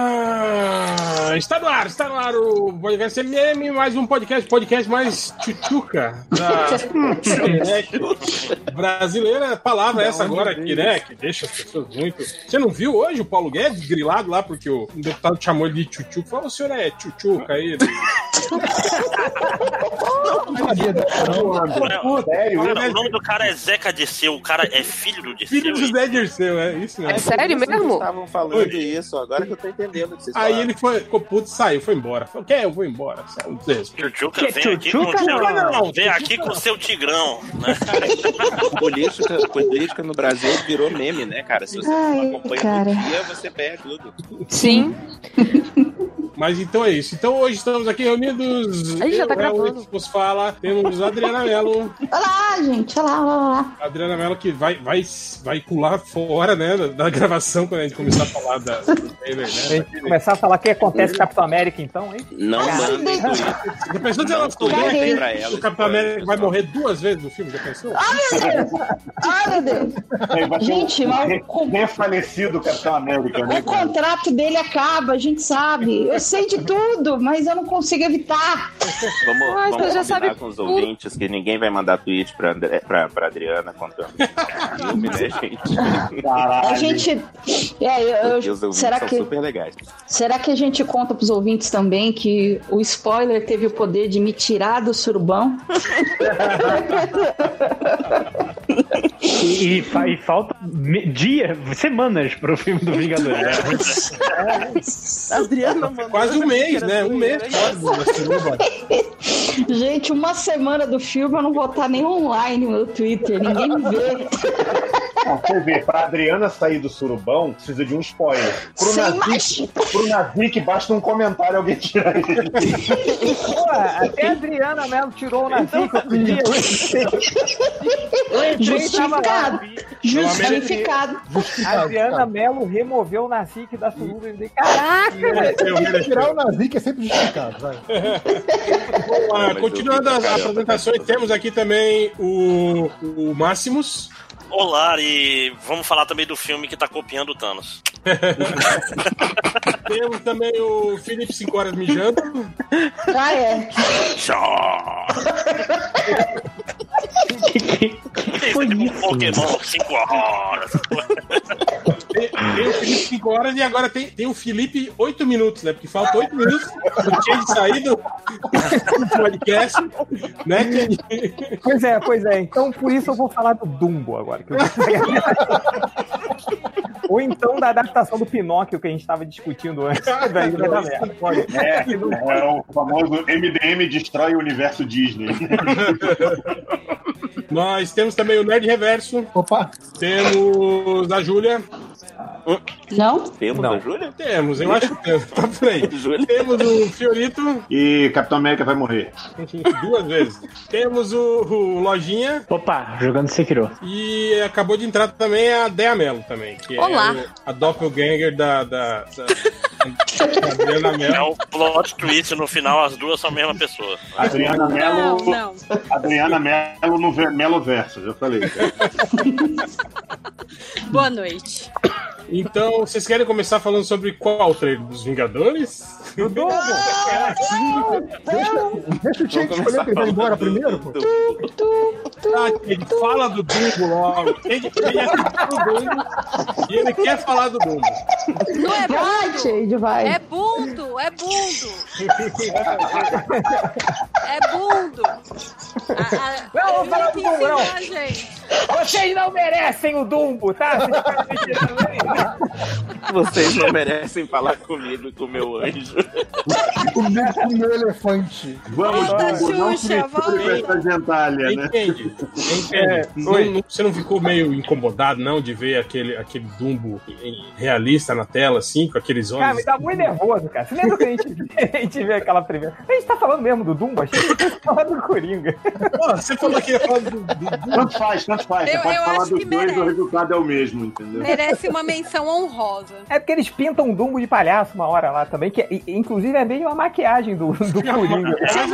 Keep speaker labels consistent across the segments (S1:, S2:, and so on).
S1: Ah, está no ar, está no ar o podcast MM, mais um podcast, podcast mais tchutchuca da internet brasileira. Palavra essa agora aqui, né? Que deixa as pessoas muito. Você não viu hoje o Paulo Guedes grilado lá porque o deputado chamou ele de tchutchuca? Falou, o senhor é tchutchuca aí?
S2: Não, o nome do cara é Zeca Dirceu, o cara é filho do Dirceu.
S1: Filho do José Dirceu, é isso mesmo.
S3: É sério mesmo?
S4: estavam falando isso, agora que eu tô entendendo o que vocês
S1: Aí
S4: falaram.
S1: ele foi, ficou puto, saiu, foi embora. Falou, quer? Eu vou embora. Saiu desespero.
S2: Tchutchuca,
S1: Que
S2: vem aqui com
S1: tchutchuca,
S2: o seu...
S1: não.
S2: Vem aqui com o seu tigrão, né?
S4: Política, política no Brasil virou meme, né, cara? Se você
S5: Ai,
S4: não acompanha
S5: cara.
S4: todo dia, você perde tudo.
S3: Sim.
S1: Mas então é isso. Então hoje estamos aqui reunidos.
S3: Aí já tá
S1: Eu, Léo,
S3: gravando.
S1: que Vos fala. Temos a Adriana Mello.
S5: Olá, gente. Olá, olá, olá.
S1: A Adriana Mello que vai, vai, vai pular fora, né? Da, da gravação quando a gente começar a falar da, do trailer, né?
S6: A gente começar a falar o que acontece com Capitão América, então, hein?
S4: Não mandem tweet.
S1: Já pensou se ela
S4: Não
S1: souber
S5: contem
S1: que
S4: pra ela,
S1: o Capitão
S4: isso é,
S1: América vai
S4: pessoal.
S1: morrer duas vezes no filme? Já pensou?
S5: Ai, meu Deus. Gente, mas o, con-
S7: Nem é falecido Capitão América, né?
S5: o contrato dele acaba, a gente sabe. Eu sei de tudo, mas eu não consigo evitar.
S4: Vamos,
S3: Mas
S4: vamos
S3: você já
S4: combinar
S3: sabe
S4: com os
S3: tudo.
S4: ouvintes que ninguém vai mandar tweet pra, André, pra, pra Adriana contando. Filme, né, gente?
S7: Caralho.
S5: A gente. é, eu- eu-
S4: Os ouvintes
S5: será,
S4: são
S5: que,
S4: super legais.
S5: será que a gente conta pros ouvintes também que o spoiler teve o poder de me tirar do surubão?
S6: E, e fa- e falta me- dia, semanas pro filme do Vingadores.
S8: Adriana mandou
S1: Quase um mês, né? Um mês quase. da suruba.
S5: Gente, uma semana do filme eu não vou estar nem online no meu Twitter, ninguém me vê.
S7: Não, Você vê, pra Adriana sair do surubão, precisa de um spoiler. Pro
S5: Sem
S7: Nazik, pro Nazik, basta um comentário, alguém tira ele.
S6: Pô, até a Adriana Mello tirou o
S5: Então,
S6: nariz outro dia.
S5: Justificado. Justificado.
S6: A Adriana Mello removeu o Nacique da suruba. Eu falei, Caraca!
S9: Tirar o Nazik é sempre justificado, vai.
S1: Vamos lá,
S4: Mas eu
S1: Continuando
S4: vi pra
S1: as
S4: caramba,
S1: apresentações,
S4: né?
S1: temos aqui também o, o Máximos.
S2: Olá, e vamos falar também do filme que tá copiando o Thanos.
S1: Temos também o Felipe 5 horas mijando.
S5: Ah, é.
S2: Tchau! que foi isso? Pokémon 5 horas.
S1: Tem, tem o Felipe 5 horas e agora tem, tem o Felipe 8 minutos, né? Porque falta 8 minutos do dia de sair do do podcast, né? Que-
S6: Pois é, pois é. Então, por isso eu vou falar do Dumbo agora. que eu vou pegar. Ou então da adaptação do Pinóquio que a gente estava discutindo antes.
S1: Ah,
S6: Daí
S1: né,
S6: vai dar merda.
S7: É, é o famoso MDM destrói o universo Disney.
S1: Nós temos também o Nerd Reverso,
S9: Opa,
S1: temos a Júlia.
S5: Não?
S4: Temos
S6: Não.
S4: a Júlia?
S1: Temos, eu acho que temos, tá por aí.
S4: Júlia?
S1: Temos o Fiorito,
S7: E Capitão América vai morrer.
S1: duas vezes. Temos o, o Lojinha
S6: Opa, jogando Sekiro.
S1: e acabou de entrar também a Dea Mello também, que
S3: Olá.
S1: é o- a doppelganger da... da, da... da Adriana
S2: É
S1: Mello.
S2: o plot twist no final, as duas são a mesma pessoa.
S7: Adriana
S8: Não,
S7: Mello,
S8: não.
S7: Adriana Mello no Ve- Melo Verso, já falei. né?
S8: Boa noite.
S1: Então, vocês querem começar falando sobre qual trailer dos Vingadores?
S6: Do Dumbo!
S9: deixa o Tchê escolher pra ele vai embora primeiro, pô.
S1: Ah, ele fala do Dumbo logo. Ele, ele assistiu o Dumbo e ele quer falar do Dumbo.
S8: Não é
S5: Vai,
S8: bundo.
S5: Tade, vai.
S8: É bundo, é bundo. É bundo. A, a,
S6: Não, vou falar
S8: a
S6: do
S8: que
S6: Dumbo, não.
S8: ensinou a gente.
S6: Vocês não merecem o Dumbo, tá? Vocês ficam me tirando aí.
S4: Vocês não merecem falar comigo, com o meu anjo.
S9: Comigo com o meu elefante.
S7: Vamos,
S8: Volta,
S7: Dumbo, não
S8: Xuxa,
S7: misture com essa gentalha, né?
S1: Entende? Entende? Não- não- você não ficou meio incomodado, não, de ver aquele, aquele Dumbo em- realista na tela, assim, com aqueles
S6: Cara, me
S1: olhos?
S6: dá muito nervoso, cara. Você lembra que a gente, a gente vê aquela primeira? A gente tá falando mesmo do Dumbo? Achei que você tava falando do Coringa.
S1: Pô, você falou que ia falar do, do Dumbo.
S7: Tanto faz, tanto faz. Você
S8: Eu-
S7: pode
S8: eu
S7: falar
S8: acho
S7: dos
S8: que
S7: dois,
S8: merece.
S7: o resultado é o mesmo, entendeu?
S8: Merece uma menção honrosa.
S6: É porque eles pintam um Dumbo de palhaço uma hora lá também, que e- inclusive é meio uma maquiagem do, do Coringa.
S2: É,
S4: É,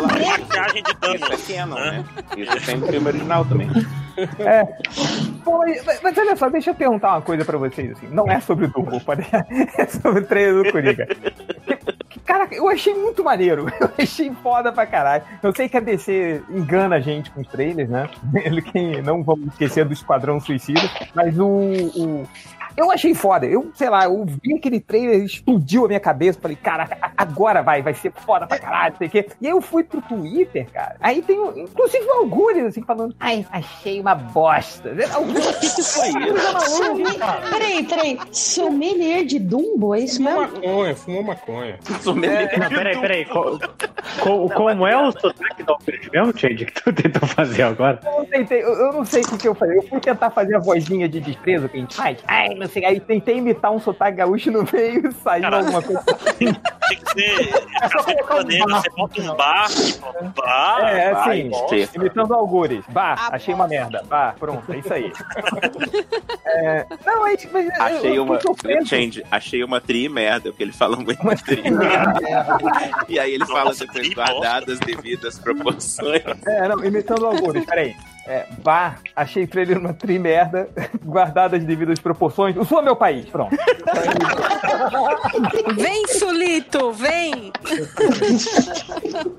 S2: maquiagem de
S4: Isso
S2: dano.
S4: é canon, né? Isso tem no filme original também.
S6: É. Pô, mas, mas olha só, deixa eu perguntar uma coisa pra vocês, assim. Não é sobre o Dumbo, pode... é sobre o trailer do Coringa. Que- que- Caraca, eu achei muito maneiro. Eu achei foda pra caralho. Eu sei que a DC engana a gente com os trailers, né? Ele que não vamos esquecer do Esquadrão Suicida, mas o. o- Eu achei foda. Eu, sei lá, eu vi aquele trailer, explodiu a minha cabeça. Falei, caraca, a- agora vai, vai ser foda pra caralho, não sei o quê. E aí eu fui pro Twitter, cara. Aí tem, um- inclusive, o Algures, assim, falando, ai, achei uma bosta. Algures
S4: O que, que foi isso?
S5: Sommelier- Peraí, peraí. Sommelier de Dumbo, é isso
S1: Fumou
S5: mesmo?
S1: maconha, fumou maconha.
S3: Não, peraí, peraí. Co- co- como é o sotaque do Alfred mesmo, Change, que tu tentou fazer agora?
S6: Eu tentei, eu, eu não sei o que, que eu falei. Eu fui tentar fazer a vozinha de desprezo que a gente faz. Ai, não sei. Aí tentei imitar um sotaque gaúcho no meio e saiu
S2: Caraca.
S6: alguma coisa.
S2: Tem que ser.
S9: É
S2: Café com banana, Você bota um bar, bota um bar.
S6: É,
S4: vai,
S6: assim,
S4: nossa.
S6: imitando algures. Bah,
S8: Ah,
S6: achei uma merda. Bah, pronto, é isso aí. É, não, é,
S9: tipo,
S6: mas,
S4: Achei
S6: eu,
S4: uma.
S6: Eu, eu, eu,
S4: Change, achei uma tri merda, porque ele fala muito tri E aí ele fala
S2: Nossa,
S4: depois
S2: tri
S4: guardadas as devidas proporções.
S6: é, não, imitando algures, peraí. É, bah, achei o trailer uma trimerda, guardada as devidas proporções. O sua meu país, pronto.
S8: Vem, Sulito, vem.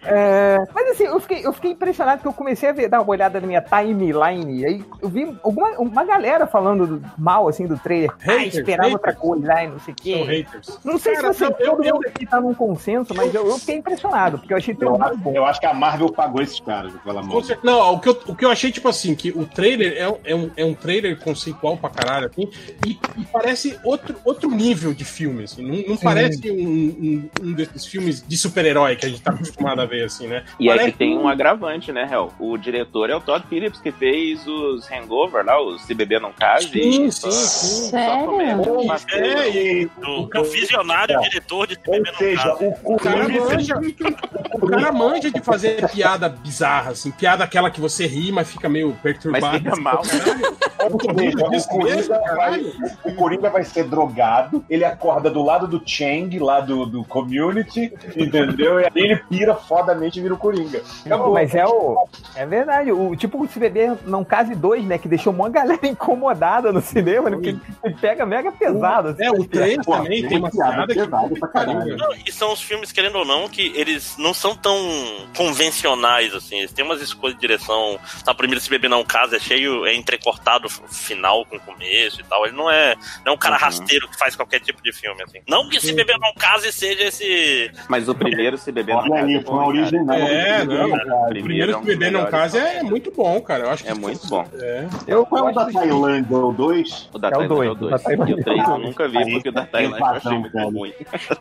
S6: É, mas assim, eu fiquei, eu fiquei impressionado que eu comecei a ver- dar uma olhada na minha timeline. Aí eu vi alguma, uma galera falando do- mal assim do trailer. ah,
S1: Haters,
S6: esperava
S1: haters.
S6: outra coisa,
S1: né,
S6: ai, não sei
S1: São
S6: o quê.
S1: haters.
S6: Não sei
S1: Cara,
S6: se você,
S1: não, eu-
S6: todo
S1: eu-
S6: mundo aqui tá num consenso, mas eu, eu fiquei impressionado, porque eu achei tão
S7: Eu,
S6: lado
S7: acho-
S6: bom.
S7: eu acho que a Marvel pagou esses caras, pelo
S1: Com
S7: amor de
S1: cer- Não, o que, eu, o que eu achei, tipo assim, que o trailer é, um- é um, é um trailer conceitual pra caralho, assim, e, e parece outro, outro nível de filme, assim. Não, não parece um, um, um desses filmes de super-herói que a gente tá acostumado a ver, assim, né?
S4: E aí
S1: Parece-
S4: que tem um agravante, né, Hel? O diretor é o Todd Phillips, que fez os Hangover lá, os Se Beber Não Case.
S1: Sim, sim, sim.
S4: Só comédia.
S5: Sério?
S1: É, e
S2: Do, do visionário diretor de
S7: Deus.
S2: TV
S7: Ou seja, o
S1: o cara
S7: Coringa
S1: manja. O cara manja de fazer piada bizarra, assim, piada aquela que você ri, mas fica meio
S4: Mas
S1: perturbado. assim.
S4: fica mal, né?
S7: Ou seja, Então, o
S1: Isso
S7: Coringa
S1: mesmo,
S7: vai,
S1: caralho.
S7: o Coringa vai ser drogado, ele acorda do lado do Chang, lá do, do community, entendeu? E aí ele pira fodamente e vira o Coringa.
S6: Pô, mas é o. É verdade. O tipo o CBB não case dois, né? Que deixou uma galera incomodada no cinema, né? Porque ele pega mega pesado. assim.
S1: É, o trailer
S7: Pô,
S1: também tem uma piada que.
S7: pesada pra caralho.
S2: Não, e são os filmes, querendo ou não, que eles não são tão convencionais, assim. Eles têm umas escolhas de direção. Na primeira, se beber não casa, é cheio, é entrecortado o final com o começo e tal. Ele não é, não é um cara
S4: Uhum.
S2: rasteiro que faz qualquer tipo de filme, assim. Não que se beber não case seja esse.
S4: Mas o primeiro Se Beber Não
S7: Olha
S4: Case.
S7: aí, foi uma origem não.
S1: É, não.
S7: Cara.
S1: O primeiro que beber não casa é muito bom, cara. Eu acho que
S4: um É muito bom.
S1: É.
S6: Eu,
S7: Qual é o
S6: eu
S7: da
S6: acho que-
S7: Tailândia, ou dois?
S4: O da
S6: É o
S4: Tailândia é o
S6: dois,
S4: 2.
S6: o da Tailândia
S4: E o 3
S7: é o
S4: eu
S7: dois.
S4: nunca vi, porque o da Tailândia eu achei muito
S7: Empatão,
S10: É
S4: ruim.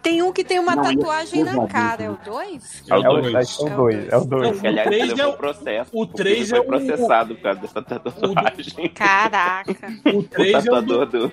S8: Tem um que tem uma
S7: Não, eu-
S8: tatuagem na
S7: eu-
S8: cara, é o dois?
S4: É o
S6: É o
S4: 2.
S6: dois, é o dois. É o dois.
S1: Não,
S4: Aliás,
S1: O três
S4: ele levou
S1: é o-
S4: processo.
S1: o
S4: porque
S1: três
S4: ele foi
S1: é o-
S4: processado por causa dessa tatuagem.
S8: Caraca.
S1: O
S4: O
S1: 3 é o do,
S4: tatuador do...
S1: o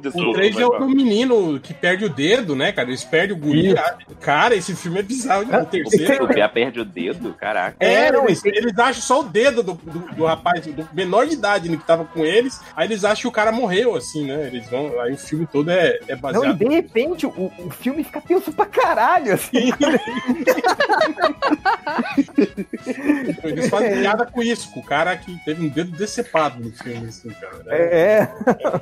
S4: Desculpa,
S1: três é o
S4: mas-
S1: do menino que perde o dedo, né, cara? Eles perdem o guri. Cara, esse filme é bizarro. O
S4: O é
S1: terceiro.
S4: PA perde o dedo? Caraca.
S1: É, não, eles, eles acham só o dedo do, do, do rapaz, do menor de idade né, que tava com eles. Aí eles acham que o cara morreu, assim, né? Eles vão. Aí o filme todo é, é
S6: Não, e
S1: baseado.
S6: de repente o, o filme fica tenso pra caralho, assim.
S1: Eles fazem piada com isso, com o cara que teve um dedo decepado no filme, assim, cara.
S6: É,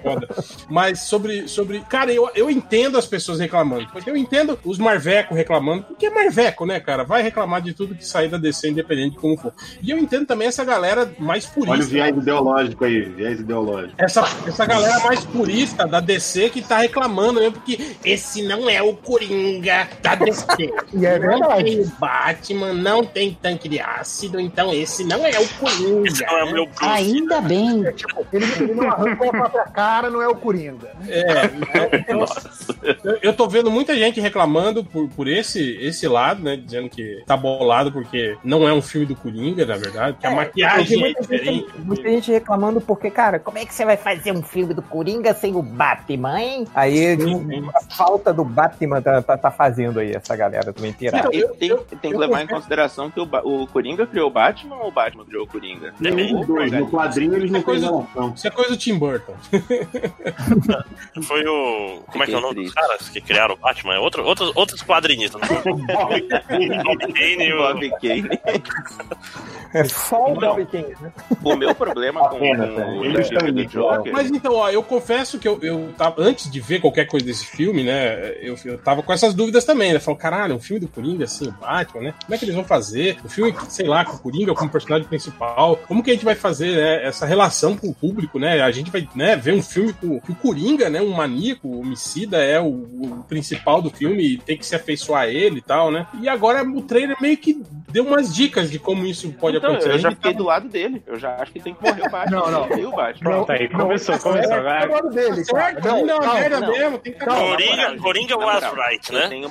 S1: Foda. Mas sobre. sobre cara, eu, eu entendo as pessoas reclamando. Porque eu entendo os Marveco reclamando. Porque é Marveco, né, cara? Vai reclamar de tudo que sair da DC, independente de como for. E eu entendo também essa galera mais
S7: Olha o
S1: purista.
S7: viés ideológico aí, viés ideológico.
S1: Essa, essa galera mais purista da DC que tá reclamando mesmo, porque esse não é o Coringa da DC.
S9: E é
S1: não tem
S9: verdade.
S1: o Batman, não tem tanque de ácido, então esse não é o Coringa.
S2: Esse não é o meu Bruce.
S5: Ainda bem.
S9: Ele, ele não arrancou a própria cara, não é o Coringa.
S1: então, Eu, eu tô vendo muita gente reclamando por, por esse, esse lado, né? Dizendo que tá bolado porque não é um filme do Coringa, na verdade. Que a maquiagem é
S6: muita
S1: diferente.
S6: gente, muita gente reclamando porque, cara, como é que você vai fazer um filme do Coringa sem o Batman? hein? Aí
S1: Sim.
S6: a falta do Batman tá, tá, tá fazendo aí essa galera também inteira.
S1: Então,
S4: E
S1: eu-
S4: É, tem,
S1: eu-
S4: tem que
S1: eu
S4: levar em
S1: confesso-
S4: consideração que o, Ba- o Coringa criou o Batman ou o Batman criou o Coringa? coisa.
S2: É bem-
S4: O dois,
S7: No quadrinho eles não
S1: É coisa-
S7: têm relação.
S1: Isso é coisa do Tim Burton.
S2: Foi o. Como é que é o nome dos
S4: triste.
S2: caras que criaram o Batman? É Outro, outros, outros quadrinistas. né? Bob Kane, o- né?
S4: Bob Kane.
S6: É só o
S4: Não.
S6: Bob Kane, né?
S4: O meu problema com,
S1: é.
S7: Apenas,
S4: com o
S7: né? Eles
S4: da
S7: estão
S4: vida do
S7: em
S4: é Joker.
S1: Mas então, ó, eu confesso que eu, eu tava, antes de ver qualquer coisa desse filme, né, eu, eu tava com essas dúvidas também, né, falou, caralho, um filme do Coringa, assim, o Batman, né, como é que eles vão fazer? O filme, sei lá, com o Coringa como personagem principal, como que a gente vai fazer, né, essa relação com o público, né, a gente vai, né, ver um filme com que o Coringa, né, um maníaco, um homicida, é o, o principal do filme e tem que se afeiçoar a ele e tal, né, e agora o trailer meio que deu umas dicas de como isso pode
S4: Então,
S1: acontecer.
S4: eu já
S1: A gente
S4: fiquei do lado dele. Eu já acho que tem que morrer o Batman.
S9: Não, não.
S4: E o Batman.
S3: Pronto, aí começou, começou.
S9: É
S3: Agora,
S9: o dele,
S1: tá
S9: cara.
S1: certo, não, não,
S9: calma,
S1: merda
S9: não.
S1: mesmo, é, tem que acabar.
S9: Calma,
S2: Coringa, Coringa
S4: Na
S2: was
S4: moral,
S2: right,
S4: Eu
S2: né?
S4: tenho um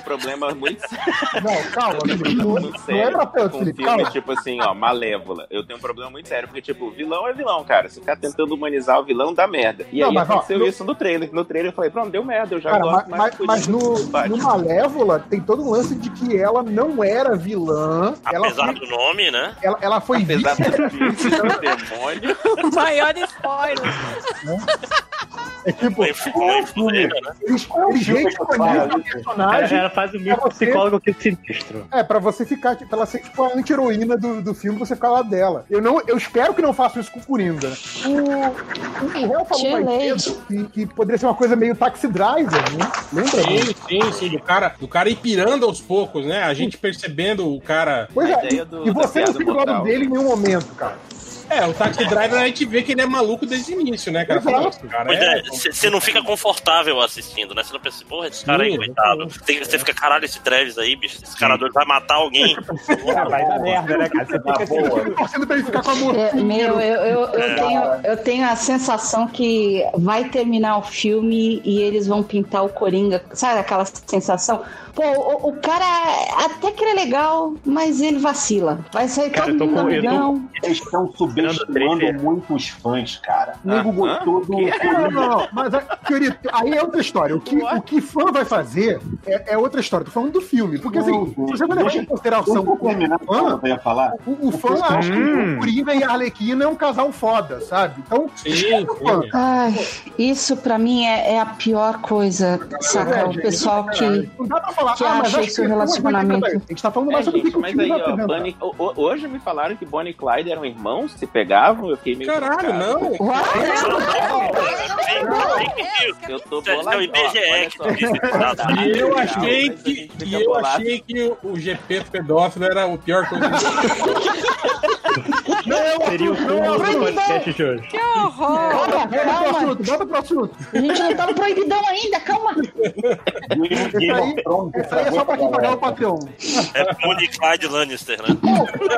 S4: problema muito sério.
S9: Não, calma, Felipe. Não,
S4: muito
S9: não é
S4: sério
S9: papel,
S4: com
S9: Felipe.
S4: filme,
S9: Calma.
S4: tipo assim, ó, Malévola. Eu tenho um problema muito sério, porque, tipo, vilão é vilão, cara. Você tá tentando humanizar o vilão, dá merda. E
S9: Não,
S4: aí
S9: mas, ó,
S4: aconteceu
S9: no-
S4: isso no trailer. No trailer eu falei, pronto, deu merda, eu já
S9: Cara,
S4: gosto
S9: mas,
S4: mais
S9: mas,
S4: do
S9: mas
S4: Coringa
S9: no,
S4: do Batman.
S9: no Malévola tem todo um lance de que ela não era vilã. Ela
S2: Apesar
S9: foi,
S2: do nome, né?
S9: ela, ela foi
S10: Tá
S4: Apesar
S9: vítima.
S4: disso,
S10: é um
S4: do demônio,
S8: Maior spoiler.
S9: É tipo,
S2: Foi foi
S5: um
S2: fuleira, né?
S9: eles, eles reescolheram a personagem.
S3: ela faz o mesmo
S9: Pra você-
S3: psicólogo que o sinistro.
S9: É, pra você ficar, tipo, ela ser tipo a anti-heroína do, do filme, você ficar lá dela. Eu, não, eu espero que não façam isso com o Coringa. né? O, o Hel falou
S5: Too
S9: mais
S5: late.
S9: cedo que, que poderia ser uma coisa meio taxi driver, né? Lembra?
S1: Sim, sim, sim, do cara, do cara ir pirando aos poucos, né? A gente percebendo o cara.
S9: Pois
S4: A
S9: é,
S4: ideia
S9: e,
S4: do-
S9: e
S4: da
S9: você não
S4: piada
S9: fica do lado
S4: mortal.
S9: dele em nenhum momento, cara.
S1: É, o taxi driver a gente vê que ele é maluco desde o início, né, cara?
S9: Exato.
S1: Fala, esse cara
S2: Pois é,
S1: é-
S2: você não fica confortável assistindo, né? Você não pensa, porra, esse cara aí,
S1: Sim,
S2: coitado.
S9: então.
S2: Você fica, caralho, esse Travis aí, bicho. Esse cara doido vai matar alguém.
S3: Vai dar merda, né, cara? Você
S7: Na
S3: fica
S7: boa.
S10: assim,
S9: Torcendo pra ele ficar com a
S5: É, meu,
S9: mocinha.
S5: eu, eu, eu, tenho, eu tenho a sensação que vai terminar o filme e eles vão pintar o Coringa. Sabe aquela sensação? Pô, o, o cara até que ele é legal, mas ele vacila. Vai sair
S3: Cara, eu
S5: todo
S3: tô
S5: mundo
S3: com- eu tô-
S5: amigão.
S7: Eles estão subestimando
S2: Trailer.
S7: muito os fãs, cara. O nego
S4: Ah,
S7: gostou do.
S9: Não, não, não. Mas, ah, querido, aí é outra história. O que, o que fã vai fazer é, é outra história. Tô falando do filme. Porque, assim, se você vai levar em
S7: Eu
S9: consideração
S7: vou
S9: o que
S7: terminar
S9: é
S7: o que
S9: fã,
S7: eu ia falar. Hum.
S9: o, o fã acha que o Coringa e a Arlequina é um casal foda, sabe? Então,
S1: Sim, sim.
S5: Ai, isso pra mim é, é a pior coisa,
S9: É,
S5: saca? O
S9: gente,
S5: pessoal que.
S9: não dá pra falar,
S5: Que
S9: ah, mas
S5: acha
S9: acho
S5: isso
S9: que
S5: um relacionamento.
S9: A gente tá falando
S4: É,
S9: mais sobre
S4: gente,
S9: o
S4: mas aí,
S9: Coringa tá
S1: né?
S4: ó,
S9: fazendo.
S4: Bonnie- ho- ho- hoje me falaram que Bonnie e Clyde eram irmãos, se pegavam, eu fiquei meio.
S1: Caralho,
S4: chocado.
S1: não.
S4: Eu tô
S2: Isso é o
S4: bolado.
S2: IBGE que
S4: Ó, olha
S2: disse,
S4: só.
S2: tá?
S1: E eu
S4: Legal,
S1: achei
S4: mas a
S1: que,
S4: gente fica
S1: e eu
S4: bolado.
S1: achei que o GP pedófilo era o pior coisa.
S3: Seria o cúmulo do podcast de hoje.
S8: Que horror.
S9: Bota pro
S5: Calma,
S9: assunto, bota pro assunto.
S5: a gente não tá no proibidão ainda, calma.
S7: Game
S9: aí-
S7: of Thrones,
S9: Isso aí é só pra quem pagar o Patreon.
S2: É Bonnie Clyde Lannister, né?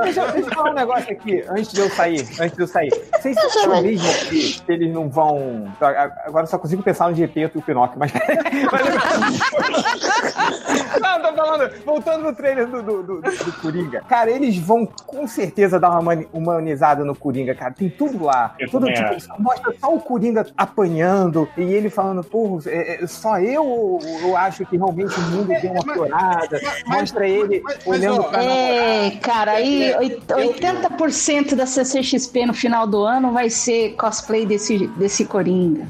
S6: Deixa, eu- deixa eu falar um negócio aqui, antes de eu sair. Antes de eu sair. Vocês estão felizes que se eles não vão. a- Agora eu só consigo pensar no Gepeto e o Pinóquio, mas. mas- não, tô falando. Voltando no trailer do, do, do, do Coringa. Cara, eles vão com certeza dar uma mani- humanizada no Coringa, cara. Tem tudo lá.
S7: Eu
S6: Tudo,
S7: também
S6: tipo, mostra só o Coringa apanhando e ele falando, pô, é- é só eu, ou eu acho que realmente o mundo deu uma piorada. Mostra ele
S1: É, mas- mas,
S6: olhando
S1: ó,
S6: pra
S5: É, cara, aí oit- 80% da CCXP no final do ano vai ser cosplay desse, desse Coringa.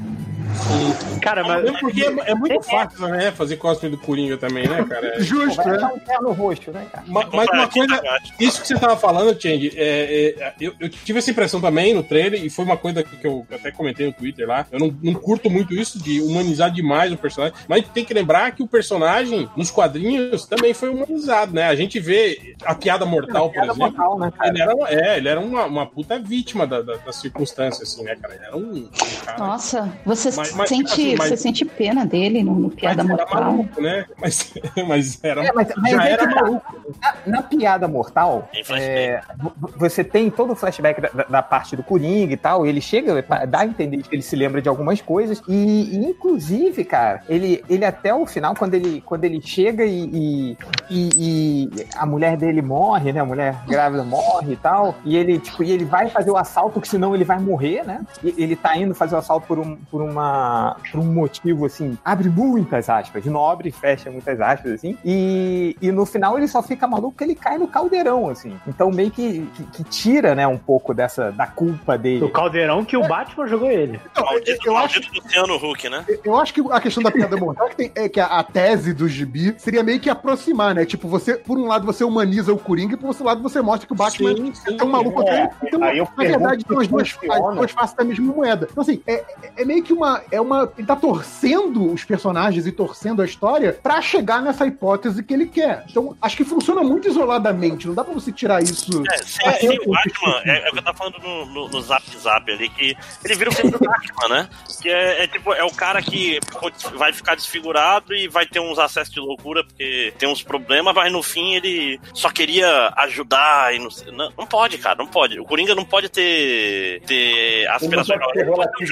S3: Cara, mas
S1: Mesmo porque é, é muito fácil, né, fazer cosplay do Coringa também, né, cara?
S9: Justo,
S6: Vai
S9: né?
S6: achar um terno roxo, né, cara?
S1: Ma- Mas uma coisa, Isso que você tava falando, Change, é, é, eu, eu tive essa impressão também no trailer, e foi uma coisa que eu até comentei no Twitter lá. Eu não, não curto muito isso de humanizar demais o personagem, mas tem que lembrar que o personagem nos quadrinhos também foi humanizado, né? A gente vê a piada mortal, por
S6: Piada
S1: exemplo.
S6: mortal, né, cara?
S1: Ele era, uma- é, ele era uma, uma puta vítima da, da, das circunstâncias, assim, né, cara? Ele era um, um cara.
S5: Nossa, você,
S1: Mas- mas,
S5: sente,
S1: assim, mas-
S5: você sente pena dele no, no
S1: Mas
S5: Piada
S1: era
S5: Mortal.
S1: maluco, né? Mas, mas era.
S6: É, mas, mas
S1: já
S6: é
S1: era
S6: que tá. Na, na piada mortal,
S2: Tem flashback.
S6: é, vo- você tem todo o flashback da, da- da parte do Coringa e tal. Ele chega, é, pa- dá a entender que ele se lembra de algumas coisas. E, e, inclusive, cara, ele, ele até o final, quando ele, quando ele chega e, e- e- e a mulher dele morre, né? A mulher grávida morre e tal. E ele, tipo, e ele vai fazer o assalto, que senão ele vai morrer, né? E ele tá indo fazer o assalto um, por, um, por uma. Por por um motivo, assim, abre muitas aspas, nobre, fecha muitas aspas, assim. E, e no final ele só fica maluco que ele cai no caldeirão, assim. Então meio que, que, que tira, né, um pouco dessa, da culpa dele.
S3: O caldeirão que o Batman jogou ele.
S2: Maldito,
S9: eu
S2: maldito Luciano Huck, né?
S9: Eu acho que a questão da piada mortal é que, tem- é que a, a tese do gibi seria meio que aproximar, né? Tipo, você, por um lado, você humaniza o Coringa e por outro lado você mostra que o Batman
S1: Sim, sim,
S9: é um maluco.
S7: é.
S9: até- então,
S7: Aí eu
S9: na
S7: pergunto
S9: verdade,
S7: se
S9: são as duas,
S7: funciona.
S9: as duas faces da mesma moeda. Então, assim, é, é- é meio que uma, é uma. Ele tá torcendo os personagens e torcendo a história pra chegar nessa hipótese que ele quer. Então, acho que funciona muito isoladamente. Não dá pra você tirar isso.
S2: É, sem, sem o Batman, é, é o que eu tava falando no, no, no Zap Zap ali, que ele
S10: um
S2: vira o filho do Batman, né? Que é, é tipo, é o cara que ficou des- vai ficar desfigurado e vai ter uns acessos de loucura, porque tem uns problemas, mas no fim ele só queria ajudar e não sei- Não, não pode, cara, não pode. O Coringa não pode ter, ter aspirações.
S7: pode ser
S2: Ele não pode ser um
S7: relativizado,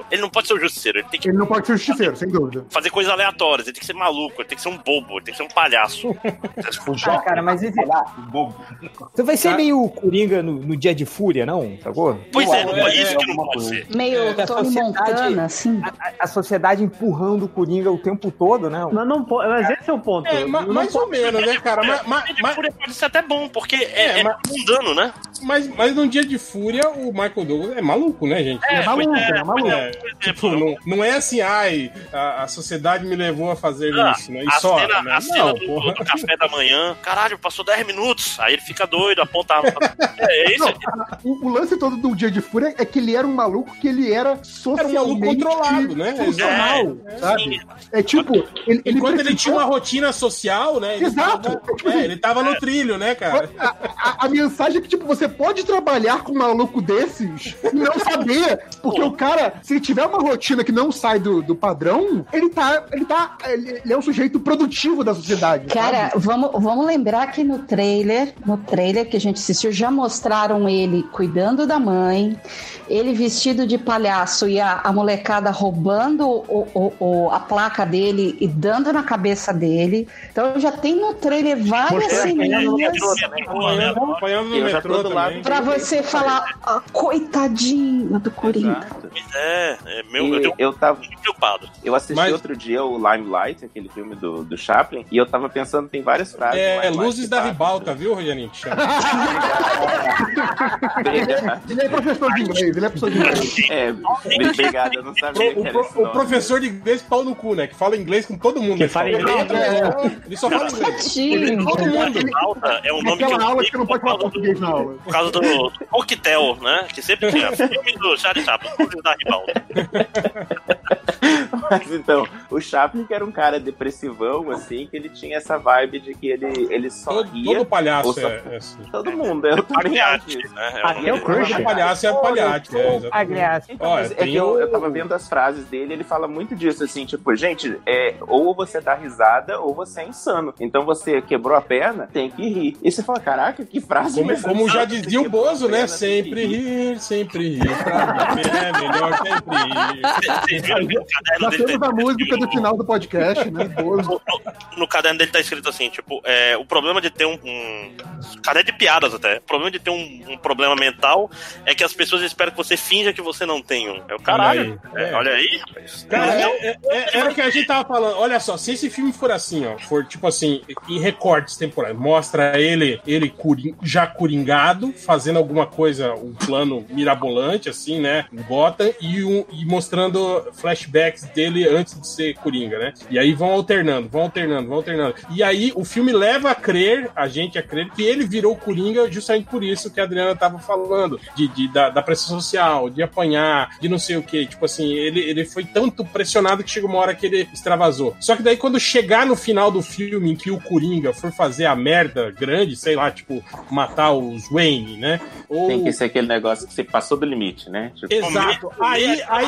S2: justiceiro. Ele não pode ser um justiceiro, ele tem que
S9: Ele não pode ser justiceiro, sem dúvida.
S2: fazer coisas aleatórias, ele tem que ser maluco, ele tem que ser um bobo, ele tem que ser um palhaço.
S7: Fujão.
S6: Ah, cara, mas esse-
S7: Lá, bobo.
S6: Você vai ser meio Coringa no, no dia de fúria, não? Tá Sacou?
S2: Pois é, não é
S7: é,
S2: isso que não
S7: alguma
S2: pode
S7: coisa.
S2: ser.
S5: Meio
S6: da
S5: Tony
S6: sociedade.
S5: Montana, assim.
S6: A, a sociedade empurrando o Coringa o tempo todo, né?
S3: Mas, não, po- mas esse é o ponto.
S1: É, ma-
S3: Não
S1: mais ou menos, né, cara? Ma- ma-
S2: Ele
S1: ma-
S2: fúria pode ser até bom, porque é,
S1: É,
S2: é
S1: mas-
S2: mundano, né?
S1: mas, mas num dia de fúria, o Michael Douglas é maluco, né, gente?
S2: É,
S9: maluco,
S2: pois
S9: é maluco.
S2: pois
S1: É,
S2: pois
S1: Tipo, não, não é assim, ai, a, a sociedade me levou a fazer
S2: Ah,
S1: isso, né? E
S2: a
S1: só.
S2: cena,
S1: né?
S2: a cena
S1: não,
S2: do,
S1: porra.
S2: do café da manhã, caralho, passou 10 minutos. Aí ele fica doido, aponta a arma pra... É, é isso.
S9: Não, o, o lance todo do Dia de Fúria é que ele era um maluco que ele era
S1: Era um
S9: socialmente
S1: maluco controlado, né?
S2: É,
S9: funcional,
S2: sim.
S9: sabe? É tipo, ele, ele
S1: Enquanto ele
S9: precisou-
S1: tinha uma rotina social, né? Ele
S9: Exato.
S1: Tava, é, ele tava no trilho, né, cara?
S9: a, a mensagem é que, tipo, você pode trabalhar com um maluco desses e não saber, porque o cara, se ele tiver uma rotina que não sai do, do padrão, ele tá, ele tá, ele, ele é um sujeito produtivo da sociedade.
S5: Cara,
S9: sabe?
S5: vamos, vamos lembrar que no trailer, no trailer que a gente assistiu, já mostraram ele cuidando da mãe, ele vestido de palhaço e a, a molecada roubando o- o- o- a placa dele e dando na cabeça dele. Então já tem no trailer várias
S9: assim, né?
S5: cenas
S2: né?
S1: né? Apanhando apanhando no
S4: Eu já
S1: metrô
S4: tô do lado
S1: também.
S4: de-
S5: pra você falar, "Ah, coitadinho do Coringa.
S4: Exato.
S2: Pois é, é meu, eu
S4: E
S2: tenho
S4: eu tava,
S2: muito preocupado.
S4: eu assisti
S1: Mas-
S4: outro dia o Limelight, aquele filme do, do Chaplin, e eu tava pensando, tem várias frases. no
S1: É,
S4: Limelight
S1: luzes
S4: que
S1: da
S4: tá-
S1: ribalta, viu, Rogerinho? que chama?
S4: Obrigado.
S9: Ele é professor de inglês, ele é professor de inglês.
S4: É, obrigado, eu não sabia
S1: O,
S4: que era
S1: pro-
S4: esse
S1: o
S4: nome.
S1: professor de inglês pau no cu, né? Que fala inglês com todo mundo.
S3: Que
S1: na
S3: fala
S1: escola.
S3: inglês, né?
S1: É, Ele só fala inglês.
S5: Tadinho.
S9: Todo mundo.
S2: Luzes da Ribalta é um nome
S9: Aquela
S2: eu
S9: aula
S2: dei
S9: que não pode
S2: por
S9: falar
S2: causa do-
S9: português na aula.
S2: Por causa do do coquetel, né? Que sempre tinha filme do Charlie Chaplin, Luzes da Ribalta.
S4: Mas então, o Chaplin que era um cara depressivão, assim, que ele tinha essa vibe de que ele, ele só
S1: Todo,
S4: ria.
S1: todo palhaço
S4: Ouça-
S1: é, é assim.
S4: Todo mundo, eu também acho
S2: Palhate,
S4: isso.
S2: né?
S3: Até
S2: É um-
S3: o Crush.
S1: Todo palhaço é palhate. É, exatamente.
S6: Aliás,
S4: Então,
S1: Olha,
S4: mas é
S1: tem um-
S4: que eu,
S1: o-
S4: eu tava vendo as frases dele, ele fala muito disso, assim, tipo, gente, é, ou você dá risada ou você é insano. Então você quebrou a perna, tem que rir. E você fala, caraca, que frase
S1: Como,
S4: mesmo.
S1: como já
S4: Você é
S1: dizia o
S4: quebrou a
S1: Bozo, né?
S4: perna, tem que
S1: Sempre
S4: rir.
S1: rir, sempre rir. Pra mim é melhor sempre rir.
S2: Vocês viram que o caderno
S9: Já
S2: dele tem-
S9: temos a música do final do podcast, né? Bozo.
S2: no caderno dele tá escrito assim, tipo, é, o problema de ter um, um- Caderno de piadas até. O problema de ter um, um problema mental é que as pessoas esperam que você finja que você não tem um. É o caralho.
S1: Olha aí.
S2: É, olha aí, rapaz.
S1: Cara,
S2: Não,
S1: é- é- é- era o que a gente tava falando. Olha só, se esse filme for assim, ó, for tipo assim, em recortes temporais, mostra ele, ele curi- já coringado, fazendo alguma coisa, um plano mirabolante, assim, né? Em Gotham, e, um- e mostrando flashbacks dele antes de ser coringa, né? E aí vão alternando, vão alternando, vão alternando. E aí o filme leva a crer, a gente a crer, que ele virou coringa justamente por isso que a Adriana tava falando, de, de- da, da pressão social, de apanhar, de não sei o que. Tipo assim, ele, ele foi tanto pressionado que chegou uma hora que ele extravasou. Só que daí quando chegar no final do filme em que o Coringa for fazer a merda grande, sei lá, tipo, matar os Wayne, né? Ou...
S4: Tem que ser aquele negócio que você passou do limite, né? Tipo,
S1: Exato. Aí, aí,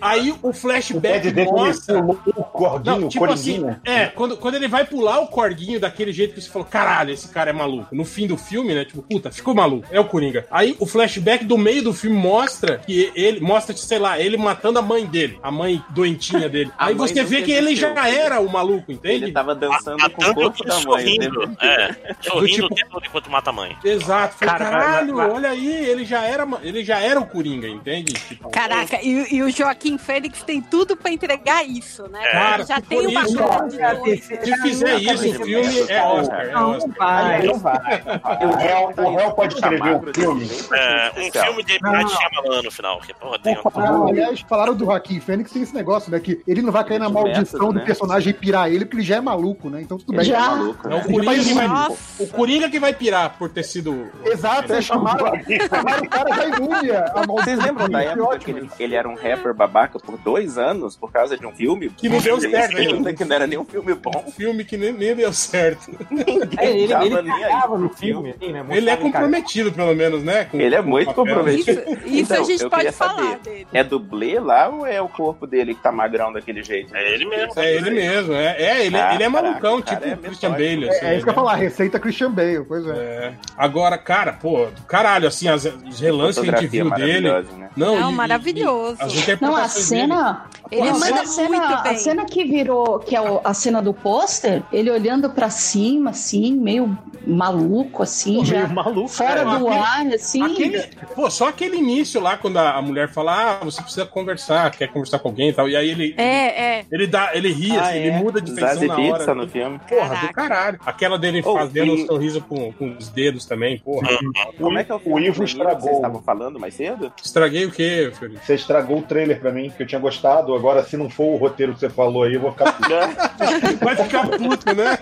S1: aí o
S7: O Ted
S1: flashback
S7: Deck
S1: mostra...
S7: o louco, o
S1: Não,
S7: cordinho, o
S1: tipo
S7: coringuinho.
S1: assim, é, quando, quando ele vai pular o corguinho daquele jeito que você falou, caralho, esse cara é maluco. No fim do filme, né? Tipo, puta, ficou maluco. É o Coringa. Aí o flashback do meio do filme mostra que ele mostra, sei lá, ele matando a mãe dele, a mãe doentinha dele.
S4: A
S1: Aí
S4: mãe
S1: você
S4: do
S1: vê
S4: que
S1: que ele já
S4: aconteceu.
S1: era o maluco,
S4: ele
S1: entende?
S4: tava dançando com o corpo
S2: matando
S4: da
S2: e
S4: mãe.
S2: sorrindo.
S4: né?
S2: É, sorrindo
S1: tipo-
S2: o tempo todo enquanto mata a mãe.
S1: Exato. Falei,
S3: Cara, mas-
S1: caralho,
S3: mas-
S1: olha aí, ele já era, ma- ele já era o Coringa, entende? Tipo,
S8: Caraca, e, e o Joaquim Fênix tem tudo tudo pra entregar isso, né?
S1: É. Cara,
S8: já
S1: se
S8: tem
S1: for
S8: uma
S1: isso,
S8: cor de
S6: cara,
S8: luz,
S6: se-
S8: né?
S1: Se fizer isso, o filme é Oscar. É
S6: Não
S1: Oscar.
S6: vai, não vai.
S7: O réu, o réu pode
S3: Tá
S7: escrever o filme.
S2: É, um filme de M. Night Shyamalan no final. Que, porra, tem um...
S9: Ah, aliás, falaram do Joaquim Fênix, tem esse negócio, né? Que ele não vai cair na maldição
S4: Método,
S9: do
S4: né?
S9: personagem pirar ele, porque ele já é maluco, né? Então tudo bem.
S5: Já.
S1: É
S9: né?
S1: o Coringa que vai.
S8: Nossa.
S1: O Coringa que vai pirar por ter sido.
S9: Exato, é chamaram, chamaram o cara da inúmia. A maldição
S4: Vocês
S1: Ah,
S4: lembram da
S9: dele, é que
S4: época que
S9: ótimo.
S4: ele, ele era um rapper babaca por dois anos por causa de um filme?
S1: Que não deu certo ainda.
S4: ainda. Que não era nem um filme bom.
S1: Um filme que nem, nem deu certo.
S4: Ninguém
S6: É, Ele, ele,
S4: tava
S6: ele
S4: nem aí
S6: cagava
S4: pro
S6: no filme, assim,
S1: Ele
S6: né?
S1: é
S6: Mostrava, cara,
S1: comprometido, pelo menos, né? com-
S4: Ele é
S1: com
S4: muito
S1: o papel.
S4: comprometido.
S8: Isso, isso
S4: Então,
S8: a gente
S4: eu
S8: pode
S4: queria
S8: falar
S4: saber.
S8: dele.
S4: É dublê lá ou é o corpo dele que tá magrão daquele jeito?
S2: É ele mesmo.
S1: É ele mesmo, é. É, ele,
S4: Ah,
S1: ele é malucão,
S4: caraca,
S1: tipo
S4: cara, é
S1: o Christian
S4: metódico.
S1: Bale. assim,
S9: É, é isso que
S1: né?
S9: eu ia falar, receita Christian Bale, pois é.
S1: É. Agora, cara, pô, do caralho, assim, as, os relances que a gente
S4: Fotografia
S1: viu dele.
S4: maravilhosa, né?
S1: Não,
S8: Não,
S1: e- é e-
S8: maravilhoso.
S1: e as
S5: Não, a
S1: interpretações
S5: cena.
S8: Ele
S5: a
S8: manda
S5: cena- a cena,
S8: muito bem.
S5: A cena que virou, que é o- a cena do pôster, ele olhando pra cima, assim, meio maluco, assim, já
S3: Meio maluco.
S5: fora
S1: cara.
S5: do
S1: Aquele-
S5: ar, assim.
S1: Aquele, pô, só aquele início lá, quando a, a mulher fala, ah, você precisa conversar, quer conversar com alguém e tal. E aí ele,
S8: É, é.
S1: ele, dá, ele ri,
S4: Ah,
S1: assim, ele
S4: é.
S1: muda de feição
S4: Zazie
S1: na
S4: Beetz tá
S1: hora.
S4: no filme.
S1: Porra,
S8: Caraca.
S1: do caralho. Aquela dele
S4: Oh,
S1: fazendo
S4: e-
S1: um sorriso com, com os dedos também, porra.
S4: Como é que é o filme?
S7: O Ivo
S4: menino que Vocês
S7: estragou.
S4: estavam falando mais cedo?
S1: Estraguei o quê, Felipe?
S7: Você estragou o trailer pra mim, que eu tinha gostado. Agora, se não for o roteiro que você falou aí, eu vou ficar.
S1: Vai ficar puto, né?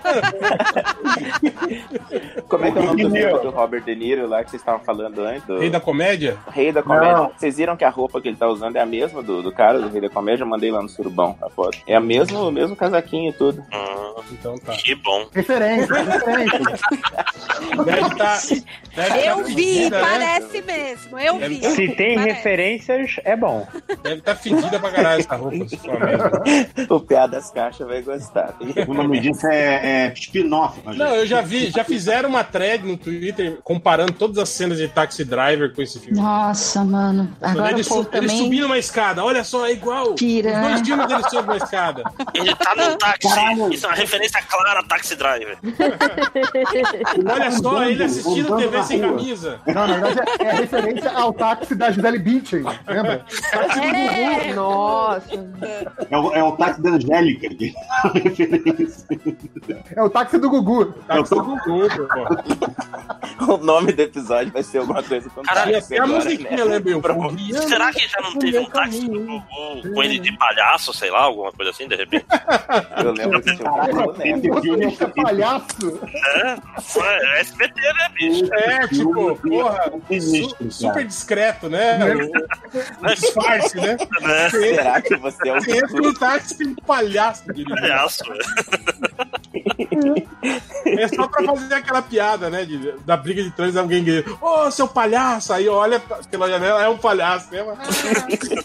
S4: Como é que é o nome do
S7: De Niro.
S4: filme do Robert De Niro lá que vocês estavam falando antes? Do...
S1: Rei da comédia?
S4: Rei da Comédia.
S7: Não.
S4: Vocês viram que a roupa que ele tá usando é a mesma do, do cara do Rei da Comédia? Eu mandei lá no surubão a foto. É a mesma, o mesmo casaquinho e tudo.
S2: Hum,
S1: Então tá.
S2: que bom.
S9: Referência, referência.
S1: Deve tá, deve tá
S8: Eu vi,
S1: fedida, né?
S8: parece mesmo. Eu vi.
S3: Se tem
S8: Parece.
S3: referências, é bom.
S1: Deve tá fedida pra caralho essa roupa. se for mesmo.
S4: O piá das caixas vai gostar.
S11: O nome disso é, é spin-off. mas-
S1: Não, eu já vi, já fizeram uma thread no Twitter comparando todas as cenas de Taxi Driver com esse filme.
S5: Nossa, mano. Agora
S1: ele,
S5: o povo
S1: su ele
S5: também
S1: subindo uma escada, olha só, é igual.
S5: pira.
S1: Os dois filmes ele sobe uma escada.
S2: Ele tá no táxi. Isso é uma referência clara a Taxi Driver.
S9: é
S1: Olha só, ele assistindo
S11: andando
S1: TV
S11: na
S1: sem
S11: rua.
S1: camisa.
S9: Não, na verdade é, é referência ao táxi da Gisele Bündchen, lembra?
S8: É,
S12: Nossa.
S11: É o, é o táxi da Angélica. que-
S9: É o táxi do Gugu.
S1: Táxi do Gugu, pô.
S4: o nome do episódio vai ser alguma coisa com
S2: Caralho,
S1: E
S4: táxi
S1: até a
S4: agora,
S1: musiquinha,
S4: né?
S1: lembra? Eu,
S4: Pronto.
S1: corria,
S2: Será que já não
S8: é
S2: teve um táxi do Gugu com ele de palhaço, sei lá, alguma coisa assim, de repente?
S4: Eu lembro
S2: né?
S4: que tinha um cara do boneco.
S9: Você é palhaço.
S2: É, é SBT, né, bicho?
S1: É, tipo, porra,
S11: Não
S1: su-
S11: existe, cara.
S1: super discreto, né? O- o disfarce, né?
S2: Né?
S4: Será que você é o
S1: Você entra
S4: futuro?
S1: no táxi tem um palhaço dirigindo.
S2: Palhaço.
S1: É só pra fazer aquela piada, né? de- da briga de trânsito, alguém grita, ô, seu palhaço! Aí olha pra- pela janela, é um palhaço mesmo. Ah,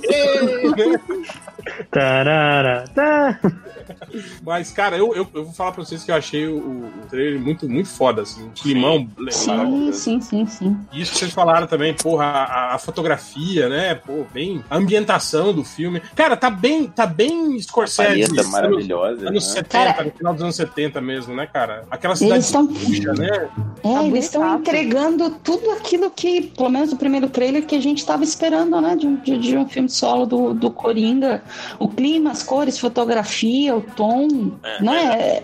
S1: ei.
S3: Tarara, tá.
S1: Mas, cara, eu, eu, eu vou falar pra vocês que eu achei o, o trailer muito, muito foda, assim. Um climão legal. né?
S5: Sim, sim, sim, sim.
S1: Isso que vocês falaram também, porra, a, a fotografia, né? Pô, bem. A ambientação do filme. Cara, tá bem, tá bem Scorsese.
S4: Palheta
S1: anos-
S4: maravilhosa.
S1: Anos
S4: né?
S1: 70,
S5: Cara.
S1: no final dos anos 70 mesmo, né, cara? Aquela
S5: Eles
S1: cidade
S5: estão
S1: puxa, né?
S5: é,
S12: Tá
S5: eles estão
S12: bonitaço.
S5: entregando tudo aquilo que, pelo menos no primeiro trailer, que a gente estava esperando, né? De, um- de- de um filme solo do, do Coringa. O clima, as cores, fotografia, o tom.
S2: É,
S5: não é?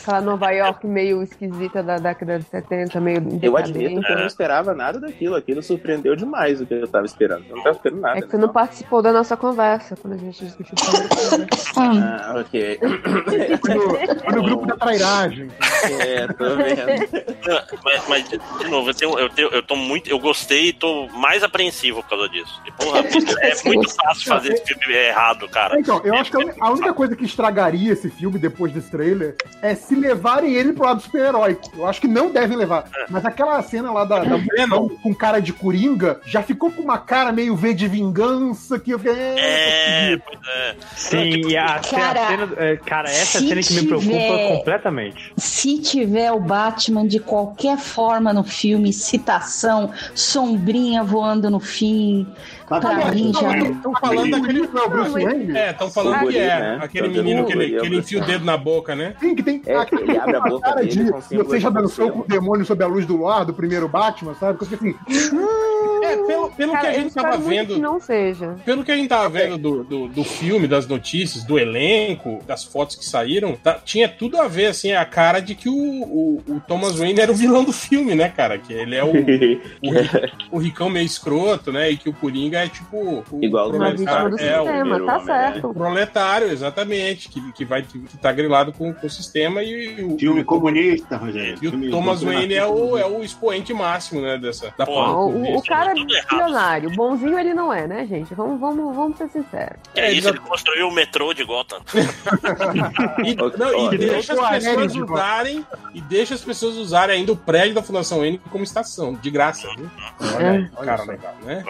S12: Aquela Nova York meio esquisita da década de 70, meio
S4: Eu
S12: decadente. né?
S4: admito que eu não esperava nada daquilo. Aquilo surpreendeu demais o que eu tava esperando. Eu não tava esperando nada.
S12: É que você
S4: né?
S12: não participou da nossa conversa quando a gente discutiu sobre isso. né?
S5: Hum,
S4: Ah, ok.
S9: Foi no, foi no grupo da trairagem.
S4: É, tô vendo.
S2: Mas, mas, de de novo, eu, tenho, eu, tenho, eu tô muito. Eu gostei e tô mais apreensivo por causa disso. E, porra, é muito fácil fazer esse filme errado, cara.
S9: Então, eu acho que a uni- a única coisa que estragaria esse filme depois desse trailer é se levarem ele pro lado super-heróico. Eu acho que não devem levar. Mas aquela cena lá da, da mulher com cara de coringa já ficou com uma cara meio V de vingança que eu fiquei.
S2: É, pois é.
S3: Sim, e a, cara,
S5: Cara,
S3: a cena. é, Cara, essa
S5: se
S3: cena que me preocupa
S5: tiver-
S3: completamente.
S5: Se tiver o Batman de qualquer forma no filme, citação, sombrinha voando no fim, pra mim já.
S1: Estão falando daquele.
S9: Não, é o Bruce Wayne?
S1: É, estão falando que
S4: Guri,
S1: é.
S4: né?
S1: Aquele
S4: Tá dando
S1: menino que
S4: guri,
S1: ele,
S4: eu
S1: que ele enfia o
S4: gostei.
S1: dedo na boca, né?
S9: Sim, que tem.
S4: É, que ele abre a boca
S9: cara
S4: dele
S9: de,
S4: com o símbolo
S9: você já
S4: de
S9: dançou
S4: Bruce
S9: com o demônio sob a luz do luar do primeiro Batman, sabe? Porque assim. hum,
S1: É, pelo- pelo que a gente
S12: eu
S1: tava
S12: espero muito
S1: vendo-
S12: Que não seja.
S1: Pelo que a gente tava vendo do, do, do filme, das notícias, do elenco, das fotos que saíram, tá- tinha tudo a ver, assim, a cara de que o, o, o Thomas Wayne era o vilão do filme, né, cara? Que ele é o, o, ri- o ricão meio escroto, né? E que o Coringa é tipo. O
S4: Igual
S12: Uma vítima do sistema, tá certo.
S1: o proletário, exatamente, que, que vai que tá grilado com, com o sistema e o.
S11: Filme comunista, Rogério.
S1: E
S11: Filme
S1: o Thomas
S11: comunista.
S1: Wayne é o, é o expoente máximo, né, dessa, da
S12: Ó,
S1: forma
S12: o, o
S1: comunista.
S12: cara é bilionário. Bonzinho ele não é, né, gente? Vamos, vamos, vamos ser sinceros.
S2: Que é isso, ele construiu o metrô de Gotham.
S1: E, não, e
S2: Olha,
S1: deixa
S2: eu
S1: as pessoas
S2: acho-
S1: usarem e deixa as pessoas usarem ainda o prédio da Fundação N como estação, de graça, viu? Olha,
S12: É.
S1: aí,
S9: Olha
S1: cara
S9: só.
S1: legal, né?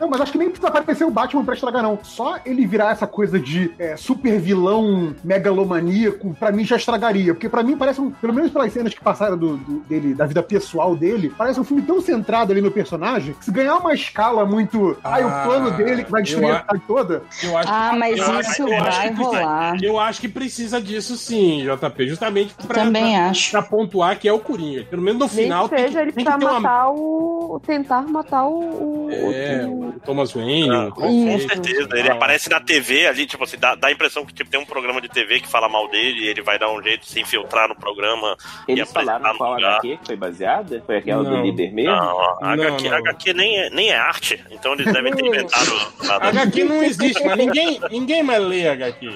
S9: Não, mas acho que nem precisa aparecer o Batman pra estragar, não. Só ele virar essa coisa de é, super vilão megalomaníaco, pra mim já estragaria. Porque pra mim parece um. Pelo menos pelas cenas que passaram do, do- dele, da vida pessoal dele, parece um filme tão centrado ali no personagem que se ganhar uma escala muito. Ai,
S1: Ah,
S9: o plano dele que vai destruir
S1: eu
S9: a cidade toda.
S1: Eu acho,
S5: Ah, mas
S1: eu acho-
S5: isso
S1: eu acho
S5: vai
S1: que é precisa-
S5: rolar.
S1: Eu acho que precisa disso sim, JP, justamente pra,
S5: Também
S1: pra-
S5: acho.
S1: pra pontuar que é o Coringa. Pelo menos no
S12: Nem
S1: final
S12: que seja ele
S1: tem
S12: pra
S1: que ter uma...
S12: matar o. tentar matar o. o-
S1: É,
S12: o-
S1: o Thomas Wayne. o-
S2: Com certeza, ele
S4: Ah.
S2: aparece na TV ali, tipo assim, dá, dá a impressão que tipo, tem um programa de TV que fala mal dele e ele vai dar um jeito de se infiltrar no programa.
S4: Eles
S2: e
S4: falaram
S2: apresentar
S4: qual
S3: Tá.
S2: no lugar.
S4: HQ que foi baseada? Foi aquela do
S2: Não.
S4: líder mesmo?
S2: Não, a HQ,
S4: não.
S2: HQ nem, é, nem é arte, então eles devem ter inventado. nada.
S1: HQ não existe, mas ninguém, ninguém mais lê HQ.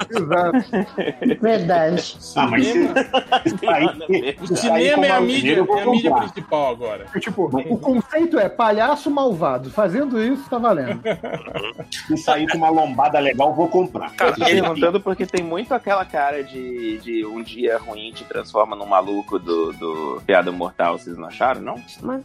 S5: Verdade.
S11: Ah, mas
S1: Cinema.
S11: aí-
S1: O cinema é a mídia,
S11: Eu vou
S1: é a mídia
S11: comprar.
S1: principal agora.
S9: Tipo, o conceito é palhaço malvado. Fazendo isso, tá valendo.
S11: Se sair com uma lombada legal, vou comprar.
S4: Eu tô perguntando porque tem muito aquela cara de, de um dia ruim te transforma num maluco do, do Piada Mortal, vocês não acharam, não?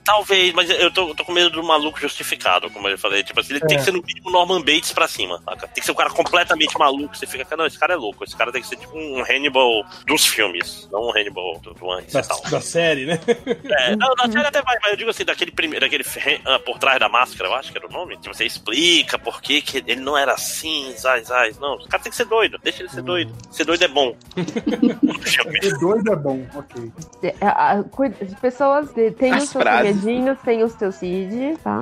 S2: Talvez, mas eu tô, eu tô com medo do maluco justificado, como eu falei. Tipo assim, ele
S4: É.
S2: tem que ser no mínimo Norman Bates pra cima, saca? Tem que ser um cara completamente maluco. Você fica, cara, não, esse cara é louco. Esse cara tem que ser tipo um Hannibal dos filmes, não um Hannibal do, do antes
S1: Da,
S2: e tal.
S1: da série, né?
S2: É, não, na série até vai, mas eu digo assim, daquele primeiro, daquele fe- ah, por trás da máscara, eu acho que era o nome, que você explica por que que ele não era assim, zai, zai. Não, o cara tem que ser doido, deixa ele ser doido. Ser doido é bom.
S9: Ser doido é bom, ok.
S12: É, a- a- cuida- As pessoas de- têm
S2: As
S12: os seus
S2: frases.
S12: segredinhos, têm os seus CID, tá?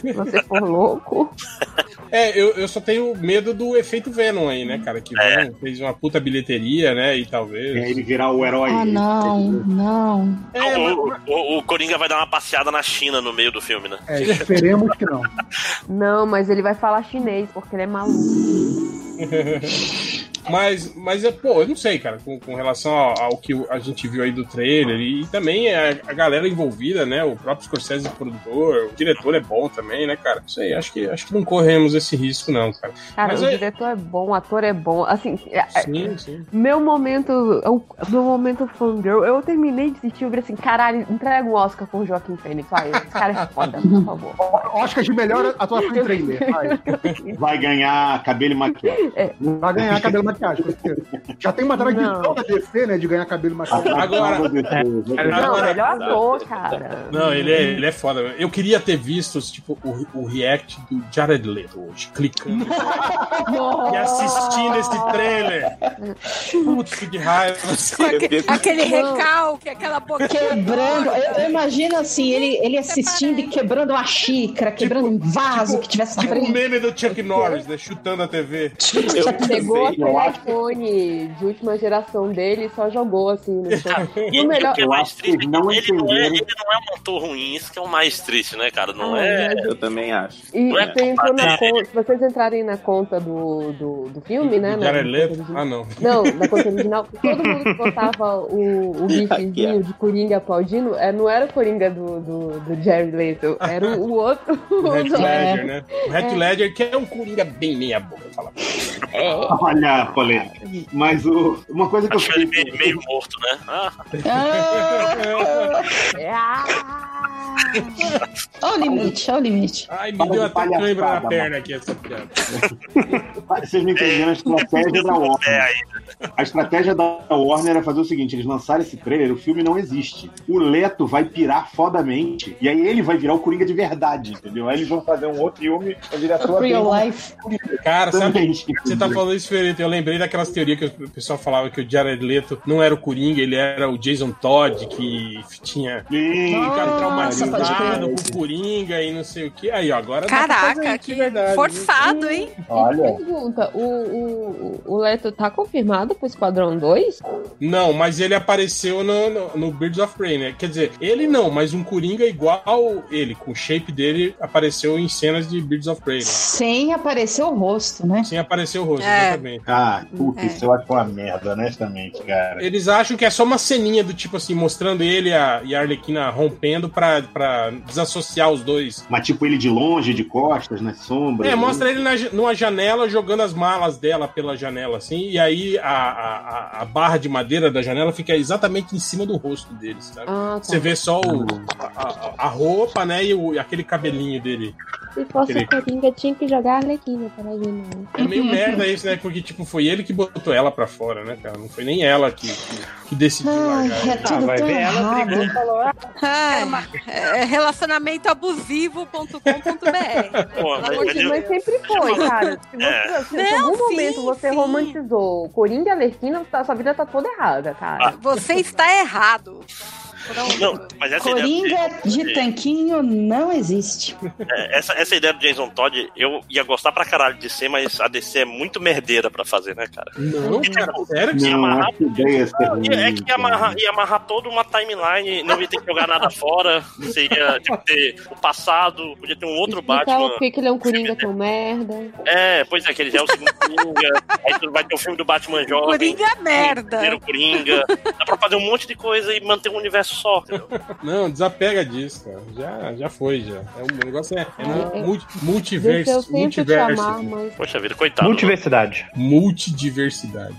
S12: Se você for louco.
S1: É, eu, eu só tenho medo do efeito Venom aí, né, cara? Que Venom fez uma puta bilheteria, né? E talvez.
S11: É, ele virar o herói.
S5: Ah, não, não.
S12: É,
S2: Ah, o, o- o Coringa vai dar uma passeada na China no meio do filme, né?
S9: É, esperemos que não.
S12: Não, mas ele vai falar chinês, porque ele é maluco.
S1: Mas, mas é, pô, eu não sei, cara, com, com relação ao, ao que a gente viu aí do trailer e, também a, a galera envolvida, né? O próprio Scorsese, produtor, o diretor é bom também, né, cara? Não sei, acho que, acho que não corremos esse risco, não, cara.
S12: Cara,
S1: mas
S12: o
S1: é,
S12: diretor é bom, o ator é bom. Assim, é- é-
S1: sim, sim.
S12: meu momento. eu- Meu momento fangirl. Eu terminei de assistir, eu falei assim: caralho, entrega um Oscar pro Joaquim Fênix. Vai, esse cara
S9: Ah,
S12: é foda, por favor.
S9: Oscar de melhor atuação em trailer. Vai.
S11: Vai ganhar cabelo e maquiagem.
S2: É.
S9: Vai ganhar cabelo e maquiagem, com certeza. Já tem uma tradição da DC, né? De ganhar cabelo e maquiagem.
S1: Agora.
S12: é Não,
S1: agora-
S12: melhor ator, cara.
S1: Não, ele é, ele é foda. Eu queria ter visto tipo, o, o react do Jared Leto hoje, clicando e assistindo esse trailer. Putz, que raiva.
S8: Aque- Aquele recalque, aquela boquinha.
S5: Quebrando, eu, eu imagino assim, ele, ele assistindo e quebrando uma xícara, quebrando um vaso que tivesse na
S1: Tipo o
S5: frente.
S1: meme do Chuck Norris, né? Chutando a TV.
S12: Pegou aquele
S1: Eu acho-
S12: iPhone de última geração dele e só jogou assim no chão. E o melhor.
S2: que é mais triste é
S11: não
S2: que ele não é,
S11: entenderam.
S2: ele não é um ator ruim, isso que é o mais triste, né, cara? Não
S12: Ah,
S2: é.
S12: mas-
S4: Eu também acho.
S12: E
S2: Não é
S12: você entrou
S2: culpa
S12: na
S2: dele.
S12: conta, se vocês entrarem na conta do, do, do filme, né?
S1: O
S12: na-
S1: Jared Leto? Ah, não.
S12: Não, na conta original, todo mundo que botava o, o gifzinho de Coringa aplaudindo, é, não era o Coringa do, do, do Jerry Leto, era o, o outro.
S1: O Red
S12: o-
S1: Ledger, né? O Red
S12: É.
S1: Ledger que é um Coringa bem meia boca, fala.
S2: É.
S11: Olha a polêmica. Mas o- uma coisa que eu
S2: Achou ele meio, meio morto, né? Ah.
S5: Olha o limite, olha o limite.
S1: Ai, me
S11: Fala
S1: deu
S11: de
S1: até cãibra na
S11: palhaçada,
S1: perna aqui essa piada.
S11: Vocês não entenderam a estratégia da Warner. A estratégia da Warner era fazer o seguinte: eles lançaram esse trailer, o filme não existe. O Leto vai pirar fodamente, e aí ele vai virar o Coringa de verdade, entendeu? Aí eles vão fazer um outro filme onde ele atua bem.
S1: Cara, sabe,
S11: Também.
S1: você tá falando isso, Ferreira, eu lembrei daquelas teorias que o pessoal falava que o Jared Leto não era o Coringa, ele era o Jason Todd, que tinha
S11: Sim,
S1: ficado
S5: Nossa, pode crer.
S1: Cuidado com o Coringa e não sei o que. Aí, ó, agora dá pra fazer
S8: É. Caraca,
S1: isso de
S8: que
S1: verdade, hein?
S8: forçado, hein?
S1: Olha.
S12: Pergunta, o, o, o Leto tá confirmado pro Esquadrão 2?
S1: Não, mas ele apareceu no, no, no Birds of Prey, né? Quer dizer, ele não, mas um Coringa igual ele, com o shape dele, apareceu em cenas de Birds of Prey. Né?
S5: Sem aparecer o rosto, né?
S1: Sem aparecer o rosto,
S5: É.
S1: exatamente.
S11: Ah, puta,
S5: É.
S11: isso eu acho uma merda, honestamente, cara.
S1: Eles acham que é só uma ceninha do tipo assim, mostrando ele e a, e a Arlequina rompendo pra, pra desassociar os dois.
S11: Mas tipo ele de longe, de costas, nas sombras. né?
S1: É, mostra ele na ja- numa janela jogando as malas dela pela janela, assim, e aí a, a, a- a barra de madeira da janela fica exatamente em cima do rosto dele, sabe?
S12: Ah, tá.
S1: Você vê só o- a, a- a roupa, né, e, o- e aquele cabelinho dele.
S12: Se fosse
S1: Aquele-
S12: o Coringa, tinha que jogar a Arlequina né? pra gente.
S1: É meio merda isso, né? Porque, tipo, foi ele que botou ela pra fora, né, cara? Não foi nem ela que, que, que decidiu
S5: Ai,
S1: largar.
S5: é
S1: ele.
S13: Ah,
S5: tudo tão errado. "Ah,
S8: Ai, é relacionamentoabusivo.com.br.
S2: Pô,
S12: Mas, mas sempre foi, cara. Se, você,
S2: É.
S12: se em algum
S8: Não, sim,
S12: momento você romantizou o Coringa e a Arlequina, tá- sua vida tá toda errada,
S2: Ah.
S12: cara.
S8: Você está errado.
S2: Não, mas essa ideia,
S5: Coringa de tanquinho não existe.
S2: é, essa, essa ideia do Jason Todd, eu ia gostar pra caralho de ser, mas a DC é muito merdeira pra fazer, né, cara?
S1: Não, cara, sério que
S2: se
S11: Não,
S2: amarrar.
S11: acho que ideia é ser
S2: E É
S11: ruim,
S2: que ia
S11: cara.
S2: amarrar, ia amarrar toda uma timeline, não ia ter que jogar nada fora, você ia tipo, ter o passado, podia ter um outro
S12: Então,
S2: Batman.
S12: por que que ele é um Coringa tão merda?
S2: É, pois é, que ele já é o segundo Coringa. Aí tu vai ter o filme do Batman Jovem.
S8: Coringa é merda.
S2: Primeiro Coringa. Dá pra fazer um monte de coisa e manter um universo só. entendeu?
S1: Não, desapega disso, cara. Já, já foi, já. É, o negócio é, é
S12: É.
S1: multi-
S12: Deixa eu
S1: multiverso.
S12: sempre te
S1: Multiverso.
S12: amar, mas
S2: Poxa vida, coitado. né?
S3: Multiversidade.
S1: Multidiversidade.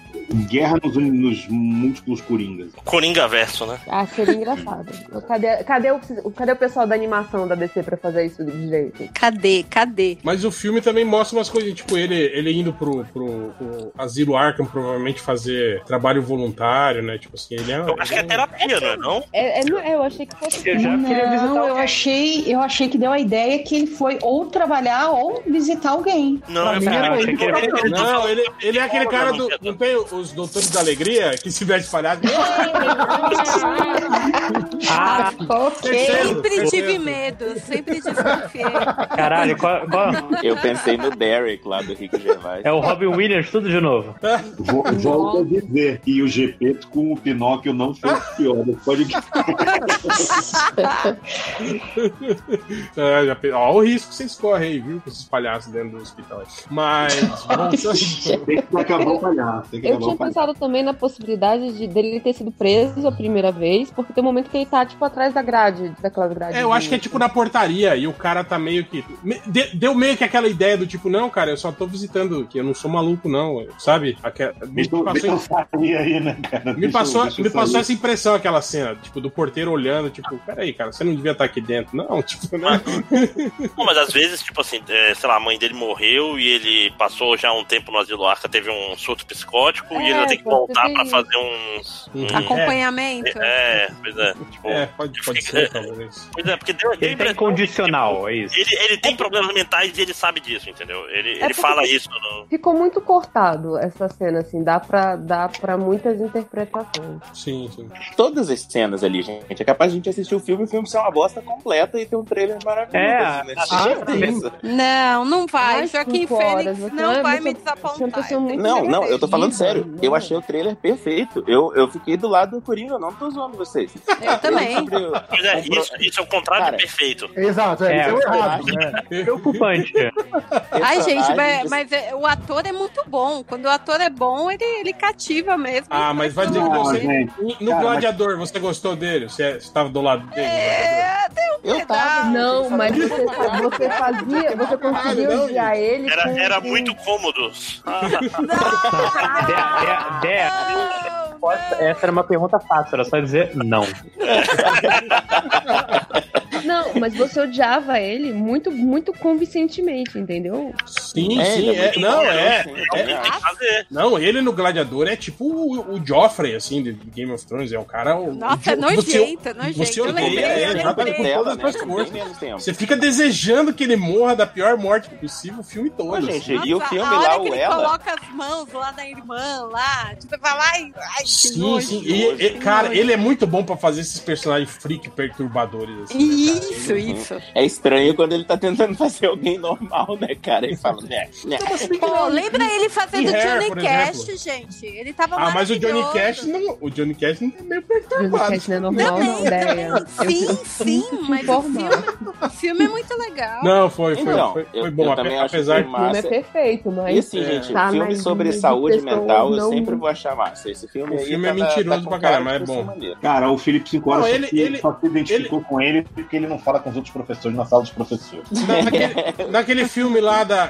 S11: Guerra nos, nos múltiplos coringas.
S2: Coringa verso, né?
S12: Ah, seria engraçado. Cadê, cadê, o, cadê o pessoal da animação da DC pra fazer isso direito?
S8: Cadê? Cadê?
S1: Mas o filme também mostra umas coisas, tipo, ele, ele indo pro, pro, pro Asilo Arkham, provavelmente fazer trabalho voluntário, né? Tipo assim, ele é.
S2: Eu acho que é terapia, não é não?
S12: É, é, não, eu achei que fosse.
S3: Eu já queria visitar
S5: Não, eu
S3: alguém.
S5: achei, eu achei que deu a ideia que ele foi ou trabalhar ou visitar alguém.
S2: Não, eu
S5: Pra mim
S2: falei,
S5: é
S3: não,
S5: coisa.
S3: achei que ele-
S1: Não, ele, ele é aquele cara do.
S2: Não,
S1: Não tem os Doutores da Alegria que se veste palhaço?
S3: Ah,
S5: Ok.
S8: Sempre tive medo, sempre desconfiei.
S3: caralho, qual- qual-
S4: Eu pensei no Derek lá do Rico Gervais.
S3: é o Robin Williams tudo de novo.
S11: Vo- Volto a dizer. E o GP com o Pinóquio não foi o pior. Pode
S1: Ah, já pe- Ó, o risco que vocês correm aí, viu? Com esses palhaços dentro do hospital. Mas. voltando-
S11: tem que acabar o palhaço. Tem que um
S12: Eu
S11: acabar
S12: tinha
S11: o palhaço.
S12: pensado também na possibilidade de dele ter sido preso a primeira vez, porque tem um momento que ele tá, tipo, atrás da grade, daquela grade.
S1: É, eu acho que é tipo na portaria e o cara tá meio que. me- de- Deu meio que aquela ideia do tipo, não, cara, eu só tô visitando aqui, eu não sou maluco, não, sabe? Aquela... Me
S11: Deixa eu- Então, deixa
S1: passou
S11: eu sair aí, né, cara?
S1: Me
S11: Deixa eu-
S1: passou,
S11: deixa eu
S1: me passou
S11: sair.
S1: essa impressão, aquela cena, tipo, do porteiro olhando, tipo, peraí, cara, você não devia estar aqui dentro. Não, tipo, né?
S11: Ah,
S2: Não, mas às vezes, tipo assim, é, sei lá, a mãe dele morreu e ele passou já um tempo no asilo arca, teve um surto psicótico e
S12: É,
S2: ele vai ter que
S12: pode
S2: voltar
S12: ser
S2: pra
S12: isso.
S2: fazer uns.
S1: Uhum.
S2: uns-
S8: Acompanhamento.
S2: É, pois é. Tipo,
S1: É, pode, pode ser, talvez.
S2: Pois é, porque deu, deu a
S3: Ele tá
S2: impressão de que, tipo,
S3: incondicional, é isso.
S2: Ele, ele tem problemas mentais e ele sabe disso, entendeu? Ele,
S12: É
S2: ele
S12: porque-
S2: fala isso. No...
S12: Ficou muito cortado essa cena, assim, dá pra, dá pra muitas interpretações.
S1: Sim, sim.
S4: Todas as cenas ali, gente. É capaz de a gente assistir o filme e o filme ser uma bosta completa e ter um trailer maravilhoso.
S3: É,
S4: assim, né?
S3: a-
S4: Cheio
S3: a-
S4: disso.
S8: Não, não vai.
S12: Mais
S8: Joaquim
S12: cinco horas,
S8: Fênix
S12: você
S8: não
S12: é
S8: vai
S12: uma
S8: me
S12: pessoa- você é uma
S8: desapontar.
S12: pessoa muito
S4: Não, não, eu tô falando
S12: negativa,
S4: sério.
S12: né?
S4: Eu achei o trailer perfeito. Eu, eu fiquei do lado do Coringa, eu não tô zoando vocês.
S8: Eu também.
S4: Sobre o-
S2: Pois é,
S4: o pro-
S2: isso, isso é o contrário
S4: Cara,
S2: perfeito.
S9: Exato, é,
S3: É,
S9: deu
S3: eu
S9: errado.
S1: né? tá
S3: Preocupante.
S8: Ai, gente, mas,
S4: personagem-
S8: mas é- o ator é muito bom. Quando o ator é bom, ele, ele cativa mesmo.
S1: Ah, mas vai dizer que
S11: Não,
S1: você.
S11: gente.
S1: No
S11: Cara,
S1: Gladiador, você gostou dele? Você, você tava do lado dele? Gladiador?
S8: É, tem um
S4: Eu tava.
S8: pedaço.
S12: Não, mas você, você fazia, você conseguia
S1: não,
S12: odiar ele.
S2: Era,
S12: com- Ah,
S2: era
S12: com-
S2: muito cômodo.
S3: Dea, Dea, Dea,
S8: Não,
S3: essa era uma pergunta fácil, era só dizer não.
S12: Não, Não, mas você odiava ele muito, muito convincentemente, entendeu?
S1: Sim, sim, é, não,
S4: um
S1: é, é, é. Não, ele no Gladiador é tipo o, o Joffrey, assim, de Game of Thrones. É o cara. O,
S8: Nossa,
S1: o,
S8: nojenta, nojenta.
S1: Você
S8: Eu
S1: odeia,
S8: lembrei,
S1: é,
S8: eu
S1: exatamente, com
S8: lembrei.
S1: todas
S4: é
S1: as pessoas. Você fica desejando que ele morra da pior morte possível o filme todo.
S4: Ô, gente,
S1: assim.
S4: e o filme lá, o
S8: Ele
S4: Ela?
S8: coloca as mãos lá na irmã, lá. Tipo, vai lá e. Ai, que
S1: Sim,
S8: nojo.
S1: sim. E, e, cara, ele é muito bom pra fazer esses personagens freak perturbadores. Assim.
S8: Isso, isso.
S4: É estranho quando ele tá tentando fazer alguém normal, né, cara? Ele fala, né? né.
S8: Pô, lembra ele fazendo
S1: E Hair,
S8: Johnny
S1: É, por
S8: Cash, gente? Ele tava
S1: Ah, mas o Johnny
S8: maravilhoso.
S1: Cash não, o Johnny Cash não é meio perturbado. assim,
S12: Johnny Cash não é normal, não, Deia.
S8: Sim, sim, mas o filme, o filme é muito legal.
S1: Não, foi, foi,
S4: Então,
S1: foi,
S4: eu-
S1: foi bom,
S4: eu
S1: ape-
S4: também acho
S1: apesar de
S4: que foi
S12: O filme é
S4: massa.
S12: perfeito, mas.
S4: E assim, gente,
S12: tá na
S4: filme sobre
S12: vida de
S4: saúde
S12: pessoa
S4: mental eu
S12: não-
S4: sempre vou achar massa. Esse filme
S1: O
S4: aí
S1: filme
S4: tá
S1: é
S4: na- tá
S1: mentiroso
S4: com
S1: pra
S4: cara
S1: caralho,
S4: de
S1: mas é
S4: pessoa
S1: bom.
S4: maneira.
S11: Cara, o Felipe 5 horas
S1: Não,
S11: só,
S1: ele-
S11: se,
S1: ele-
S11: só se identificou com ele porque ele não fala com os outros professores na sala dos professores.
S1: Naquele, naquele filme lá da,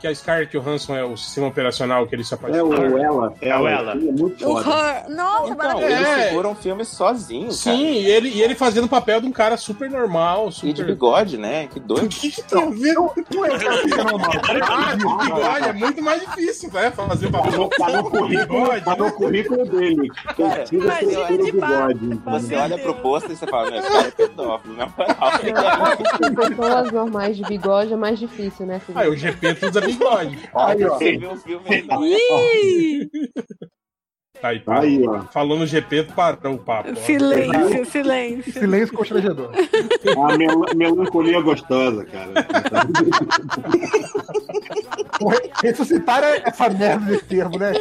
S1: que a Scarlett Johansson é o sistema operacional que ele se
S11: É
S1: apaixona.
S11: o ela.
S3: É o ela.
S11: É muito
S8: O
S11: foda.
S8: Her. Nossa,
S4: Então,
S8: maravilhoso.
S4: ele
S1: É.
S4: segura um filme sozinho,
S1: Sim,
S4: cara.
S1: e ele, e ele fazendo o papel de um cara super normal,
S4: E de
S1: super.
S4: bigode, né? Que
S1: O
S4: doido.
S11: É.
S1: que, que tem a ver? Ah, de bigode é muito mais difícil, né? Fazer o
S11: Tá
S1: papel
S11: no- tá no
S1: de
S11: currículo,
S1: bigode.
S11: tá no currículo dele.
S4: Cara,
S11: Tira
S8: mas
S11: esse
S4: é
S8: ele
S11: cheiro
S8: de
S11: de
S8: barba.
S11: bigode, entendeu?
S4: Você olha pro posto e você fala, meu, esse cara é pedófilo, na moral.
S12: As pessoas normais de bigode é mais difícil, né,
S4: Ah,
S1: Aí
S12: filho?
S1: o GP usa bigode.
S11: Aí, ó. tá
S4: Você vê um filme aí, não é?
S8: Ih,
S1: Tá Aí, pá,
S11: Aí, ó.
S1: falando GP, parou o papo.
S8: silêncio, silêncio.
S9: Silêncio constrangedor.
S11: A É mel melancolia gostosa, cara.
S9: Ressuscitar é essa merda desse termo, né?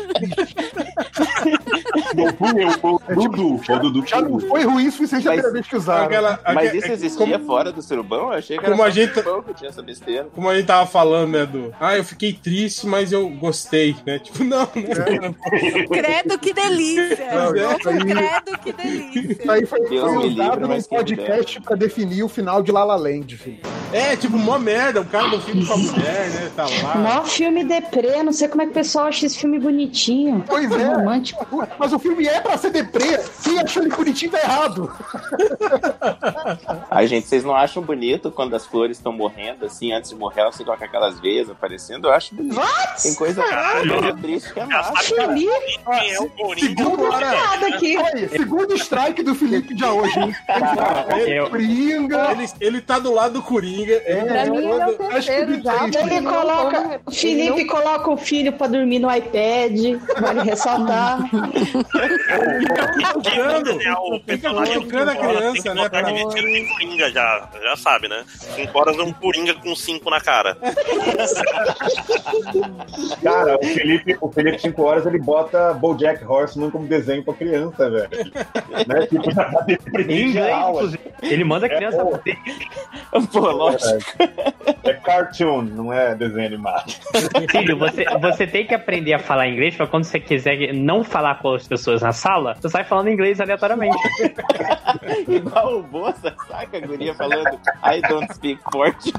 S11: Não fui
S4: é,
S11: eu, foi o Dudu. Foi o Dudu que
S9: É tipo, Já não
S11: falou.
S9: foi ruim o suficiente a
S4: Mas-
S9: primeira vez que usaram.
S1: Aquela,
S4: Mas
S1: aquela-
S4: isso existia
S1: como,
S4: fora do surubão? Eu achei que
S1: Como a
S4: era só
S1: gente-
S4: o surubão que tinha essa besteira.
S1: como a gente tava falando, né? Do. Ah, eu fiquei triste, mas eu gostei, né? Tipo, não, né? é,
S8: Credo, que
S10: É,
S8: delícia.
S9: Não, isso aí-
S8: Credo, que
S9: Isso
S8: delícia.
S9: aí foi,
S4: Deus
S9: foi
S4: me
S9: usado
S4: livre,
S9: num
S4: mas que
S9: podcast pra definir o final de La La Land, filho.
S1: É, tipo, mó merda, o cara do filme com a mulher, né? Tá lá.
S5: Mó filme deprê, não sei como é que o pessoal acha esse filme bonitinho.
S9: Pois é.
S5: Romântico.
S9: Mas o filme é pra ser deprê. Quem achou ele bonitinho tá errado.
S4: Ai, gente, vocês não acham bonito quando as flores estão morrendo, assim, antes de morrer, elas ficam com aquelas veias aparecendo? Eu acho bonito. Tem coisa,
S1: Ah!
S4: tem coisa triste que é massa. cara.
S5: Felipe,
S2: Quem é o Coringa?
S9: Segundo,
S5: nada aqui.
S9: Olha, segundo strike do Felipe de hoje, hein?
S3: Eu,
S9: é Coringa.
S1: Ele, ele tá do lado do Coringa. ele-
S12: Pra mim, ele é o
S9: eu acho que
S12: terceiro já.
S9: ele-
S12: porque
S5: Ele
S12: não como-
S5: coloca,
S12: ele
S5: Felipe coloca o filho pra dormir no iPad, vale ressaltar.
S2: Quem vai desenhar É o personagem?
S1: cutucando Tá a
S2: Cinco horas,
S1: criança,
S2: tem que
S1: né,
S2: botar
S1: pra-
S2: aquele tiro de Coringa já, já sabe, né? 5 horas é um Coringa com 5 na cara.
S1: É.
S11: Cara, o Felipe, o Felipe 5 horas ele bota Bojack Horseman como desenho pra criança, velho. né? Tipo, já tá
S3: em
S11: deprimindo
S3: inglês,
S11: geral,
S3: inclusive. Ele manda a criança
S11: É,
S3: bater.
S4: Pô, lógico.
S11: É cartoon, não é desenho animado.
S3: Filho, você, você tem que aprender a falar inglês pra quando você quiser não falar com as pessoas na sala, você sai falando inglês aleatoriamente.
S4: Igual o Bolsa, saca? A guria falando I don't speak Portuguese.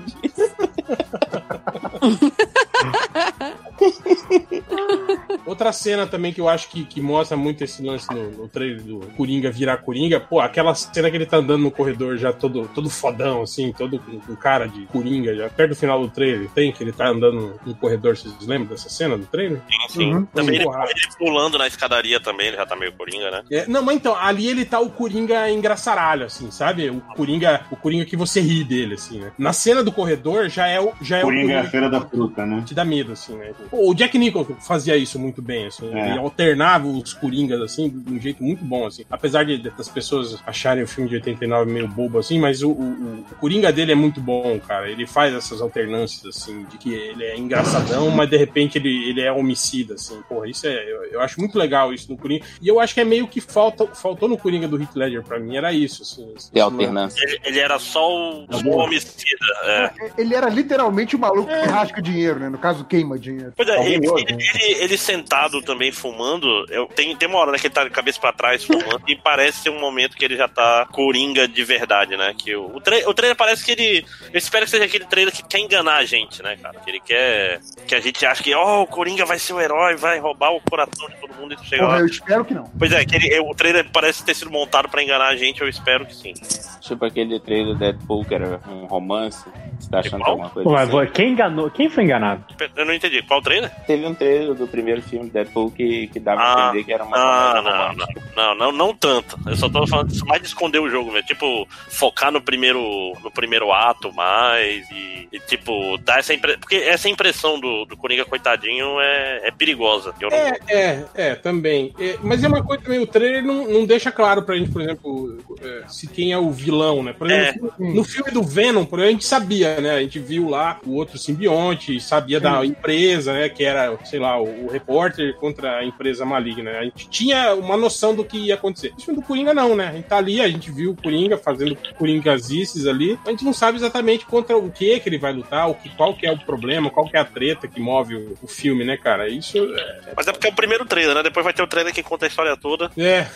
S1: Outra cena também que eu acho que, que mostra muito esse lance no, no trailer do Coringa virar Coringa, pô, aquela cena que ele tá andando no corredor já todo, todo fodão, assim, todo com, com cara de Coringa, já perto do final do trailer, tem que ele tá andando no corredor, vocês lembram dessa cena do trailer?
S2: Sim, sim.
S9: Uhum.
S2: Também ele,
S1: Porra.
S2: ele pulando na escadaria também, ele já tá meio Coringa, né?
S1: É, não, mas então, ali ele tá o Coringa engraçaralho, assim, sabe? O Coringa, o Coringa que você ri dele, assim, né? Na cena do corredor já é o,
S9: um
S1: já é o
S11: Coringa é a
S1: Coringa
S11: feira da fruta, né?
S1: te dá medo, assim, né? O Jack Nicholson fazia isso muito bem, assim.
S11: É.
S1: Ele alternava os Coringas, assim, de um jeito muito bom, assim. Apesar de, das pessoas acharem o filme de 89 meio bobo, assim, mas o, o- o Coringa dele é muito bom, cara. Ele faz essas alternâncias, assim, de que ele é engraçadão, mas de repente ele, ele é homicida, assim. Porra, isso é... Eu, eu acho muito legal isso no Coringa. E eu acho que é meio que falta, faltou no Coringa do Heath Ledger, pra mim, era isso, assim. esse- esse lance.
S4: Tem alternância.
S2: Ele, ele era só o,
S11: Tá
S2: o
S11: bom.
S2: homicida. É.
S9: Ele era literalmente o maluco que rasca dinheiro, né? No caso, queima dinheiro.
S2: Pois é, ele,
S11: Algum
S2: ele, ele- ele sentado também fumando, eu, tem, tem uma hora né, que ele tá de cabeça pra trás fumando e parece ser um momento que ele já tá coringa de verdade, né? Que o, o, trai- o trailer parece que ele. Eu espero que seja aquele trailer que quer enganar a gente, né, cara? Que ele quer. Que a gente acha que, ó, o Coringa vai ser o herói, vai roubar o coração de todo mundo e chega
S9: Porra,
S2: lá.
S9: eu espero que não.
S2: Pois é, que ele- o trailer parece ter sido montado pra enganar a gente, eu espero que sim.
S4: Tipo aquele trailer do Deadpool que era um romance. Você tá achando que é
S3: Qual?
S4: alguma coisa
S3: Ué,
S4: assim?
S3: vou- quem enganou? Quem foi enganado?
S2: Eu não entendi. Qual trailer?
S4: Teve um trailer do primeiro filme do Deadpool que, que dava a
S2: Ah,
S4: entender que era uma
S2: não, não, não, não, não, não tanto. Eu só tô falando disso mais de esconder o jogo mesmo. Tipo, focar no primeiro, no primeiro ato mais e, e, tipo, dar essa impressão. Porque essa impressão do, do Coringa, coitadinho, é, é perigosa. Eu não-
S1: É, é, é, também. É, mas é uma coisa também, o trailer não, não deixa claro pra gente, por exemplo, é, se quem é o vilão, né? Por exemplo,
S2: É.
S1: no, no filme do Venom, por exemplo, a gente sabia, né? A gente viu lá o outro simbionte, sabia da empresa, né? Que era, sei lá, o, o repórter contra a empresa maligna. né? A gente tinha uma noção do que ia acontecer. O filme do Coringa não, né? A gente tá ali, a gente viu o Coringa fazendo Coringazices ali. A gente não sabe exatamente contra o que que ele vai lutar, o que, qual que é o problema, qual que é a treta que move o, o filme, né, cara? Isso é,
S2: Mas é porque é o primeiro trailer, né? Depois vai ter o trailer que conta a história toda.
S1: É.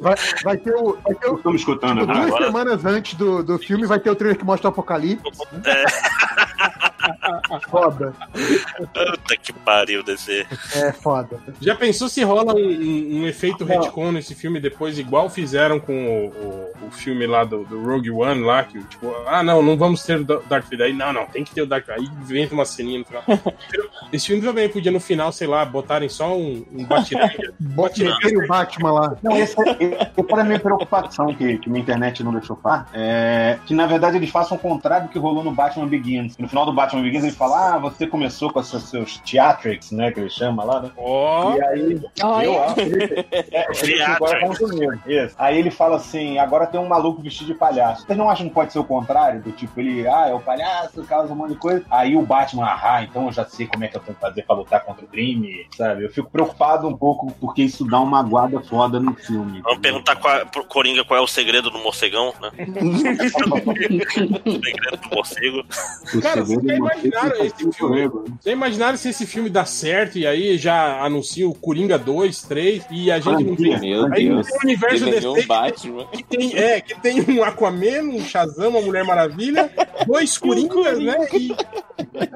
S9: Vai, vai ter o. Vai ter o
S11: Estamos escutando né?
S9: tipo, duas
S11: agora.
S9: semanas antes do, do filme vai ter o trailer que mostra o apocalipse.
S2: É.
S9: Foda.
S2: Puta que pariu, DC.
S9: É foda.
S1: Já pensou se rola um, um- um efeito retcon nesse filme depois, igual fizeram com o, o- o filme lá do, do Rogue One, lá, que tipo, ah, não, não vamos ter o Da- Darth Vader. Aí, não, não, tem que ter o Darth Vader. Aí inventa uma ceninha no final. Esse filme também podia, no final, sei lá, botarem só um, um Batiranha.
S9: Meter o Batman lá.
S11: Não, essa, essa é a minha preocupação que, que minha internet não deixou par. É, que na verdade eles façam o contrário do que rolou no Batman Begins. No final do Batman Begins ele fala: Ah, você começou com esses seus theatrics, né? Que ele chama lá, né? E aí, eu acho. É, ele agora tá comigo. Isso. Aí ele fala assim: agora tem um maluco vestido de palhaço. Vocês não acham que pode ser o contrário? Do tipo, ele, ah, é o palhaço, causa um monte de coisa. Aí o Batman, ah, então eu já sei como é que eu tenho que fazer pra lutar contra o crime, sabe? Eu fico preocupado um pouco porque isso dá uma guarda foda no filme.
S2: Vamos perguntar qual, pro Coringa qual é o segredo do morcegão, né? o segredo do morcego.
S1: Cara,
S11: é
S1: vocês já imaginaram esse filme? Vocês já imaginaram se esse filme dá certo e aí já anuncia o Coringa 2, 3 e a gente não tem.
S4: Meu
S1: aí
S4: Deus.
S1: tem um universo
S4: Ele
S1: DC
S4: ganhou um
S1: que
S4: Batman.
S1: que tem, é, que tem um Aquaman, um Shazam, uma Mulher Maravilha, dois Coringas, né? E,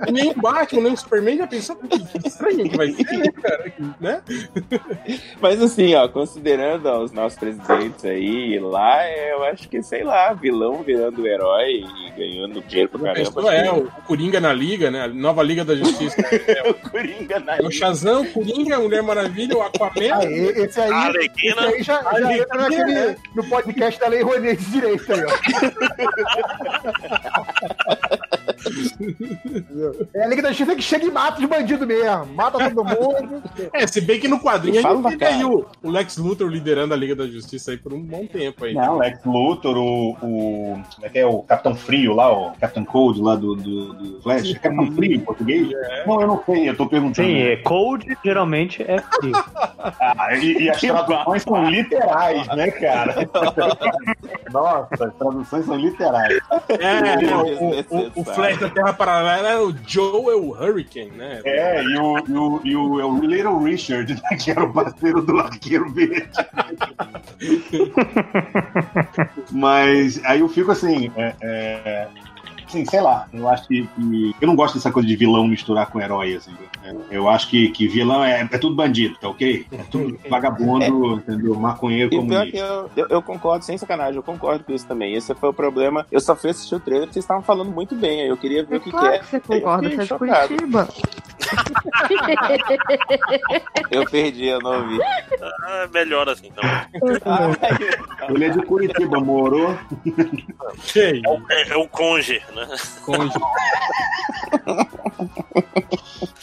S1: e nem o Batman, nem o Superman já pensou que, que estranho que vai ser, né, cara? Né?
S4: Mas assim, ó, considerando ó, os nossos presidentes aí, lá, é, eu acho que, sei lá, vilão virando herói e ganhando dinheiro pra
S1: Pensou,
S4: caramba.
S1: é, o Coringa na Liga, né? A nova Liga da Justiça. É, o
S4: Coringa na
S1: Liga. O Shazam, o Coringa, a Mulher Maravilha, o Aquaman.
S9: Aí, Ah, esse aí, esse aí já, já
S1: Alequina,
S9: entra naquele-
S1: né?
S9: no podcast da Lei Rouanet de Direito aí, ó. Entendeu? é a Liga da Justiça que chega e mata os bandidos mesmo. Mata todo mundo.
S1: É, se bem que no quadrinho a
S9: Fala,
S1: gente teve
S9: cara.
S1: aí o, o Lex Luthor liderando a Liga da Justiça aí por um bom tempo aí.
S11: Não, Lex Luthor, o, o. Como é que é? O Capitão Frio lá, o Capitão Cold lá do, do, do Flash. É Capitão Frio em português?
S1: É.
S11: Não, eu não sei, eu tô perguntando.
S3: Sim, é cold geralmente é frio.
S11: Ah, e, e as traduções são literais, né, cara? Nossa, as traduções são literais.
S1: É, o, o, o Flash da Terra Paralela era o Joel Hurricane, né?
S11: É, e o, e o, e o, é o Little Richard, né, que era o parceiro do Arqueiro Verde. Mas aí eu fico assim. É, é, assim, sei lá, eu acho que, que- Eu não gosto dessa coisa de vilão misturar com herói, assim. né? Eu acho que, que vilão é, é tudo bandido, tá ok? É tudo vagabundo, entendeu? Maconheiro
S4: É. E pior
S11: comunista.
S4: que é. eu, eu, eu concordo, sem sacanagem, eu concordo com isso também. Esse foi o problema. Eu só fui assistir o trailer porque vocês estavam falando muito bem. aí Eu queria ver o que,
S12: claro
S4: que é.
S12: que você
S4: Eu
S12: concorda,
S4: fiquei
S12: você é de
S4: chocado.
S12: Curitiba.
S4: Eu perdi, eu não ouvi.
S2: Ah, melhor assim, então.
S4: Ah,
S11: Ele é de Curitiba, morou.
S2: É, é o conge, né?
S1: Conge.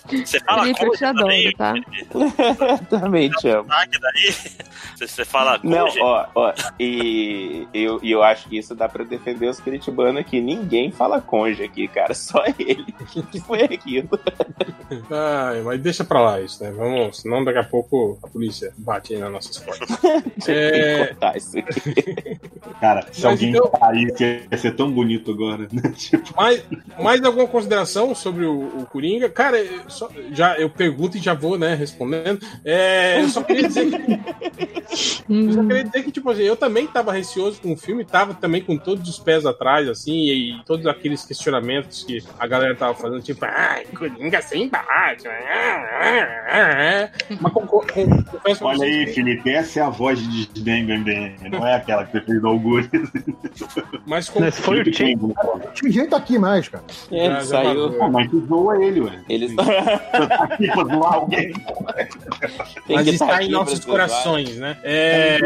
S2: Você fala
S12: Felipe, eu
S2: conge
S12: te adoro,
S2: também?
S12: tá?
S4: Também te amo.
S2: Ah, que daí? Você- Você fala
S4: Não,
S2: conge?
S4: ó, ó, e eu, e eu acho que isso dá pra defender os curitibanos aqui. Ninguém fala conge aqui, cara, só ele. O que foi aquilo?
S1: Ai, Ah, mas deixa pra lá isso, né? Vamos, senão daqui a pouco a polícia bate aí nas nossas portas.
S4: Tem que
S1: é,
S4: cortar isso aqui.
S11: Cara, se
S1: Mas
S11: alguém
S1: então-
S11: cair, ia ser tão bonito agora, né? Tipo,
S1: mais, mais alguma consideração sobre o, o Coringa? Cara, eu só- já, eu pergunto e já vou, né, respondendo. É, eu só queria dizer que Eu só queria dizer que, tipo assim, eu também tava receoso com o filme, tava também com todos os pés atrás, assim, e, todos aqueles questionamentos que a galera tava fazendo, tipo, ah, Coringa sem Batman, ah, ah, ah, ah. Mas com, com, com, confesso pra
S11: Olha
S1: vocês
S11: aí,
S1: que-
S11: Felipe, essa é a voz de desdém do MDM. né? não é aquela que você fez do Augusto.
S1: Mas
S3: foi o Tim.
S9: Tinha jeito aqui mais, cara.
S4: É, ele saiu.
S11: Ah, mas tu zoa ele, ué. tá
S4: Ele tá-
S11: Aqui pra zoar alguém.
S4: Tem
S1: mas
S4: que
S1: está
S4: tá aqui
S1: em nossos
S4: pra zoar.
S1: corações, né? É,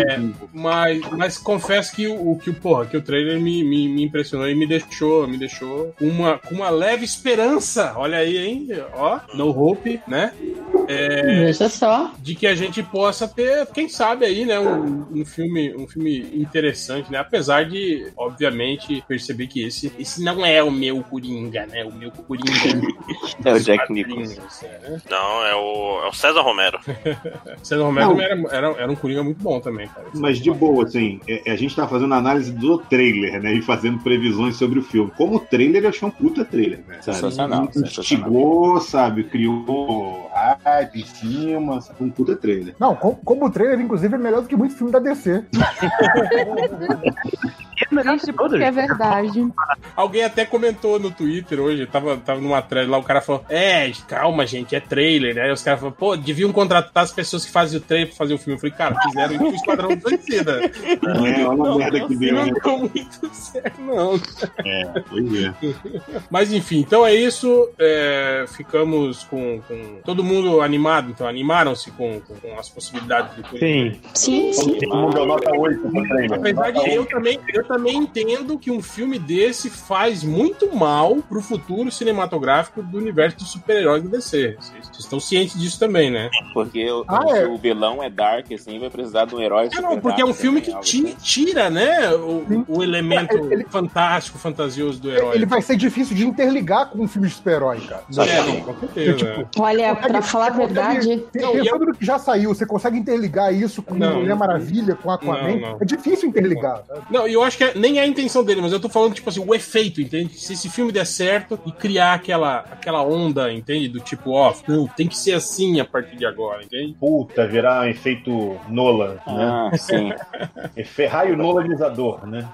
S1: mas, mas confesso que o que o porra, que o trailer me, me, me impressionou e me deixou, me deixou com uma, com uma leve esperança. Olha aí, hein? Ó, no hope, né? É,
S5: Veja só.
S1: de que a gente possa ter, quem sabe aí, né, um, um filme, um filme interessante, né? Apesar de, obviamente, perceber que esse, esse não é o meu Coringa, né? O meu Coringa.
S4: É o Jack Nicholson.
S2: Não, é o, é o César Romero.
S1: Sendo Romero
S11: Não.
S1: era, era, era um Coringa muito bom também, cara.
S11: Mas de boa, assim, é- a gente tá fazendo análise do trailer, né? E fazendo previsões sobre o filme. Como o trailer, eu achei um puta trailer, né? sabe?
S4: Sensacional, sensacional.
S11: Instigou, sabe? Criou hype em cima, sabe? Um puta trailer.
S9: Não, com- como o trailer, inclusive, é melhor do que muito filme da DC.
S12: Triste porque é verdade.
S1: Alguém até comentou no Twitter hoje, tava, tava numa thread lá, o cara falou: É, calma, gente, é trailer, né? Aí os caras falaram: Pô, deviam contratar as pessoas que fazem o trailer pra fazer o filme. Eu falei: Cara, fizeram isso com o Esquadrão Suicida.
S11: É, olha a merda que deu,
S1: Não
S11: né?
S1: deu muito certo, não.
S11: É, pois é.
S1: Mas enfim, então é isso. é, ficamos com, com- Todo mundo animado, então animaram-se com, com- com as possibilidades do Coringa.
S3: Sim.
S5: Sim, sim.
S11: Todo mundo é deu nota 8 pro trailer.
S1: Apesar
S11: Nota
S1: de eu também, eu também entendo que um filme desse faz muito mal pro futuro cinematográfico do universo dos super-heróis do DC. Vocês vocês estão cientes disso também, né?
S4: Porque o,
S9: Ah,
S4: o-
S9: é?
S4: o vilão é dark, assim, vai precisar de um herói.
S1: É,
S4: super
S1: não, porque é
S4: dark
S1: um filme que
S4: também, algo
S1: ti-
S4: assim.
S1: tira, né, o, o elemento
S9: É, Ele- ele-
S1: fantástico, fantasioso do herói.
S9: Ele vai ser difícil de interligar com um filme de super-herói, cara.
S1: É, não, com certeza. é.
S9: Tipo,
S5: Olha, pra
S9: Consegue-
S5: falar a
S9: consegue-
S5: verdade,
S9: Pe-
S1: Não, e
S9: Pensando no é que já saiu, você consegue interligar isso com
S1: Não.
S9: Mulher Maravilha, com Aquaman?
S1: Não, não.
S9: É difícil interligar. sabe?
S1: Não, e eu acho que é- nem é a intenção dele, mas eu tô falando, tipo assim, o efeito, entende? Se esse filme der certo e criar aquela, aquela onda, entende? Do tipo, ó, não, tem que ser assim a partir de agora, entende?
S11: Puta, virar um efeito Nola, né?
S4: Ah, sim.
S11: Efe- Raio É Nolanizador, né?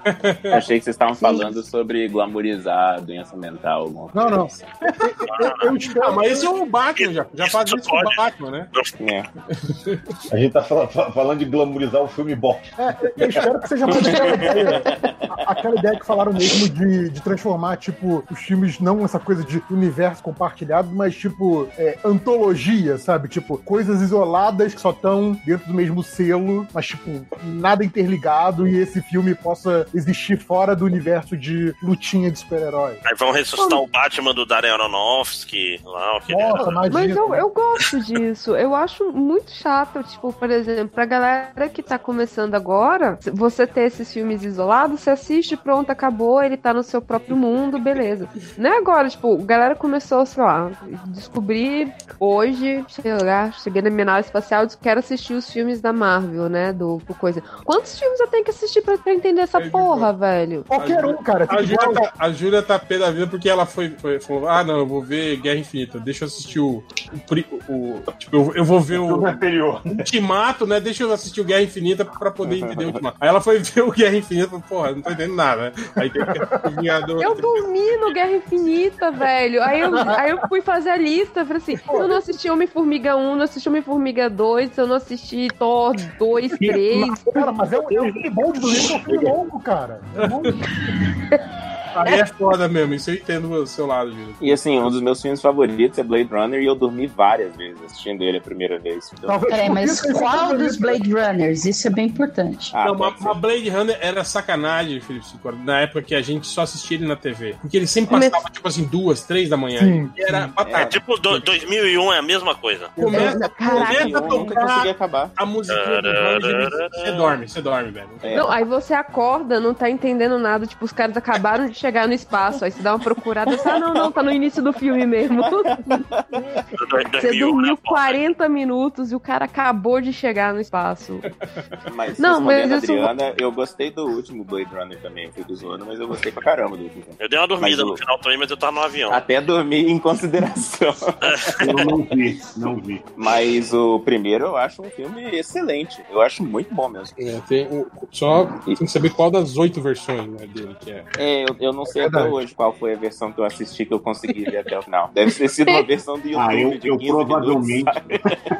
S4: Achei que vocês estavam falando sobre glamorizar doença mental. alguma coisa.
S9: Não, não. Eu, eu espero.
S1: Ah, mas esse é o Batman, já, já faz isso com o Batman, né?
S4: É.
S11: A gente tá fala- fa- falando de glamourizar o filme bom.
S9: É, eu espero que seja mais aquela ideia, a- aquela ideia que falaram mesmo de, de transformar, tipo, os filmes não essa coisa de universo compartilhado, mas, tipo, é, antologia, sabe? Tipo, coisas isoladas que só estão dentro do mesmo selo, mas, tipo, nada interligado e esse filme possa existir fora do universo de lutinha de super-herói.
S2: Aí vão ressuscitar o Batman do Darren Aronofsky lá, o que ele era.
S9: Nossa, imagina.
S12: Mas
S1: né?
S12: eu, eu gosto disso. Eu acho muito chato, tipo, por exemplo, pra galera que tá começando agora, se você ter esses filmes isolados, você assiste, pronto, acabou, ele tá no seu próprio mundo, beleza. Não é agora, tipo, a galera começou, sei lá, descobrir hoje, sei lá, cheguei na Bienal Espacial, disse, quero assistir os filmes da Marvel, né, do do coisa. Quantos filmes eu tenho que assistir pra, pra entender essa porra, velho?
S9: Qualquer um, cara.
S1: A
S9: Fica
S1: Júlia,
S9: igual,
S1: tá, a Júlia tá pé da vida porque ela foi, foi- falou: Ah, não, eu vou ver Guerra Infinita, deixa eu assistir o. o pri- o- tipo, eu, eu vou ver o
S11: anterior.
S1: Ultimato, né? Deixa eu assistir o Guerra Infinita pra poder entender o Ultimato. Aí ela foi ver o Guerra Infinita e falou: Porra, não tô entendendo nada. né? Aí tem que o Vingador.
S12: Eu dormi no Guerra Infinita, velho. Aí eu, aí eu fui fazer a lista. Falei assim: eu não assisti Homem-Formiga 1, não assisti Homem-Formiga 2, eu não assisti Thor 2, 3.
S9: Cara, mas é um, é um filme bom de doença, é um filme longo, cara. É longo.
S1: Aí é foda mesmo, isso eu entendo o seu lado, Júlia.
S4: E assim, um dos meus filmes favoritos é Blade Runner e eu dormi várias vezes assistindo ele a primeira vez. Então,
S9: Talvez
S5: peraí,
S9: por
S5: mas
S9: isso tá. ele seja
S5: qual dos
S9: favorito.
S5: Blade Runners? Isso é bem importante.
S4: ah,
S1: não, mas
S4: pode ser.
S1: mas Blade Runner era sacanagem, Felipe Sicora, na época que a gente só assistia ele na TV. Porque ele sempre
S12: Mas-
S1: passava, tipo assim, duas, três da manhã.
S9: Sim,
S1: E era batata.
S2: É tipo do- 2001 é a mesma coisa.
S1: Começa,
S12: Caraca,
S1: né? começa a
S4: eu nunca
S1: tocar
S4: consegui acabar.
S1: a musiquinha do Blade, você dorme, você dorme, velho.
S4: É.
S12: Não, aí você acorda, não tá entendendo nada. Tipo, os caras acabaram de chegar no espaço. Aí você dá uma procurada. você, Ah, não, não, tá no início do filme mesmo.
S2: Do- do- 2001
S12: Você
S2: né?
S12: dormiu 40 minutos e o cara acabou de chegar no espaço.
S4: Mas
S12: Não,
S4: não, mas
S12: mas isso-
S4: Adriana, eu gostei do último Blade Runner também, eu fico zoando, mas eu gostei pra caramba do último.
S2: Eu dei uma dormida
S4: Mas o-
S2: no final também, mas eu tava no avião.
S4: Até dormi em consideração.
S11: Eu não vi, não vi.
S4: Mas o primeiro eu acho um filme excelente. Eu acho muito bom mesmo.
S1: É, tem o- só tem que saber qual das oito versões né, dele que é.
S4: É, eu, eu Eu não sei até hoje qual foi a versão que eu assisti que eu consegui ver até o final. Deve ter sido uma versão do YouTube.
S11: Ah, eu,
S4: de
S11: eu
S4: 15
S11: provavelmente.
S4: minutos.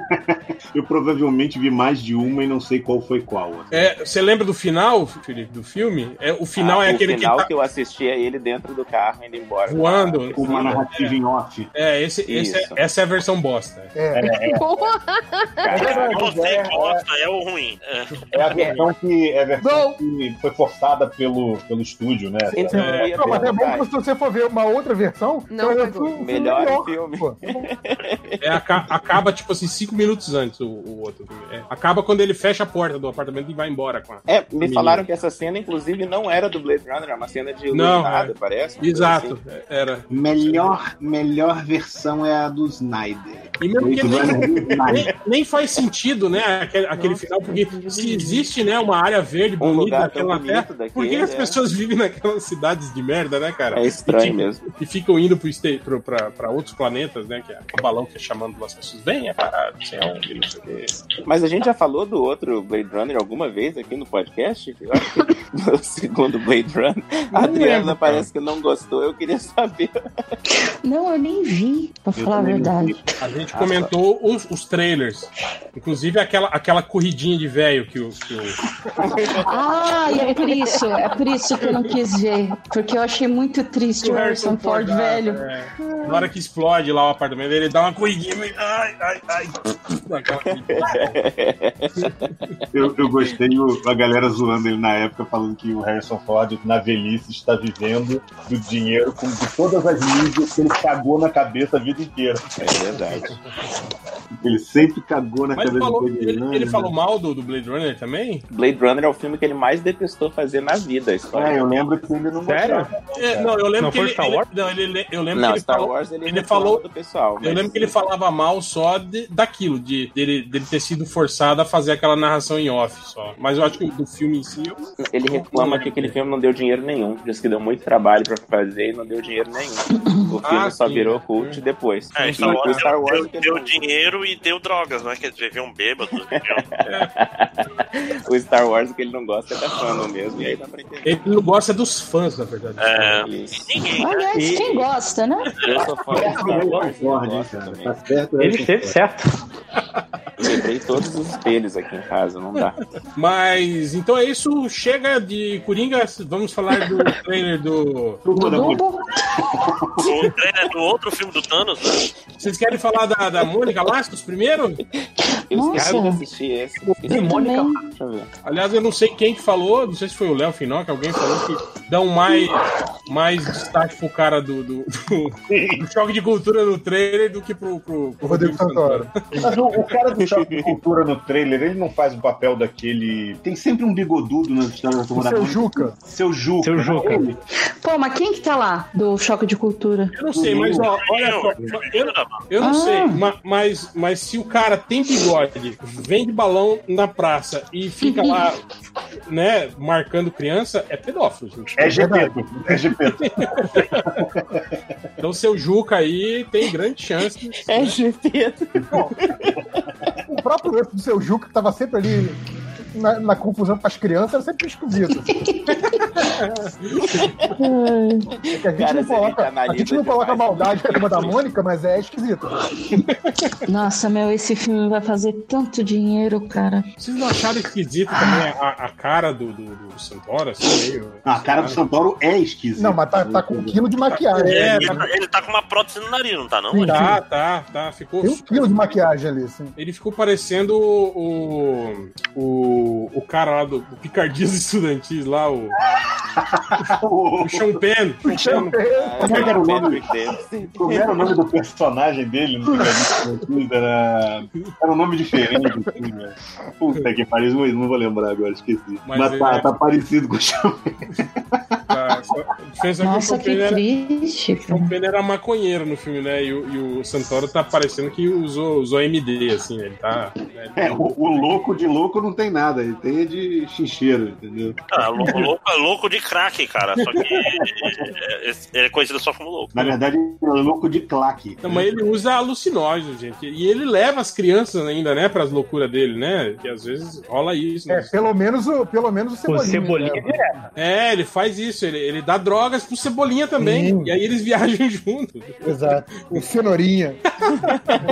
S11: eu provavelmente vi mais de uma e não sei qual foi qual.
S1: É, você lembra do final, Felipe, do filme? É, o final
S11: Ah,
S1: é
S11: o
S1: aquele
S11: final
S1: que tá
S4: que eu assistia ele dentro do carro indo embora.
S1: voando.
S11: Com uma narrativa em off.
S1: É, esse, esse é-
S4: Isso.
S1: essa é a versão bosta.
S11: É, é.
S2: É, Você gosta, é o ruim. É.
S11: É a versão que, é a versão que foi forçada pelo, pelo estúdio, né?
S4: Então,
S9: É, não, mas é bom que se você for ver uma outra versão,
S12: Não,
S9: é
S12: pegou.
S9: um
S1: Melhor
S4: filme.
S9: pô.
S1: É, aca- acaba, tipo assim, cinco minutos antes o, o outro. É, acaba quando ele fecha a porta do apartamento e vai embora com a.
S4: É, me
S1: menina.
S4: falaram que essa cena, inclusive, não era do Blade Runner, é uma cena de
S1: Não,
S4: iluminado,
S1: é.
S4: parece. uma coisa
S1: Exato,
S4: assim.
S1: é, era.
S14: Melhor, melhor versão é a do Snyder.
S1: E mesmo que
S14: Blade
S1: nem,
S14: Runner.
S1: nem- nem faz sentido, né, aquele, aquele final, porque se existe, né, uma área verde bonita
S4: Um lugar tão
S1: naquela terra,
S4: bonito daquele,
S1: por que as
S4: é.
S1: pessoas vivem naquelas cidades de merda, né, cara?
S4: É estranho
S1: E ficam-
S4: mesmo.
S1: E ficam indo pro este- pro- pra, pra outros planetas, né, que é o balão que é chamando as pessoas, vem, é parado, não sei onde, não sei o quê.
S4: Mas a gente já falou do outro Blade Runner alguma vez aqui no podcast? Eu acho que no segundo Blade Runner. A Adriana parece que não gostou, eu queria saber.
S5: Não, eu nem vi, pra falar a verdade.
S1: A gente
S4: Ah,
S1: comentou os, os trailers. Inclusive aquela, aquela corridinha de velho que o. que o-
S5: Ah, e é por isso, é por isso que eu não quis ver. Porque eu achei muito
S11: É.
S5: triste o Harrison Ford velho.
S1: É. Na hora que explode lá o apartamento, ele dá uma corridinha. e- Ai, ai, ai. Aquela
S11: Eu, eu gostei o- a galera zoando ele na época, falando que o Harrison Ford, na velhice, está vivendo do dinheiro com, de todas as mídias que ele cagou na cabeça a vida inteira. É verdade. Ele sempre cagou na
S1: Mas ele
S11: cabeça
S1: falou,
S11: do né?
S1: ele, ele falou mal do, do Blade Runner também?
S4: Blade Runner é o filme que ele mais detestou fazer na vida. a história.
S11: É, eu lembro que ele não
S4: gostava.
S1: É, não, eu lembro
S4: Não
S1: que
S4: foi
S1: ele,
S4: Star
S1: ele-
S4: Wars?
S1: não, ele- eu lembro
S4: Não,
S1: que ele
S4: Star
S1: falou,
S4: Wars ele
S1: ele
S4: reclama
S1: falou
S4: do pessoal.
S1: Eu
S4: mas-
S1: lembro que ele falava mal só de- daquilo, de, dele, dele ter sido forçado a fazer aquela narração em off só. Mas eu acho que do filme em si. eu-
S4: Ele reclama que aquele filme não deu dinheiro nenhum. Diz que deu muito trabalho pra fazer e não deu dinheiro nenhum. O filme
S1: Ah,
S4: só
S1: sim.
S4: virou cult depois.
S2: É,
S4: E
S2: Star
S4: o
S2: Wars,
S4: Star
S2: deu-
S4: Wars, é
S2: deu, deu dinheiro e deu drogas, né? Quer dizer, veio um bêbado.
S4: o Star Wars que ele não gosta é da fandom mesmo. E aí dá pra entender.
S1: Ele não gosta dos fãs, na verdade.
S2: É.
S5: Aliás, quem gosta, né?
S4: Eu sou fã do Star Wars.
S11: Ford, hein, cara? Tá
S1: né,
S11: certo,
S4: Ele
S11: teve
S3: certo.
S4: Quebrei todos os espelhos aqui em casa, não dá.
S9: Tá
S1: Mas então é isso, chega de Coringa, vamos falar do trailer do.
S11: Turma
S2: da
S1: Mônica.
S2: o trailer é do outro filme do Thanos, né?
S1: Vocês querem falar da, da Mônica Lascos primeiro?
S4: Eu esqueci de assistir esse. Esse-
S2: é
S1: Mônica
S4: Deixa eu ver.
S1: Aliás, eu não sei quem que falou, não sei se foi o Léo Finó, que alguém falou que dão mais, mais destaque pro cara do, do, do- do choque de cultura no trailer do que pro, pro, pro Rodrigo Santoro.
S11: Mas o, o cara do choque de cultura no trailer, ele não faz o papel daquele. Tem sempre um bigodudo nas histórias da turma da
S5: Seu
S11: Mônica.
S5: Juca.
S11: Seu Juca.
S3: Seu
S11: né?
S3: Juca.
S11: Ele-
S5: Pô, mas quem que tá lá do Choque de Cultura?
S1: Eu não sei, mas ó, olha só, eu, eu não
S5: Ah.
S1: sei, ma- mas, mas se o cara tem bigode, vende balão na praça e fica lá, né, marcando criança, é pedófilo, gente.
S11: É Gepeto. É Gepeto.
S1: Então seu Juca aí tem grande chance.
S4: É Gepeto.
S9: O próprio outro do seu Juca, que tava sempre ali na, na confusão com as crianças, era sempre esquisito. É que a gente
S4: Cara,
S9: não
S4: se a gente
S9: coloca, a
S4: analisa
S9: gente não coloca
S4: demais,
S9: maldade na turma da Mônica, mas é esquisito.
S5: Nossa, meu, esse filme vai fazer tanto dinheiro, cara.
S1: Vocês não acharam esquisito também a, a cara do, do, do Santoro? Assim, meio-
S11: Ah, a cara do Santoro é esquisita.
S9: Não, mas tá, tá com um quilo de maquiagem.
S1: É,
S2: ele, tá, ele tá com uma prótese no nariz, não tá, não?
S9: Sim,
S1: Tá, tá, tá. Ficou,
S9: Tem um quilo de maquiagem ali, assim.
S1: ele ficou parecendo o, o, o, o cara lá do o Picardias Estudantis, lá, o. o Sean Penn. Sean Penn.
S11: Como é que era o nome? Como era o nome do personagem dele? no Vingadores? Era, era um nome diferente. assim, né? Puta que pariu, não- não vou lembrar agora, esqueci.
S1: Mas
S11: Mas,
S1: ele
S11: tá,
S1: é-
S11: tá parecido com o Sean
S1: Tá, só- a diferença é que o
S5: Nossa,
S1: Sean
S5: que
S1: Penn era.
S5: triste.
S1: o Sean Penn era maconheiro no filme, né? E o, e o Santoro tá parecendo que usou, usou MD, assim, né? ele tá. né?
S11: É, o, o louco de louco não tem nada, ele tem de xincheiro, entendeu?
S2: Ah, lou- louco, é louco de crack, cara. Só que é, é, ele é conhecido só como louco.
S11: Na verdade, é louco de claque.
S1: Não, mas ele usa alucinógeno, gente. E ele leva as crianças ainda, né, pras loucuras dele, né? Que às vezes rola isso.
S9: É,
S1: né?
S9: pelo menos o, pelo menos o Cebolinha. né?
S1: É, ele faz isso. Ele, Ele dá drogas pro Cebolinha também.
S9: Sim.
S1: E aí eles viajam juntos.
S9: Exato. O Cenourinha.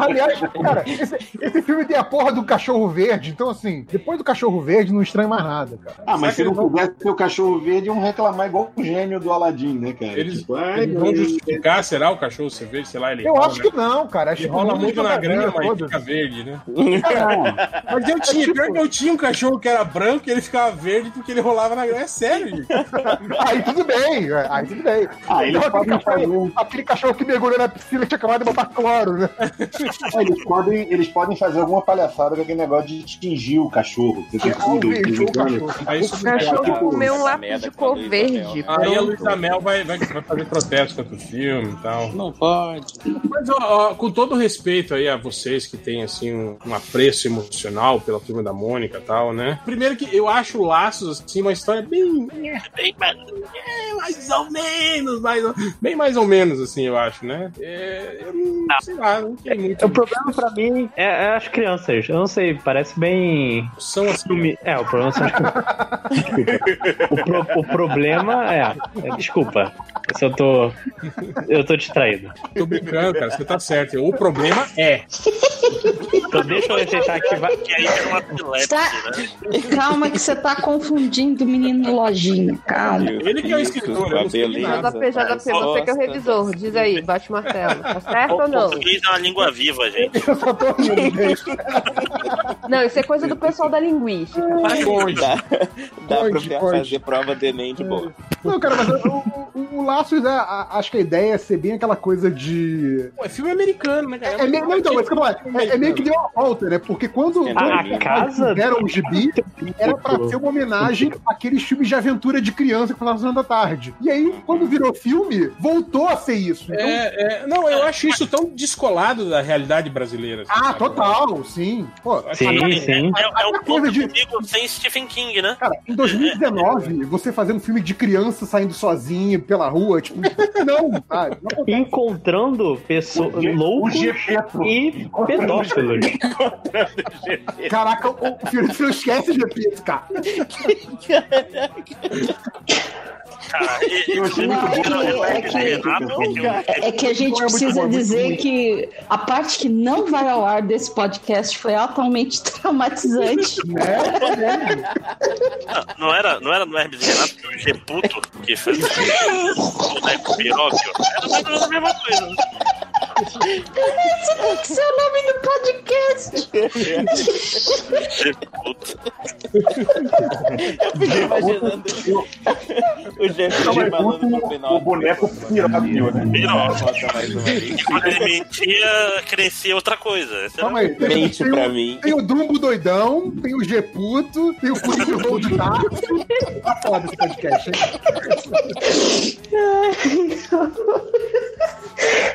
S9: Aliás, cara, esse, esse filme tem a porra do cachorro verde. Então, assim, depois do cachorro verde, não estranho mais nada, cara.
S11: Ah, mas se
S9: Será
S11: não
S9: que eles
S11: pudesse ter o cachorro verde, iam reclamar igual o gênio do Aladim, né, cara?
S1: Eles,
S11: Tipo, ai,
S1: eles vão
S11: meu-
S1: justificar, será o cachorro ser verde? Sei lá, ele.
S9: Eu
S1: rola,
S9: acho
S1: né?
S9: que não, cara. Acho
S1: Ele
S9: que
S1: rola
S9: não,
S1: muito
S9: não
S1: na
S9: dá
S1: grama,
S9: grana,
S1: mas
S9: foda-se.
S1: fica verde, né?
S9: Cara,
S1: Mas eu tinha, pior
S9: Tipo-
S1: que eu tinha um cachorro que era branco e ele ficava verde porque ele rolava na grama. É sério, gente.
S9: Aí tudo bem, é, aí tudo bem.
S1: Ah, ele
S9: Não, aquele,
S1: pode
S9: cachorro, aquele cachorro que mergulhou na piscina e tinha acabado de botar cloro, né?
S11: Ah, eles, podem, eles podem fazer alguma palhaçada com aquele negócio de tingir o cachorro. Você tem
S9: Ah, o beijou o cachorro.
S12: O
S1: é
S12: cachorro comeu um lápis de cor verde.
S1: Aí a
S12: pronto.
S1: Luísa Mel vai, vai, vai fazer protesto contra o filme e tal.
S10: Não pode.
S1: Mas, ó, ó, com todo respeito aí a vocês que têm, assim, um, um apreço emocional pela turma da Mônica e tal, né? Primeiro que eu acho Laços, assim, uma história bem... Bem mais, é, mais ou menos, mais ou- bem mais ou menos, assim, eu acho, né? É, eu não,
S10: Ah,
S1: sei lá, não tem muito...
S3: O problema pra mim é, é as crianças. Eu não sei, parece bem.
S1: São as
S3: É, o problema são as o, pro- o problema é. é, Desculpa. Se eu tô. Eu tô distraído.
S1: Tô brincando, cara, você tá certo. O problema é...
S3: Então deixa eu ajeitar aqui. Vai...
S10: é né?
S5: Calma que você tá confundindo o menino lojinha. Calma.
S1: Ele
S9: um
S1: que é o escritor, eu não sei de
S12: Mas a
S1: nada.
S12: PJ
S2: Nossa.
S12: você que é o revisor. Diz aí, bate o martelo. Tá certo ou não?
S2: Português é uma língua viva, gente.
S12: Não, isso é coisa do pessoal da linguística. tá?
S10: Dá, dá pra ver- fazer prova do Enem de boa.
S9: Não, cara, mas o, o, o Laços, a- a- acho que a ideia é ser bem aquela coisa de.
S1: Pô, é filme americano, né, cara?
S9: É meio, não, então, mas calma lá, é, é meio que deu uma volta, né? Porque quando,
S1: É, A
S9: quando
S1: casa-
S9: fizeram o gibi, era pra ser uma homenagem àqueles filmes de aventura de criança que passavam da tarde. E aí, quando virou filme, voltou a ser isso. Então,
S1: É, é, não, eu acho isso tão descolado da realidade brasileira. assim,
S9: Ah,
S1: sabe?
S9: total, sim. Pô,
S1: Sim, sim.
S2: É, é um
S9: coisa
S2: pouco
S9: de-
S2: comigo sem Stephen King, né?
S9: Cara, em 2019, você fazendo filme de criança saindo sozinho pela rua, tipo, não, sabe? Não acontece.
S3: Encontrando pessoas loucos e pedófilos.
S9: Caraca, o o filho não esquece de repito, cara.
S2: Cara, e- e-
S5: Não, é que-
S10: né?
S5: é que- É que a gente precisa dizer que a parte que não vai ao ar desse podcast foi altamente traumatizante.
S9: Né?
S2: Não era, não era no Hermes e Renato que o G puto que fez né? o boneco piróquio? Era mais ou menos a mesma coisa.
S5: Esse tem que ser o nome do podcast.
S10: Eu fiquei imaginando o GFG malandro no final.
S11: O boneco piróquio, né?
S10: um
S2: E quando ele mentia, crescia outra coisa. Essa
S9: Calma aí.
S2: era-
S9: Tem o- Tem o Dumbo doidão, tem o G-puto, tem o Cunho de Voo de Tarso. Tá foda esse podcast, hein?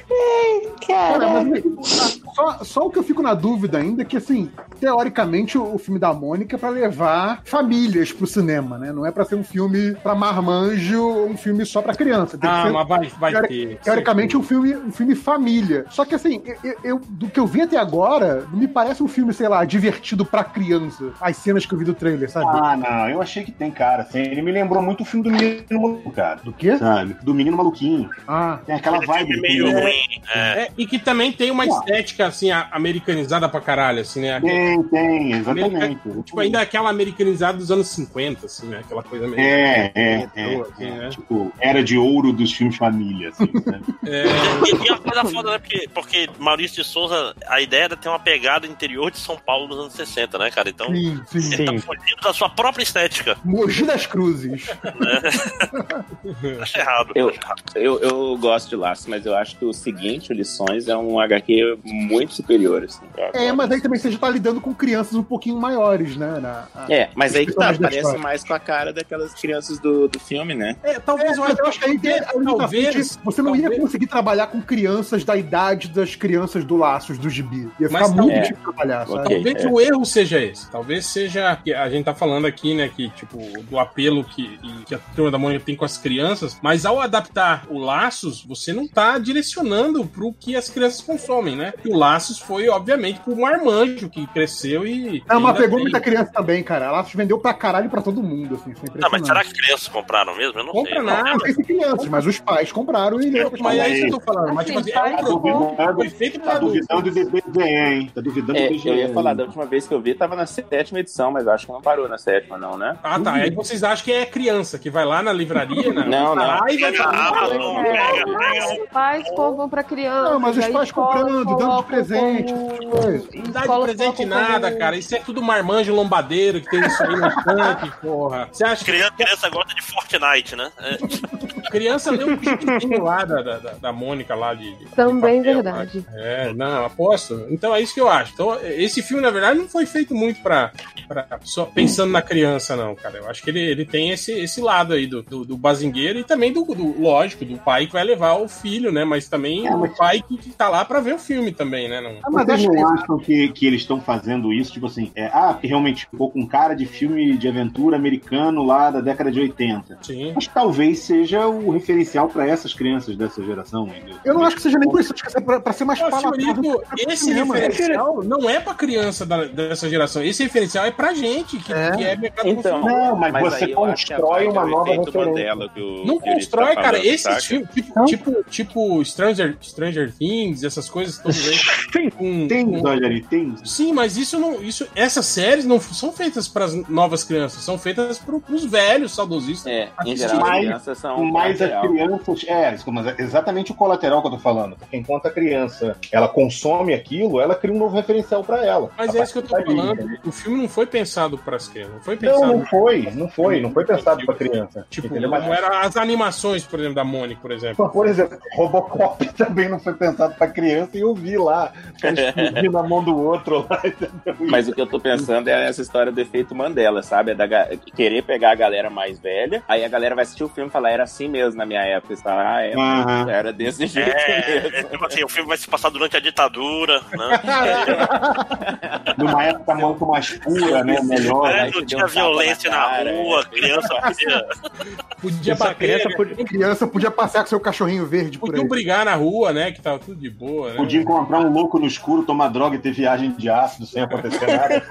S9: Cara,
S11: tipo,
S9: mas, assim, ah, só, só o que eu fico na dúvida ainda é que, assim, teoricamente o, o filme da Mônica é pra levar famílias pro cinema, né? Não é pra ser um filme pra marmanjo ou um filme só pra criança. Tem que
S1: Ah,
S9: ser-
S1: mas vai, vai
S9: Teori-
S1: ter.
S9: Teoricamente, um filme, um filme família. Só que assim, eu- eu, eu- do que eu vi até agora, não me parece um filme, sei lá, divertido pra criança. As cenas que eu vi do trailer, sabe?
S11: Ah, não, eu achei que tem, cara. Assim, ele me lembrou muito o filme do Menino Maluco, cara. Do
S9: quê?
S11: Sabe? Do Menino Maluquinho.
S9: Ah.
S11: Tem aquela vibe. dele, né?
S1: É, e que também tem uma estética assim a- americanizada pra caralho, assim, né?
S11: Tem, tem, exatamente.
S1: America- tipo, ainda aquela americanizada dos anos 50, assim, né? Aquela coisa meio.
S11: É, é, é.
S1: Boa, assim, né?
S11: Tipo, era de ouro dos filmes família, assim.
S2: E, e é uma coisa foda, né? Porque, porque Maurício de Souza, a ideia era ter uma pegada interior de São Paulo nos anos 60, né, cara? Então,
S9: Sim, sim.
S2: ele tá fugindo da sua própria estética. É.
S9: Mogi das Cruzes.
S2: Acho errado.
S10: Eu, eu, eu gosto de laço, mas eu acho que o seguinte, o Lições, é um HQ muito superior, assim. Eu
S9: É,
S10: adoro.
S9: mas aí também você já tá lidando com crianças um pouquinho maiores, né? Na, a-
S10: É, mas aí que tá,
S9: personagens da
S10: parece
S9: história.
S10: mais com a cara daquelas crianças do, do filme, né?
S1: É, talvez
S9: mas eu acho que aí tem- aí na
S1: talvez-
S9: frente, você não ia conseguir trabalhar com crianças da idade das crianças do Laços do Gibi. Ia ficar
S1: Mas
S9: muito
S1: talvez- é.
S9: difícil de trabalhar, sabe?
S4: É.
S1: Talvez o erro seja esse. Talvez seja que a gente tá falando aqui, né, que tipo do apelo que, e- que a turma da Mônica tem com as crianças, mas ao adaptar o Laços, você não tá direcionando pro um que as crianças consomem, né? E o Laços foi obviamente pro marmanjo que cresceu e.
S9: Não, mas
S1: ainda
S9: pegou
S1: tem.
S9: É muita criança também, cara. Ela vendeu pra caralho pra todo mundo, assim. Isso
S2: Ah,
S9: é
S2: mas
S9: impressionante.
S2: será que crianças compraram mesmo? Eu não sei.
S9: Compra
S2: eu não
S9: nada, não
S2: lembro.
S9: sei se crianças, mas os pais compraram e leram pros
S1: Mas é
S9: pais.
S1: isso que eu tô falando. Mas, tipo assim, é um
S4: Tá
S1: produto
S4: duvidando-
S1: foi feito pra
S4: tá
S1: adultos.
S4: duvidando
S11: do BGE, hein? Tá duvidando
S4: é,
S11: do
S4: Eu ia falar, da última vez que eu vi, tava na sétima edição, mas acho que não parou na sétima, não, né?
S1: Ah, tá. Aí vocês acham que é criança que vai lá na livraria, né?
S4: Não, não.
S1: Vai lá e vai
S4: Pega
S1: falar,
S4: a
S1: "Não,
S4: Amazon,
S1: não,
S4: pega
S1: não,
S12: Os pais compram pra criança.
S9: Não, mas os
S12: aí
S9: pais
S12: escola
S9: comprando, dando de
S12: coloca
S9: presente.
S1: Não
S12: como-
S1: dá de
S12: Escola
S1: presente
S12: coloca
S1: nada,
S12: como-
S1: cara. Isso é tudo marmanjo lombadeiro que tem isso aí no tanque, porra. Você acha que
S2: Criança, criança gosta de Fortnite, né? É.
S1: criança leu o pequenininho lá da, da, da- da Mônica lá de. de-
S12: Também verdade.
S1: É, não, aposto. Então é isso que eu acho. Então, esse filme, na verdade, não foi feito muito pra, pra só pensando na criança, não, cara. Eu acho que ele, ele tem esse, esse lado aí do, do, do bazingueiro e também do, do- lógico, do pai que vai levar o filho, né? Mas também
S11: É,
S1: o pai que, que tá lá pra ver o filme também, né? Não...
S11: Vocês não acham Ah, que, é que eles estão fazendo isso? Tipo assim, é, ah, porque realmente ficou com cara de filme de aventura americano lá da década de 80.
S1: Sim.
S11: Mas talvez seja o referencial para essas crianças dessa geração, entendeu?
S9: Eu não acho que seja nem por isso, acho que é pra, pra ser mais
S1: Não,
S9: palatável.
S1: senhorito,
S9: pra
S1: esse
S11: né?
S9: cinema. né?
S1: referencial não é pra criança da- dessa geração. Esse referencial é pra gente, que é, que é mercado consumidor.
S11: não, mas, você
S4: Então, aí eu acho que a
S11: constrói
S4: parte
S11: uma
S4: é o
S11: nova
S4: efeito
S11: referência.
S4: Mandela que o-
S1: Não
S4: que ele
S1: constrói,
S4: tá
S1: cara.
S4: falando,
S1: Esses
S4: saca?
S1: filmes, tipo, tipo, tipo Stranger, Stranger Things, essas coisas todas aí.
S11: Tem,
S1: tem,
S11: Rogério, tem.
S1: Sim, mas isso não. Isso, essas séries não são feitas para as novas crianças, são feitas para os velhos saudosistas.
S4: É,
S11: em geral, as crianças Mas as crianças. É, isso, mas é exatamente o colateral que eu tô falando. Porque enquanto a criança ela consome aquilo, ela cria um novo referencial para ela.
S1: Mas
S11: A
S1: é isso que eu tô
S11: partir daí,
S1: falando.
S11: entendeu?
S1: O filme não foi pensado para as crianças. Não foi pensado.
S11: né? Não, não foi, não foi, não foi pensado pra criança.
S1: Tipo,
S11: entendeu? Mas-
S1: como eram as animações, por exemplo, da Mônica, por exemplo.
S11: Por exemplo, Robocop também não foi pensado pra criança e eu vi lá, cara explodindo na mão do outro lá.
S4: Mas o que eu tô pensando é essa história do efeito Mandela, sabe? É da ga- querer pegar a galera mais velha, aí a galera vai assistir o filme e falar, era assim mesmo na minha época. Você fala, ah, é,
S2: Aham.
S4: era desse jeito mesmo.
S2: É, é, tipo assim, o filme vai se passar durante a ditadura, né?
S11: Numa época muito mais pura, né? Melhor.
S2: É,
S11: né?
S2: não tinha violência na rua, criança podia.
S1: Podia
S9: Essa
S1: bater,
S9: criança,
S1: né?
S9: podia, criança podia passear com seu cachorrinho verde por
S1: Podiam
S9: aí.
S1: brigar na rua, né? Que tava tudo de boa, né?
S11: Podia encontrar um louco no escuro, tomar droga e ter viagem de ácido sem acontecer nada.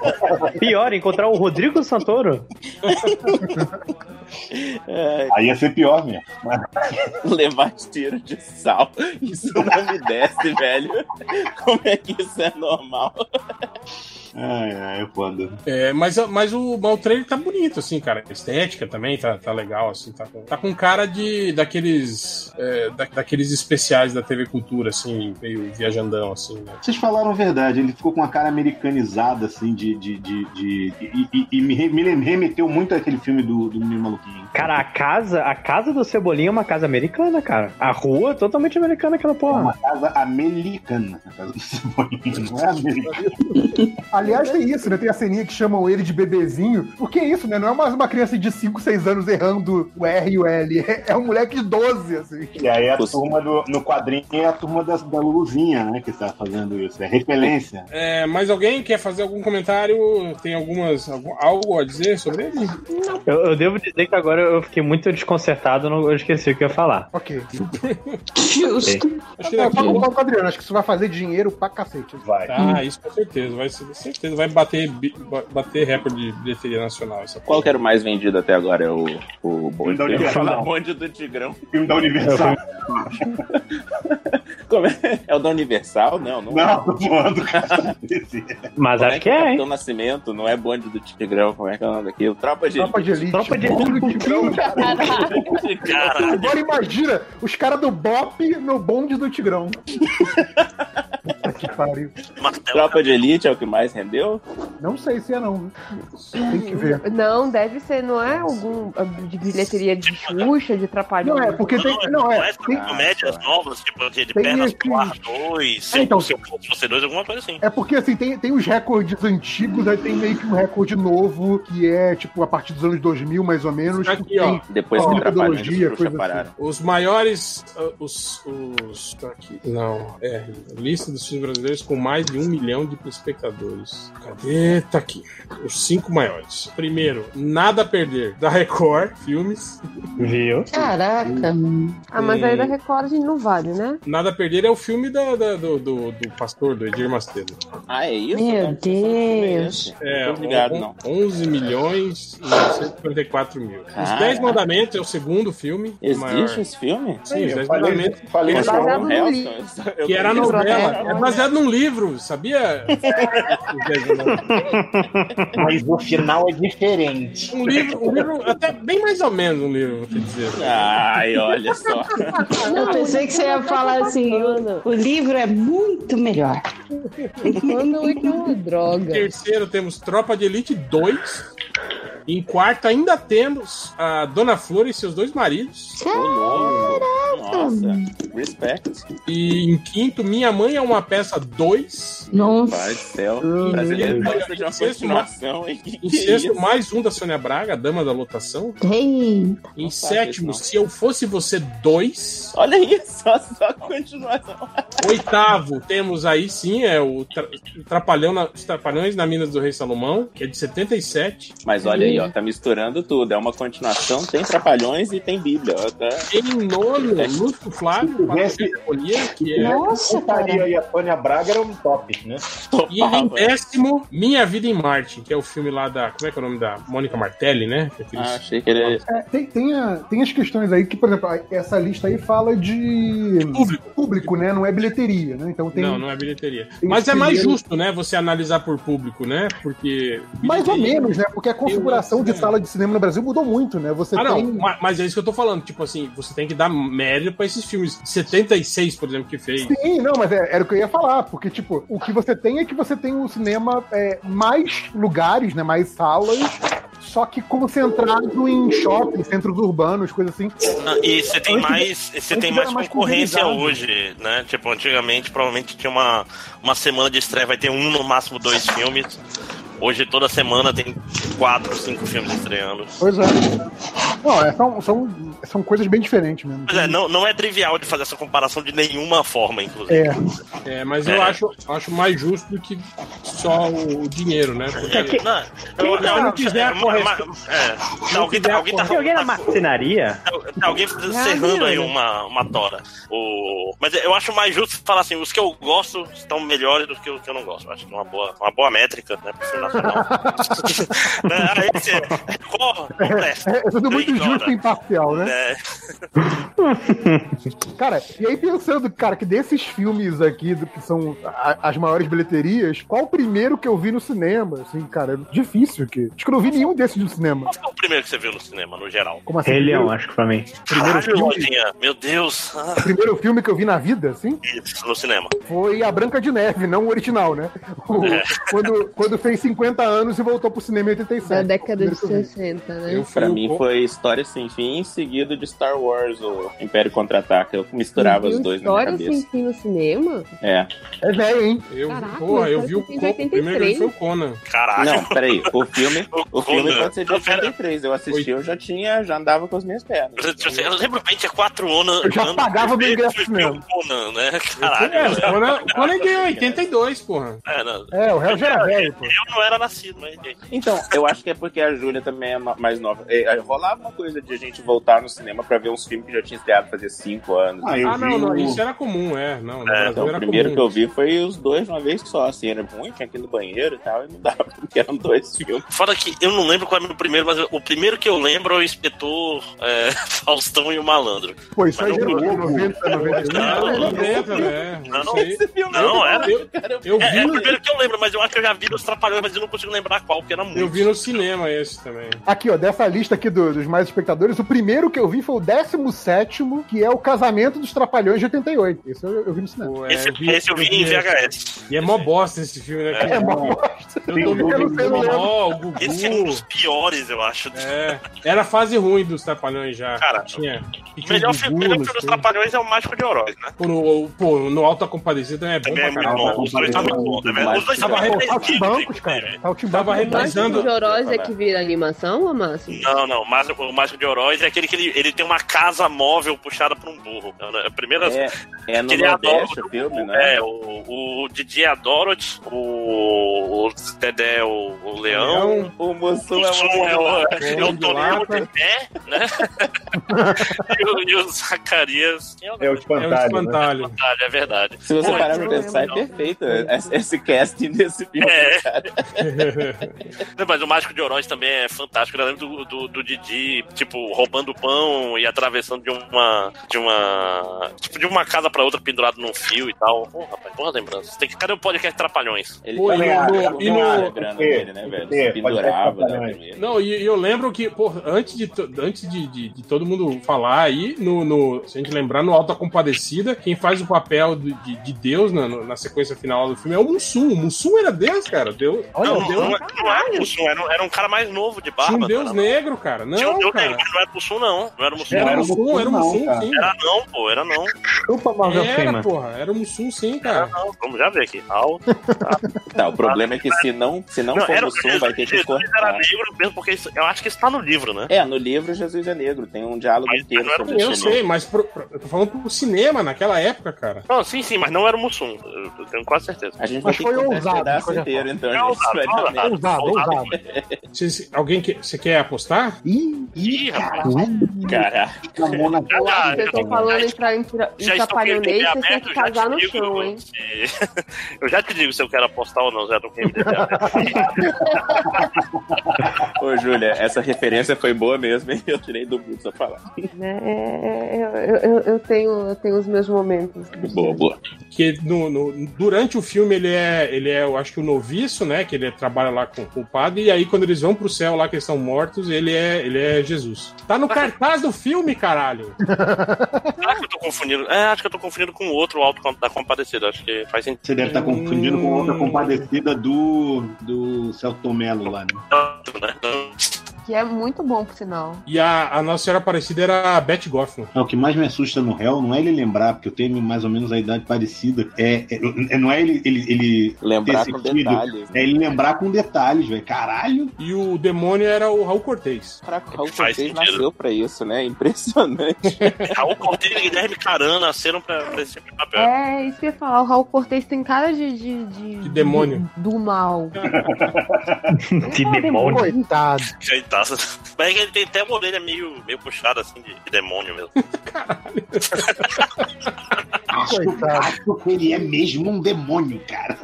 S3: Pior, encontrar o Rodrigo Santoro.
S11: Aí ia ser pior mesmo.
S4: É. Levar tiro de sal. Isso não me desce, velho. Como é que isso é normal?
S11: Ai, ai, é foda.
S1: É, mas, mas o, mas o trailer tá bonito, assim, cara. A estética também tá, tá legal, assim. Tá, com- tá com cara de daqueles, é, da- daqueles especiais da TV Cultura, assim, meio viajandão, assim. Né?
S11: Vocês falaram a verdade, ele ficou com uma cara americanizada, assim, de. de, de, de- e e- e me, re- me lem- remeteu muito àquele filme do, do Menino Maluquinho.
S3: Cara, a casa, a casa do Cebolinha é uma casa americana, cara. A rua é totalmente americana, aquela porra.
S11: Uma casa americana. A casa do Cebolinha não é americana.
S9: Aliás, tem isso, né? Tem a ceninha que chamam ele de bebezinho. Porque é isso, né? Não é mais uma criança de 5, 6 anos errando o R e o L. É é um moleque de 12, assim.
S11: E aí a turma do, no quadrinho é a turma da, da Luluzinha, né? Que tá fazendo isso. É referência.
S1: É, mas alguém quer fazer algum comentário? Tem algumas algum- algo a dizer sobre ele?
S3: Eu, eu devo dizer que agora eu fiquei muito desconcertado, não- eu esqueci o que eu ia falar.
S9: Ok.
S3: Justo.
S1: Acho que daqui-
S9: Fala com o Adriano, acho que isso vai fazer dinheiro pra cacete.
S11: Vai.
S1: Ah, isso com certeza. Vai ser, certeza vai bater, bi- ba- bater recorde de bilheteria nacional. Essa
S4: Qual que era o mais vendido até agora? É o, o bonde.
S1: da
S4: Eu ia falar
S1: Universal.
S4: bonde do Tigrão.
S11: Filme da Universal.
S4: Como é? é o da Universal? Não, não.
S11: Não, tô zoando, cara.
S3: Mas
S4: acho que é, Capitão Nascimento, não é bonde do Tigrão, como é que é o nome daquilo? Tropa de
S9: Tropa de elite.
S3: Tropa de
S4: elite. Cara,
S9: Agora imagina os caras do Bop no bonde do Tigrão. Puta que pariu.
S4: Tropa de elite é o que mais rendeu?
S9: Não sei se é não. Tem que ver.
S12: Não, deve ser, não é algum ah, de bilheteria de Xuxa, de trapalhão.
S9: Não é, porque tem- não, é, tem-
S2: Comédias novas, tipo de
S9: Tem
S2: pernas
S9: esse-
S2: pro ar 2,
S9: É,
S2: se
S9: então,
S2: se eu fosse você dois, alguma coisa assim.
S9: É porque assim, tem, tem os recordes antigos, aí tem meio que um recorde novo, que é tipo a partir dos anos 2000, mais ou menos. que
S1: aqui, ó.
S9: tem
S1: Depois
S9: uma
S1: que atrapalham, os
S9: metodologia,
S1: bruxa
S9: coisa
S1: pararam.
S9: assim.
S1: Os maiores. ah, Os. os tá aqui. Não, é. Lista dos filmes brasileiros com mais de um milhão de espectadores. Cadê? Tá aqui. Os cinco maiores. Primeiro, Nada a Perder, da Record Filmes.
S3: Viu?
S5: Caraca, mano.
S12: Ah, mas
S10: Hum.
S12: aí da Record a gente não vale, né?
S1: Nada a Perder é o filme da, da- do, do, do pastor, do Edir Macedo.
S10: Ah, é isso?
S5: Meu Deus.
S1: É,
S10: Não tô ligado,
S1: on-
S10: não.
S1: 11 milhões e 954 mil. Os
S10: Caraca.
S1: 10 Mandamentos é o segundo filme.
S10: Existe
S1: maior.
S10: esse filme?
S1: Sim, os
S10: eu
S1: 10
S10: falei-
S1: Mandamentos.
S10: falei
S1: que
S10: isso,
S1: era-
S10: Baseado num
S1: é,
S10: livro. Eu
S1: Que era
S10: tenho isso.
S1: novela. É baseado num livro, sabia? Os 10 Mandamentos.
S7: Mas o final é diferente.
S1: Um livro, um livro, até bem mais ou menos um livro, vou te dizer.
S10: Ai, olha só.
S5: Eu pensei que você ia falar assim: o, o livro é muito melhor.
S1: Quando é uma droga. Em terceiro temos Tropa de Elite 2. Em quarto ainda temos a Dona Flor e seus dois maridos.
S10: Nossa, respect.
S1: E em quinto, Minha Mãe é uma Peça 2.
S10: Pai do céu.
S1: Hum.
S10: Brasileiro
S1: Olha,
S10: precisa de uma
S1: em sexto,
S10: continuação, hein? Que
S1: Em
S10: que é
S1: sexto,
S10: isso?
S1: mais um da Sônia Braga, Dama da Lotação. Em sétimo, Se Eu Fosse Você 2.
S10: Olha isso, só, só continuação.
S1: Oitavo, temos aí sim, é o tra Trapalhão na- Os Trapalhões na Minas do Rei Salomão, que é de 77.
S10: Mas olha aí, ó, tá misturando tudo. É uma continuação, tem trapalhões e tem Bíblia. Ó, tá...
S1: Em nono, É Lúcio Flávio, Patrícia Folia, que é.
S7: Nossa, cara. E a Sônia Braga era um top, né?
S1: E em
S4: é.
S1: décimo, Minha Vida em Marte, que é o filme lá da. Como é que é o nome da? Mônica Martelli, né? Que é aquele-
S10: Ah, achei que ele
S9: É, tem, tem, a- tem as questões aí que, por exemplo, essa lista aí fala de
S1: público,
S9: né? Não é bilheteria, né? Então tem
S1: Não, não é bilheteria.
S9: Tem
S1: Mas é
S9: primeiro-
S1: mais justo, né? Você analisar por público, né? Porque.
S9: mais ou menos, né? Porque a configuração de sala de cinema no Brasil mudou muito, né? Você
S1: ah, não,
S9: tem
S1: ma- mas é isso que eu tô falando. Tipo assim, você tem que dar mérito pra esses filmes. 76, por exemplo, que fez.
S9: Sim, não, mas é- era o que eu ia falar, porque, tipo, o que você tem é que você tem um cinema é, mais lugares, né, mais salas, só que concentrado em shoppings, centros urbanos, coisas assim.
S2: Ah, E você tem mais, você tem mais
S9: era mais
S2: concorrência
S9: convidado.
S2: hoje, né? Tipo, antigamente provavelmente tinha uma, uma semana de estreia, vai ter um no máximo dois filmes. Hoje toda semana tem quatro, cinco filmes estreando.
S9: Pois é. Não, é, são, são, são coisas bem diferentes mesmo.
S2: Pois é, não, não é trivial de fazer essa comparação de nenhuma forma, inclusive.
S9: É.
S1: É, mas eu
S2: É.
S1: acho, acho mais justo do que só o dinheiro, né? Porque
S2: É, que- não, eu-
S1: se não quiser a
S2: é,
S1: correção-
S2: mas- é, tá, alguém, tá, alguém tá,
S3: Tem alguém na marcenaria?
S2: Tá- tá alguém encerrando aí uma, uma tora. O... Mas eu acho mais justo falar assim, os que eu gosto estão melhores do que os que eu não gosto. Eu Acho que é uma boa, uma boa métrica, né? Pro filme nacional. Né, aí você corre, não presta.
S9: É, é tudo muito
S2: Ignora.
S9: justo e imparcial, né?
S2: É.
S9: Cara, e aí pensando, cara, que desses filmes aqui, do, que são a- as maiores bilheterias, qual o primeiro que eu vi no cinema? Assim, cara, difícil aqui. Acho que eu não vi nenhum desses no cinema.
S2: Qual foi o primeiro que você viu no cinema, no geral?
S9: Como assim?
S3: Rei Leão, acho que pra mim.
S2: Primeiro
S9: filme?
S2: Meu Deus. Ah,
S9: O primeiro filme que eu vi na vida, assim,
S2: isso, no cinema.
S9: foi A Branca de Neve, não o original, né? O-
S2: É.
S9: quando, quando fez 50 anos e voltou pro cinema em 87.
S12: Da década de
S9: Primeiro que eu vi.
S12: 60, né?
S10: Pra mim foi História Sem Fim, seguido de Star Wars, o Império Contra-Ataca. Eu misturava os
S12: Viu
S10: dois na minha
S12: História sem
S10: cabeça.
S12: fim no cinema?
S10: É.
S9: É velho, hein?
S1: Eu,
S12: Caraca,
S1: porra, eu
S12: mas
S1: vi o,
S12: tem
S1: Co- o primeiro que eu vi foi o
S12: 83.
S1: Conan.
S2: Caraca.
S10: Não, peraí. O filme, o filme
S2: Conan.
S10: pode ser de 83. Eu assisti, eu já tinha, já andava com as minhas pernas.
S2: Eu, eu, eu lembro bem, tinha quatro anos.
S10: Então, Eu já pagava meu ingresso
S2: mesmo. Conan, né?
S1: É, o
S2: Caralho.
S1: Conan, o Conan ganhou 82, porra.
S2: É, não.
S9: É, o réu já era velho, pô.
S2: Eu não era nascido, mas.
S10: Então, eu acho que é porque a Júlia também é no- mais nova. É, é, rolava uma coisa de a gente voltar no cinema pra ver uns filmes que já tinha estreado fazia 5 anos.
S1: Ah, não, não, isso era comum, é. Não, no
S10: É,
S1: Brasil
S10: então, o
S1: era
S10: primeiro
S1: comum.
S10: que eu vi foi os dois de uma vez só, assim, era ruim, tinha aqui no banheiro e tal, e não dava, porque eram dois filmes.
S2: Fora que eu não lembro qual é o meu primeiro, mas eu- o primeiro que eu lembro é o inspetor é, Faustão e o Malandro.
S9: Pô, isso aí é
S2: Mas não-
S9: gerou 90, 91.
S2: Não, não,
S1: Lembra, né?
S2: não, não,
S1: Esse
S10: filme
S2: não,
S1: eu-
S2: era.
S1: eu- eu
S2: é, é
S1: vi-
S2: o primeiro que eu lembro, mas eu acho que eu já vi nos Trapalhões, mas eu não consigo lembrar qual, porque era muito.
S1: Eu vi no cinema esse também.
S9: Aqui, ó, dessa lista aqui do- dos mais espectadores, o primeiro que eu vi foi o 17º, que é o Casamento dos Trapalhões de 88. Isso eu, eu vi no cinema.
S2: Esse, esse eu vi em VHS.
S1: E é mó bosta esse filme, né? cara?
S9: É mó bosta.
S1: Eu tô
S9: Eu não sei, eu não lembro.
S1: Ó, o Gugu.
S2: Esse é um dos piores, eu acho.
S1: É, era a fase ruim dos Trapalhões já.
S2: Cara,
S1: tinha. e
S2: O
S1: tinha
S2: melhor
S1: os
S2: filme, o
S1: Gugulas,
S2: melhor filme dos
S1: tinha-
S2: Trapalhões é o Mágico de Oroz, né?
S1: Pô, no, pô, no Alta Compadecida é bom
S2: Também é
S1: pra
S2: muito
S1: caralho.
S2: bom. Os dois estavam bons, é verdade. Os dois
S1: Tava
S2: estavam
S1: arrependido.
S2: arrependidos.
S9: Bancos, cara. Tá o
S1: Tava
S12: Mas
S1: retrasando.
S12: o Jorós é que vira animação, ô Márcio?
S2: Não, não, mas o o Mágico de Oroz é aquele que ele, ele tem uma casa móvel puxada por um burro. É a primeira.
S4: É, é no Nordeste o filme, né?
S2: É, o, o Didi é a Dorothy, o, o Dedé é o, o Leão.
S4: O Moção
S2: é o é o, é
S10: um
S2: o Toninho Dedé, né? e, o, e o Zacarias. quem
S7: É o espantalho.
S11: né?
S7: É,
S1: espantalho.
S2: É, verdade, é verdade.
S4: Se você
S2: Pô,
S4: parar
S2: esse
S4: pra
S2: filme
S4: pensar, é
S2: não.
S4: perfeito esse- esse casting desse filme,
S2: É.
S4: cara.
S2: Não, Mas o Mágico de Oroz também é fantástico. Eu lembro do, do, do Didi, tipo, roubando pão e atravessando de uma. de uma. Tipo, de uma casa pra outra pendurado num fio e tal. Pô, rapaz, boa lembrança. Tem que, cadê o podcast Trapalhões?
S4: Ele
S1: Pô,
S4: tá
S1: e
S4: ligado,
S1: no-
S4: tá
S1: e no-
S4: ligado a
S9: É,
S4: grana dele, né, velho? Se pendurava, né, primeiro.
S1: Não, e e eu lembro que, pô, antes, de, to- antes de, de- de todo mundo falar aí, no, no- se a gente lembrar, no Alta Compadecida, quem faz o papel de, de- de Deus na, na sequência final do filme é o Mussum. O Mussum era Deus, cara. Deus,
S2: não,
S1: não,
S2: não,
S1: Deus,
S2: não, é- não era Mussum, era, um- era um cara mais novo de barba.
S1: tinha um
S2: não
S1: Deus
S2: era,
S1: negro, cara.
S2: Tinha um
S1: Não,
S2: Deus
S1: cara.
S2: negro, mas não era Mussum, não. Não era Mussum,
S1: Era
S2: não.
S1: Mussum, era Mussum, sim.
S2: Era não, pô, era não.
S3: Desculpa, Morgan
S1: Era,
S3: Freeman.
S1: porra. Era o Mussum, sim,
S2: Era
S1: cara.
S2: Ah, não. Vamos já ver aqui. Al,
S4: Tá, o problema é que se não, se não,
S2: Não,
S4: for
S2: era-
S4: no sul, vai ter que
S2: Jesus era
S4: cortar.
S2: negro mesmo, porque isso- eu acho que isso tá no livro, né?
S4: É, no livro Jesus é negro, tem um diálogo
S2: Mas
S4: inteiro
S2: não era
S4: sobre
S1: Eu
S4: isso.
S1: sei, mas pro- pro- eu tô falando pro cinema naquela época, cara.
S2: Não, sim, sim, mas não era o Mussum. Eu eu tenho quase certeza.
S4: A gente vai
S9: Mas
S4: ter que
S9: foi
S4: cortar esse
S9: ousado,
S4: pedaço
S9: de qualquer
S4: inteiro, então.
S2: É
S4: gente,
S2: ousado,
S4: vai dar
S2: ousado.
S4: merda.
S9: Ousado, ousado.
S1: Se- se- alguém que, você quer apostar?
S9: Ih,
S2: Ih, rapaz.
S4: Caraca.
S9: chamou na
S12: Eu acho que vocês
S2: Já-
S12: estão falando em, tra... em, tra... em
S2: Já estão com o
S12: trapalhonês,
S2: IMDb
S12: vocês têm
S2: aberto,
S12: que
S2: eu já
S12: casar no
S2: te
S12: chão, hein?
S2: digo
S9: é
S2: se- Eu já te digo se eu quero apostar ou não, já tô com o IMDb aberto.
S4: Ô, Júlia, essa referência foi boa mesmo, hein? Eu tirei do mundo só falar.
S12: Né? É, é, eu, eu, eu, tenho, eu tenho os meus momentos.
S4: Boa, boa.
S1: que no, no- durante o filme ele é, ele é, eu acho que o noviço, né? Que ele trabalha lá com, com o padre, e aí quando eles vão pro céu lá que eles estão mortos, ele é, ele é Jesus. Tá no cartaz do filme, caralho!
S2: Será que eu tô confundindo? É, acho que eu tô confundindo com o outro alto da Compadecida. Acho que faz sentido.
S11: Você deve estar confundindo com
S1: Hum.
S11: outra compadecida do, do Celton Mello lá, né?
S2: né?
S12: Que é muito bom, por sinal.
S1: E a, a Nossa Senhora Aparecida era a Beth Goffman.
S11: Não, É, o que mais me assusta no réu não é ele lembrar, porque eu tenho mais ou menos a idade parecida. É, é- não é ele, ele, ele
S4: Lembrar
S11: ter
S4: com
S11: sentido,
S4: detalhes. né?
S11: É ele lembrar com detalhes, velho. Caralho!
S1: E o demônio era o Raul Cortez.
S4: Caraca, o Raul
S2: Faz
S4: Cortez
S2: sentido.
S4: nasceu pra isso, né? Impressionante.
S2: Raul Cortez e Guilherme Carana nasceram pra, pra esse tipo de papel.
S12: É, isso que eu ia falar. O Raul Cortez tem cara de. De,
S1: De demônio.
S12: de- do mal.
S3: Que demônio.
S9: Coitado.
S2: Coitado. Mas é que ele tem até uma orelha meio, meio puxada, assim, de, de demônio mesmo.
S11: Acho,
S9: Coitado.
S11: acho que ele é mesmo um demônio, cara.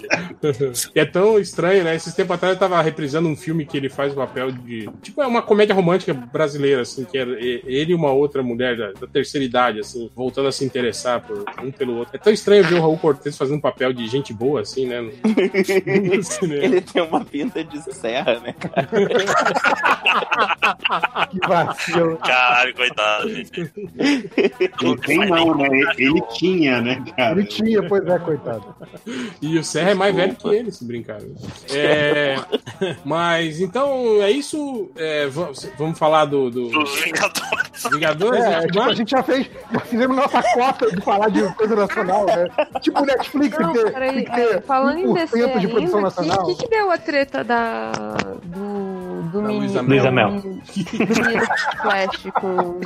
S1: e é tão estranho, né? Esses tempos atrás eu tava reprisando um filme que ele faz o papel de. Tipo, é uma comédia romântica brasileira, assim, que era e- ele e uma outra mulher da, da terceira idade, assim, voltando a se interessar por um pelo outro. É tão estranho ver o Raul Cortez fazendo um papel de gente boa, assim, né? no- no cinema.
S4: Ele tem uma pinta de serra, né?
S9: Que vacilo.
S2: Caralho, coitado, gente.
S11: Ele tem
S1: um,
S11: não, né? Ele tinha, né, cara?
S9: Ele tinha, pois é, coitado.
S1: E o Serra é mais velho que ele, se brincar. né? É, mas então é isso. É, va- vamos falar do, do
S2: Dos Vingadores.
S1: Vingadores?
S9: É,
S1: né?
S9: tipo, a gente já fez, já fizemos nossa cota de falar de coisa nacional, né? Tipo o Netflix
S12: Não,
S9: tem, que ter-
S12: peraí.
S9: tem que ter
S12: é, falando em
S9: 1%
S12: DC
S9: de produção
S12: ainda, o
S9: nacional.
S12: que, que deu a treta da. Do. Do
S1: Da
S12: menino.
S1: Luísa
S3: Luísa Mel.
S12: do menino Flash com.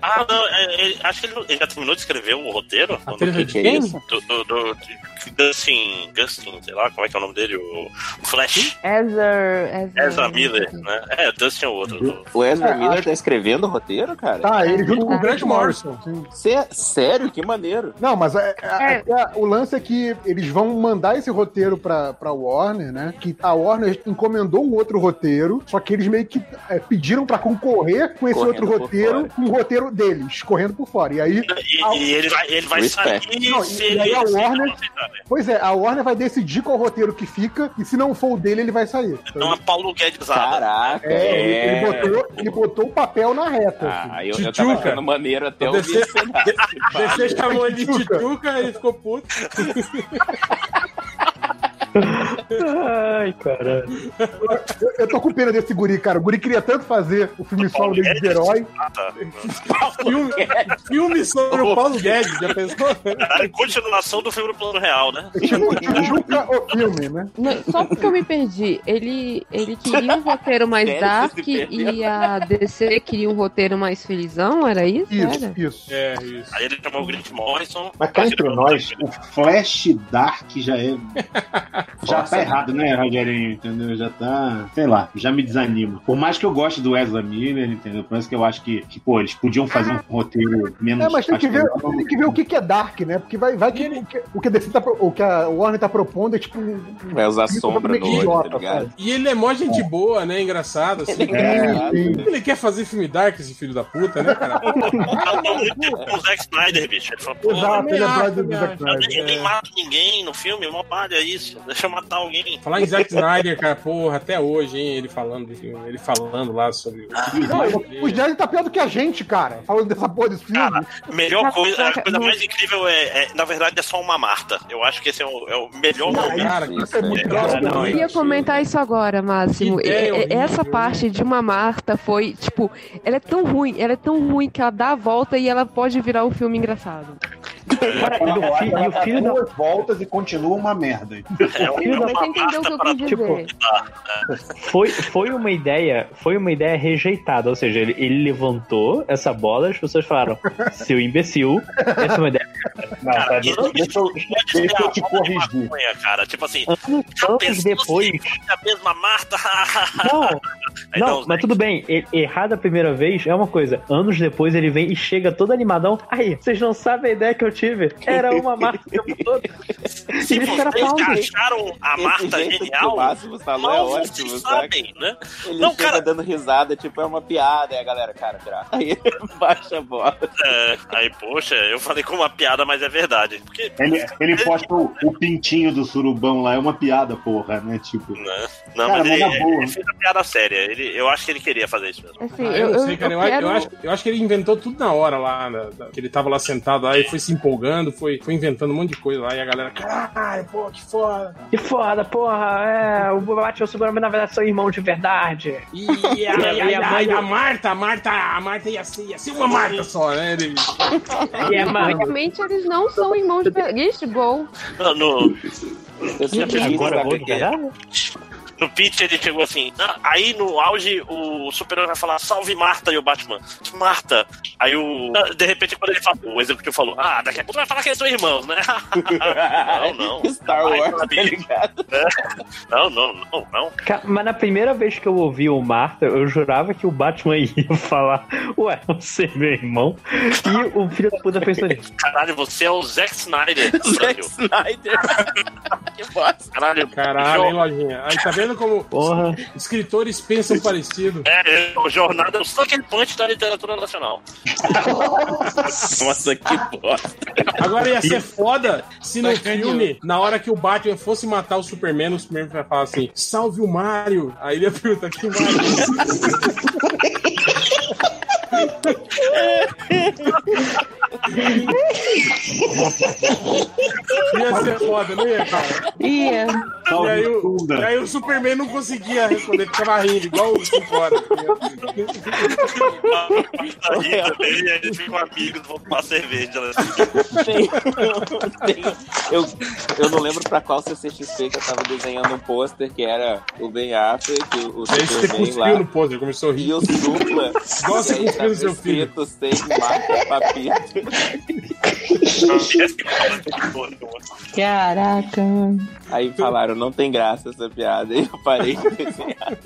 S2: Ah, não, é, ele- acho que ele, não- ele já terminou de escrever o roteiro.
S1: A
S2: Ou não?
S1: treta
S4: que
S1: de
S4: que é
S1: quem?
S4: isso?
S2: do, do, do de- Gustin, Gustin, sei lá como é que é o nome dele, o o Flash,
S12: Ezra. Ezra,
S2: Ezra Miller, né? É, Dustin é o outro. do-
S4: O Ezra
S9: É,
S4: Miller tá escrevendo o roteiro, cara?
S9: Tá, ele junto com o
S12: Tá.
S9: Grant Morrison.
S11: é
S4: Cê- sério? Que maneiro.
S9: Não, mas é- é-
S12: É.
S9: é- o lance é que eles vão mandar esse roteiro pra, pra Warner, né? Que a Warner encomendou um outro roteiro, só que eles meio que é, pediram pra concorrer com esse
S4: Correndo
S9: outro
S4: por
S9: roteiro,
S4: fora.
S9: com o roteiro deles, correndo por fora. E aí,
S2: E, e ele vai, ele vai
S4: Respect.
S2: sair
S9: Não,
S2: se
S9: e- e
S2: ele.
S9: aí a
S2: se
S9: Warner-
S2: não
S10: tá,
S2: aceitar, né?
S9: pois é, a Warner vai decidir qual roteiro que fica, e se não for o dele, ele vai sair.
S2: Não é Paulo Guedes
S4: Caraca.
S9: É, ele- Ele, botou, ele botou o papel na reta. assim.
S4: Ah, eu, eu tava
S1: Tchutchuca.
S4: achando maneiro até
S9: Então
S1: Eu
S4: ouvir
S1: descer-
S4: esse pedaço.
S1: Você chamou ele de
S9: Tchutchuca.
S1: tituca e ficou puto.
S3: Ai, caralho.
S9: Eu, eu tô com pena desse guri, cara. O guri queria tanto fazer o é assim. filme solo dele de herói.
S2: Ah, tá.
S1: filme, filme sobre o Paulo Guedes, já pensou?
S2: Caralho, continuação do filme do plano real, né?
S9: Juca o filme, né?
S12: Não, só porque eu me perdi. Ele, ele queria um roteiro mais
S2: Sério,
S12: dark
S2: você se perdeu?
S12: e a DC queria um roteiro mais felizão, era isso? era?
S9: isso.
S1: É, isso.
S2: Aí ele chamou o Grant Morrison.
S11: Mas cá entre nós, o Flash Dark já é. já tá errado, né, Rogerinho? Entendeu? Já tá. Sei lá, já me desanima. Por mais que eu goste do Ezra Miller, entendeu? Por isso que eu acho que, que pô, eles podiam fazer um roteiro menos.
S9: É, mas tem que, ver,
S11: pastelão.
S9: tem que ver o que que é Dark, né? Porque vai, vai que, o que o que a DC tá, pro- o que a Warner tá propondo é tipo. um-
S10: Vai usar
S1: é
S9: um-
S10: sombra no olho,
S9: idiota,
S10: tá ligado?
S1: E ele é mó gente boa, né? Engraçado, assim.
S9: Ele é engraçado, né?
S1: Ele quer fazer filme dark, esse filho da puta, né, cara?
S2: Tá muito tempo com o Zack Snyder, bicho. Ele falou, pô,
S9: Exato,
S1: também
S9: ele é
S1: acho,
S9: brother do
S1: também
S9: Zack
S1: acho.
S2: eu
S9: Snyder. é.
S2: nem, eu nem mato ninguém no filme, mó palha isso. Deixa eu matar alguém.
S1: Falar em Zack Snyder, cara, porra, até hoje, hein? Ele falando, do filme, ele falando lá sobre.
S12: Ah,
S9: Não, o Snyder tá pior do que a gente, cara. Falando dessa porra desse filme.
S2: Melhor
S12: Mas,
S2: coisa, a
S12: cara,
S2: coisa
S12: não-
S2: mais incrível é, é, na verdade, é só uma Marta. Eu acho que esse é o, é o melhor momento.
S1: Cara, que
S9: isso é muito
S1: troço
S3: não,
S1: ruim.
S12: Eu
S2: tipo
S12: ia comentar isso agora, Máximo.
S1: Que ideia
S12: E- e-
S1: horrível,
S12: essa
S1: né?
S12: parte de uma Marta foi, tipo, ela é tão ruim, ela é tão ruim que ela dá a volta e ela pode virar um filme engraçado.
S3: Cara, e o fi- e o
S11: Ela
S3: filho
S11: dá
S3: da
S11: tá duas voltas e continua uma merda.
S2: É o
S3: filho da
S12: Mas você entendeu o que eu quis dizer.
S3: Foi, foi uma ideia, foi uma ideia rejeitada, ou seja, ele, ele levantou essa bola, as pessoas falaram, seu imbecil, essa é uma ideia.
S11: Não, tá, deixa,
S2: isso-
S11: deixa eu,
S2: Pode
S11: deixa
S2: ser
S11: eu
S2: a
S11: te
S2: roda de
S11: corrigir.
S2: maconha, cara. Tipo assim,
S3: Anos,
S2: já
S3: anos
S2: pensou
S3: depois.
S2: se fosse a mesma Marta?
S3: Não,
S2: Aí dá
S3: não,
S2: uns
S3: mas tudo bem, e- errado a primeira vez é uma coisa. Anos depois ele vem e chega todo animadão. Aí, vocês não sabem a ideia que eu tive.
S9: Tipo,
S3: Era uma marca o tempo todo.
S2: Se
S3: Isso era
S2: vocês
S3: pauta.
S2: que acharam a Marta
S10: Esse jeito que
S2: genial,
S10: o Máximo falou é
S2: mal
S10: ótimo,
S2: vocês
S10: saca?
S2: sabem, né?
S10: Ele
S2: Não,
S10: chega
S2: cara-
S10: dando risada, tipo, é uma piada, aí a galera, cara, graça. Aí ele baixa a bola.
S2: É, aí, poxa, eu falei com uma piada, mas é verdade. Porque,
S11: Ele, ele posta o, o pintinho do surubão lá, é uma piada, porra, né? Tipo.
S2: né? Não,
S11: Cara,
S2: mas é ele,
S11: mas na boa. né?
S2: ele fez a piada séria. Ele, eu acho que ele queria fazer isso mesmo.
S12: Assim,
S1: Ah,
S12: eu,
S1: eu não sei,
S12: eu-
S1: cara. Eu,
S12: eu
S1: acho-
S12: quero-
S1: eu acho, eu acho que ele inventou tudo na hora lá, na- da- que ele tava lá sentado lá e foi se empolgando, foi, foi inventando um monte de coisa lá e a galera, caralho, pô, que foda.
S3: Que foda, porra. É, o Batman e o Superman, na verdade, são irmãos de verdade.
S1: E, e
S2: é
S1: a, e a- e a- e a Marta, a Marta, a Marta ia ser, ia ser uma Marta só, né? Ele,
S3: E é mais.
S12: Realmente eles não são irmãos de Ixi, gol.
S2: No, no,
S10: Eu sempre quis
S3: Agora vou
S10: saber
S3: de
S10: quem é.
S3: verdade?
S2: no pitch ele chegou assim. "Ah", Aí no auge o super-herói vai falar: Salve Marta! E o Batman, Marta! Aí o. ah, De repente, quando ele falou, o executivo falou: Ah, daqui a pouco vai falar que eles são irmãos, né? não, não.
S10: Star
S2: Vai,
S10: Wars,
S2: sabe? É.
S10: tá ligado?
S2: Não, não, não, não.
S3: Ca- Mas na primeira vez que eu ouvi o Marta, eu jurava que o Batman ia falar, ué, você é meu irmão? E o filho da puta pensou assim, nisso.
S2: Caralho, você é o Zack Snyder do
S10: Zack
S2: Brasil.
S10: Snyder. que bosta.
S2: Caralho,
S1: caralho,
S2: jo-
S1: hein, lojinha. Aí tá vendo como
S3: Porra.
S1: escritores pensam parecido.
S2: É, é, o jornada é o Sucker Punch da literatura nacional.
S10: Nossa, que bosta.
S1: Agora ia ser foda se no filme, na hora que o Batman fosse matar o Superman, o Superman vai falar assim: salve o Mario. Aí ele ia perguntar: que Mario? ia ser foda, não ia, cara? E
S5: Ia.
S1: aí, o,
S11: Tunda.
S1: e aí o Superman não conseguia responder, ficava rindo, igual o Cicora.
S2: Tá rindo dele, aí eles ficam amigos, vão tomar cerveja. né?
S10: Tem- tem- eu, eu não lembro pra qual CCXP que eu tava desenhando um pôster que era o Ben Affleck, o, o
S1: E aí você
S10: Superman
S1: cuspiu
S10: lá.
S1: no pôster, começou a
S10: E
S1: rir.
S10: o Supla.
S1: Nossa,
S10: e aí
S1: cuspiu
S10: tava
S1: no seu filho.
S10: escrito sem marca papito.
S5: Caraca, mano.
S10: Aí falaram, não tem graça essa piada. E eu parei de desenhar.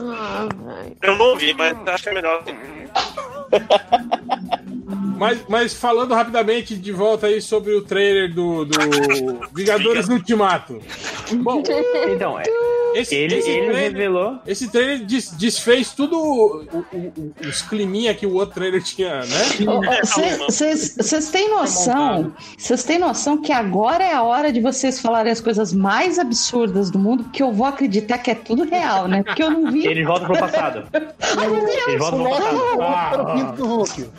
S12: Ah, vai.
S2: Eu não ouvi, mas acho que é melhor.
S1: Mas, mas falando rapidamente de volta aí sobre o trailer do, do Vingadores Ultimato. Bom,
S3: Então, é,
S1: esse,
S3: ele,
S1: esse
S3: ele
S1: trailer,
S3: revelou.
S1: esse trailer des- desfez tudo o- o- o- os climinha que o outro trailer tinha, né?
S5: Vocês têm noção? Vocês têm noção que agora é a hora de vocês falarem as coisas mais absurdas do mundo, porque eu vou acreditar que é tudo real, né? Porque eu não vi.
S3: Eles voltam pro passado. Eles voltam pro
S1: Ah,
S9: Coloca
S3: passado.
S9: o outro pinto do Hulk.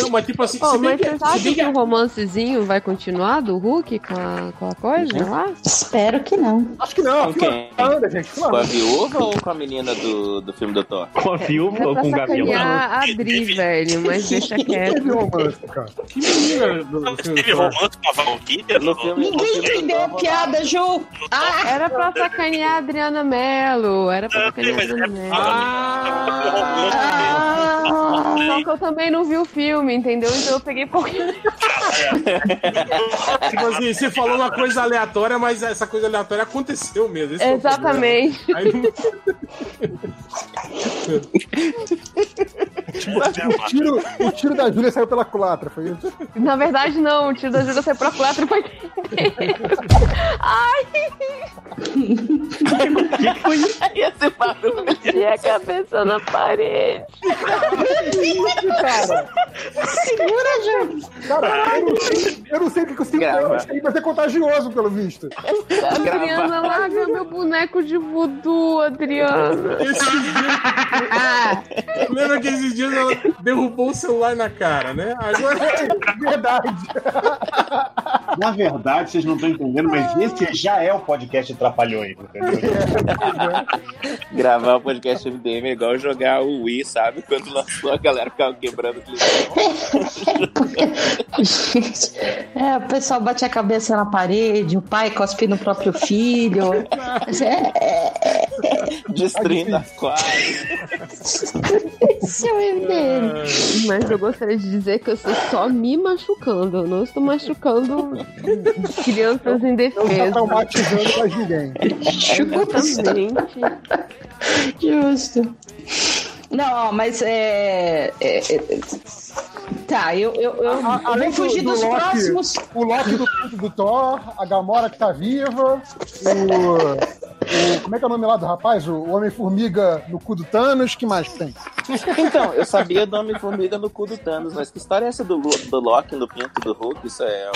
S1: Não, mas tipo assim,
S12: Pô,
S1: se bem
S12: mas
S1: que-
S12: você
S1: se bem
S12: sabe
S1: que
S12: que
S1: a-
S12: o romancezinho vai continuar do Hulk com a, com a coisa lá?
S5: Espero que não.
S9: Acho que não.
S4: Com quem?
S9: gente.
S4: Com a viúva ou com a menina do, do filme do Thor?
S3: Com a viúva
S12: É, Era pra sacanear abrir, velho, mas deixa quieto.
S1: Que menina do-
S2: Teve é romance com a Valkyria? No filme,
S12: Ninguém
S5: entendeu a piada, Ju! Ah!
S12: Era pra sacanear a Adriana Mello, era pra sacanear
S2: é
S12: a Adriana Mello. Ah, só que eu também não vi o filme, entendeu? Então eu peguei qualquer...
S1: Tipo assim, você falou uma coisa aleatória, mas essa coisa aleatória aconteceu mesmo. esse que é o
S12: Exatamente.
S1: problema. Aí não-
S9: Tipo, O tiro, o tiro da Júlia saiu pela culatra, foi isso?
S12: Na verdade, não, o tio da Júlia saiu pra quatro pra Ai! que
S8: foi
S12: isso? esse barulho? E a cabeça na parede.
S5: Segura, Júlia!
S9: Cara, eu não sei, eu não sei o que que eu sinto, eu acho que ele vai ser contagioso, pelo visto.
S12: Adriana larga meu boneco de voodoo, Adriana.
S1: Lembra que esses dias ela derrubou o celular na cara, né? Agora.
S9: Verdade.
S11: Na verdade, vocês não estão entendendo, mas esse já é o podcast Trapalhões, entendeu?
S4: Gravar o podcast MDM é igual jogar o Wii, sabe? Quando lançou a galera ficava quebrando tudo.
S5: É, o pessoal bate a cabeça na parede, o pai cospe no próprio filho. É,
S9: Tá
S4: Destruindo a quadra.
S12: Esse é o
S3: Ah.
S12: MDM. Mas eu gostaria de dizer que eu estou só me machucando. Eu não estou machucando crianças
S9: Não tá
S12: indefesas.
S9: traumatizando mais ninguém.
S12: Exatamente.
S5: Justo. Não, ó, mas é. é, é, tá, eu, eu, eu,
S9: A-
S5: eu vou fugir dos
S9: Loki,
S5: próximos.
S9: O Loki do culto do Thor, a Gamora que tá viva, o. o- como é que é o nome lá do rapaz? O Homem-Formiga no cu do Thanos, que mais tem?
S4: Então, eu sabia do Homem-Formiga no cu do Thanos, mas que história é essa do, Lu- do Loki no pinto do Hulk? Isso é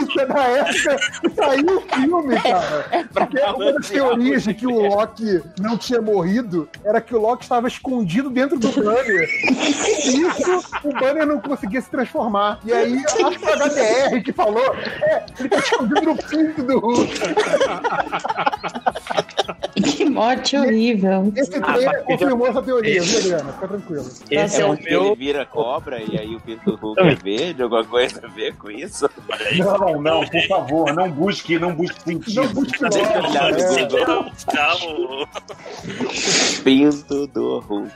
S9: Isso é da época que saiu o filme, cara. Porque uma das teorias de que o Loki não tinha morrido era que o Loki estava escondido dentro do banner. E isso, o banner não conseguia se transformar. E aí, acho que foi a HDR que falou: é, ele tá escondido no pinto do Hulk.
S5: Que morte horrível.
S9: Esse trailer confirmou essa teoria, viu, Adriana? Fica tranquilo.
S4: é onde ele vira cobra e aí o pinto do Hulk é verde, alguma coisa a ver com isso?
S11: Não, não, por favor, não busque, não busque sentido. Não busque
S4: Pinto do Hulk.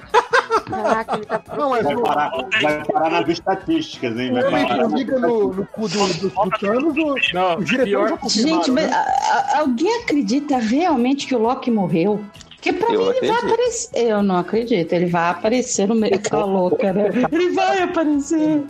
S9: Não, mas
S11: Vai
S9: o-
S11: parar, vai parar nas estatísticas, hein? Vai
S9: o
S11: parar.
S9: Homem-Formiga no, no cu do, do, do Thanos, o, o diretor já confirmaram,
S5: Gente, mas
S9: né?
S5: a- a- alguém acredita realmente que o Loki morreu? Porque pra
S9: Eu
S5: mim ele vai
S9: acredito.
S5: aparecer. Eu não acredito, ele vai aparecer no meio. Tá louca, né? Ele vai aparecer.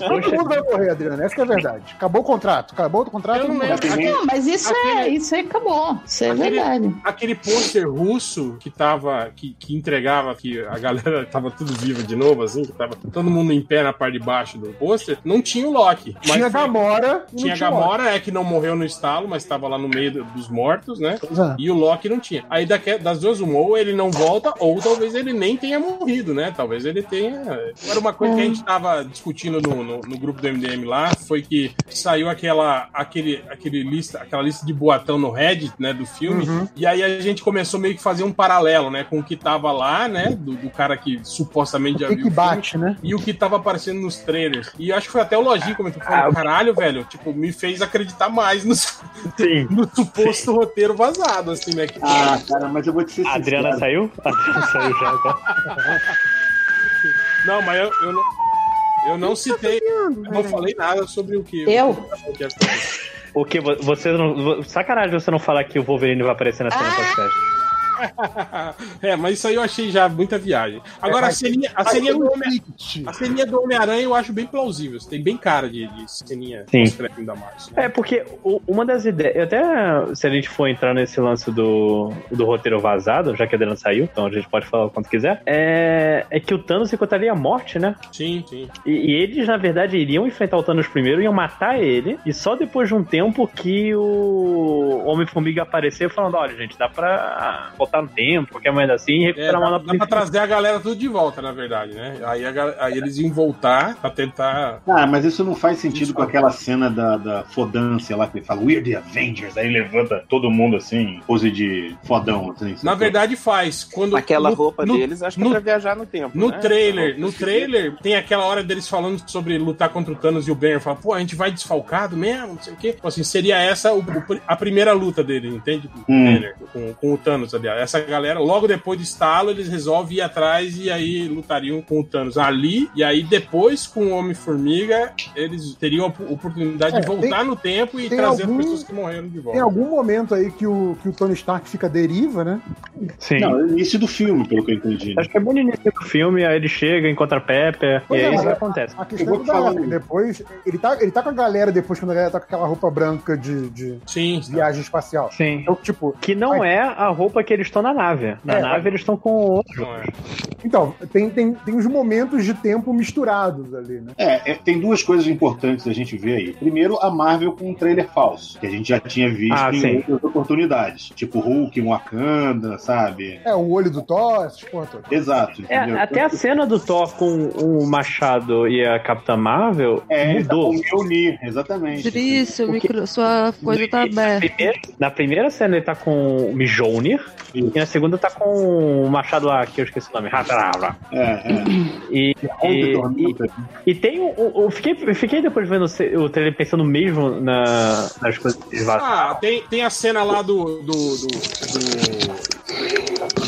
S9: Todo mundo vai morrer, Adriana. Essa que é a verdade. Acabou o contrato. Acabou o contrato. todo mundo vai morrer.
S5: Não, mas isso é. Isso aí acabou. Isso é
S1: Aquele-
S5: verdade.
S1: Aquele pôster russo que tava. Que, que entregava que a galera tava tudo viva de novo, assim, que tava todo mundo em pé na parte de baixo do pôster, não tinha o Loki. Mas
S9: Tinha Gamora. e não
S1: Tinha Gamora, é que não morreu no estalo, mas estava lá no meio do- dos mortos, né?
S9: é.
S1: E o Loki não tinha. Aí daque- das duas, uma, ou ele não volta, ou talvez ele nem tenha morrido, né? Talvez ele tenha. Era uma coisa que a gente tava discutindo no, no, no grupo do MDM lá, foi que saiu aquela, aquele, aquele lista, aquela lista de boatão no Reddit, né, do filme.
S9: Uhum.
S1: E aí a gente começou meio que fazer um paralelo, né? Com o que tava lá, né? Do, do cara que supostamente já
S9: Tem
S1: viu.
S9: que
S1: o filme
S9: bate, né?
S1: e o que tava aparecendo nos trailers. E acho que foi até o Lojinho que comentou,
S9: Ah,
S1: falando, caralho, velho, tipo, me fez acreditar mais no, no suposto roteiro vazado, assim, né? Que-
S11: Ah, cara, mas eu vou te ser
S1: A Adriana
S11: saiu? A Adriana saiu já, tá?
S1: Não, mas eu, eu não... Eu não citei, eu não falei nada sobre o que...
S5: Eu?
S3: O que? Você não. vo- Sacanagem você não falar que o Wolverine vai aparecer na cena do podcast.
S1: É, mas isso aí eu achei já muita viagem.
S3: É,
S1: Agora, a ceninha, a ceninha
S3: um
S1: do Homem- a ceninha do Homem-Aranha eu acho bem plausível. assim, Tem bem cara de, de ceninha
S3: Sim.
S1: pós-crédito da Marvel.
S3: É, porque o- uma das ideias. eu Até se a gente for entrar nesse lance do, do roteiro vazado, já que a Adriana saiu, então a gente pode falar o quanto quiser, é, é que o Thanos encontraria a morte, né?
S1: Sim, sim.
S3: E, e eles, na verdade, iriam enfrentar o Thanos primeiro, iam matar ele, e só depois de um tempo que o Homem-Formiga aparecer falando: olha, gente, dá pra. voltar no tempo, qualquer mais assim, e
S1: É,
S3: recuperar uma
S1: dá,
S3: nota
S1: dá pra trazer a galera tudo de volta, na verdade, né? Aí, a ga- aí eles iam voltar pra tentar.
S11: Ah, mas isso não faz sentido com aquela cena da, da fodância lá que ele fala We're the Avengers, aí levanta todo mundo assim, pose de fodão, assim.
S1: Na verdade, faz. Quando,
S11: Aquela roupa
S4: deles, acho que é pra viajar no tempo.
S1: No
S4: né?
S1: trailer,
S4: Essa
S1: no
S4: roupa
S1: trailer, tem aquela hora deles falando sobre lutar contra o Thanos e o Banner fala, pô, a gente vai desfalcado mesmo, não sei o quê. Tipo assim, seria essa o- o- a primeira luta dele, entende? Com o
S11: Hum.
S1: Banner, com, com o Thanos, aliás. Essa galera, logo depois do estalo, eles resolvem ir atrás e aí lutariam com o Thanos ali, e aí depois com o Homem-Formiga, eles teriam a op- oportunidade
S9: É,
S1: de voltar
S9: tem-
S1: no tempo e
S9: tem
S1: trazer
S9: algum-
S1: as pessoas que morreram de volta.
S9: Tem algum momento aí que o, que o Tony Stark fica à deriva, né?
S3: Sim.
S11: Não, é o início do filme, pelo que eu entendi. né?
S3: Acho que é bom no início do filme, aí ele chega, encontra a Pepper,
S9: Pois
S3: e
S9: é,
S3: aí isso
S9: mas
S3: acontece.
S9: A questão é da
S3: um.
S9: época, depois, ele tá, ele tá com a galera depois, quando a galera tá com aquela roupa branca de, de viagem espacial.
S3: Sim.
S9: Então, tipo...
S3: Que não é a roupa que eles estão na nave. Na
S9: É.
S3: nave eles estão com outro.
S9: Então, tem, tem, tem os momentos de tempo misturados ali, né?
S11: É, é, tem duas coisas importantes da gente ver aí. Primeiro, a Marvel com um trailer falso, que a gente já tinha visto
S3: Ah,
S11: em
S3: sim.
S11: outras oportunidades. Tipo Hulk, Wakanda, sabe?
S9: É, o olho do Thor, essas porra todas.
S11: Exato.
S3: É,
S11: entendeu?
S3: até a cena do Thor com o Machado e a Capitã Marvel
S11: É, ele tá
S3: mudou.
S11: com o Mjolnir, exatamente.
S12: Isso, micro, sua coisa tá aberta.
S3: Na primeira cena ele tá com o Mjolnir e na segunda tá com o Machado lá, que eu esqueci o nome. Ratarabra.
S11: É, é.
S3: E,
S11: Ontem,
S3: e,
S11: Tormenta.
S3: e tem o. o- Eu fiquei, eu fiquei depois vendo o ce- o trailer pensando mesmo na, nas coisas que eles vazam.
S1: Ah, tem, tem a cena lá do. do. do. do-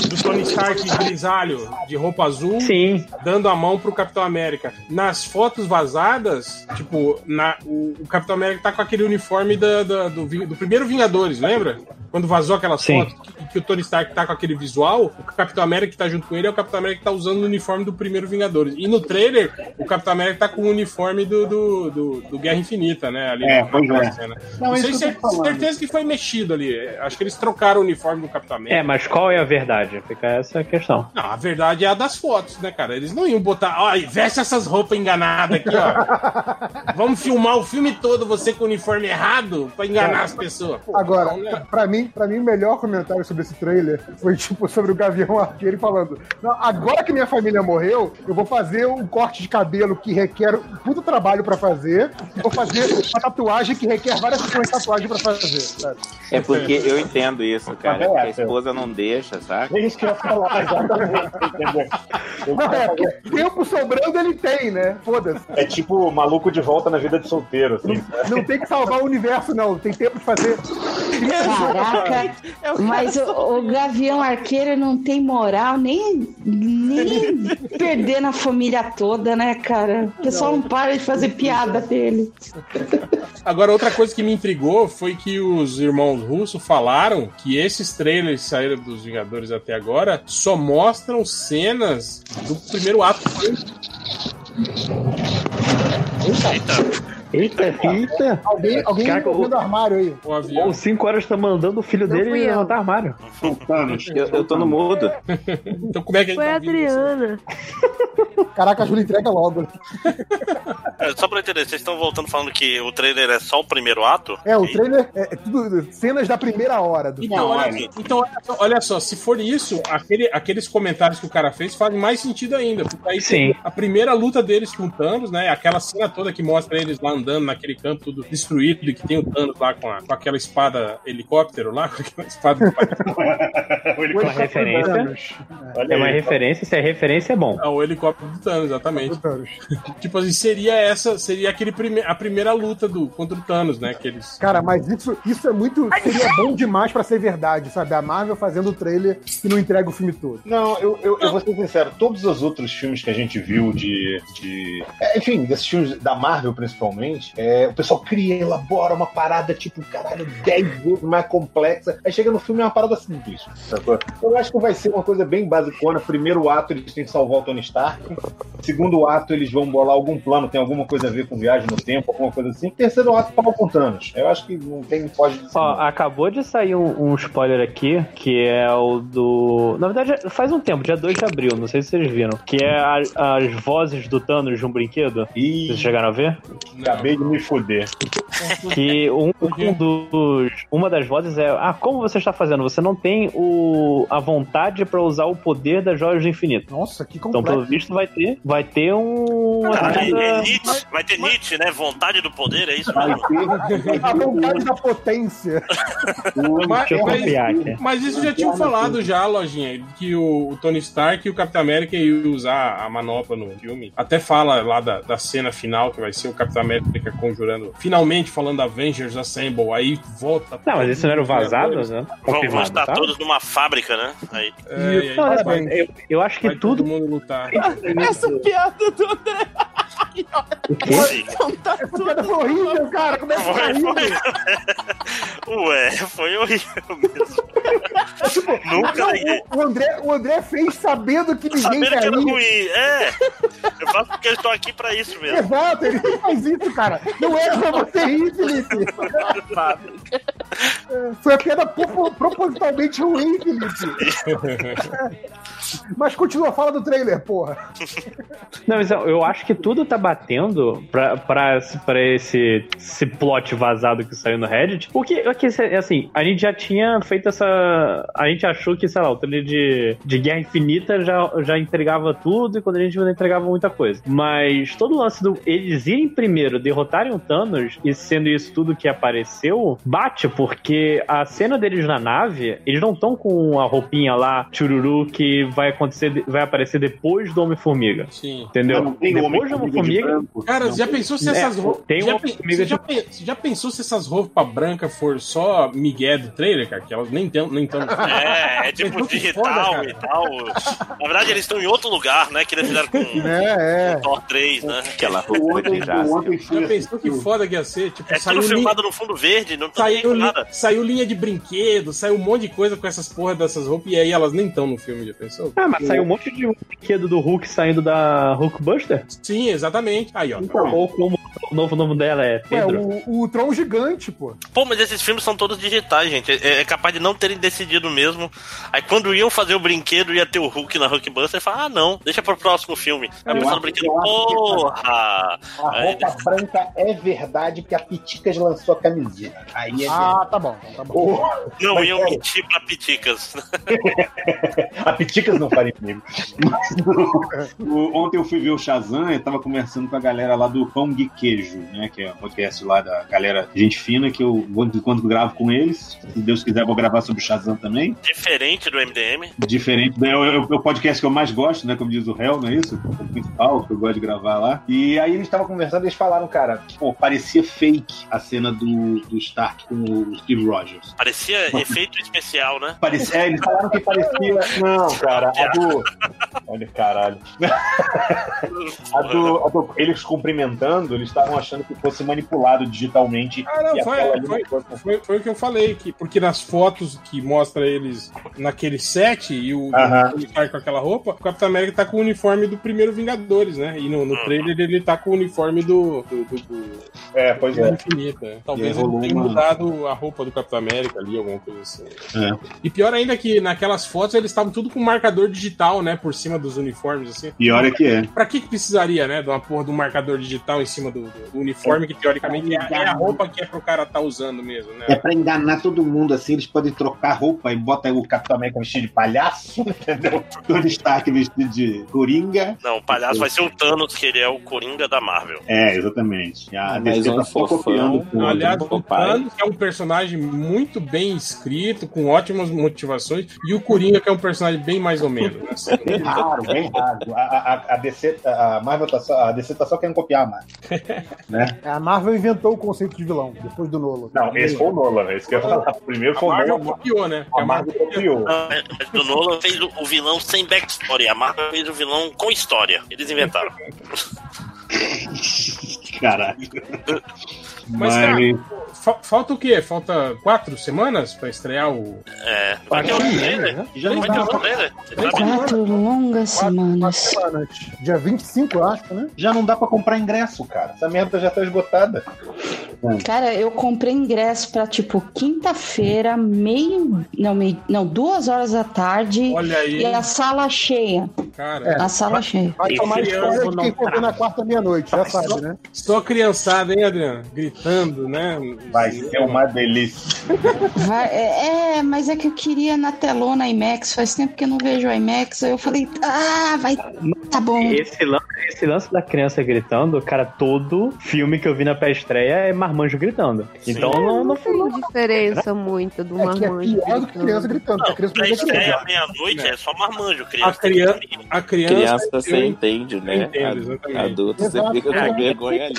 S1: do Tony Stark grisalho, de roupa azul, dando a mão pro Capitão América. Nas fotos vazadas, tipo, na, o, o Capitão América tá com aquele uniforme da, da- do, Ving- do primeiro Vingadores, lembra? Quando vazou aquelas
S3: Sim.
S1: fotos que, que o Tony Stark tá com aquele visual, o Capitão América que tá junto com ele é o Capitão América que tá usando o uniforme do primeiro Vingadores. E no trailer, o Capitão América tá com o uniforme do, do, do, do Guerra Infinita, né? Ali
S11: É,
S1: na-
S11: pois
S1: na
S11: é.
S1: cena.
S11: Não,
S1: Não,
S11: isso
S1: sei
S11: que
S1: se
S11: eu
S1: é
S11: tô falando.
S1: certeza que foi mexido ali. É, Acho que eles trocaram o uniforme do Capitão América.
S3: É, mas qual é a verdade? Fica essa a questão.
S1: Não, a verdade é a das fotos, né, cara? Eles não iam botar. Ó, e veste essas roupas enganadas aqui, ó. Vamos filmar o filme todo você com o uniforme errado pra enganar as pessoas. Pô,
S9: Agora,
S1: não, né?
S9: pra- pra mim, pra mim, o melhor comentário sobre esse trailer foi tipo sobre o Gavião Arqueiro falando: "Não, agora que minha família morreu, eu vou fazer um corte de cabelo que requer um puto trabalho pra fazer, e vou fazer uma tatuagem que requer várias sessões de tatuagem pra fazer. sabe?
S4: É porque eu entendo isso, cara.
S9: Tá
S4: porque a
S9: certo.
S4: esposa não deixa, saca?
S9: É isso que eu ia falar, Não, é, porque tempo sobrando ele tem, né? Foda-se.
S7: É tipo maluco de volta na vida de solteiro, assim.
S9: Não tem que salvar o universo, não. Tem tempo de fazer.
S5: Caraca, mas o, o Gavião Arqueiro não tem moral nem, nem perder na família toda, né, cara? O pessoal não para de fazer piada dele.
S1: Agora, outra coisa que me intrigou foi que os irmãos russos falaram que esses trailers que saíram dos Vingadores até agora só mostram cenas do primeiro ato.
S3: Eita, eita.
S9: Alguém, alguém
S3: Caraca,
S9: entrou do armário É aí.
S3: O 5 horas tá mandando o filho
S9: Não
S3: dele
S9: fui eu.
S3: levantar armário.
S4: Eu, eu tô no mudo.
S1: Então como é que
S12: Foi a Adriana.
S9: Caraca, a Júlia entrega logo.
S2: É, só pra eu entender, vocês estão voltando falando que o trailer é só o primeiro ato?
S9: É, o trailer é, é tudo cenas da primeira hora do
S1: Então, olha, então, olha só, olha só, se for isso, aquele- aqueles comentários que o cara fez fazem mais sentido ainda. Porque aí tem
S3: Sim.
S1: a primeira luta deles com o Thanos, né? Aquela cena toda que mostra eles lá andando naquele campo tudo destruído e que tem o Thanos lá com, a- com aquela espada helicóptero lá, com aquela espada do
S3: Uma referência.
S1: Olha
S3: É uma
S1: aí.
S3: referência, se é referência é bom.
S1: É o helicóptero do Thanos, exatamente. tipo assim, seria essa, seria aquele prime a primeira luta do contra o Thanos, né? Que eles...
S9: Cara, mas isso, isso é muito. Seria bom demais pra ser verdade, sabe? A Marvel fazendo o trailer que não entrega o filme todo.
S11: Não, eu, eu, eu vou ser sincero, todos os outros filmes que a gente viu de. de- é, enfim, desses filmes da Marvel principalmente, é, o pessoal cria, elabora uma parada, tipo, caralho, 10 vezes mais complexa. Aí chega no filme e é uma parada simples. sacou? Eu acho que vai ser uma coisa bem basicona. Primeiro ato, eles têm que salvar o Tony Stark. Segundo ato, eles vão bolar algum plano, tem alguma coisa a ver com viagem no tempo, alguma coisa assim. Terceiro ato, pau com Thanos. Eu acho que não tem, pode
S3: Ó, acabou de sair um, um spoiler aqui, que é o do. Na verdade, faz um tempo, dia 2 de abril, não sei se vocês viram. Que é a- as vozes do Thanos de um brinquedo.
S11: Vocês
S3: chegaram a ver?
S11: Acabei de me foder.
S3: que um, um dos, uma das vozes é: Ah, como você está fazendo? Você não tem o, a vontade para usar o poder das joias do infinito.
S9: Nossa, que
S3: Então, pelo visto, vai ter, vai ter um. uma
S2: Cara,
S3: coisa-
S2: é Nietzsche, vai ter Nietzsche, né? Vontade do poder, é isso? mesmo?
S9: A vontade da potência.
S1: Mas,
S3: Deixa eu
S1: mas-
S3: copiar aqui.
S1: mas isso já tinham falado já, lojinha, que o, o Tony Stark e o Capitão América iam usar a manopla no filme. Até fala lá da, da cena final, que vai ser o Capitão América conjurando, finalmente falando Avengers Assemble, aí volta...
S3: Não, mas isso não era o vazado, né?
S2: Vão, vão estar
S3: tá?
S2: todos numa fábrica, né? Aí.
S3: Não, né, eu, eu acho que tudo.
S1: mundo lutar.
S10: Essa piada do André.
S3: O quê?
S12: tá
S9: Essa piada foi horrível, cara. Como é que tá rindo?
S2: Ué, foi horrível mesmo.
S9: Tipo,
S2: Nunca
S9: não,
S2: ninguém-
S9: o, o André, o André fez sabendo que ninguém
S2: Sabendo que
S9: quer
S2: era
S9: rir.
S2: ruim, é. Eu faço porque eu estou aqui pra isso mesmo.
S9: Exato, ele sempre faz isso, cara. Não é pra você rir, Felipe. É, Foi a piada propo- propositalmente ruim, Felipe. Mas continua, fala do trailer, porra.
S3: Não, mas eu, eu acho que tudo tá batendo pra, pra, esse- pra esse, esse plot vazado que saiu no Reddit. Porque, é que, assim, a gente já tinha feito essa. A gente achou que, sei lá, o trailer de, de Guerra Infinita já, já entregava tudo e quando a gente não entregava muita coisa. Mas todo o lance do eles irem primeiro, derrotarem o Thanos e sendo isso tudo que apareceu, bate, porque a cena deles na nave, eles não estão com a roupinha lá, chururu, que vai acontecer, de- vai aparecer depois do Homem-Formiga.
S1: Sim.
S3: Entendeu?
S1: Mas não tem
S3: Depois do
S1: Homem-Formiga de
S3: Homem-Formiga.
S1: branco? Cara, já pensou se
S3: É,
S1: essas roupas.
S3: Tem
S1: já,
S3: uma
S1: pe-
S3: formiga
S1: você já,
S3: de-
S1: pe- você já pensou se essas roupas brancas for só migué do trailer, cara? Que elas nem estão. Nem tão...
S2: É, é tipo
S1: Mas que
S2: digital
S1: foda,
S2: e tal. Na verdade, eles estão em outro lugar, né? Que eles fizeram com
S9: É,
S2: o Thor 3, né?
S10: Aquela
S11: um
S1: roupa de
S10: Jaspion.
S1: Já pensou que foda que ia ser? Tipo,
S2: É
S1: saiu,
S2: tudo
S1: linha,
S2: filmado no fundo verde, não tá nem
S1: saiu,
S2: com
S1: li-
S2: nada.
S1: saiu linha de brinquedo, saiu um monte de coisa com essas porra dessas roupas e aí elas nem estão no filme, já pensou?
S3: Ah, mas saiu um monte de brinquedo do Hulk saindo da Hulkbuster?
S1: Sim, exatamente. Aí, ó.
S3: Ou como o novo nome dela é
S9: Ué,
S3: Pedro.
S9: o, o Tron gigante, pô.
S2: Pô, mas esses filmes são todos digitais, gente. É, é capaz de não terem decidido mesmo. Aí quando iam fazer o brinquedo, ia ter o Hulk na Hulkbuster e falar, ah não, deixa pro próximo filme.
S15: Eu
S2: Aí mostraram o
S15: acho-
S2: brinquedo,
S15: eu acho que-
S2: porra!
S15: A
S2: Aí,
S15: roupa branca é verdade que a Piticas lançou a camiseta. Aí é
S9: Ah, tá bom, tá bom.
S2: não iam mentir pra Piticas.
S11: A Piticas não faria comigo. Mas, o- ontem eu fui ver o Shazam e tava conversando com a galera lá do Pão de Queijo, né? Que é o podcast lá da galera gente fina, que eu vou de quando gravo com eles. Se Deus quiser, vou gravar sobre o Shazam também.
S2: Diferente do MDM.
S11: Diferente, né? É o- é o podcast que eu mais gosto, né? Como diz o réu, não é isso? O principal que eu gosto de gravar lá. E aí eles estavam conversando e eles falaram, cara, pô, parecia fake a cena do, do Stark com o Steve Rogers.
S2: Parecia efeito especial, né? É.
S11: Parecia, é, eles falaram que parecia. Não, cara, a do. Olha, caralho. A do, a do- eles cumprimentando, eles estavam achando que fosse manipulado digitalmente.
S1: Ah, não,
S11: E
S1: foi,
S11: aquela ali
S1: foi-
S11: não foi-
S1: foi- foi o que eu falei, que, porque nas fotos que mostra eles naquele set e o
S11: Aham.
S1: Tony Stark com aquela roupa, o Capitão América tá com o uniforme do primeiro Vingadores, né? E no, no
S2: Uhum.
S1: trailer ele tá com o uniforme do, do, do, do-
S11: É, pois
S1: do
S11: é.
S1: Infinito, né?
S11: E
S1: Talvez ele
S11: aí rolou
S1: tenha
S11: uma-
S1: mudado a roupa do Capitão América ali, alguma coisa assim.
S11: É.
S1: E pior ainda que naquelas fotos eles estavam tudo com marcador digital, né? Por cima dos uniformes, assim.
S11: E olha que é.
S1: Pra que, que precisaria, né? De uma porra de um marcador digital em cima do, do uniforme, que teoricamente é, a- é a roupa que é pro cara tá usando mesmo, né?
S15: É pra enganar todo mundo, assim, eles podem trocar roupa e bota o Capitão América vestido de palhaço, entendeu? Tony Stark vestido de coringa.
S2: Não, o palhaço vai ser o Thanos, que ele é o Coringa da Marvel.
S11: É, exatamente. A
S10: Mas
S11: DC
S10: um
S11: tá só
S10: fofão.
S11: copiando tudo.
S1: Aliás, o
S10: pai.
S1: Thanos é um personagem muito bem escrito, com ótimas motivações, e o Coringa, que é um personagem bem mais ou menos. né? Assim,
S11: É Bem raro, bem raro. A, a, a DC, a Marvel tá só, a DC tá só querendo copiar a Marvel. Né?
S9: A Marvel inventou o conceito de vilão, depois do Nolan.
S11: Não, esse foi o Nolan, né? esse que eu ia falar. O primeiro
S1: a
S11: foi o
S1: Marvel
S11: Nolan.
S1: copiou, né?
S11: A Marvel copiou.
S2: Mas o Nolan fez o o vilão sem backstory. A Marvel fez o vilão com história. Eles inventaram.
S11: Caralho.
S1: Mas, cara, fa- falta o quê? Falta quatro semanas pra estrear o.
S2: É. Vai
S1: Parece,
S2: ter outro trailer?
S1: Já não
S2: Vai ter
S1: dá
S2: outro
S1: pra-
S2: trailer?
S5: Quatro longas semanas.
S9: Dia 25, eu acho, né?
S11: Já não dá pra comprar ingresso, cara. Essa merda já tá esgotada.
S5: Cara, eu comprei ingresso pra tipo quinta-feira, meio. Não, meio, não, duas horas da tarde.
S1: Olha aí.
S5: E a sala cheia.
S1: Cara.
S5: A sala cheia.
S9: É. Vai tomar história de quem for ver na quarta meia-noite, já sabe, né?
S1: Só criançada, hein, Adriano? Gritando, né?
S11: Vai ser uma delícia.
S5: Vai- é, é, mas é que eu queria na telona IMAX, faz tempo que eu não vejo IMAX, aí eu falei, ah, vai, tá bom.
S3: Esse lance, esse lance da criança gritando, cara, todo filme que eu vi na pré-estreia é marmanjo gritando. Então não, não
S12: tem diferença muito do
S9: É que é
S12: marmanjo.
S9: pior do que criança gritando, porque a criança
S2: Pra
S9: não vai
S2: estreia
S9: criança.
S2: meia-noite é só marmanjo,
S1: A
S2: criança.
S1: criança, a criança,
S4: Criança você entende, né?
S1: Entendo, exatamente.
S4: Adulto você
S9: Exato.
S4: fica
S9: É.
S4: com vergonha ali.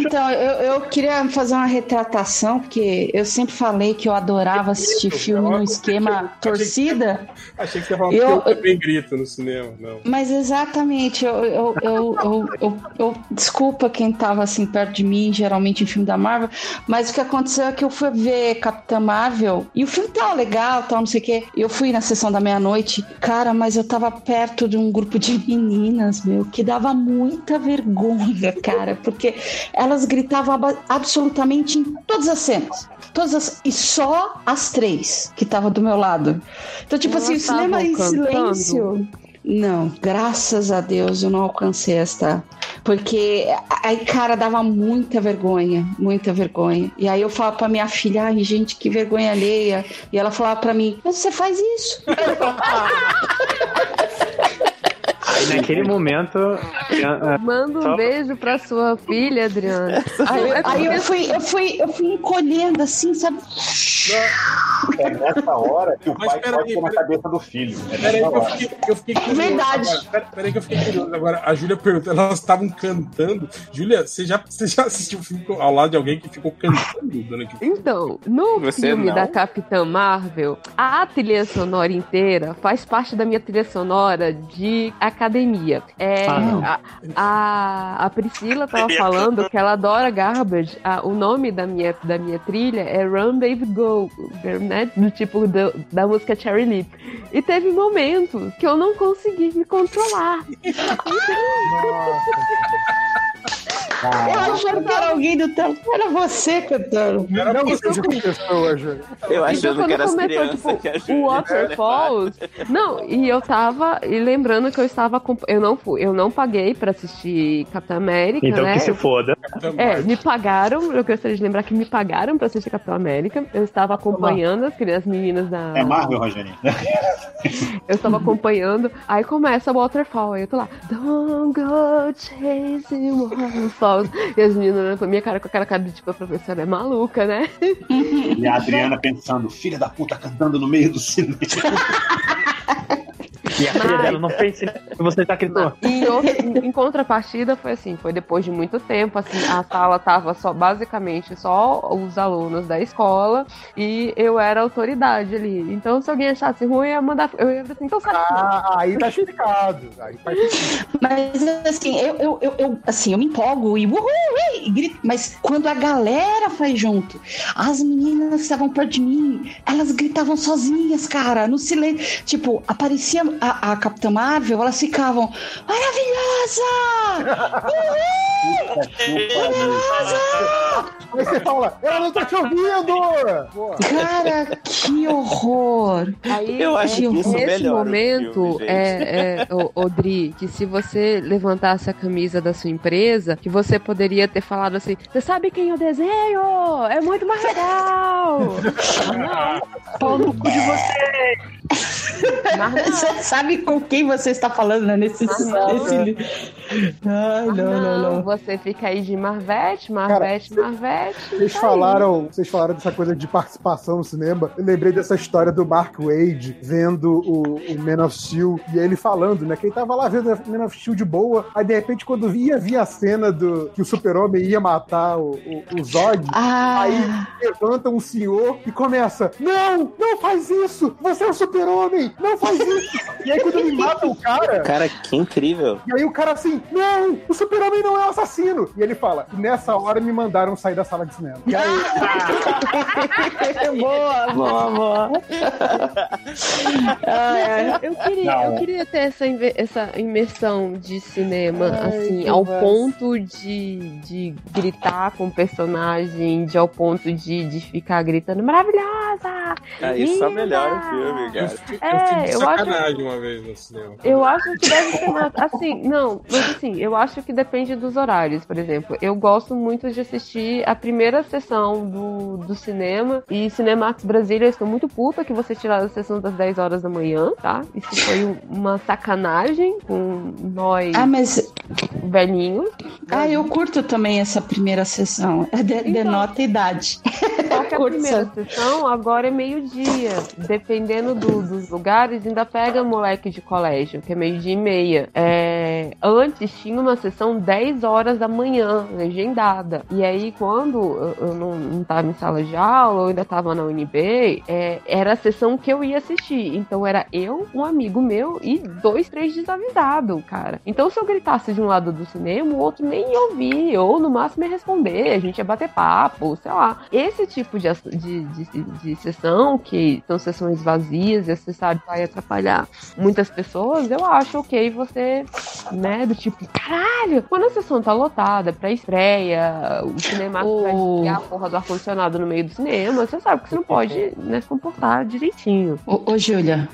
S5: Então, eu, eu queria fazer uma retratação, porque eu sempre falei que eu adorava assistir filme num esquema torcida.
S1: Achei que você ia falar
S5: Eu-
S1: eu... que eu também grito no cinema. Não.
S5: Mas exatamente, eu, eu, eu, eu, eu- eu- desculpa quem tava assim perto de mim, geralmente em filme da Marvel, mas o que aconteceu é que eu fui ver Capitã Marvel e o filme tava legal, tal, não sei o quê. Eu fui na sessão da meia-noite, cara, mas eu tava perto de um grupo de meninas, meu, que dava muita vergonha, cara, porque elas gritavam aba- absolutamente em todas as cenas. Todas as- e só as três que estavam do meu lado. Então, tipo assim, o
S12: Elas
S5: cinema em
S12: estavam cantando?
S5: silêncio. Não, graças a Deus eu não alcancei esta. Porque aí, cara, dava muita vergonha, muita vergonha. E aí eu falava pra minha filha, ai, gente, que vergonha alheia. E ela falava pra mim, mas você faz isso?
S3: Aí naquele momento. a criança-
S12: Manda um
S3: Só-
S12: beijo pra sua filha, Adriana.
S5: Aí,
S12: É
S5: aí
S12: porque-
S5: eu, fui, eu, fui, eu fui encolhendo assim, sabe?
S11: É nessa hora que o
S1: Mas
S11: pai
S1: pera
S11: pode
S1: aí,
S11: pôr na
S1: pera-
S11: cabeça do filho. É
S1: Peraí, que
S11: nessa
S1: eu
S11: hora.
S1: fiquei, eu fiquei
S9: É
S1: curioso.
S5: Verdade.
S1: Agora. Pera- Peraí, que eu fiquei curioso agora. A Júlia perguntou, elas estavam cantando. Júlia, você já, você já assistiu o filme com- ao lado de alguém que ficou cantando, dona Cristina?
S12: Então, no
S4: Você
S12: filme
S4: não?
S12: da Capitã Marvel, a trilha sonora inteira faz parte da minha trilha sonora de academia. É,
S3: Ah, não.
S12: a, a, a Priscila tava
S2: Seria
S12: falando que ela adora Garbage. A- o nome da minha, da minha trilha é Run Baby Go, né? Do tipo do- da música Cherry Lip. E teve momentos que eu não consegui me controlar.
S5: Eu achando que era alguém do tempo. Era você cantando.
S9: Não seja com pessoas, velho.
S4: Eu
S12: Então,
S4: achando
S12: quando
S4: que era as
S12: começou,
S4: crianças
S12: tipo,
S4: que a
S12: o
S4: Júlia-
S12: Waterfalls. Não, e eu tava. E lembrando que eu estava. acompa- Eu não fui, eu não paguei pra assistir Capitã América,
S3: Então
S12: né?
S3: que se foda.
S12: É, me pagaram, eu gostaria de lembrar que me pagaram pra assistir Capitão América. Eu estava acompanhando as crianças meninas da.
S11: É
S4: né?
S11: Marvel, Rogerinho.
S12: Eu estava acompanhando. Aí começa o Waterfall. Aí eu tô lá. Don't go chasing waterfalls. E as meninas com a minha cara com aquela cara de tipo, a professora é maluca, né?
S11: E a Adriana pensando, filha da puta cantando no meio do cinema.
S3: E a filha dela não fez isso que você tá gritando.
S12: E outra, em em contrapartida foi assim, foi depois de muito tempo, assim, a sala tava só basicamente só os alunos da escola e eu era autoridade ali. Então se alguém achasse ruim, eu ia mandar, eu ia falar assim, então sabe
S9: Ah, aí tá explicado. Aí tá explicado.
S5: Mas assim, eu, eu, eu, eu- assim, eu me empolgo e uhul, ui, e grito. Mas quando a galera faz junto, as meninas que estavam perto de mim, elas gritavam sozinhas, cara, no silêncio. Tipo, aparecia a, a Capitã Marvel, elas ficavam maravilhosa!
S9: Aí você fala, ela não tá te ouvindo! Pô,
S5: Cara, que horror!
S12: Aí, assim,
S4: Eu acho
S5: que isso
S12: nesse
S4: melhora o
S12: momento,
S4: filme, gente.
S12: é, é, ô- ô, Dri, que se você levantasse a camisa da sua empresa, que você poderia ter falado assim, você sabe quem eu desenho? É muito mais legal!
S10: Ah.
S12: Não, pau no cu de você! Mas
S5: Você sabe com quem você está falando né, nesse.
S12: Ah, não.
S5: nesse... Ai, não,
S12: Ah, não,
S5: não, não.
S12: você fica aí de Marvete, Marvete, Marvete.
S9: Vocês
S12: tá aí.
S9: falaram, vocês falaram dessa coisa de participação no cinema. Eu lembrei dessa história do Mark Wade vendo o, o Man of Steel e ele falando, né? Que ele tava lá vendo o Man of Steel de boa. Aí de repente, quando ia via a cena do que o super-homem ia matar o, o, o Zod,
S5: Ah,
S9: Aí levanta um senhor e começa: Não, não faz isso! Você é um super-homem! Não faz isso! e aí, quando ele mata o cara,
S4: Cara, que incrível.
S9: e aí o cara assim, Superman! Não! O Super-Homem não é um assassino! E ele fala: nessa hora me mandaram sair da sala de cinema. E aí?
S5: É boa, boa, boa.
S12: Mas eu, eu queria, eu queria ter essa, inve- essa imersão de cinema, assim, ao
S5: gosto.
S12: ponto de, de gritar com o personagem, de ao ponto de, de ficar gritando maravilhosa!
S4: Tá, é
S10: Aí só
S12: linda!"
S10: melhora o filme,
S1: Eu,
S10: cara.
S1: fi-
S12: É,
S1: eu fui de
S12: eu
S1: sacanagem uma vez no cinema.
S12: Eu acho que deve ser mais. Assim, não, mas assim, eu acho que depende dos horários, por exemplo. Eu gosto muito de assistir a primeira sessão do, do cinema. E Cinemax Brasília, eu estou muito puta que você tiraram a sessão das 10 horas da manhã, tá? Isso foi um- uma sacanagem com nós.
S5: Ah, mas.
S12: Velhinho.
S5: Ah, eu curto também essa primeira sessão. É De- Denota a idade.
S12: Só que é a
S5: Curto.
S12: primeira sessão agora é meio-dia. Dependendo do- dos lugares, ainda pega moleque de colégio, que é meio-dia e meia. É, antes tinha uma sessão 10 horas da manhã, legendada. E aí, quando eu- eu não, não tava em sala de aula, eu ainda tava na UNB, é, era a sessão que eu ia assistir. Então era eu, um amigo meu e dois, três desavisados, cara. Então se eu gritasse de um lado do cinema, o outro nem ia ouvir, ou no máximo ia responder, a gente ia bater papo, sei lá. Esse tipo de, ass- de, de, de sessão, que são sessões vazias, e você sabe, vai atrapalhar muitas pessoas, eu acho ok você, né, do tipo, caralho, quando a sessão tá lotada, pré-estreia, o cinema vai desligar a porra do ar-condicionado no meio do cinema, você sabe que você não pode, né, se comportar direitinho. Hum.
S5: Ô, ô Júlia,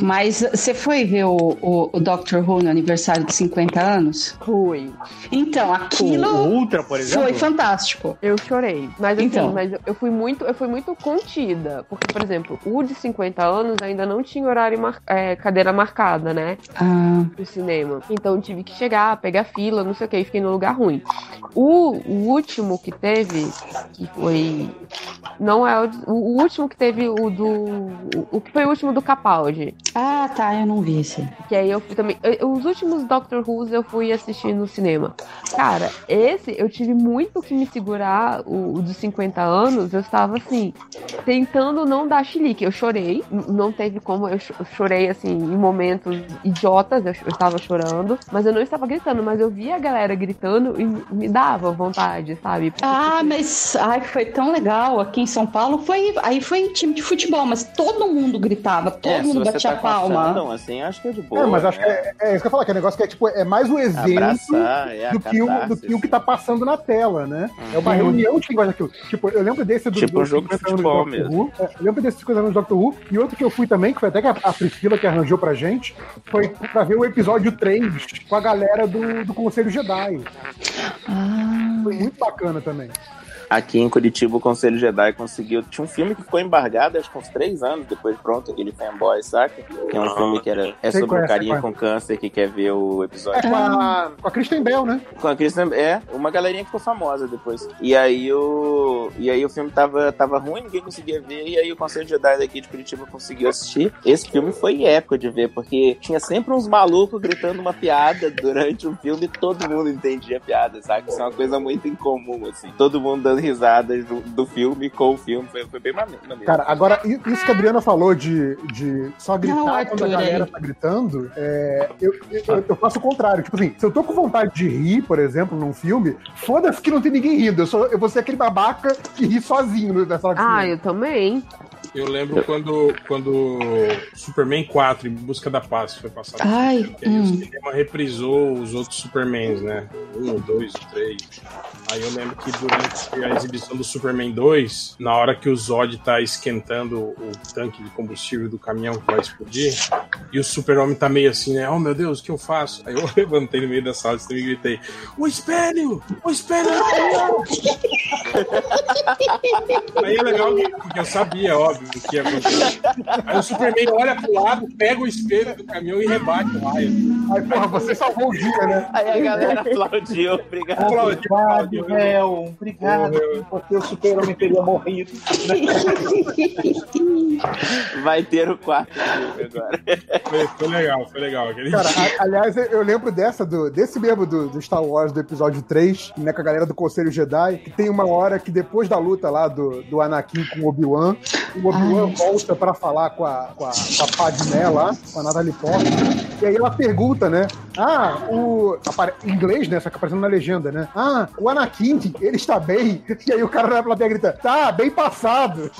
S5: mas você foi ver o, o, o Doctor Who no aniversário de 50 anos?
S12: Fui.
S5: Então, aquilo
S3: Ultra, por exemplo.
S5: foi fantástico.
S12: Eu chorei. Mas assim,
S5: Então.
S12: mas eu- eu fui muito, eu fui muito contida. Porque, por exemplo, o de 50 anos ainda não tinha horário mar- é, cadeira marcada, né?
S5: Ah.
S12: Pro cinema. Então eu tive que chegar, pegar fila, não sei o que, e fiquei no lugar ruim. O, o último que teve, que foi. Não é o, de- o último que teve o do. o- O que foi o último do Capaldi.
S5: Ah, tá, eu não vi esse.
S12: Que aí eu fui também. eu- Os últimos Doctor Who's eu fui assistir no cinema. Cara, esse eu tive muito que me segurar. O, o dos 50 anos, eu estava assim, tentando não dar chilique. Eu chorei, n- não teve como. Eu cho- eu chorei, assim, em momentos idiotas. Eu, cho- eu estava chorando, mas eu não estava gritando. Mas eu via a galera gritando e me- me dava vontade, sabe? tipo,
S5: Ah, mas ai, foi tão legal aqui em São Paulo. Foi, aí foi time de futebol, mas todo mundo gritava, todo
S10: É, se
S5: mundo
S10: você
S5: batia
S10: tá com a
S5: palma.
S4: Então,
S10: fandom, assim, acho que é de boa.
S9: É, mas acho
S10: né?
S9: que é, é isso que eu ia falar, que é um negócio que é tipo, é mais um exemplo
S10: Abraçar, é a
S9: do, que o, do
S10: catarse, assim.
S9: que o que tá passando na tela, né? É uma
S10: Uhum.
S9: reunião de quem gosta daquilo. Tipo, eu lembro desse do,
S10: Tipo um
S9: do
S10: jogo de
S9: 50 anos do
S10: futebol
S9: Doctor
S10: mesmo.
S9: Who. É, eu lembro desse 50 anos do Doctor Who, e outro que eu fui também, que foi até que a, a Priscila que arranjou pra gente, foi pra ver o episódio 3 com a galera do, do Conselho Jedi. Foi muito bacana também.
S10: Aqui em Curitiba, o Conselho Jedi conseguiu. Tinha um filme que ficou embargado, acho que uns três anos depois, pronto, aquele fanboy, saca? Que é um filme que era, é
S9: Ah, Sei
S10: sobre
S9: qual é,
S10: um
S9: sei
S10: carinha
S9: qual
S10: com câncer que quer ver o episódio.
S9: É com a, com a Kristen Bell, né?
S10: Com a Kristen, é, uma galerinha que ficou famosa depois. E aí o, e aí o filme tava, tava ruim, ninguém conseguia ver, e aí o Conselho Jedi daqui de Curitiba conseguiu assistir. Esse filme foi épico de ver, porque tinha sempre uns malucos gritando uma piada durante o filme e todo mundo entendia a piada, sabe? Isso é uma coisa muito incomum, assim. Todo mundo dando risada do, do filme com o filme, foi, foi bem mane- maneiro.
S9: Cara, agora, i- isso que a Adriana falou de, de só gritar
S10: Não,
S9: quando
S10: Arthur,
S9: a galera
S10: aí.
S9: tá gritando, é, eu, eu, eu faço o contrário. Tipo assim, se eu tô com vontade de rir, por exemplo, num filme, foda-se que não tem ninguém rindo. Eu, sou, eu vou ser aquele babaca que ri sozinho na sala de
S12: Ah, eu também.
S1: Eu lembro quando, quando Superman 4 em busca da paz foi passado.
S5: Ai,
S1: E aí o
S5: hum.
S1: cinema reprisou os outros Supermans, né? Um, dois, três. Aí eu lembro que durante a exibição do Superman 2, na hora que o Zod tá esquentando o tanque de combustível do caminhão que vai explodir, e o super-homem tá meio assim, né? Oh meu Deus, o que eu faço? Aí eu levantei no meio da sala e gritei: O espelho! O espelho! Aí é legal que- porque eu sabia, óbvio, o que ia acontecer. Aí o Superman olha pro lado, pega o espelho do caminhão e rebate o raio.
S9: Aí, porra, você salvou o dia, né?
S10: Aí a galera aplaudiu, obrigado.
S1: tipo, Obrigado,
S14: Léo. Obrigado. Porque o super-homem teria morrido.
S10: Vai ter o quarto filme agora.
S1: Foi, foi legal, foi legal. Aquele
S9: Cara,
S1: dia.
S9: a- aliás, eu- eu lembro dessa, do, desse mesmo do, do Star Wars do episódio 3, né, com a galera do Conselho Jedi, que tem uma hora que depois da luta lá do, do Anakin com o Obi-Wan, O Obi-Wan volta pra falar com a, com, a, com a Padmé lá, com a Natalie Portman. E aí ela pergunta, né? Ah, o. apare- Em inglês, né? Só que aparecendo na legenda, né? Ah, o Anakin, ele está bem. E aí o cara na plateia grita: tá, bem passado.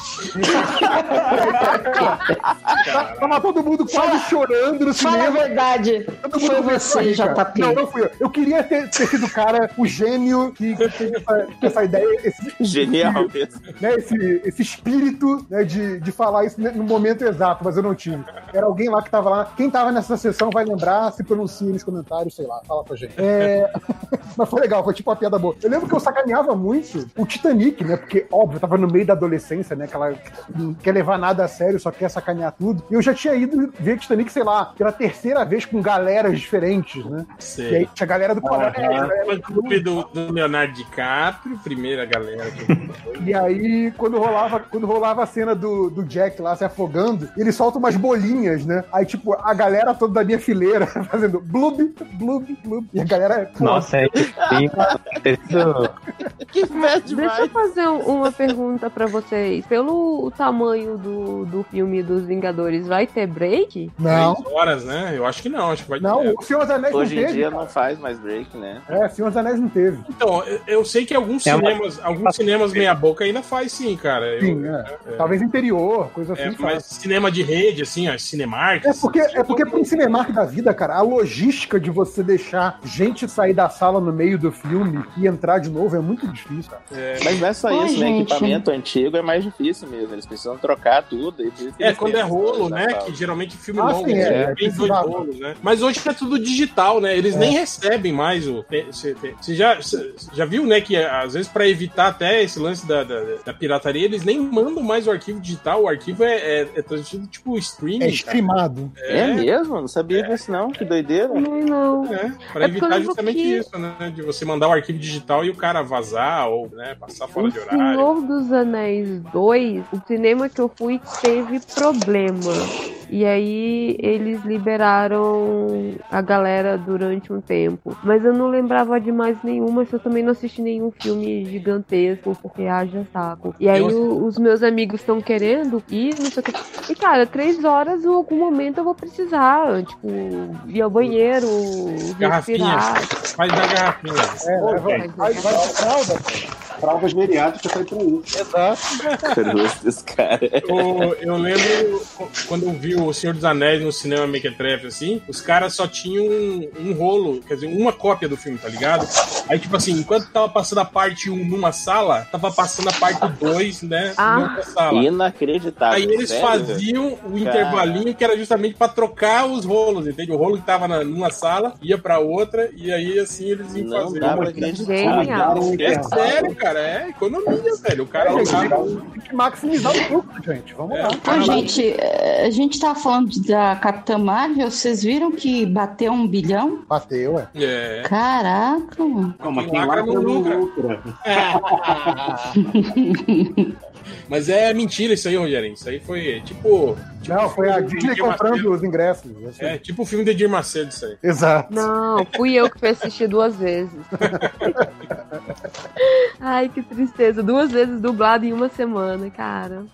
S9: Tá- Tava todo mundo quase chorando no
S5: fala
S9: cinema.
S5: a verdade. Foi
S9: começou
S5: você,
S9: a rir, cara.
S5: JP.
S9: Não, não fui eu. Eu queria ter, ter sido o cara, o gênio que, que teve essa, essa ideia. Esse,
S4: Genial mesmo.
S9: né, esse, esse espírito né, de, de falar isso no momento exato, mas eu não tinha. Era alguém lá que tava lá. Quem tava nessa sessão vai lembrar, se pronuncia nos comentários, sei lá, fala pra gente. É, mas foi legal, foi tipo uma piada boa. Eu lembro que eu sacaneava muito o Titanic, né? Porque, óbvio, eu tava no meio da adolescência, né? Que ela não quer levar nada a sério, só quer sacanear tudo. E eu já tinha ido ver Titanic, sei lá, pela terceira vez com galeras diferentes, né?
S1: Sei.
S9: E aí tinha a galera do colégio, né?
S1: Foi o clube do, do Leonardo DiCaprio, primeira galera que eu
S9: E aí, quando rolava, quando rolava a cena do, do Jack lá se afogando, ele solta umas bolinhas, né? Aí, tipo, a galera toda da minha fileira fazendo blub, blub, blub. E a galera. pô,
S3: Nossa, é que tem acontecido.
S12: Que Deixa eu fazer um- uma pergunta pra vocês. Pelo tamanho do, do filme dos Vingadores, vai ter break?
S9: Não.
S1: Três horas, né? Eu acho que não, acho que vai
S9: Não, o Senhor dos Anéis
S4: Hoje
S9: não
S4: em
S9: teve,
S4: dia
S9: cara.
S4: não faz mais break, né?
S9: É, Senhor dos Anéis não teve.
S1: Então, eu- eu sei que alguns
S9: É uma-
S1: cinemas, alguns cinemas meia boca ainda faz sim, cara. Eu-
S9: Sim, é. Talvez interior, coisa assim.
S1: É,
S9: faz.
S1: mas cinema de rede, assim, ó, Cinemark.
S9: É porque, é porque pra um Cinemark da vida, cara, a logística de você deixar gente sair da sala no meio do filme e entrar de novo é muito difícil, cara.
S4: Mas não é só
S9: Ai,
S4: isso, né?
S9: gente.
S4: Equipamento antigo é mais difícil mesmo. Eles precisam trocar tudo. e por isso que
S1: É,
S4: eles
S1: quando
S4: têm
S1: é
S4: essas
S1: rolo,
S4: coisas na
S1: né?
S4: sala.
S1: Que geralmente filme
S4: Ah,
S1: longo né,
S4: sim, é,
S1: sempre
S4: é,
S1: tem dois
S4: precisava.
S1: rolos, né? Mas hoje é tudo digital, né?
S9: É.
S1: Eles nem recebem mais o. Você já, cê- cê já viu, né? Que às vezes, pra evitar até esse lance da, da, da pirataria, eles nem mandam mais o arquivo digital. O arquivo é, é, é transmitido tipo streaming.
S9: É
S1: cara.
S9: streamado.
S4: É, mesmo? Não sabia disso, não. Que doideira.
S12: Não, não.
S1: É, Pra
S12: É porque eu
S1: evitar
S12: lembro
S1: justamente
S12: que-
S1: isso, né? De você mandar o arquivo digital e o cara vazar ou né, passar fora
S12: O
S1: de horário.
S12: Senhor dos Anéis 2, o cinema que eu fui teve problema. E aí eles liberaram a galera durante um tempo. Mas eu não lembrava de mais nenhuma, eu também não assisti nenhum filme gigantesco, porque haja saco. E aí
S8: Eu-
S12: o- os meus amigos estão querendo ir, não sei o que. E cara, três horas em algum momento eu vou precisar, tipo, ir ao banheiro,
S1: Garrafinha.
S12: respirar.
S1: Faz da garrafinha.
S9: É,
S12: Pô,
S9: vai, vai,
S12: velho.
S9: vai, vai pra fralda.
S14: Fraldas bariátricas sai pra um.
S1: Exato.
S4: Cruzes, cara.
S1: Eu, eu lembro quando eu vi o Senhor dos Anéis no cinema Mequetrefe, assim, os caras só tinham um, um rolo, quer dizer, uma cópia do filme, tá ligado? Aí, tipo assim, enquanto tava passando a parte 1 numa sala, tava passando a parte 2, né,
S4: Ah.
S1: em outra sala.
S4: Inacreditável.
S1: Aí eles
S4: sério?
S1: faziam o intervalinho que era justamente pra trocar os rolos, entende? O rolo que tava na- numa sala ia pra outra e aí assim eles iam
S4: Não
S1: fazer.
S4: dá pra acreditar.
S1: É sério, cara, é economia, velho. O cara
S9: Tem que maximizar o lucro, gente.
S1: É,
S9: Vamos lá.
S5: Ô, gente, eh, a gente tava falando de- da Capitã Marvel, vocês viram que bateu um bilhão?
S9: Bateu, é.
S1: É.
S5: Caraca! mano.
S14: Não, mas
S1: Quem é
S14: quem
S1: lacra
S14: lacra
S1: não
S14: não
S1: lucra.
S14: lucra.
S1: É. Mas é mentira isso aí, Rogério. Isso aí foi tipo.
S9: Não, foi a Disney
S1: Edir
S9: comprando
S1: Macedo.
S9: os ingressos. eu sei.
S1: É, tipo o filme do Edir Macedo, isso aí.
S9: Exato.
S12: Não, fui eu que fui assistir duas vezes. Ai, que tristeza. Duas vezes dublado em uma semana, cara.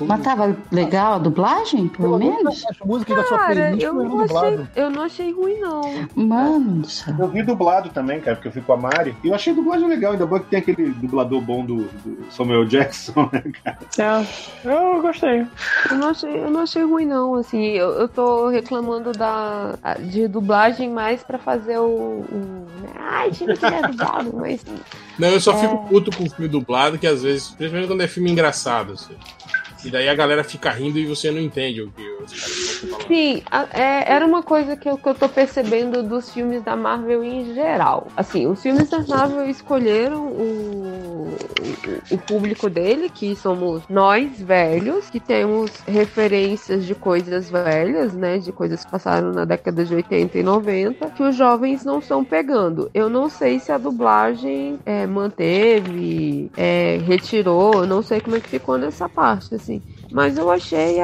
S5: Mas tava legal a dublagem, pelo
S12: é
S5: menos?
S9: As músicas
S12: da sua Cara, playlist eu não é não eram achei- dubladas. eu não achei ruim, não.
S5: Mano,
S14: Eu vi dublado também, cara, porque eu fui com a Mari. E eu achei a dublagem legal, ainda bom que tem aquele dublador bom do, do Samuel Jackson, né, cara?
S3: É, eu gostei.
S12: Eu não achei, eu não achei ruim, não. Assim, eu, eu tô reclamando da, de dublagem mais pra fazer o. o... Ai, gente, que é dublado, mas.
S1: Não, eu só
S12: É.
S1: fico puto com o filme dublado, que às vezes, principalmente quando é filme engraçado, assim. E daí a galera fica rindo e você não entende o que é os caras estão falando.
S12: Sim, a- é- era uma coisa que eu, que eu tô percebendo dos filmes da Marvel em geral. Assim, os filmes da Marvel escolheram o, o público dele, que somos nós velhos, que temos referências de coisas velhas, né? De coisas que passaram na década de 80 e 90, que os jovens não estão pegando. Eu não sei se a dublagem é, manteve, é, retirou, eu não sei como é que ficou nessa parte, assim. Mas eu achei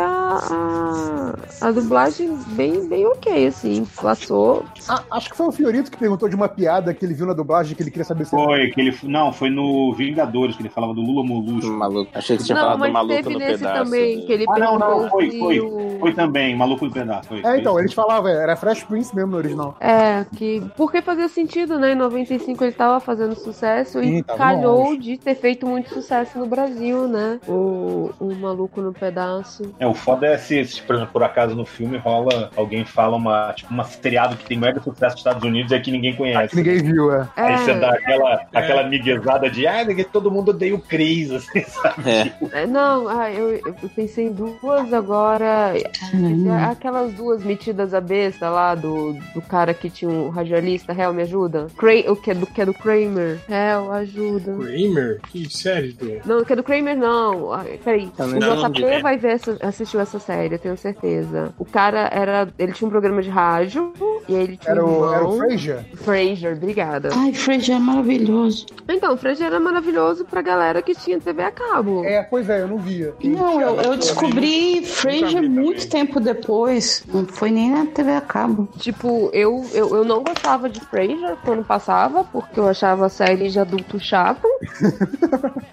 S12: a, a, a dublagem bem, bem ok, assim, passou.
S9: Ah, acho que foi o Fiorito que perguntou de uma piada que ele viu na dublagem que ele queria saber se
S11: Foi, que ele. Não, foi no Vingadores que ele falava do Lula Molusco.
S4: Hum, Maluco. Achei que você tinha falado do maluco
S12: teve
S4: no
S12: nesse
S4: pedaço. né?
S12: também, que ele
S11: Ah, não, não,
S12: perguntou
S11: foi,
S12: se
S11: foi.
S12: o-
S11: Foi também, Maluco do Pedaço. Foi,
S9: É, então, eles falavam, era Fresh Prince mesmo no original.
S12: É, que. Porque fazia sentido, né? Em 95 ele tava fazendo sucesso e
S9: Sim, tava no
S12: calhou
S9: auge.
S12: de ter feito muito sucesso no Brasil, né? O, o maluco no pedaço.
S11: É, o foda é se, se, por, exemplo, por acaso no filme rola, alguém fala uma, tipo, uma seriado que tem mega sucesso nos Estados Unidos e aqui ninguém conhece.
S9: É Que ninguém viu, é.
S11: Aí você
S12: É.
S11: dá aquela, aquela miguezada de, ah, que todo mundo odeia o Chris, assim, sabe?
S12: É, Não, ah, eu, eu pensei em duas agora. Aquelas duas metidas a besta lá do, do cara que tinha um radialista. Hell, me ajuda? Cra o que é do, que é do Kramer? Hell, ajuda.
S1: Kramer? Que série do.
S12: Não, que é do Kramer, não. Ah, Peraí.
S9: Tá
S1: Também
S12: o
S1: não,
S12: JP
S1: né?
S12: vai ver essa, assistiu essa série, eu tenho certeza. O cara era. Ele tinha um programa de rádio e aí ele tinha.
S9: Era
S12: um
S9: o,
S12: irmão.
S9: era o Frasier?
S12: Frasier, obrigada.
S5: Ai, Frasier é maravilhoso.
S12: Então, Frasier era maravilhoso pra galera que tinha TV a cabo.
S9: É, pois é, eu não via.
S5: Não, eu, eu descobri Frasier muito tempo depois. Não foi nem na TV a cabo.
S12: Tipo, eu, eu, eu não gostava de Frasier quando passava, porque eu achava a série de adulto chato.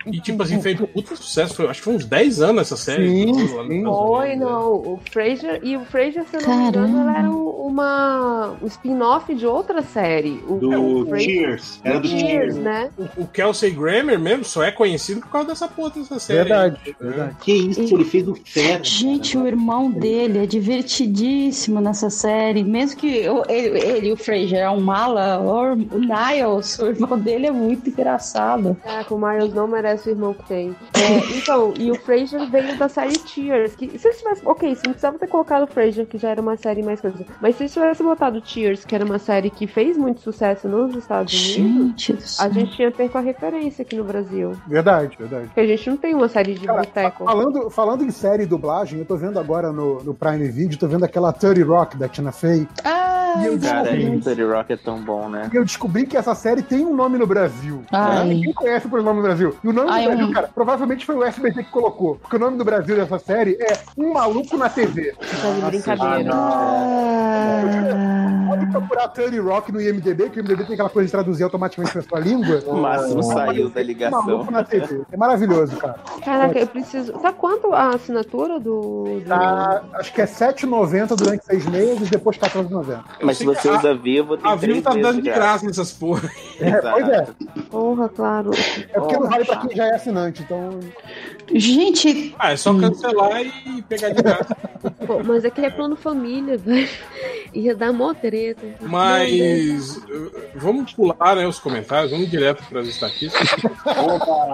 S1: E tipo assim, fez um puta sucesso. Foi, acho que foi uns 10 anos essa série. Tipo,
S9: Sim,
S1: Lá nos
S9: sim.
S1: Estados Unidos.
S12: Oi, não. O Frasier. E o Frasier, se eu não me engano, ela era um- uma, um spin-off de outra série. O, é, o
S11: Do
S12: Frasier-
S11: Cheers. Era do Cheers.
S12: né?
S1: O, o Kelsey Grammer mesmo só é conhecido por causa dessa porra dessa série. É.
S9: Verdade,
S1: verdade.
S11: Que isso, ele fez o feto.
S5: Gente, o irmão dele é divertidíssimo nessa série. Mesmo que eu- ele, ele, o Frasier, é um mala, o o Niles, o irmão dele é muito engraçado.
S12: Caraca, É, o Miles não merece o irmão que tem. É, então, e o Frasier veio da série Tears. Que, se eles tivessem. Ok, se não precisava ter colocado o Frasier, que já era uma série mais coisa. Mas se eles tivessem botado Tears, que era uma série que fez muito sucesso nos Estados Unidos,
S5: Gente, do céu.
S12: a gente tinha perco a referência aqui no Brasil.
S9: Verdade, verdade.
S12: Porque a gente não tem uma série de
S9: Cara,
S12: boteco.
S9: Falando, falando em série e dublagem, eu tô vendo agora no, no Prime Video, tô vendo aquela 30 Rock da Tina Fey.
S5: Ai,
S9: eu
S4: Cara,
S9: descobri.
S11: então,
S4: Dirty Rock é tão bom, né?
S9: E eu descobri que essa série tem um nome no Brasil.
S5: Ai.
S9: Né? Ninguém conhece por nome no Brasil. E o nome
S5: Ai,
S9: do Brasil,
S5: eu-
S9: cara, provavelmente foi o SBT que colocou. Porque o nome do Brasil dessa série é Um Maluco na TV.
S12: Tá de brincadeira.
S9: Pode procurar 30 Rock no IMDB, que o IMDB tem aquela coisa de traduzir automaticamente pra sua língua.
S4: O máximo saiu da
S9: Um
S4: ligação.
S9: Maluco na TV. É maravilhoso, cara.
S12: Caraca, eu preciso. Tá quanto a assinatura do. do-
S9: Tá, acho que é R$ 7,90 durante seis meses, depois R$ 14,90.
S4: Mas se você usa Vivo,
S1: A
S4: tem
S1: Vivo
S4: três
S1: tá
S4: meses
S1: dando de graça nessas porra.
S9: É, pois é.
S12: Porra, claro.
S9: É porque não vale pra quem já é assinante, então.
S5: Gente,
S1: Ah, é só cancelar e pegar de graça.
S12: Pô, mas é que é plano família, velho. Ia dar mó treta.
S1: Mas uh, vamos pular né, os comentários, vamos direto para as estatísticas.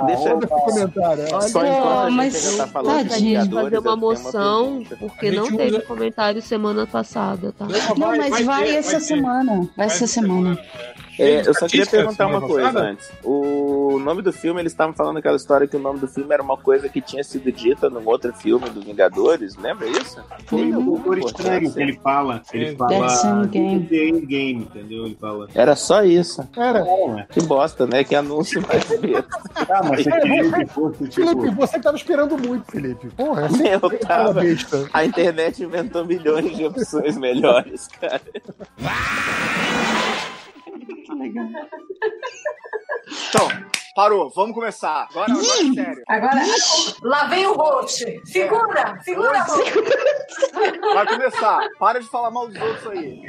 S4: Deixa eu
S9: Comentário. é.
S4: Só enquanto a
S5: Pô, mas
S4: gente ainda tá falando
S5: tadinho,
S4: de
S12: Tadinho,
S4: Vingadores,
S12: fazer uma
S4: eu tenho
S12: moção,
S4: pergunta.
S12: porque
S1: A gente
S12: não teve
S1: usa-
S12: comentário semana passada, tá?
S5: não, mas vai,
S1: ter,
S5: essa
S1: vai ter.
S5: semana. Vai, essa semana.
S4: É, eu só
S1: Estatística
S4: queria
S1: assim,
S4: perguntar uma
S1: semana
S4: coisa
S1: passada?
S4: antes. O nome do filme, eles estavam falando aquela história que o nome do filme era uma coisa que tinha sido dita num outro filme do Vingadores, lembra isso? Teve
S5: Uhum.
S4: algum
S11: um Doutor Estranho, que ele fala. Ele fala.
S5: That's in game.
S11: Game, game, entendeu? Ele fala.
S4: Era só isso.
S9: Cara,
S4: Que bosta, né? Que anúncio mais besta.
S11: Ah, mas você queria que fosse,
S9: É, Felipe,
S11: tipo.
S9: você que tava esperando muito, Felipe. Porra, é assim essa
S4: Eu
S9: cara
S4: tava.
S9: besta.
S4: A internet inventou milhões de opções melhores, cara.
S16: Então, parou, vamos começar. Agora, agora é sério.
S13: Agora, lá vem o host. Segura, segura.
S16: Vai começar. Para de falar mal dos outros aí.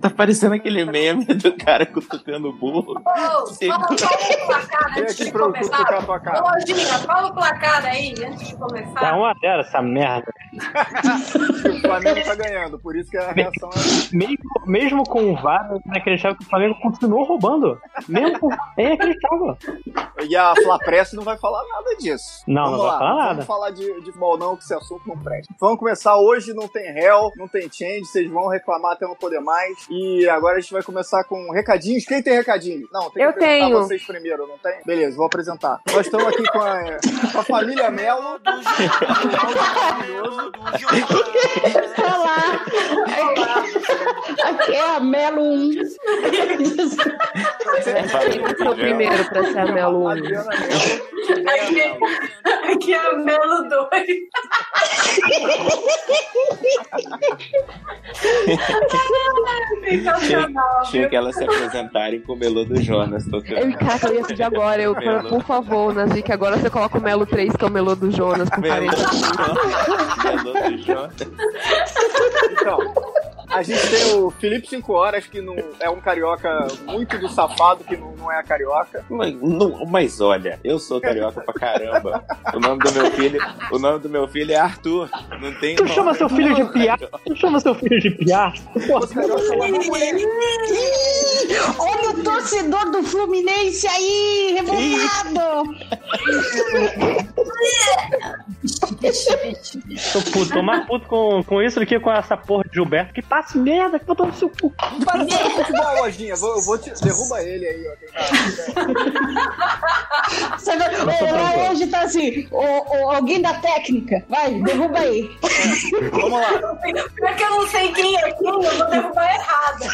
S4: Tá parecendo aquele meme do cara cutucando o burro.
S13: Host, fala, fala o placar
S16: Vem
S13: antes
S16: aqui
S13: de
S16: pra eu tocar a
S13: começar.
S16: tua cara.
S13: Ô, Ginga, fala o placar aí antes de começar.
S3: Dá 1 a 0 essa merda.
S16: O Flamengo tá ganhando, por isso que a reação é.
S3: Mesmo, mesmo com o VAR, é inacreditável que o Flamengo continuou roubando. Mesmo com... É inacreditável.
S16: E a Flapress não vai falar nada disso.
S3: Não, não vai falar nada.
S16: Vamos falar de, de futebol, não, que esse assunto não presta. Vamos começar hoje, não tem réu, não tem change, vocês vão reclamar até não poder mais. E agora a gente vai começar com recadinhos. Quem tem recadinho? Não, tem que
S12: Eu
S16: apresentar
S12: tenho.
S16: vocês primeiro, não tem? Beleza, vou apresentar. Nós estamos aqui com a, com a família Melo.
S5: Olha lá. Aqui é a Melo 1.
S12: Quem primeiro pra ser é a Melo 1?
S10: Aqui, aqui é a Melo 2. Então,
S4: Tinha, tinha que elas se apresentarem com o melô do Jonas. Tô
S12: Eu, cara, eu ia pedir agora, eu,
S4: Melo.
S12: por favor, Nazik, agora você coloca o Melo 3, que é o Melo do Jonas, por
S4: Melo.
S12: parênteses.
S16: Então, a gente tem o Felipe 5 Horas, que não é um carioca muito do safado, que não, não é carioca.
S4: Mas, não- mas olha, eu sou carioca pra caramba. O nome do meu filho, o nome do meu filho é Arthur. Não tem.
S3: Tu
S4: nome.
S3: chama
S16: é
S3: seu filho de piá? Tu chama seu filho de piá? Pô,
S5: Olha o torcedor do Fluminense aí, revoltado!
S3: Tô puto, tô mais puto com, com isso do que com essa porra de Gilberto que tá passa merda, que botou no seu cu.
S16: Para de falar de futebol, lojinha. Vou, eu vou te, derruba ele aí, ó.
S5: Você vê- Ela hoje tá assim, o, o- alguém da técnica, vai, derruba aí.
S16: Vamos lá.
S10: Pior que eu não sei quem é quem, eu vou derrubar errado.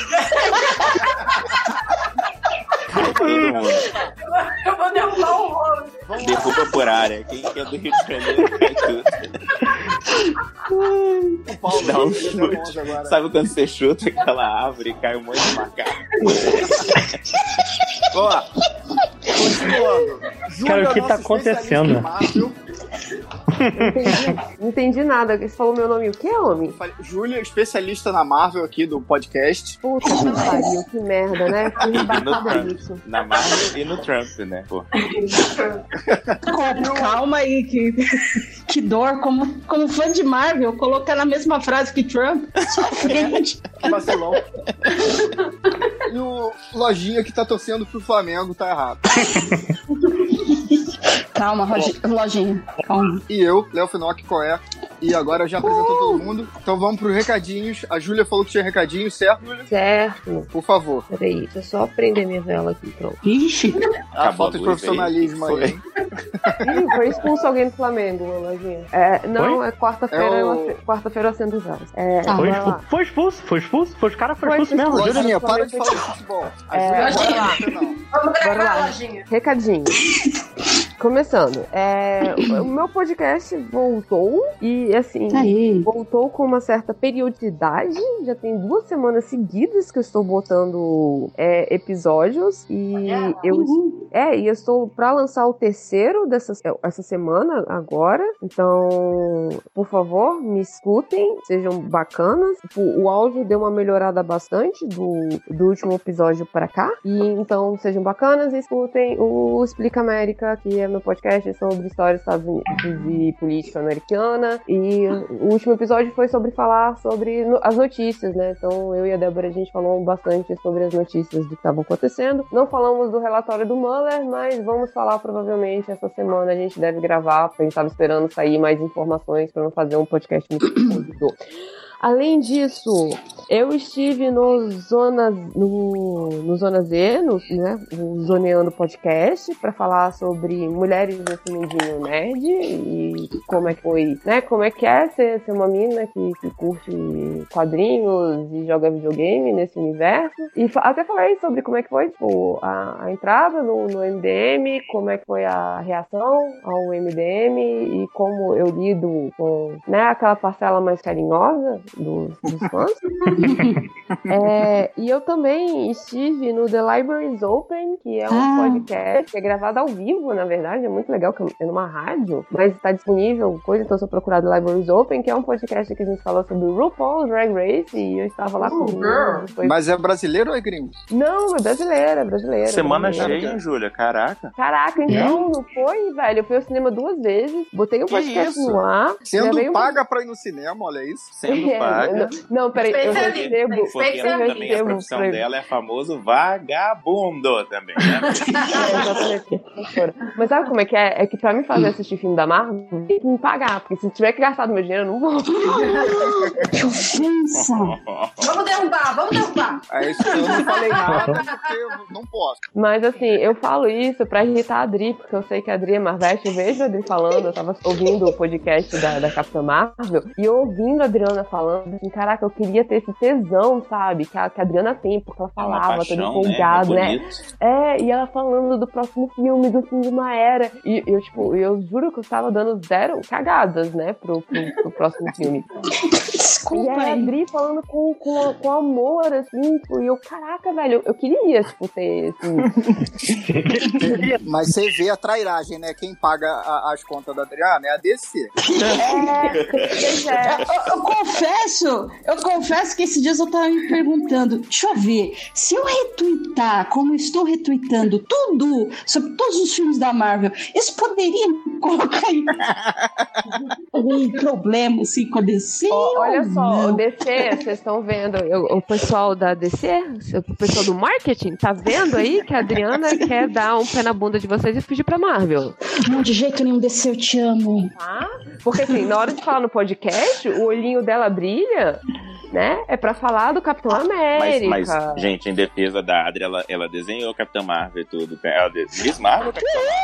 S4: Todo mundo.
S10: Eu vou derrubar o homem.
S4: Derruba por área. Quem que é do Rio de Janeiro cai tudo. Dá
S16: né,
S4: um chute. Sabe quando você chuta aquela árvore e cai um monte de macaco?
S16: Ó, continuando. é
S3: Cara, o que
S16: nosso
S3: tá
S16: especialista
S3: acontecendo?
S16: em Marvel.
S12: Não entendi nada. Você falou meu nome o quê, homem?
S16: Falei, Júlia, especialista na Marvel aqui do podcast.
S12: Puta que pariu, que merda, né? Que
S4: E no
S12: rebarbada isso.
S4: Trump. Na Marvel e no Trump, né? Pô.
S5: Calma, calma aí, que, que dor. Como, como fã de Marvel, colocar na mesma frase que Trump. Sofrente.
S16: Vacilão. E o Lojinha que tá torcendo pro Flamengo tá errado.
S5: Calma, Rogi- Lojinha. Calma.
S16: E eu, Léo Finoc, qual é? E agora já apresentou todo mundo. Então vamos pros recadinhos. A Júlia falou que tinha recadinho, certo? Júlia?
S4: Hum.
S12: Certo.
S16: Por favor.
S12: Peraí, deixa eu só prender minha vela aqui, pronto.
S5: Ixi.
S16: A Ah, falta de
S4: a luz aí.
S16: profissionalismo aí. hein?
S12: Ih, foi expulso alguém do Flamengo, Lojinha. É, não,
S3: Oi?
S12: é quarta-feira,
S3: É o-
S12: eu ace- quarta-feira eu acendo os velas. É,
S3: Tá. foi,
S12: vai lá.
S3: expulso, foi expulso, foi expulso, foi os caras foram
S12: Foi
S3: expulsos mesmo.
S12: expulso.
S3: juro.
S12: Lojinha, para de
S16: Fala de futebol.
S12: É,
S10: Lojinha. Vamos
S12: Bora
S10: gravar,
S12: lá.
S10: Lojinha.
S12: Recadinho. Começando, é, o meu podcast voltou e assim voltou com uma certa periodicidade. Já tem duas semanas seguidas que eu estou botando é, episódios e eu é e eu estou para lançar o terceiro dessa é, essa semana agora. Então, por favor, me escutem, sejam bacanas. Tipo, o áudio deu uma melhorada bastante do, do último episódio pra cá. E então sejam bacanas e escutem o Explica América, que é meu podcast sobre história dos Estados Unidos e política americana. E o último episódio foi sobre falar sobre no- as notícias, né? Então eu e a Débora a gente falou bastante sobre as notícias do que estavam acontecendo. Não falamos do relatório do Mueller, mas vamos falar provavelmente essa semana. A gente deve gravar, porque a gente tava esperando sair mais informações para não fazer um podcast muito curto. Além disso, eu estive no Zona, no, no Zona Z, no, né, o Zoneando Podcast, para falar sobre mulheres nesse mundinho nerd e como é que foi, né? Como é que é ser, ser uma mina que, que curte quadrinhos e joga videogame nesse universo. E fa- até falei sobre como é que foi, tipo, a, a entrada no, no MDM, como é que foi a reação ao MDM e como eu lido com, né, aquela parcela mais carinhosa dos, dos fãs. É, e eu também estive no The Libraries Open, que é um
S5: Ah.
S12: podcast que é gravado ao vivo, na verdade, é muito legal, que é numa rádio, mas está disponível coisa, então se eu procurar The Libraries Open, que é um podcast que a gente falou sobre RuPaul's Drag Race, e eu estava lá com
S16: Uh, girl.
S12: foi-
S16: Mas é brasileiro ou é gringo?
S12: Não, é brasileira, é brasileira.
S4: Semana
S12: brasileira.
S4: cheia, hein, Júlia? Caraca.
S12: Caraca, então, não foi, velho? Eu fui ao cinema duas vezes, botei um
S16: Que
S12: podcast
S16: isso?
S12: no ar.
S16: Sendo
S12: gravei um- É,
S16: paga pra ir no cinema, olha isso.
S4: Sendo paga.
S12: Não, não, peraí, eu
S10: Especialista.
S12: recebo.
S4: Porque
S12: Eu
S4: ela também a
S12: recebo
S4: profissão
S12: pra-
S4: dela é famoso vagabundo também, né?
S12: É, Exatamente, professora. Mas sabe como é que é? É que pra me fazer assistir filme da Marvel, tem que me pagar. Porque se tiver que gastar do meu dinheiro, eu não vou.
S5: Que ofensa.
S10: Vamos derrubar, vamos derrubar.
S16: É isso que eu não falei nada porque eu não posso.
S12: Mas assim, eu falo isso pra irritar a Adri, porque eu sei que a Adri é Marvete, eu vejo a Adri falando, eu tava ouvindo o podcast da, da Capitã Marvel, e eu ouvindo a Adriana falando, assim, caraca, eu queria ter esse tesão, sabe? Que a, que a Adriana tem, porque ela falava,
S4: É uma paixão,
S12: toda empolgada,
S4: né? É
S12: né?
S4: bonito.
S12: É, e ela falando do próximo filme, do fim de uma era. E eu, tipo, eu juro que eu tava dando zero cagadas, né, pro, pro, pro próximo filme. Desculpa, e aí, a Adri falando com, com, com amor, assim, tipo, e eu, caraca, velho, eu, eu queria, tipo, ter esse.
S16: Mas você vê a trairagem, né? Quem paga a- as contas da Adriana é a DC.
S12: é.
S5: Eu, eu confesso, eu confesso que esses dias eu tava me perguntando, deixa eu ver, se eu retweetar como eu estou retweetando tudo sobre todos os filmes da Marvel, isso poderia me colocar em algum problema assim com a DC?
S12: Olha
S5: ou
S12: só, o é
S5: não?
S12: DC, vocês estão vendo, eu- o pessoal da DC, o pessoal do marketing, tá vendo aí que a Adriana quer dar um pé na bunda de vocês e pedir pra Marvel.
S5: Não, é de jeito nenhum, DC, um eu te amo.
S12: Tá? Porque assim, na hora de falar no podcast, o olhinho dela brilha, né? É pra falar do Capitão
S4: Ah, Mas,
S12: América.
S4: mas, gente, em defesa da Adri, ela, ela desenhou Capitão Marvel e tudo. Ela de- Miss Marvel?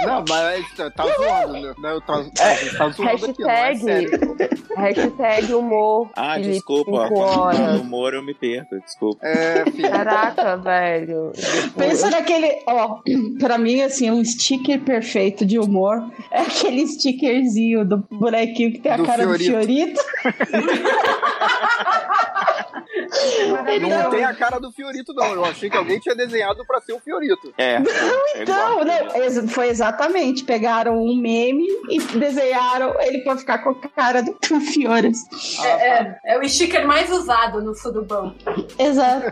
S16: Não, mas tá, tá zoando, né? Não, Tá, tá, tá zoando aqui, não é
S12: Hashtag,
S16: sério.
S12: hashtag humor.
S4: Ah,
S12: Felipe,
S4: desculpa. ó,
S12: cinco
S4: Quando fala
S12: horas.
S4: humor, eu me perco. Desculpa.
S16: É.
S12: Caraca, velho.
S5: Pensa naquele, ó, pra mim, assim, um sticker perfeito de humor é aquele stickerzinho do bonequinho que tem a
S16: Do
S5: cara do
S16: Fiorito.
S5: Fiorito.
S16: Não tem a cara do Fiorito, não. Eu achei que alguém tinha desenhado pra ser o Fiorito.
S4: É.
S5: Então, né, ex- foi exatamente. Pegaram um meme e desenharam ele pra ficar com a cara do do Fioras.
S16: Ah.
S13: É, é, é o sticker mais usado no Fudubão.
S5: Exato.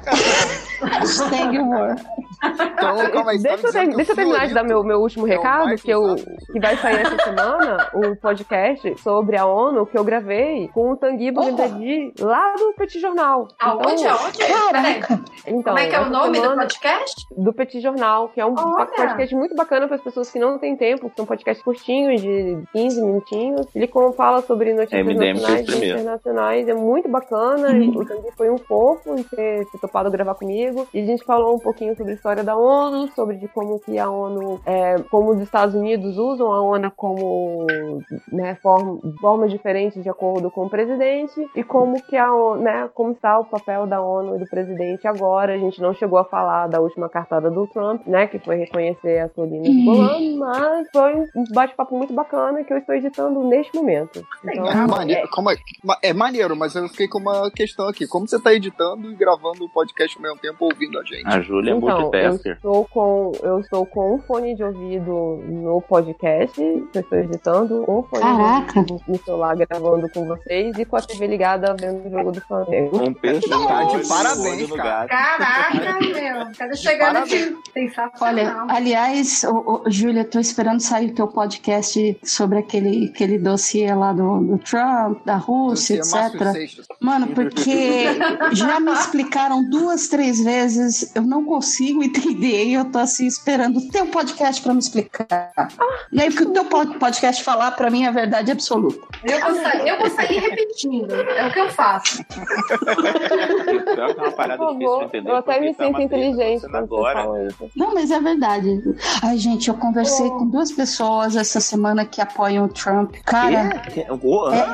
S5: Hashtag humor.
S13: Então,
S12: deixa eu, ter- deixa eu terminar de dar meu, meu
S13: É
S12: último recado, que, eu, que vai sair essa semana o podcast sobre a ONU que eu gravei com o Tanguy Bugandadi lá do Petit Jornal.
S13: Aonde, aonde?
S12: Caraca! Então,
S13: Como é que é o
S12: essa
S13: nome do
S12: semana-
S13: podcast?
S12: do Petit Jornal, que é um
S13: Olha!
S12: podcast muito bacana para as pessoas que não têm tempo, que são podcasts curtinhos, de 15 minutinhos. Ele com- fala sobre notícias
S4: MDM fez
S12: nacionais e
S4: primeiro.
S12: internacionais. É muito bacana. O Tanguy foi um fofo em ter se topado gravar comigo. E a gente falou um pouquinho sobre a história da ONU, sobre de como que a ONU, é, como os Estados Unidos usam a ONU como né, form- formas diferentes de acordo com o presidente e como que a ONU, né, como está o papel da ONU e do presidente agora. A gente não chegou a falar da última cartada do Trump, né, que foi reconhecer a Solina
S10: Uhum.
S12: Golan, mas foi um bate-papo muito bacana que eu estou editando neste momento. Então,
S16: É maneiro, como é, ma- é maneiro, mas eu fiquei com uma questão aqui. Como você tá editando e gravando o podcast ao mesmo tempo ouvindo a gente?
S4: A Júlia é
S12: Então, eu
S4: multitasker.
S12: estou, com, eu estou com um fone de ouvido no podcast, que eu estou editando, um fone de
S5: Caraca.
S12: ouvido no celular gravando com vocês e com a TV ligada vendo o jogo do Flamengo.
S4: Um peixe no
S12: Tá de
S4: olho,
S12: parabéns,
S4: olho no gato.
S13: Caraca, meu. Cadê chegando aqui?
S5: Olha,
S13: Sensacional.
S5: aliás, ô, ô, Júlia, tô esperando sair o teu podcast sobre aquele, aquele dossiê lá do, do Trump, da Rússia,
S16: Dossiê Márcio
S5: etc.
S16: Seixas.
S5: Mano, porque já me explicaram duas, três vezes, eu não consigo entender e eu tô assim esperando o teu podcast pra me explicar. E aí, porque o teu pod- podcast falar pra mim é a verdade absoluta.
S13: Eu vou, sair, eu vou sair repetindo. É o que eu faço.
S4: Pior que é uma parada
S12: Por
S4: difícil de
S12: favor,
S4: entender.
S12: eu até
S4: porque
S12: me
S4: isso é uma
S12: sinto
S4: treta
S12: inteligente
S4: acontecendo
S12: quando você
S4: agora.
S12: fala isso.
S5: Não, mas é verdade. Ai, gente, eu conversei
S16: Oh.
S5: com duas pessoas essa semana que apoiam o Trump. Cara,
S4: Quê? Quê? Goa?
S16: Ah,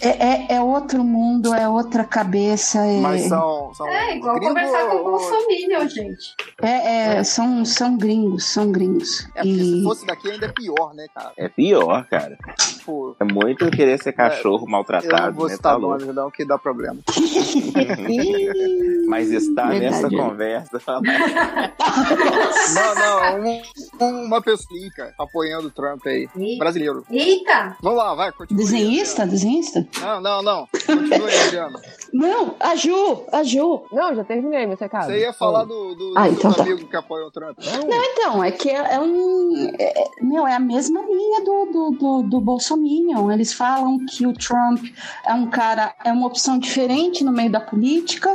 S5: é, é, é outro mundo, é outra cabeça. É...
S16: Mas são. são
S13: É igual
S16: gringo
S13: conversar com o
S16: ou-
S13: Bolsonaro, gente.
S5: É, é, são, são gringos, são gringos.
S16: É, porque se fosse daqui ainda é pior, né, cara?
S4: É pior, cara.
S16: Tipo,
S4: É muito querer ser cachorro
S16: eu não
S4: maltratado,
S16: vou
S4: né? Tá
S16: citar
S4: louco.
S16: nomes, não, que dá problema.
S4: Então tá. Mas está
S16: Verdade.
S4: nessa conversa.
S16: não, não, um- uma pessoa sim, cara, apoiando o Trump aí. Brasileiro.
S13: Eita!
S16: Vamos lá, vai, continua.
S5: Desenhista? Desenhista?
S16: Não, não, não. Continua aí, Adriana.
S5: Não, a Ju, a Ju.
S12: Não, já terminei é meu recado.
S16: Você ia falar do, do,
S5: Ah,
S16: dos
S5: então tá.
S16: amigos que apoiam o Trump.
S5: Não, então, é que é, é um. é- é- meu, é a mesma linha do, do, do, do Bolsominion. Eles falam que o Trump é um cara, é uma opção diferente no meio da política.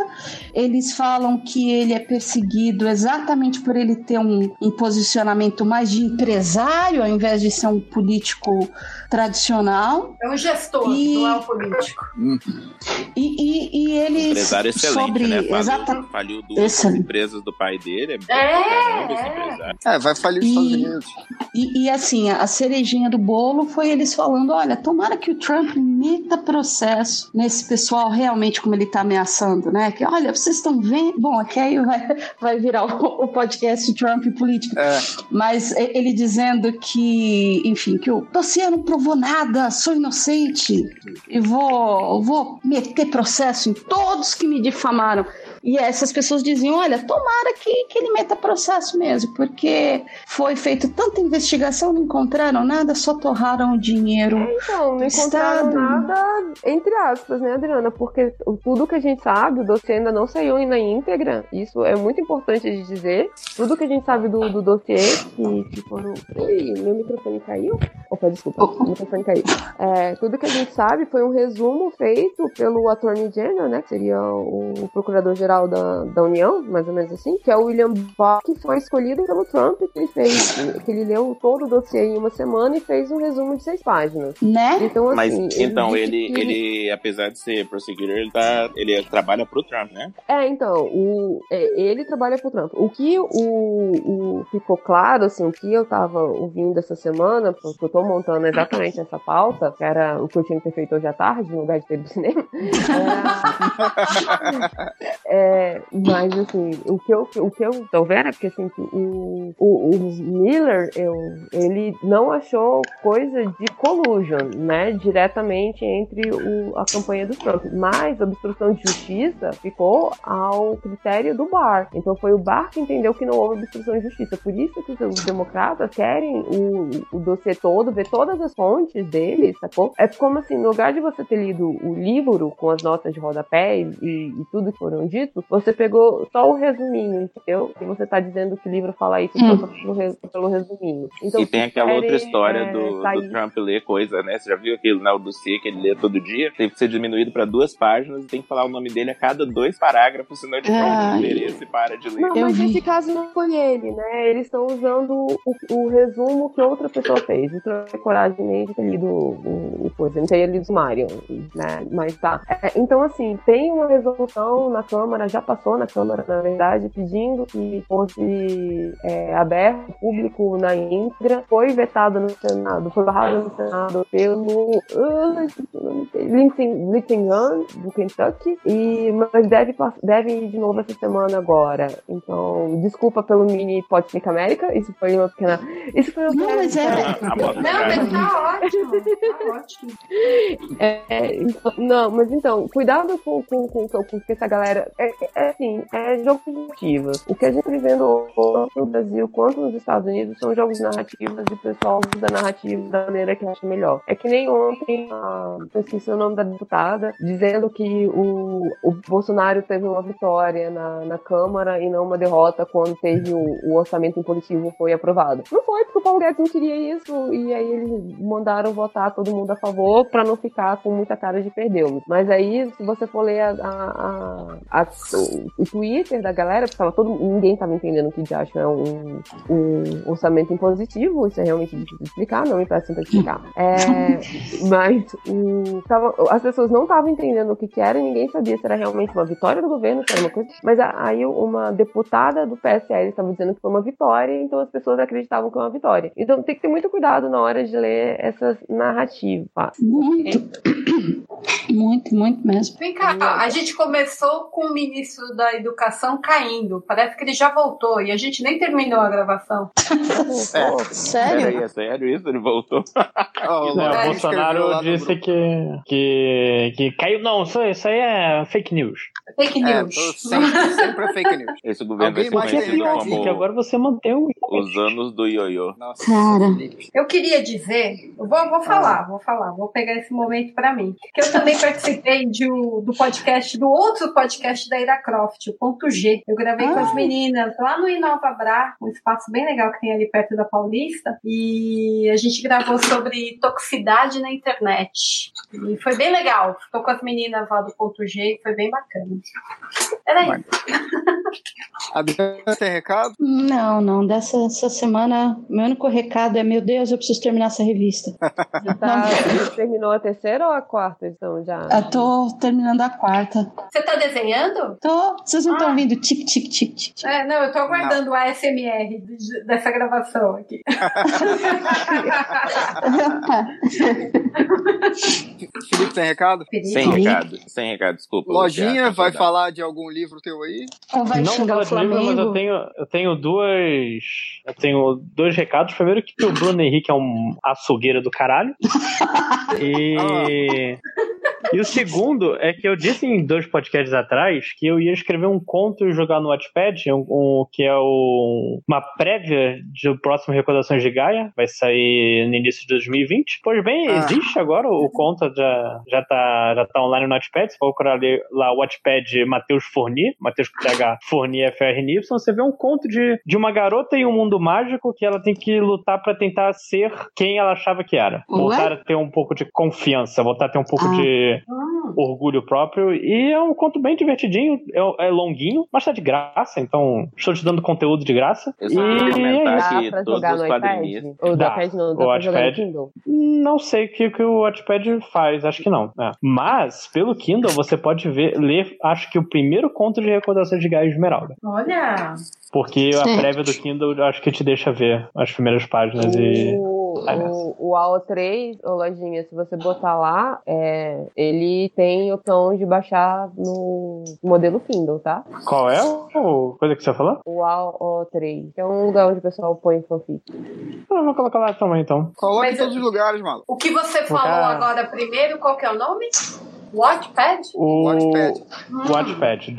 S5: Eles falam que ele é perseguido exatamente por ele ter um, um posicionamento mais de empresário, ao invés de ser um político tradicional.
S13: É um gestor,
S5: E-
S13: não é um político.
S5: E, e, e eles.
S4: Empresário excelente,
S5: sobre...
S4: né? Faliu,
S5: Exata...
S4: faliu duas
S5: Excelente.
S4: empresas do pai dele. É, bom pra caramba esse
S10: né?
S13: É,
S4: empresário.
S16: É, vai falir os
S5: E-
S16: Estados Unidos.
S5: E, e, assim, a cerejinha do bolo foi eles falando: olha, tomara que o Trump meta processo nesse pessoal realmente como ele tá ameaçando, né? Que olha, vocês estão vendo. Bom, aqui aí vai, vai virar o, o podcast Trump e
S12: é.
S5: política.
S10: É.
S5: Mas e- ele dizendo que, enfim, que o dossiê não provou nada, sou inocente e vou, vou meter processo em todos que me difamaram. E essas pessoas diziam: olha, tomara que, que ele meta processo mesmo, porque foi feito tanta investigação, não encontraram nada, só torraram o dinheiro.
S12: Então, não
S5: do
S12: encontraram
S5: Estado.
S12: nada, entre aspas, né, Adriana? Porque o- tudo que a gente sabe, o dossiê ainda não saiu na íntegra. Isso é muito importante de dizer. Tudo que a gente sabe do, do dossiê, que, que foram. Ui, meu microfone caiu. Opa, desculpa, o microfone caiu. É, tudo que a gente sabe foi um resumo feito pelo Attorney General, né? Que seria o Procurador-Geral da, da União, mais ou menos assim, que é o William Barr, que foi escolhido pelo Trump, que ele fez, que ele leu todo o dossiê em uma semana e fez um resumo de seis páginas.
S5: Né?
S12: Então, assim,
S4: Mas então ele,
S12: ele-
S4: ele, apesar de ser prosecutor, ele, tá, ele trabalha pro Trump, né?
S12: É, então, o, é, ele trabalha pro Trump. O que o, o- ficou claro, assim, o que eu tava ouvindo essa semana, porque eu tô montando exatamente essa pauta, que era o que eu tinha que ter feito hoje à tarde, no lugar de ter ido no cinema. É, mas assim, o que eu, o que eu tô vendo é porque assim, que o, o, o Miller, eu, ele não achou coisa de collusion, né? Diretamente entre o, a campanha do Trump. Mas a obstrução de justiça ficou ao critério do Barr. Então foi o Barr que entendeu que não houve obstrução de justiça. Por isso que os democratas querem o, o dossiê todo, ver todas as fontes dele, sacou? É como assim, no lugar de você ter lido o livro com as notas de rodapé e, e tudo que foram dito, você pegou só o resuminho, entendeu? E você tá dizendo que o livro fala isso
S4: Hum.
S12: só pelo, res- pelo resuminho. Então,
S4: E tem aquela
S12: querem,
S4: outra história
S12: é,
S4: do, do
S12: sair-
S4: Trump ler coisa, né? Você já viu aquilo, né? O dossiê que ele lê todo dia. Tem que ser diminuído pra duas páginas e tem que falar o nome dele a cada dois parágrafos, senão ele
S12: Ah.
S4: perde o interesse e para né, de ler.
S12: Não, mas nesse caso não foi ele, né? Eles estão usando o, o resumo que outra pessoa fez. Eu não tenho coragem nem de ter lido o o coisa, não teria lido o Mario, né? Mas tá. É, então, assim, tem uma resolução na Câmara, já passou na Câmara, na verdade, pedindo que fosse é, aberto ao público na íntegra. Foi vetado no Senado, foi barrado no Senado pelo ah, esqueci o nome dele, Lindsey Lindsey Graham, do Kentucky. E, mas deve, pass- deve ir de novo essa semana agora. Então, desculpa pelo mini Podflick América. Isso foi uma pequena. Isso foi uma
S5: Não, mas é.
S13: Não, mas tá ótimo. Tá ótimo.
S12: É, então- não, mas então, cuidado com, com, com, com, com essa galera. É, é assim, é jogo de narrativas. O que a gente tá vivendo tanto no Brasil quanto nos Estados Unidos são jogos de narrativas e o pessoal usa a narrativa da maneira que acha melhor. É que nem ontem, a, eu esqueci o nome da deputada, dizendo que o, o Bolsonaro teve uma vitória na, na Câmara e não uma derrota quando teve o, o orçamento impositivo foi aprovado. Não foi, porque o Paulo Guedes não queria isso, e aí eles mandaram votar todo mundo a favor pra não ficar com muita cara de perdeu. Mas aí, se você for ler a, a- a- a- o, o Twitter da galera, porque tava todo, ninguém tava entendendo que de acho é um, um orçamento impositivo, isso é realmente difícil de explicar, não me peçam pra explicar. É, mas o, tava- as pessoas não estavam entendendo o que, que era e ninguém sabia se era realmente uma vitória do governo, se era uma coisa. Mas a- aí uma deputada do PSL estava dizendo que foi uma vitória, então as pessoas acreditavam que é uma vitória. Então tem que ter muito cuidado na hora de ler essas narrativas. tá?
S5: Muito. Muito, muito mesmo.
S13: É, Vem cá, a gente começou com o ministro da Educação caindo. Parece que ele já voltou e a gente nem terminou a gravação.
S4: É.
S5: Sério?
S4: Peraí, é sério isso? Ele voltou. é
S3: Não, o Bolsonaro disse que, que, que caiu. Não, isso, isso aí é fake news.
S13: Fake
S3: É,
S13: news.
S3: tô
S16: Sempre, sempre é fake news.
S4: Esse governo
S16: Alguém
S4: vai
S16: mais
S4: ser
S16: tem
S4: conhecido
S16: pior,
S4: como
S3: Que agora você mantém o.
S4: os anos do ioiô.
S13: Eu queria dizer, eu vou, vou falar, vou falar, vou pegar esse momento pra mim. Que eu também participei de um- do podcast, do outro podcast da Ira Croft, o Ponto G. Eu gravei com as meninas lá no Inova Bra, um espaço bem legal que tem ali perto da Paulista. E a gente gravou sobre toxicidade na internet. E foi bem legal. Ficou com as meninas lá do Ponto G e foi bem bacana. Era isso.
S16: Adriana, tem recado?
S5: Não, não. Dessa essa semana, meu único recado é: meu Deus, eu preciso terminar essa revista.
S12: Tá, terminou a terceira ou a quarta? então já.
S5: Eu tô terminando a quarta.
S13: Você tá desenhando?
S5: Tô. Vocês não estão ouvindo tic, tic, tic, tic.
S13: É, não, eu tô aguardando o ASMR de- dessa gravação aqui.
S16: Felipe, tem recado?
S4: Sem recado, sem recado, desculpa.
S16: Lojinha,
S4: Thiago,
S16: vai
S4: tá
S16: falar de algum livro teu aí?
S3: não falar de livro, mas eu tenho, eu tenho duas. Eu tenho dois recados. Primeiro que o Bruno Henrique é um açougueiro do caralho. E. E o segundo é que eu disse em dois podcasts atrás que eu ia escrever um conto e jogar no Wattpad, um, um- que é o- uma prévia do próximo Recordações de Gaia, vai sair no início de 2020. Pois bem,
S6: Ah.
S3: existe agora, o conto já, já, tá, já tá online no Wattpad, você procurar ali lá o Wattpad Matheus Forni, Matheus com TH Forni FRNY, você vê um conto de, de uma garota em um mundo mágico que ela tem que lutar pra tentar ser quem ela achava que era.
S6: Ué?
S3: Voltar a ter um pouco de confiança, voltar a ter um pouco
S6: Ah.
S3: de orgulho próprio. E é um conto bem divertidinho, é, é longuinho, mas tá de graça, então estou te dando conteúdo de graça.
S4: Eu só queria comentar
S3: é isso.
S4: que Dá pra todos jogar os no iPad? quadrinhos- Ou
S3: Dá.
S4: no iPad não,
S3: O
S4: dá pra jogar no
S3: iPad-
S4: Kindle?
S3: Não sei o que, que o Wattpad faz, acho que não. né? Mas, pelo Kindle, você pode ver, ler, acho que o primeiro conto de recordações de Gaia Esmeralda.
S13: Olha!
S3: Porque a
S12: Certo.
S3: prévia do Kindle eu acho que te deixa ver as primeiras páginas e.
S12: O, o, o AO3, ô lojinha, se você botar lá, é, ele tem opção de baixar no modelo Kindle, tá?
S3: Qual é a coisa que você falou?
S12: O AO3, que é um lugar onde o pessoal põe fanfic.
S3: Eu vou colocar lá também, então.
S16: Coloca
S13: Mas
S16: em todos
S13: eu-
S16: os lugares, maluco.
S13: O que você falou
S3: Colocar-
S13: agora primeiro, qual que é o nome? Watchpad?
S3: O Wattpad. Wattpad.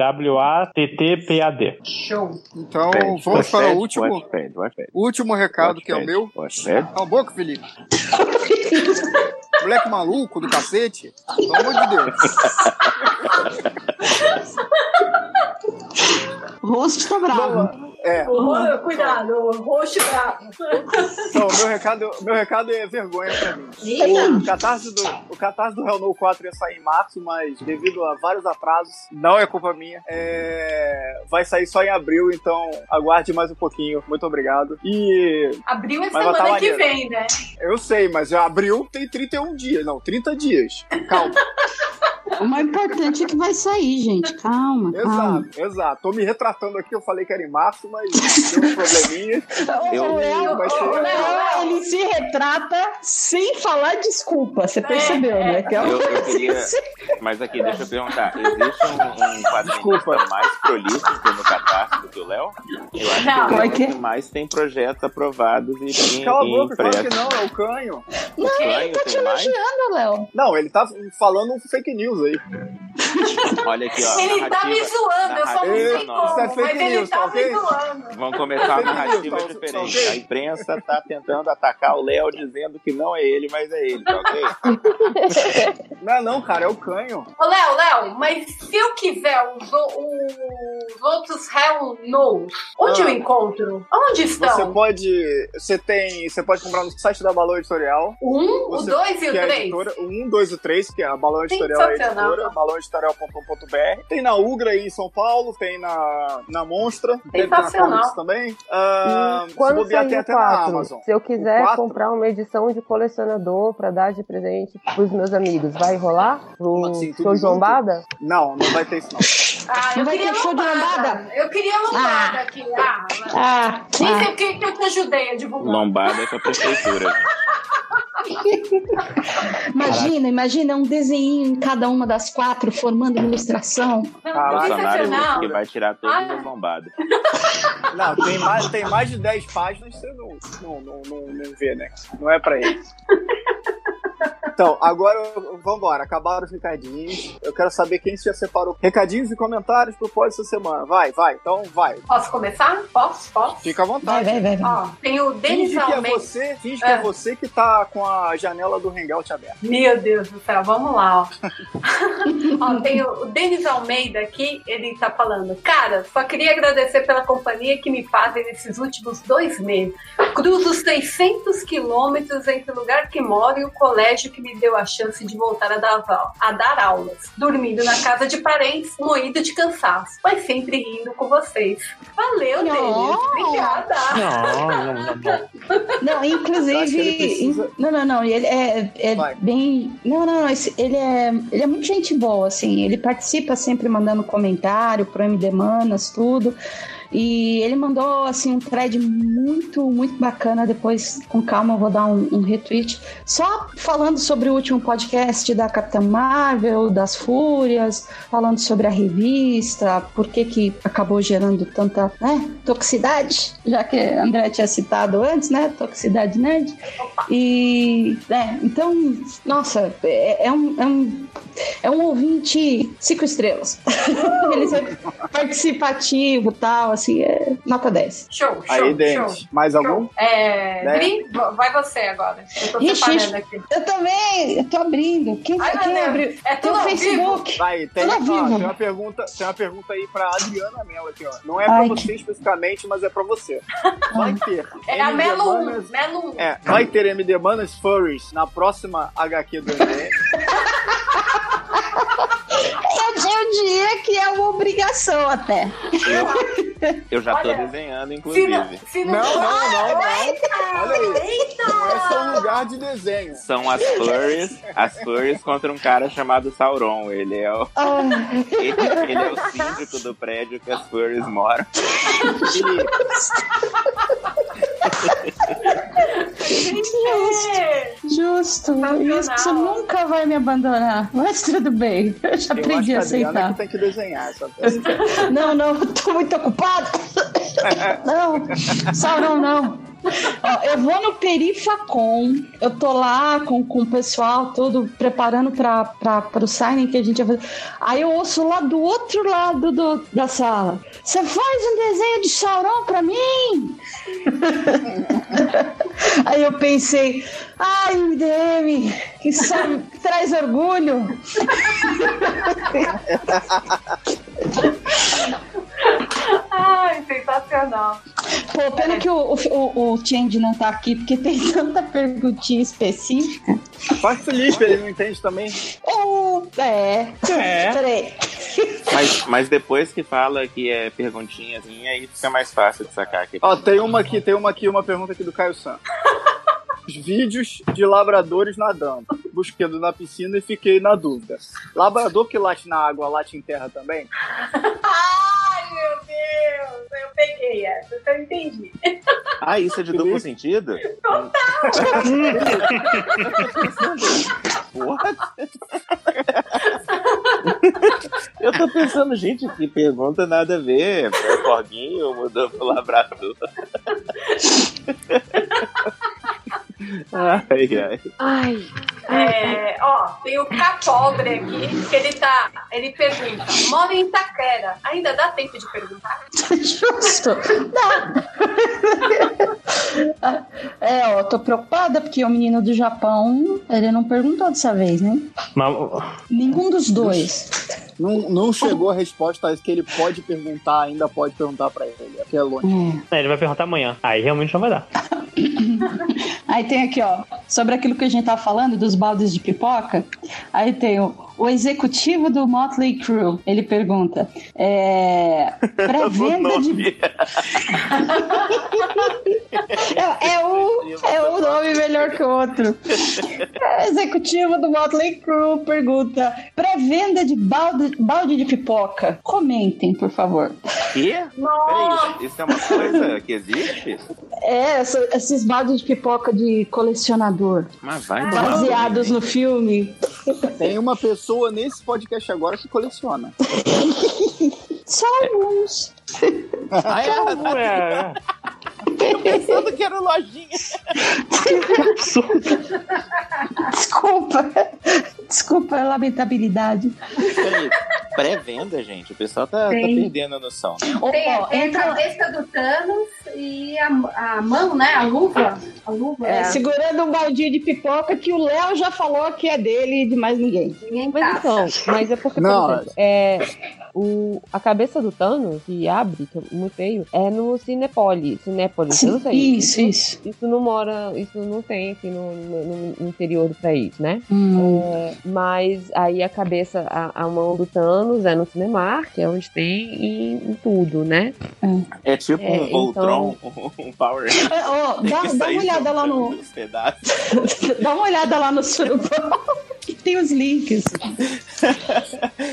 S3: W-A-T-T-P-A-D.
S13: Show.
S16: Então,
S3: Wattpad,
S16: vamos para o
S3: Wattpad,
S16: último,
S4: Wattpad, Wattpad.
S16: último recado, que é o meu.
S4: Wattpad.
S16: Cala a boca, Felipe. Moleque maluco do cacete. Pelo amor de Deus.
S5: O rosto tá bravo.
S16: É.
S13: O ro- Cuidado, o roxo bravo.
S16: Não, meu recado, meu recado é vergonha pra mim.
S13: Eita.
S16: O catarse do, o catarse do Hell No 4 ia sair em março, mas devido a vários atrasos, não é culpa minha. É, vai sair só em abril, então aguarde mais um pouquinho. Muito obrigado. E.
S13: Abril é
S16: Mas vai tá
S13: semana que
S16: maneiro.
S13: vem, né?
S16: Eu sei, mas já abril tem 31 dias. Não, 30 dias.
S13: Ah.
S16: Calma.
S5: O mais importante é que vai sair, gente. Calma, calma.
S16: Exato, exato. Tô me retratando aqui, eu falei que era em março, mas deu um probleminha.
S5: O Léo,
S16: Vai ser-
S5: o Léo, ele se retrata sem falar desculpa. Você percebeu, né? Que é uma
S4: Eu, eu
S5: coisa
S4: queria.
S5: assim.
S4: Mas aqui, deixa eu perguntar. Existe um, um quadrinista mais prolixo que no Catarse do que o Léo? Eu acho
S5: Não.
S4: que o
S5: Como
S4: Léo
S5: é
S4: é
S5: que é?
S4: que mais tem projetos aprovados e, e,
S16: Cala a
S4: e
S16: boca, claro que
S4: impressos.
S16: não, é o canho.
S4: Não, ele Canho tá tem te mais?
S5: Léo.
S16: Não, ele tá falando um fake news aí.
S4: Olha aqui, ó.
S13: Ele tá me
S4: narrativa-
S13: zoando, eu só não
S16: é
S13: sei
S4: narrativa nova.
S13: como, mas ele tá me zoando.
S4: Vão começar uma
S13: Fake news,
S4: narrativa
S13: tá-
S4: diferente. A imprensa tá tentando atacar o Léo dizendo que não é ele, mas é ele, tá ok?
S16: Não é não, cara, é o canho.
S13: Ô, Léo, Léo, mas se eu quiser os, o- os outros Hell No, onde
S16: Ah.
S13: eu encontro? Onde
S16: Você
S13: estão?
S16: pode. Você tem. Você pode comprar no site da Balão Editorial.
S13: O um, o dois e o
S16: que é a
S13: três?
S16: editora- O 1, 2 e o 3, que é a Balão Editorial é a
S13: Sensacional.
S16: editora, balãoeditorial.com.br. Tem na Ugra aí em São Paulo, tem na, na Monstra, tem na
S12: Sensacional.
S16: Comics também. Ah,
S12: E
S16: se
S12: quando
S16: bobear,
S12: sair
S16: tem
S12: o
S16: até na
S12: 4,
S16: Amazon.
S12: se eu quiser
S16: quatro?
S12: comprar uma edição de colecionador pra dar de presente pros meus amigos, vai rolar? Pro
S16: assim? tudo
S12: show de
S16: junto?
S12: lombada?
S16: Não, não vai ter isso não.
S13: Ah, eu
S5: Não vai
S13: queria
S5: ter show de
S13: lombada.
S5: lombada?
S13: Eu queria lombada aqui. Ah,
S5: Ah,
S13: nem
S5: ah.
S13: sei o que que eu te ajudei a divulgar.
S4: Lombada é com a prefeitura.
S5: Imagina, imagina um desenho em cada uma das quatro, formando uma ilustração.
S4: Bolsonaro
S16: sensacional.
S4: que vai tirar todas
S16: Ah.
S4: as lombadas.
S16: Não, tem mais, tem mais de 10 páginas, você não, não, não, não, não vê, né? Não é pra ele. Então, agora vambora. Acabaram os recadinhos. Eu quero saber quem já separou. Recadinhos e comentários pro pós essa semana. Vai, vai, então vai.
S13: Posso começar? Posso? Posso?
S16: Fica à vontade.
S5: Vai, vai,
S13: Ó, tem o Denis
S16: Finge que é
S13: Almeida.
S16: você, finge que é você que tá com a janela do Hangout aberta.
S13: Meu Deus do céu, vamos lá, ó. Ó, tem o o Denis Almeida aqui, ele tá falando, cara, só queria agradecer pela companhia que me fazem nesses últimos dois meses. Cruzo 600 quilômetros entre o lugar que moro e o colégio que me me deu a chance de voltar a dar, val- a dar aulas, dormindo na casa de parentes, moído de cansaço, mas sempre rindo com vocês. Valeu,
S5: Não.
S13: Denis. Obrigada.
S5: Não,
S13: Eu acho que ele
S5: inclusive.
S13: precisa-
S5: in- Não, não, não. Ele é, é bem. Não, não, não. esse- Ele é, ele é muito gente boa, assim. Ele participa sempre mandando comentário pro MD Manas, tudo. E ele mandou, assim, um thread muito, muito bacana. Depois, com calma, eu vou dar um, um retweet. Só falando sobre o último podcast da Capitã Marvel, das Fúrias, falando sobre a revista, por que que acabou gerando tanta, né, toxicidade, já que a André tinha citado antes, né, toxicidade nerd. E, né, então, nossa, é, é um, é, um, é um ouvinte cinco estrelas. Ele é participativo tal, assim, é nota 10.
S13: Show, show,
S16: Aí,
S13: show.
S16: Dente. Mais algum?
S13: É,
S16: Né?
S13: Dri, vo- vai você agora. Eu tô
S5: Ixi,
S13: separando
S5: ixi,
S13: aqui.
S5: Eu também, eu tô abrindo. Quem,
S13: Ai, meu
S5: quem
S13: Deus,
S5: abriu? tem
S13: é tudo
S5: o
S13: ao
S5: Facebook.
S16: Vai, tem,
S5: Tudo ao
S16: ó,
S5: vivo.
S16: tem uma pergunta, tem uma pergunta aí pra Adriana Mello aqui, ó. Não é
S5: Ai,
S16: pra
S5: que-
S16: você especificamente, mas é pra você. Vai ter.
S13: É a
S16: MD
S13: Melo 1,
S16: Manas-
S13: Melo 1.
S16: É, vai ter MD Manas Furries na próxima HQ do MD.
S5: Eu, eu diria que é uma obrigação até.
S4: Eu já tô
S16: Olha,
S4: desenhando, inclusive.
S16: não, não, não, não.
S13: Olha
S16: aí. Esse é um lugar de desenho.
S4: São as furries, as furries contra um cara chamado Sauron. Ele é o, ele, ele é o síndico do prédio que as furries moram.
S5: Justo. Justo. Isso nunca vai me abandonar. Mas tudo bem. Eu já
S16: Eu
S5: aprendi a
S16: acho que a
S5: aceitar.
S16: Adriana que tem que desenhar essa
S5: Não, não, eu tô muito ocupada. Não, Sauron, não. Ó, eu vou no Perifacom, eu tô lá com, com o pessoal todo preparando pra, pra, pro signing que a gente vai fazer. Aí eu ouço lá do outro lado do- da sala: Você faz um desenho de Sauron pra mim? Aí eu pensei: Ai, MDM, que só me traz orgulho.
S13: Ai, sensacional.
S5: Pô, pena que o, o, o Change não tá aqui, porque tem tanta perguntinha específica.
S16: Faz feliz, ele não entende também.
S5: Oh, é.
S4: É.
S5: Peraí.
S4: Mas, mas depois que fala que é perguntinha assim, aí fica mais fácil de sacar aqui.
S16: Ó, tem uma aqui, tem uma aqui, uma pergunta aqui do Caio San. Os Vídeos de labradores nadando. Buscando na piscina e fiquei na dúvida. Labrador que late na água, late em terra também?
S13: Ai, meu Deus. Eu peguei essa, eu entendi.
S4: Ah, isso é de duplo sentido? What? Eu tô pensando, gente, que pergunta nada a ver. O Corguinho mudou pro Labrador. Ai, ai.
S10: Ai.
S13: É, ó, tem o Capobre aqui, que ele tá. Ele pergunta: mora em Itaquera. Ainda dá tempo de perguntar?
S5: Justo. Não. É, ó, eu tô preocupada porque o menino do Japão, ele não perguntou dessa vez, né? Nenhum dos dois.
S16: Não, não chegou a resposta que ele pode perguntar, ainda pode perguntar pra ele. Aqui é longe.
S3: É, ele vai perguntar amanhã. Aí realmente não vai dar.
S5: Aí tem aqui, ó, sobre aquilo que a gente tava falando dos baldes de pipoca. Aí tem o, o executivo do Motley Crue. Ele pergunta: é,
S4: Tá
S5: pré-venda de. é, é um, é um nome melhor que o outro. O executivo do Motley Crue pergunta: pré-venda de balde, balde de pipoca. Comentem, por favor.
S4: Quê? Peraí, isso é uma coisa que existe?
S5: É, essa- esses baldes de pipoca de colecionador.
S4: Mas vai,
S5: Baseados no filme.
S16: Tem uma pessoa nesse podcast agora que coleciona.
S5: Só alguns.
S16: Ah, é?
S4: Então,
S3: Ué,
S16: Tô pensando que era o lojinha.
S5: Desculpa. Desculpa a lamentabilidade.
S4: Peraí, Pré-venda, gente. O pessoal tá, tá
S5: Tem.
S4: perdendo a noção. né?
S5: Ó,
S13: tem
S5: ó,
S13: tem
S5: entra
S13: a
S5: lá.
S13: cabeça do Thanos e a, a mão, né? A luva. A luva.
S5: É, segurando um baldinho de pipoca que o Léo já falou que é dele e de mais ninguém.
S13: Ninguém
S12: mas
S13: tá.
S12: então, mas é porque, por
S13: Não,
S12: exemplo, é, o, a cabeça do Thanos, que abre, que é muito feio, é no Cinepoli. Cinépolis, eu não sei.
S5: Isso, isso.
S12: Isso não mora, isso não tem aqui no, no- no interior do país, né?
S5: Hum.
S12: É, mas aí a cabeça, a, a mão do Thanos é no Cinemark, é onde tem e em tudo, né?
S4: É tipo
S12: É,
S4: um
S12: então-
S4: Voltron, um Power Ranger.
S5: É, ó,
S4: Tem
S5: dá-
S4: que
S5: dá uma
S4: sair
S5: olhada lá no-
S4: soltando os pedaços.
S5: Dá uma olhada lá no surubão que tem os links.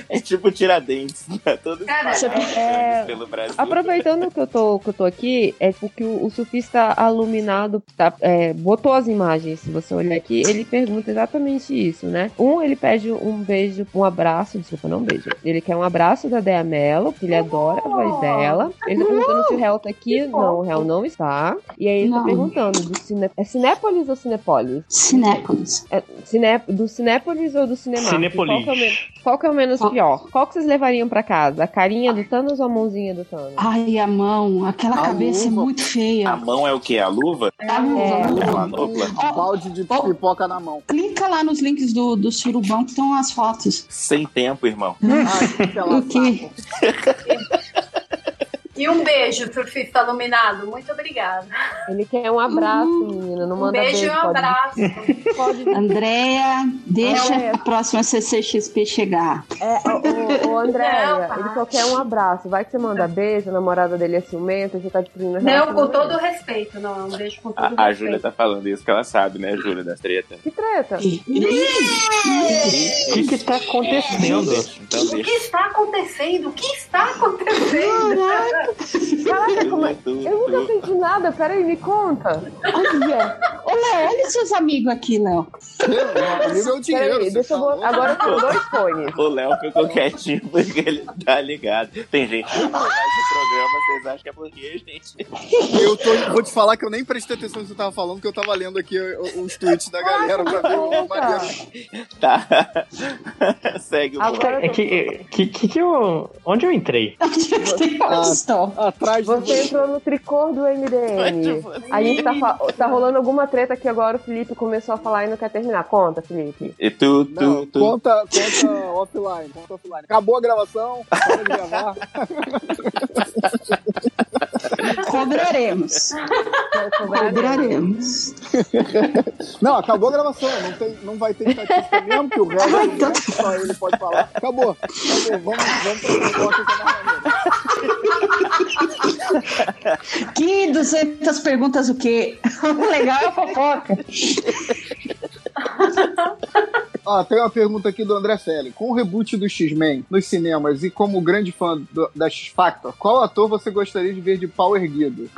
S4: É tipo Tiradentes. Né? Todos
S13: Cara,
S4: espalhados
S12: é-
S4: pelo Brasil.
S12: Aproveitando que eu tô, que eu tô aqui, é tipo que o, o surfista aluminado tá, é, botou as imagens, se você olhar aqui, ele pergunta exatamente isso, né? Um, ele pede um beijo, um abraço, desculpa, não um beijo. Ele quer um abraço da Dea Mello, que ele adora a voz dela. Ele tá perguntando se o réu tá aqui. Não, o réu não está. E aí ele
S5: Não.
S12: tá perguntando do cine... É Cinépolis ou Cinepolis?
S5: Cinépolis.
S12: É, cine... Do Cinépolis ou do Cinemark?
S3: Cinépolis.
S12: Qual que é o men- Qual que é o menos pior? Qual que vocês levariam pra casa? A carinha do Thanos ou a mãozinha do Thanos?
S5: Ai, a mão, aquela
S4: A
S5: cabeça é muito feia.
S4: A mão é o quê? A luva? É
S5: A
S16: É.
S5: luva.
S4: Aquela nopla?
S5: balde de pipoca na mão. Clica lá nos links do, do surubão que estão as fotos.
S4: Sem tempo, irmão.
S5: O que?
S13: E um beijo, surfista iluminado. Muito obrigada.
S12: Ele quer um abraço,
S5: Uhum.
S12: menina. Não
S13: Um
S12: manda
S13: beijo e um
S12: pode-
S13: abraço.
S5: Andréia, deixa
S12: Andréia.
S5: a próxima CCXP chegar.
S12: É, o, o Andréia,
S13: Não,
S12: ele só quer um abraço. Vai que você manda beijo, a namorada dele é ciumenta, você tá destruindo a
S13: Não, com
S12: relação
S13: todo
S12: dele.
S13: respeito. Não, um beijo com todo
S4: A, a
S13: respeito.
S4: Júlia tá falando isso que ela sabe, né, Júlia, da treta.
S12: Que treta?
S4: O que,
S3: tá acontecendo?
S4: Então
S13: O que
S4: deixa.
S13: está tá acontecendo? O que está acontecendo?
S12: Caraca, como é?
S4: Tu,
S12: Eu nunca senti nada, peraí, me conta. Onde é?
S5: Ô, Léo, olha os seus amigos aqui, Léo.
S12: Seu dinheiro, peraí, deixa eu vou... Agora eu tenho dois fones.
S4: O Léo ficou quietinho porque ele tá ligado. Tem gente que não gosta de programa, vocês acham que é porque, gente.
S10: Eu tô- vou te falar que eu nem prestei atenção no que você tava falando, que eu tava lendo aqui o- os tweets da galera pra ver o maneiro.
S4: Tá. Segue o
S3: É que, que, que, que eu. Onde eu entrei?
S10: Ah, Atrás
S12: Você entrou no tricor do MDM. A gente tá, fa- tá rolando alguma treta aqui agora, o Felipe começou a falar e não quer terminar. Conta, Felipe.
S4: E tu, tu,
S10: Não,
S4: tu.
S10: conta, conta offline, conta offline. Acabou a gravação, para de gravar.
S5: Cobraremos. Cobraremos.
S10: Não, acabou a gravação.
S4: né?
S10: Não, tem, não vai ter estatística mesmo, que o resto né, só ele pode falar. Acabou. acabou. Vamos, vamos pra fofoca.
S5: Que 200 perguntas o quê? O legal é a fofoca.
S10: Ó, Ah, tem uma pergunta aqui do André Selle. Com o reboot do X-Men nos cinemas e como grande fã do- da X-Factor, qual ator você gostaria de ver de pau erguido?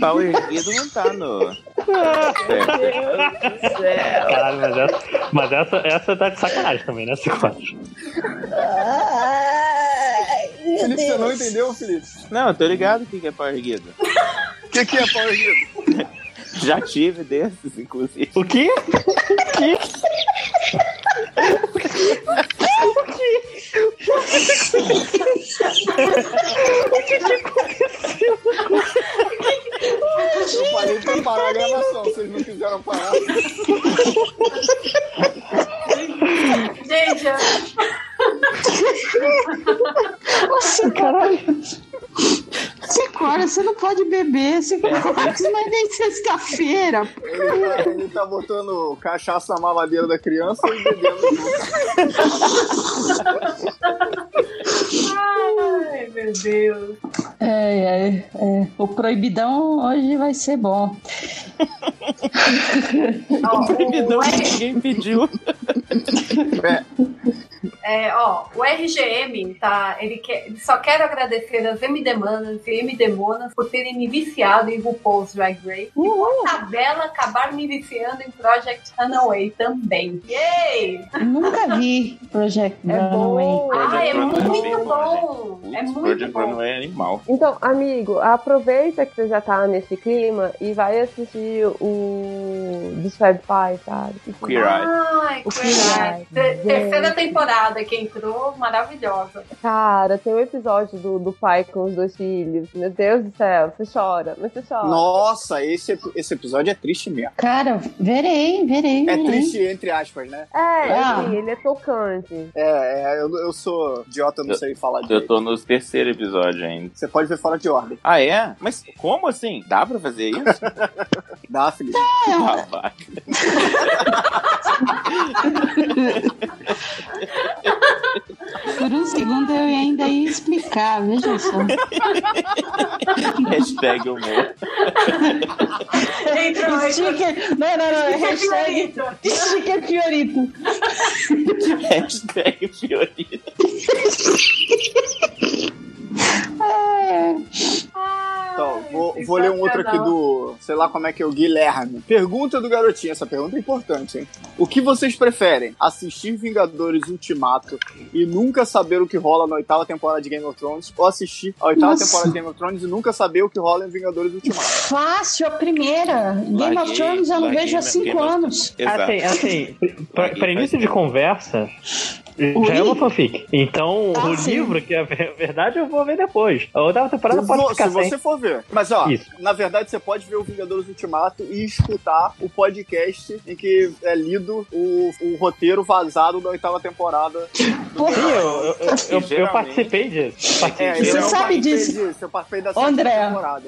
S4: Pau erguido não tá no.
S3: Caralho, mas essa, mas essa, essa tá de sacanagem também, né, Ciclope?
S10: Felipe, você não entendeu, Felipe?
S4: Não, eu tô ligado o que que é pau erguido.
S10: O que, que é pau erguido?
S4: Já tive desses, inclusive.
S3: O quê?
S10: Eu parei pra parar a gravação, vocês não quiseram parar.
S13: Gente, eu-
S5: Nossa, caralho. Cinco horas, você não pode beber. Cinco horas, mas nem sexta-feira.
S10: Ele tá, ele tá botando cachaça na mamadeira da criança e bebendo
S13: Ai, meu Deus.
S5: É, é, é. O proibidão hoje vai ser bom.
S4: O proibidão que ninguém pediu.
S13: É, ó, o RGM, tá? Ele, quer, ele só quero agradecer as MD Manas e MD Monas por terem me viciado em RuPaul's Drag Race. E por tabela acabar me viciando em Project Runaway também. Yay!
S5: Nunca vi Project
S12: É,
S5: Runway.
S13: Ah, é
S4: Runaway
S13: muito
S4: bom,
S13: bom! É muito
S4: Project
S13: bom.
S4: Runway é animal.
S12: Então, amigo, aproveita que você já tá nesse clima e vai assistir o do, dos Fab Five, sabe? Tipo,
S4: Queer
S13: Ai,
S12: O
S13: que
S12: Queer
S13: verdade.
S12: Eye.
S13: Te-
S12: Gente.
S13: Terceira temporada que entrou, maravilhosa.
S12: Cara, tem um episódio do, do pai com os dois filhos. Meu Deus do céu, você chora, mas você chora.
S16: Nossa, esse, esse episódio é triste mesmo.
S5: Cara, verei, verei.
S16: É
S5: verei.
S16: triste, entre aspas, né?
S12: Uhum. É,
S16: Ah.
S12: assim, ele é tocante.
S16: É, é, eu, eu sou idiota, eu não sei falar
S4: Eu
S16: direito.
S4: tô no terceiro episódio ainda.
S16: Você pode ver fora de ordem.
S4: Ah, é? Mas como assim? Dá pra fazer isso?
S16: Dá, Felipe.
S4: Ah, vai.
S5: Por um segundo eu ainda ia explicar, veja só.
S4: Hashtag humor.
S13: Entrou,
S5: Sticker. Não, não, não.
S13: Sticker
S5: Hashtag. é Sticker Fiorito.
S4: Hashtag Fiorita.
S3: É.
S16: Então, vou, vou ler um outro aqui do, sei lá como é que é o Guilherme. Pergunta do garotinho, essa pergunta é importante, hein? O que vocês preferem? Assistir Vingadores Ultimato e nunca saber o que rola na oitava temporada de Game of Thrones ou assistir a oitava
S5: Nossa.
S16: temporada de Game of Thrones e nunca saber o que rola em Vingadores Ultimato?
S5: Fácil, a primeira. Game of
S16: Larguei,
S5: Thrones eu não
S16: larguei
S5: vejo há
S16: minha
S5: cinco
S16: Game of-
S5: anos.
S3: Assim, assim pra, pra início de conversa, já é uma fanfic. Então,
S16: Ah,
S3: o livro, que é a ver- verdade, eu vou ver depois. A outra temporada
S16: Se
S3: pode
S16: vo-
S3: ficar
S16: se
S3: sem.
S16: você for ver. Mas ó,
S3: Isso.
S16: na verdade você pode ver o Vingadores Ultimato e escutar o podcast em que é lido o, o roteiro vazado da oitava temporada.
S3: Sim, eu, eu, eu- eu
S16: Geralmente-
S3: participei disso.
S16: É,
S3: Participei.
S16: eu participei
S5: disso.
S16: Eu
S13: É, um
S16: participei da sétima
S5: André,
S16: temporada.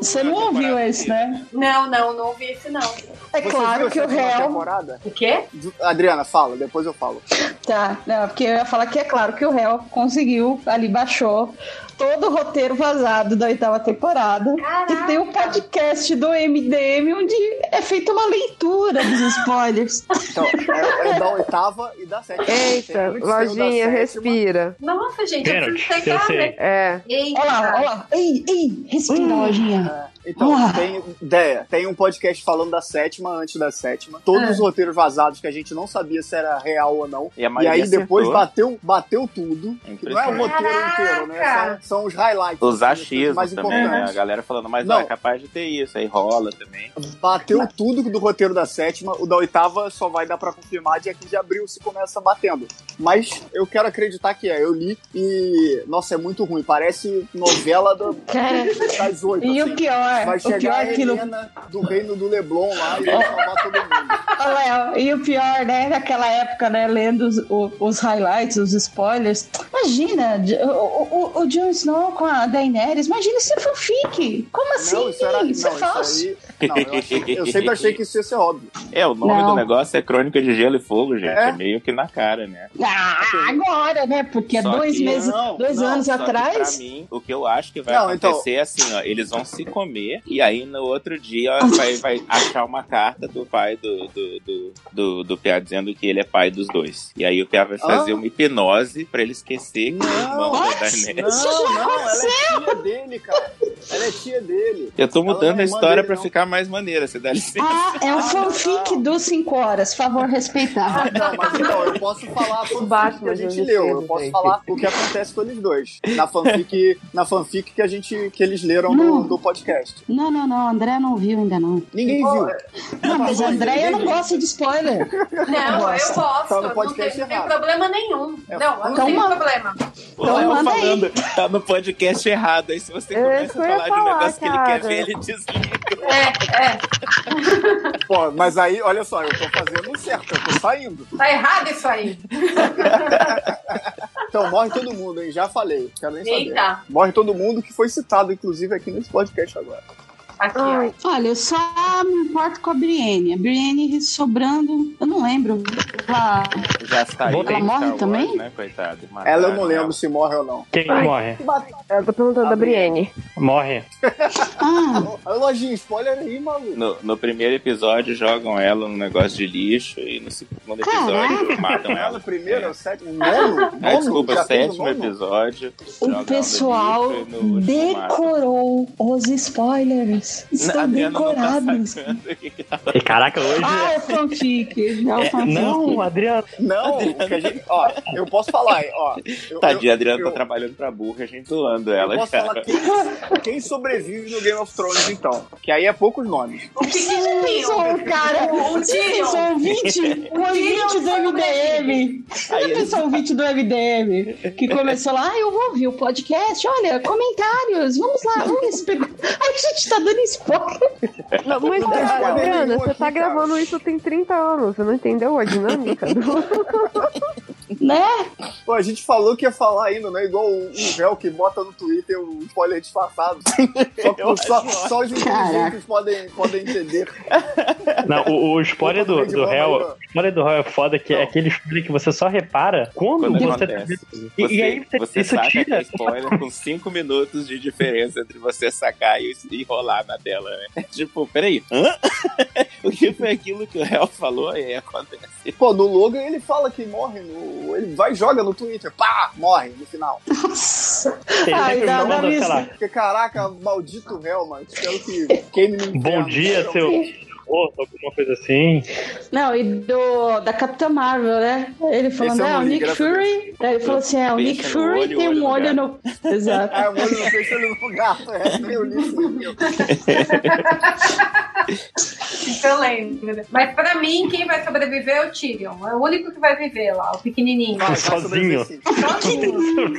S5: você não ouviu esse, né?
S13: Não, não, não ouvi esse não.
S5: É
S16: Você
S5: claro
S16: viu
S5: que o
S16: essa última
S5: réu.
S16: temporada?
S13: O quê?
S16: Adriana, fala, depois eu falo.
S5: Tá, não, porque eu ia falar que é claro que o réu conseguiu, ali baixou todo o roteiro vazado da oitava temporada. E tem o podcast do MDM onde é feita uma leitura dos spoilers.
S16: Então, é, é da oitava e da sétima.
S5: Eita,
S16: Antes tem o da
S5: lojinha,
S16: sétima.
S5: respira.
S13: Nossa, gente, eu
S16: Pênalti,
S13: preciso
S16: eu
S13: pegar,
S16: sei.
S13: né?
S12: É.
S13: Eita.
S5: Olha lá, olha lá. Ei, ei,
S16: Hum.
S5: respira, lojinha.
S16: Então,
S5: Uau.
S16: tem ideia. Tem um podcast falando da sétima, antes da sétima. Todos
S5: É.
S16: os roteiros vazados que a gente não sabia se era real ou não.
S4: E a maioria
S16: aí depois
S4: acertou.
S16: bateu, bateu tudo. Que não é o roteiro inteiro, né? São, são os highlights.
S4: Os
S16: assim, as coisas
S4: achismos também, né? A
S16: importantes.
S4: galera falando, mas
S16: Não.
S4: ah, é capaz de ter isso. Aí rola também.
S16: Bateu tudo do roteiro da sétima, o da oitava só vai dar pra confirmar dia 15 de abril se começa batendo. Mas eu quero acreditar que é. Eu li e. Nossa, é muito ruim. Parece novela do,
S5: Cara,
S16: das oito. assim.
S5: e o pior,
S16: Vai
S5: o
S16: chegar
S5: pior
S16: a
S5: é que no-
S16: Helena do reino do Leblon lá e vai salvar todo mundo.
S5: Ô, Léo, e o pior, né? Naquela época, né? Lendo os, o- os highlights, os spoilers. Imagina, de- o, o, o Jon Snow com a Daenerys. Imagina esse fanfic. Como assim?
S16: Não, isso era. Não,
S5: Isso é
S16: isso
S5: falso.
S16: aí. Não, eu, achei- eu sempre achei que isso ia ser óbvio.
S4: É, o nome
S5: Não.
S4: do negócio é Crônica de Gelo e Fogo, gente.
S16: É?
S4: É, meio que na cara, né?
S5: Ah,
S16: Assim,
S5: agora, né? Porque há
S4: Só
S5: dois
S4: que-
S5: meses,
S4: não,
S5: dois
S4: não,
S5: anos
S4: só que
S5: atrás.
S4: pra mim, o que eu acho que vai
S5: Não, então-
S4: acontecer é assim, ó. Eles vão se comer e aí no outro dia ó, vai, vai achar uma carta do pai do, do, do, do, do Piá dizendo que ele é pai dos dois. E aí o Piá vai fazer uma hipnose pra ele esquecer que é irmão da Daenerys.
S16: Não, não, ela é tia dele, cara. Ela é tia dele.
S4: Eu tô
S16: Ela não
S4: mudando
S16: é irmã
S4: a história
S16: dele,
S4: pra
S16: não.
S4: ficar mais maneira, você dá licença.
S5: Ah, é o fanfic dos 5 horas. Favor respeitar.
S16: Não, mas então, eu posso falar a fanfic que a
S5: mas eu
S16: gente
S5: não
S16: leu.
S5: sei,
S16: Eu posso
S5: gente.
S16: falar o que acontece com eles dois. Na fanfic, na fanfic que a gente que eles leram no, do podcast.
S5: Não, não, não. André não viu ainda, não.
S16: Ninguém viu.
S5: Não, mas André, eu não gosto de spoiler.
S13: Não, eu gosto.
S16: Tá no
S13: não, tem,
S16: podcast
S13: não tem
S16: errado. É
S13: problema nenhum. Não, não
S5: Então
S13: tem
S5: manda.
S13: problema.
S4: O
S5: Então
S4: Léo
S5: manda aí. É
S4: falando, tá no podcast errado. Aí se você
S13: isso
S4: começa
S13: que eu ia
S4: a falar de um
S13: falar,
S4: negócio que ele
S13: cara.
S4: quer ver, ele desliga.
S13: É,
S16: Pô, mas aí, olha só, eu tô fazendo um certo, eu tô saindo.
S13: Tá errado isso aí.
S16: Então morre todo mundo, hein? Já falei. Quero nem saber.
S13: Eita.
S16: Morre todo mundo que foi citado, inclusive, aqui nesse podcast agora.
S5: Ai, Olha, eu só me importo com a Brienne. A Brienne sobrando, eu não lembro. Ela,
S4: Já saiu.
S5: Ela morre
S4: em Tá Star Wars,
S5: também?
S4: Né, coitado.
S16: Ela eu não lembro se morre ou não.
S3: Quem
S16: Ai.
S3: morre?
S12: Eu tô perguntando da Brienne.
S3: Morre.
S16: Ah. Lojinha, spoiler aí, maluco.
S4: No, no primeiro episódio jogam ela num negócio de lixo e no segundo episódio matam ela.
S16: No primeiro, é o sétimo, o nono? Um
S4: Ah,
S16: Nono?
S4: desculpa, é
S16: Já tem no
S4: sétimo
S16: nono?
S4: episódio. jogam
S3: um
S5: o
S4: no
S5: pessoal
S4: lixo e no último matam.
S5: decorou os spoilers.
S4: A
S5: Estão
S4: Adriana não tá
S5: decorados.
S4: sacando o que que tá
S3: E, caraca, hoje.
S5: Ah, o fanfic. É o
S3: É,
S5: fanfic.
S3: não, Não, Adriano.
S16: Não,
S3: Adriano.
S16: o que a gente, ó, eu posso falar, ó. Eu,
S4: Tadinha,
S16: eu-
S4: Adriano
S16: eu-
S4: tá trabalhando pra burra, ajeitando ela.
S16: Eu posso
S4: cara.
S16: falar quem, quem sobrevive no Game of Thrones, então. Que aí é poucos nomes.
S5: O
S13: um
S5: Tyrion, cara.
S13: O
S5: O
S13: Tyrion.
S5: Tyrion ouvinte. O
S13: um
S5: ouvinte do MDM. Sabe a pessoa ouvinte do MDM que começou lá, ah, eu vou ouvir o podcast, olha, comentários, vamos lá, vamos especular. A gente tá dando spoiler.
S12: Não,
S17: mas,
S12: Não tem
S17: ah,
S12: spoiler
S17: Adriana,
S12: nenhum
S17: você
S12: aqui,
S17: tá
S12: cara.
S17: gravando isso tem 30 anos. Você não entendeu a dinâmica do...
S5: né?
S16: Pô, a gente falou que ia falar ainda, né? Igual o, o véu que bota no Twitter o spoiler disfarçado. Só, só, só os
S3: Caraca.
S16: inteligentes podem, podem entender.
S3: Não, o, o spoiler do, do réu. O spoiler do réu é foda, que é aquele spoiler que você só repara quando,
S4: Quando
S3: você tá
S4: acontece.
S3: vendo. E,
S4: Você,
S3: e aí você-
S4: você
S3: isso
S4: saca que
S3: tira.
S4: é spoiler com 5 minutos de diferença entre você sacar e, e rolar na tela, né? É Tipo, peraí, hã? o que foi aquilo que o réu falou? E aí acontece.
S16: Pô, no Logan ele fala que morre no. Ele vai e joga no Twitter, pá, morre no final.
S3: Ai, sempre Ah, dá- manda, dá sei isso. lá.
S16: Porque, caraca, maldito réu, mano. Espero que queime no
S3: Bom
S16: inferno.
S3: dia, seu. Morto, alguma coisa assim.
S5: Não, e do, da Capitã Marvel, né? Ele
S3: Esse
S5: falando,
S3: é um
S5: ah, o
S3: olho,
S5: Nick
S3: graças a
S5: Fury. Aí ele falou assim: é, o
S3: Pensa
S5: Nick
S3: no
S5: Fury
S3: olho, olho Ah,
S5: tem
S3: um
S5: um
S3: no
S5: olho no.
S3: gato.
S5: Exato.
S16: É, o olho no peixe, olho no gato. É, meu livro.
S13: Isso eu lembro. Então, Mas pra mim, quem vai sobreviver é o Tyrion. É o único que vai viver lá, o pequenininho.
S4: sozinho.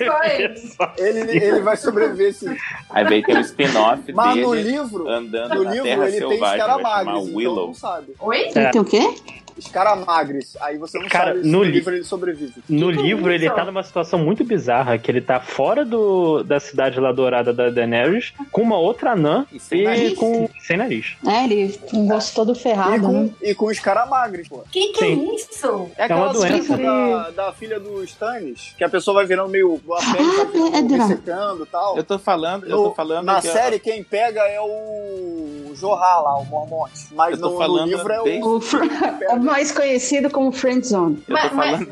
S13: Só ele.
S16: Ele, ele vai sobreviver esse.
S4: Aí vem ter um spin-off
S16: Mas no
S4: dele
S16: livro-
S4: andando
S16: No
S4: na
S16: livro
S4: Terra
S16: ele tem
S4: Selvagem, vai chamar
S16: escaramagres, então
S4: Willow.
S16: não sabe.
S13: Oi?
S3: Ele tem o
S5: quê?
S16: Escaramagres. Aí você não
S3: Cara,
S16: sabe se
S3: no
S16: no
S3: li-
S16: livro ele sobrevive.
S3: No livro, ele
S16: isso?
S3: tá numa situação muito bizarra, que ele tá fora do, da cidade lá dourada da Daenerys, com uma outra anã e,
S5: nariz.
S3: com sem nariz.
S5: É, ele com o rosto todo ferrado. né?
S16: E com os caramagres, pô.
S13: Que
S3: que é Sim.
S13: isso?
S16: É aquela
S3: É uma doença.
S16: doença da, da filha do Stannis, que a pessoa vai virando meio. A pele vai ficando ressecando tipo, e tal.
S4: Eu tô falando, eu
S16: No-
S4: tô falando.
S16: Na
S4: que eu-
S16: série, quem pega é o Jorrah lá, o Mormonte. Mas
S4: Eu tô
S16: no, no
S4: falando
S16: livro é
S4: desde-
S5: É
S16: o.
S5: mais conhecido como Friend Zone.
S4: Eu tô falando.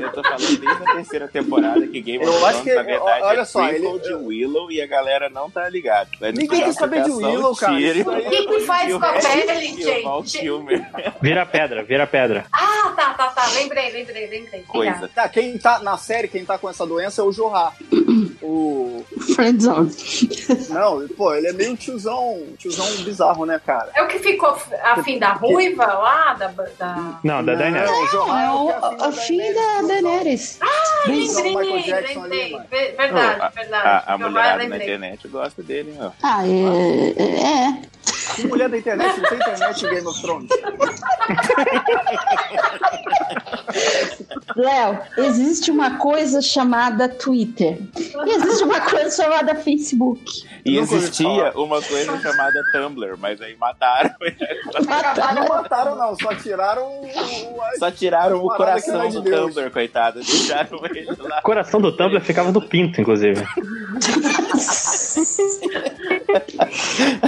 S4: eu tô falando desde a terceira temporada que Game of
S16: Eu acho
S4: Thrones,
S16: que-
S4: na verdade,
S16: olha
S4: é
S16: só,
S4: prequel
S16: ele-
S4: de Willow e a galera não tá ligada. Vai no
S16: Ninguém quer
S4: final
S16: saber de
S4: ficar só um
S16: Willow, cara.
S4: Tyrion
S16: Isso aí- é-
S13: O que, que faz
S4: e o
S13: com a
S4: resto
S13: pele,
S4: e o Val
S13: gente?
S4: Kilmer.
S3: Vira pedra, vira pedra.
S13: Ah, tá, tá, tá. Lembrei, lembrei, lembrei. Obrigada.
S16: Tá, quem tá na série, quem tá com essa doença é o Jorrah. O.
S5: Friend Zone.
S16: Não, pô, ele é meio tiozão, tiozão bizarro, né, cara?
S13: É o que ficou afim da ruiva lá, da. da...
S3: Não, da Daenerys.
S16: Não, o Jorrah
S5: É o, a filha da Daenerys.
S13: Ah,
S5: Bem-
S13: lembrei, lembrei. Ve- Verdade,
S4: a,
S3: Ah,
S13: verdade.
S4: a- a
S13: Meu
S4: mulherada
S13: pai,
S4: na
S13: lembrei.
S4: internet gosta dele, ó.
S5: Ah, é. é.
S16: Que mulher da internet, não tem internet em Game of Thrones.
S5: Léo, existe uma coisa chamada Twitter. E existe uma coisa chamada Facebook.
S4: E
S16: Nunca ouvi
S4: existia uma coisa chamada Tumblr, mas aí mataram.
S16: Não mataram, não, só tiraram o. o- a-
S4: Só tiraram o
S16: parada que não
S4: coração
S16: é de
S4: do
S16: Deus.
S4: Tumblr, coitado. Deixaram ele lá.
S3: Coração do Tumblr ficava do pinto, inclusive.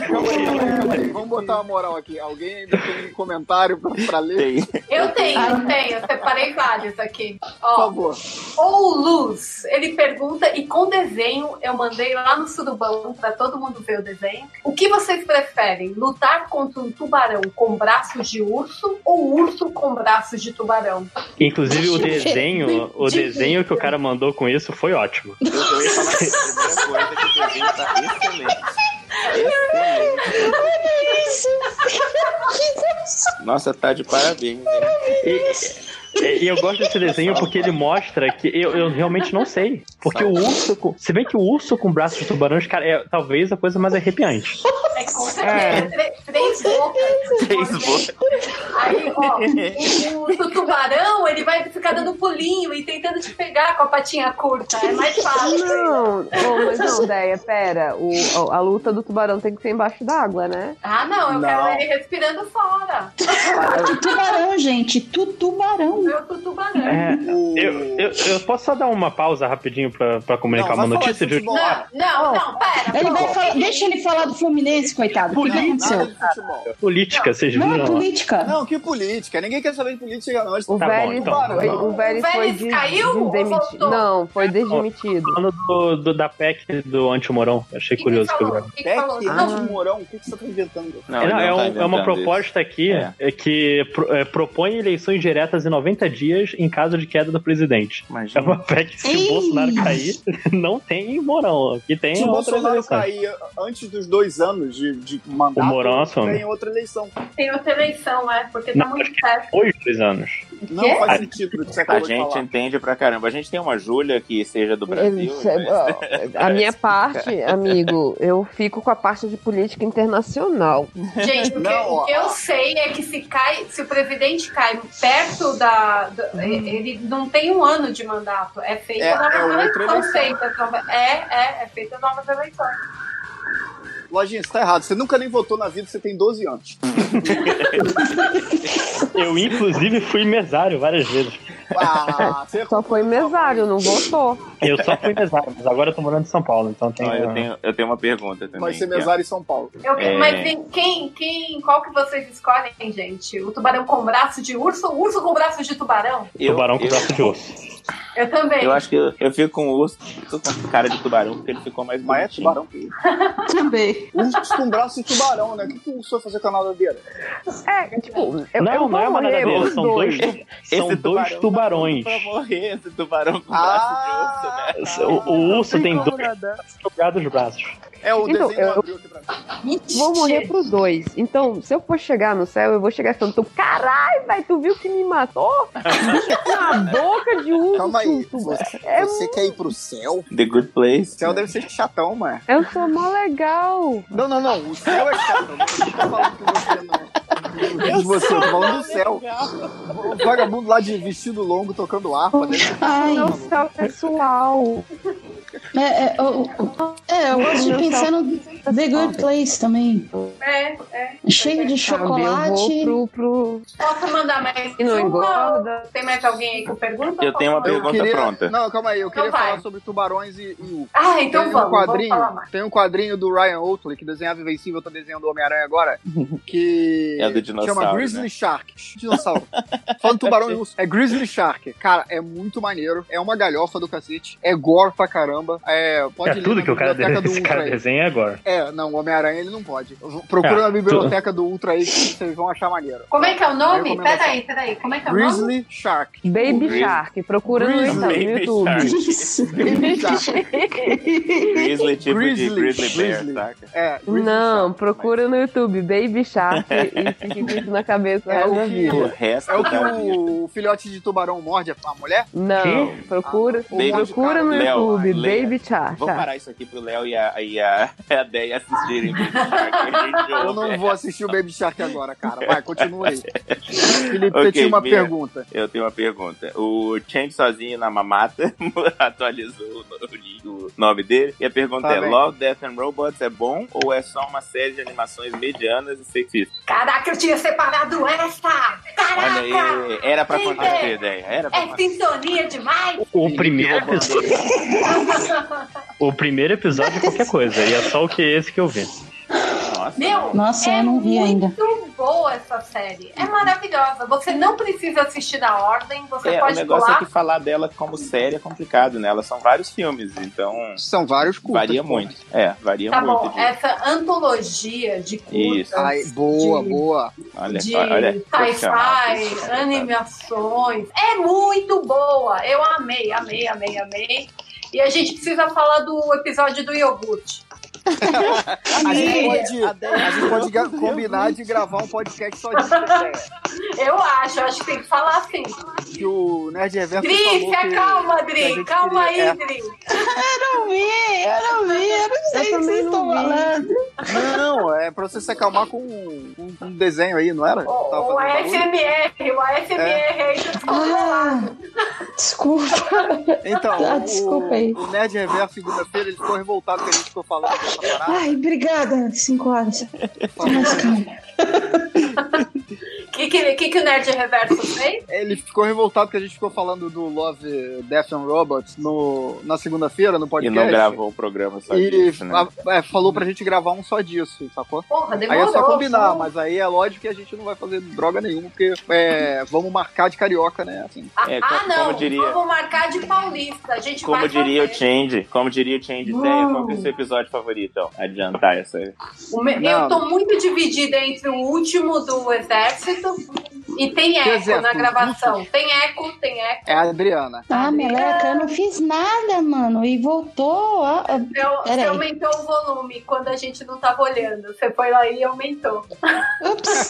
S16: Calma aí, calma aí, Vamos botar uma moral aqui. Alguém ainda tem um comentário pra, pra ler?
S13: Eu tenho, eu tenho, eu separei vários aqui. Ó,
S16: Por favor.
S13: Ou Luz, ele pergunta, e com desenho, eu mandei lá no surubão pra todo mundo ver o desenho. O que vocês preferem? Lutar contra um tubarão com braços de urso ou urso com braços de tubarão?
S3: Inclusive, o desenho, o desenho que o cara mandou com isso foi ótimo.
S4: Eu, eu ia falar que a primeira coisa que eu vi tá excelente.
S10: É,
S5: Olha isso! Que
S4: Nossa, tá de parabéns. hein?
S3: E, e eu gosto desse desenho porque ele mostra que eu, eu realmente não sei. Porque o urso. Com, se bem que o urso com braços de tubarões, cara, é talvez a coisa mais arrepiante.
S13: É com certeza, tre- três bocas.
S4: Três bocas.
S13: Aí, ó, o, o tubarão, ele vai ficar dando pulinho e tentando te pegar com a patinha curta. É mais fácil.
S12: Não, ô, mas não, Deia, pera. O, o- a luta do tubarão tem que ser embaixo d'água, né?
S13: Ah, não, eu
S12: Não.
S13: quero ele respirando fora.
S5: Tubarão, gente. Tutubarão. tubarão.
S13: É o tubarão.
S3: É, eu, eu, eu posso só dar uma pausa rapidinho pra, pra comunicar uma notícia, Júlio?
S13: Não, não, não, pera.
S5: Ele vai
S13: pô.
S5: falar- deixa ele falar do Fluminense, coitado. O que aconteceu?
S3: Política, vocês
S5: Não,
S3: viram?
S5: é política.
S10: Não, que política? Ninguém quer saber de política, não.
S12: O
S3: Tá bom,
S12: velho
S3: então.
S12: foi, o velho
S13: O
S12: foi
S13: Vélez
S12: de,
S13: caiu ou
S12: demitido.
S13: voltou?
S12: Não, foi
S10: é
S12: desmitido.
S3: Falando do, do- da PEC do anti-Morão. Achei curioso que eu vi.
S13: que
S10: Peck,
S13: falou?
S10: Nath
S13: Não.
S10: Mourão, o que que você tá inventando?
S3: É, não, é, um- é uma proposta aqui é, que pro- é, propõe eleições diretas em 90 dias em caso de queda do presidente. É uma PEC que se
S10: Ei!
S3: o Bolsonaro cair, não tem Morão. Aqui tem
S10: Se o
S3: outras
S10: Bolsonaro
S3: eleições.
S10: cair antes dos dois anos de, de
S3: O
S10: mandato,
S3: Mourão
S4: Então.
S3: assume.
S10: tem outra eleição.
S13: Tem outra eleição, é, porque tá
S3: Não,
S13: muito perto.
S3: Dois, dois anos.
S10: Não
S13: Quê?
S10: faz sentido o que você
S4: A
S10: acabou de
S4: gente
S10: falar.
S4: entende pra caramba. A gente tem uma Júlia que seja do Brasil.
S12: Eles- A minha parte, amigo, eu fico com a parte de política internacional.
S13: Gente, o que,
S12: Não,
S13: o que eu sei é que se cai, se o presidente cai perto da. da- Ele não tem um ano de mandato. É feita
S10: Hum. É-
S13: novas
S10: é outra
S13: eleições.
S10: eleição.
S13: feitas novas- É, é, é feita novas eleições.
S10: Lojinha, você tá errado. Você nunca nem votou na vida, você tem 12 anos.
S3: Eu, inclusive, fui mesário várias vezes.
S12: Só foi mesário, não votou.
S3: Eu só fui mesário, mas agora eu tô morando em São Paulo, então tem.
S4: Ah, eu, tenho, eu tenho uma pergunta também.
S10: Vai ser
S4: que é-
S10: mesário em São Paulo.
S13: Eu-
S4: É.
S13: Mas tem- quem, quem, qual que vocês escolhem, gente? O tubarão com braço de urso ou urso com braço de tubarão?
S3: Tubarão com braço de osso.
S13: Eu também.
S4: Eu acho que eu, eu fico com o urso tô com cara de tubarão, porque ele ficou mais
S10: Mas é
S4: bonitinho.
S10: tubarão que
S5: Também.
S10: Urso com braço de Um tubarão, né? O que, que o urso vai fazer com a nadadeira?
S12: É, tipo,
S3: não, não é uma nadadeira, são dois, tu-
S4: Esse
S3: são dois
S4: tubarão tá
S3: tubarões.
S4: Pra morrer, esse tubarão com
S10: Ah!
S4: braço de urso, né?
S3: O, o urso tem
S4: como
S3: dois jogados os braços.
S10: É o
S12: Então,
S10: desenho
S12: eu-
S10: abriu aqui pra mim.
S12: Vou morrer pros dois. Então, se eu for chegar no céu, eu vou chegar falando: tu- caralho, velho, tu viu que me matou? Na boca de urso.
S10: Calma aí.
S12: tu-
S10: Você,
S12: É
S10: você quer ir pro céu?
S4: The Good Place.
S10: O céu deve ser chatão, mano.
S12: Eu sou mó legal.
S10: Não, não, não. O céu é chato. Não tá falando que você não. De você, eu tô falando do céu. O vagabundo lá de vestido longo tocando harpa. Né?
S5: Ai.
S12: Meu céu pessoal.
S5: É, é, eu, é, eu gosto de pensar no The Good Place também.
S13: É, é.
S5: Cheio de chocolate.
S12: Eu Tá, vou pro, pro...
S13: Posso mandar mais
S12: E não
S13: uma?
S12: engorda.
S13: Tem mais alguém aí com pergunta?
S4: Eu tenho uma
S13: Posso
S4: pergunta
S13: mandar? Então
S4: pronta.
S16: Não, calma aí, eu queria
S13: vai.
S16: falar sobre tubarões e, e urso.
S13: Ah, então
S16: tem
S13: vamos,
S16: um
S13: vamos
S16: quadrinho,
S13: falar mais.
S16: Tem um quadrinho do Ryan Oatley, que desenhava Invencível, tá desenhando o Homem-Aranha agora, que
S4: É do
S16: chama
S4: dinossauro,
S16: Grizzly
S4: né?
S16: Shark. Dinossauro. Falando tubarão e urso. É Grizzly Shark. Cara, é muito maneiro. É uma galhofa do cacete. É gore pra caramba. É, pode
S3: É
S16: ler
S3: tudo
S16: na
S3: que o cara,
S16: biblioteca
S3: de...
S16: do
S3: esse
S16: Ultra
S3: cara
S16: aí.
S3: desenha agora.
S16: É, não, o Homem-Aranha ele não pode. Procura
S3: É,
S16: na biblioteca do Ultra aí que vocês vão achar maneiro.
S13: Como é que é o nome?
S16: Recomendação.
S13: Peraí, peraí. Como é que é o nome?
S16: assim. Grizzly Shark.
S12: Baby
S4: Gris- É,
S12: Shark, procura no
S16: Grizzly.
S12: Instagram, no
S4: Baby
S12: YouTube.
S16: Baby Shark.
S4: Grizzly, tipo de
S16: Grizzly,
S4: Grizzly Bear,
S16: Grizzly.
S4: saca?
S16: É, Grizzly
S12: Não, procura no YouTube Baby Shark e fique com isso na cabeça.
S16: É
S12: resto
S16: o
S12: da
S16: que-
S12: vida.
S4: O resto
S16: É o que
S4: da vida.
S16: o filhote de tubarão morde a mulher? Ah,
S12: Não, procura,
S4: Baby
S12: procura no
S4: Léo,
S12: YouTube
S4: Léo.
S12: Baby Shark.
S16: Tá.
S4: Vamos parar isso aqui pro Léo e a, e a, e a Deia assistirem. Baby Shark, a gente
S16: Eu
S4: ouve.
S16: não vou assistir o Baby Shark agora, cara. Vai, continua aí. Felipe,
S4: Ok,
S16: você tinha uma
S4: minha-
S16: pergunta.
S4: Eu tenho uma pergunta. O Change sozinho na mamata atualizou o, link, o nome dele. E a pergunta
S16: Tá
S4: é:
S16: bem.
S4: Love, Death and Robots é bom ou é só uma série de animações medianas e sexistas?
S13: Caraca, eu tinha separado essa!
S4: Olha
S13: Caraca!
S4: aí, era pra
S13: Sim,
S4: acontecer,
S13: é.
S4: ideia. Era pra
S13: É sintonia demais!
S3: O primeiro episódio. O primeiro episódio é qualquer coisa, e é só o que esse que eu vi.
S13: Meu,
S5: Nossa, eu não vi ainda.
S13: É muito boa essa série. É maravilhosa. Você não precisa assistir na ordem, você
S4: É, o
S13: pode
S4: negócio
S13: pular.
S4: é que falar dela como série é complicado, né? Elas são vários filmes, então
S16: São vários curtas.
S4: varia
S16: pô.
S4: muito. É, varia
S13: Tá
S4: muito.
S13: bom,
S4: de-
S13: essa antologia de curtas,
S4: Isso.
S16: Ai, boa,
S13: de-
S16: boa.
S4: Olha,
S13: de
S4: olha. profissional,
S13: sci-fi,
S4: profissional.
S13: animações. É muito boa. Eu amei, amei, amei, amei. E a gente precisa falar do episódio do iogurte.
S16: A gente
S13: Amiga,
S16: pode, a gente pode ga- combinar de gravar um podcast só disso. né?
S13: Eu acho, eu acho que tem que falar assim.
S16: Que o Nerd Reverso
S13: Dri,
S16: falou
S13: se
S16: que-
S13: acalma,
S16: que a
S13: Dri.
S16: gente
S13: Calma aí,
S16: queria- é.
S13: Dri.
S5: Eu não vi, eu não vi, eu não sei o que vocês estão falando.
S16: Não, é pra você se acalmar com um, um- um desenho aí, não era?
S13: O,
S16: Tava
S13: o
S16: fazendo barulho?
S13: ASMR, o ASMR aí
S10: É.
S13: tá descontrolado.
S5: Ah, Desculpa.
S16: Então,
S5: Ah,
S16: o-
S5: desculpa aí.
S16: o Nerd Reverso, segunda-feira, ele ficou revoltado que a gente ficou falando dessa parada.
S5: Ai, obrigada. Cinco horas. Tô mais calma.
S13: que, que, que, que o Nerd Reverso fez?
S16: Ele ficou revoltado que a gente ficou falando do Love, Death and Robots no, na segunda-feira, no podcast.
S4: E não gravou o programa só
S16: E
S4: disso, né?
S16: a- é, falou pra gente gravar um só disso, sacou?
S13: Porra, demorou.
S16: aí é só combinar,
S13: pô.
S16: mas aí é lógico que a gente não vai fazer droga nenhuma, porque é, vamos marcar de carioca, né? Assim.
S13: Ah,
S4: É,
S13: ah,
S4: co-
S13: não,
S4: como diria-
S13: vamos marcar de paulista. A gente
S4: Como
S13: vai
S4: diria o
S13: fazer.
S4: Change, como diria o Change,
S13: Uau.
S4: Zé, qual que é o seu episódio favorito? Ó, adiantar essa aí.
S13: O me- Eu tô muito dividida entre o último do Exército e tem eco
S16: exército?
S13: na gravação. Tem eco, tem eco.
S16: É a Adriana.
S5: Ah, meleca, eu não fiz nada, mano. E voltou. Ah, ah,
S13: Você você
S5: peraí.
S13: aumentou o volume quando a gente não tava olhando. Você foi lá e aumentou.
S5: Ups.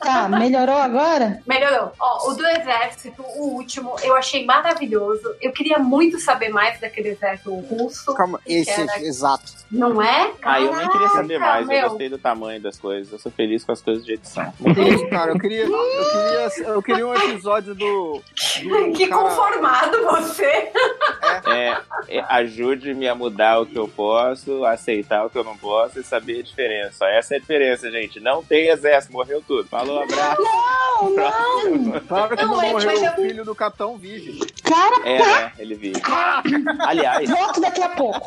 S5: Tá, melhorou agora?
S13: Melhorou. Ó, o do Exército, o último, eu achei maravilhoso. Eu queria muito saber mais daquele Exército russo.
S16: Calma, esse,
S13: que era-
S16: exato.
S13: Não é?
S4: Ah, eu nem queria saber
S13: Caraca,
S4: mais,
S13: meu.
S4: eu gostei do tamanho das coisas, eu sou feliz com as coisas de edição.
S16: Isso, cara, eu queria, eu queria, eu queria um episódio do. do
S13: Que
S16: cara-
S13: conformado você.
S4: É, é, Ajude-me a mudar o que eu posso, aceitar o que eu não posso e saber a diferença. Essa é a diferença, gente. Não tem exército, morreu tudo. Falou, abraço.
S5: Não, não.
S16: Claro que
S13: Não,
S16: não,
S13: gente,
S16: morreu
S13: mas
S16: o
S13: eu-
S16: filho do Capitão Vige.
S5: Cara,
S4: É, né? Ele vive. Aliás,
S5: volto daqui a pouco.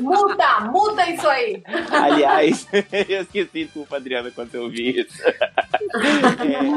S13: Muda, muda isso aí.
S4: aliás, eu esqueci, desculpa, Adriana, quando eu vi isso. É,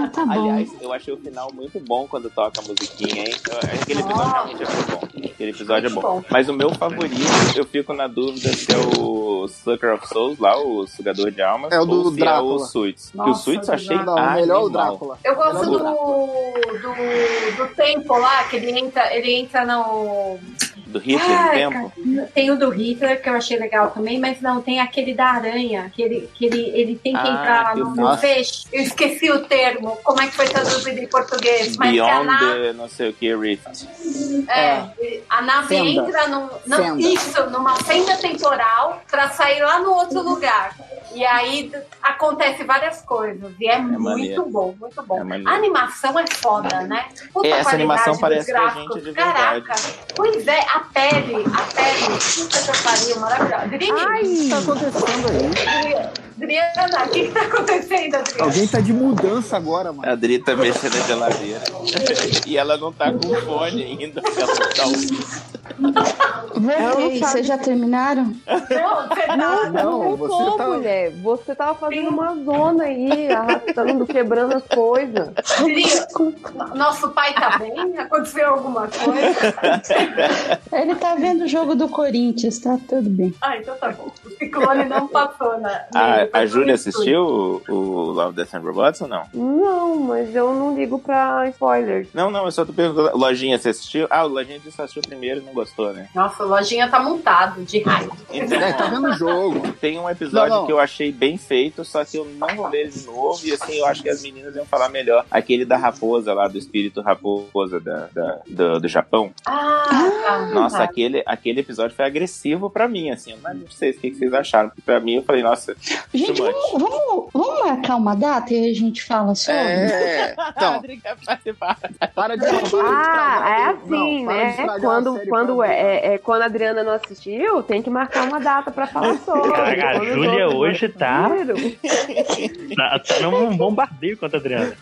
S5: Ah, tá bom.
S4: Aliás, eu achei o final muito bom quando toca a musiquinha, hein? Eu- Aquele episódio realmente é muito bom. Aquele episódio é
S13: Muito
S4: bom.
S13: bom.
S4: Mas o meu favorito, eu fico na dúvida se é o Sucker of Souls, lá, o sugador de almas,
S16: É o do
S4: ou se é
S16: Drácula.
S4: o Suits. Porque o
S13: Nossa,
S4: Suits eu achei
S16: Não, o melhor é o
S4: animal.
S16: Drácula.
S13: Eu gosto do,
S16: Melhor
S13: do, do tempo lá, que ele entra, ele entra no.
S4: Do Hitler,
S13: Ah,
S4: no tempo.
S13: cara, Tem o do Hitler, que eu achei legal também, mas não, tem aquele da aranha, que ele, que ele, ele tem que
S4: Ah,
S13: entrar
S4: que
S13: no,
S4: nossa.
S13: no peixe. Eu esqueci o termo, como é que foi traduzido em português? Mas é que a,
S4: Beyond
S13: na,
S4: the não sei o que Rift.
S13: é, a nave
S16: Fenda.
S13: entra num, não,
S16: Fenda.
S13: isso, numa fenda temporal pra sair lá no outro
S16: Uhum.
S13: lugar. E aí d- acontece váás coisas. E é, muito
S4: maneiro.
S13: bom, muito bom.
S4: É
S10: Ah,
S4: maneiro.
S13: a animação é foda, né? Puta
S4: É, essa
S13: qualidade
S4: animação
S13: dos
S4: parece pra
S13: gráficos.
S4: gente de
S13: Caraca.
S4: verdade.
S13: Pois é, a pele, a pele. Puta que eu pariu, maravilhosa. Adriana,
S16: Tá acontecendo aí.
S13: Adriana, o que, que tá acontecendo, Adriana?
S16: Alguém tá de mudança agora, mano.
S4: A Dri tá mexendo na geladeira. e ela não tá com fone ainda. porque Ela tá ouvindo.
S5: Voltei. Vocês já terminaram?
S13: Não, você tá-
S16: Não,
S12: Não
S16: você
S12: voltou,
S16: tá.
S12: mulher. Você tava fazendo uma zona aí, arrastando, Ah, tá quebrando as coisas.
S13: Adriana, Nosso pai tá bem? Aconteceu alguma coisa?
S5: Ele tá vendo o jogo do Corinthians, tá tudo bem.
S13: Ah, então tá bom. O ciclone não passou, né?
S4: A, a Júlia assistiu o, o Love, Death and Robots ou não?
S12: Não, mas eu não ligo pra spoilers.
S4: Não, não, eu só tô perguntando. Lojinha, você assistiu? Ah, o Lojinha disse que assistiu primeiro e não gostou, né?
S13: Nossa, o Lojinha tá montado de raiva.
S4: Então,
S16: É, tá vendo o jogo.
S4: tem um episódio
S16: Não, não.
S4: que eu achei bem feito, só que eu não vou ver ele um de novo. E assim, eu acho que as meninas iam falar melhor. Aquele da raposa lá, do espírito raposa da, da- do, do Japão.
S13: Ah, tá.
S4: Nossa,
S13: tá.
S4: aquele, aquele episódio foi agressivo pra mim, assim. Mas não sei o que que vocês acharam. Porque pra mim, eu falei, nossa,
S5: Gente,
S4: too much.
S5: vamos, vamos, vamos marcar uma data e a gente fala sobre?
S16: É, então, para de
S12: Ah, é
S16: estragar-
S12: assim,
S16: não, para de
S12: né?
S16: estragar a
S12: Quando,
S16: série
S12: quando,
S16: pra mim. né?
S12: é, é- quando a Adriana não assistiu, tem que marcar uma data pra falar sobre.
S3: Caraca, a
S12: Quando os
S3: Júlia
S12: outros
S3: hoje tá,
S12: assistiram.
S3: tá, tá num bombardeio contra a Adriana.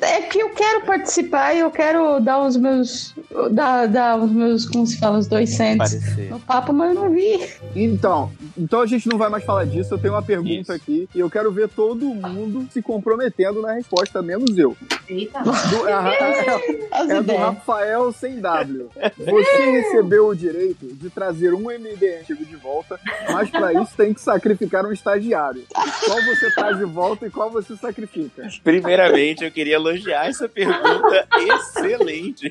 S5: É que eu quero participar e eu quero dar os meus. Dar, dar os meus. Como se fala? Os dois centos
S4: parecer.
S5: no papo, mas eu não vi.
S16: Então, então a gente não vai mais falar disso. Eu tenho uma pergunta aqui e eu quero ver todo mundo se comprometendo na resposta, menos eu.
S13: Eita.
S16: Do- é-
S5: As
S16: é do
S5: ideias.
S16: Rafael sem W. Você recebeu o direito de trazer um MD antigo de volta, mas pra isso tem que sacrificar um estagiário. Qual você traz de volta e qual você sacrifica?
S4: Primeiramente, eu queria elogiar essa pergunta excelente.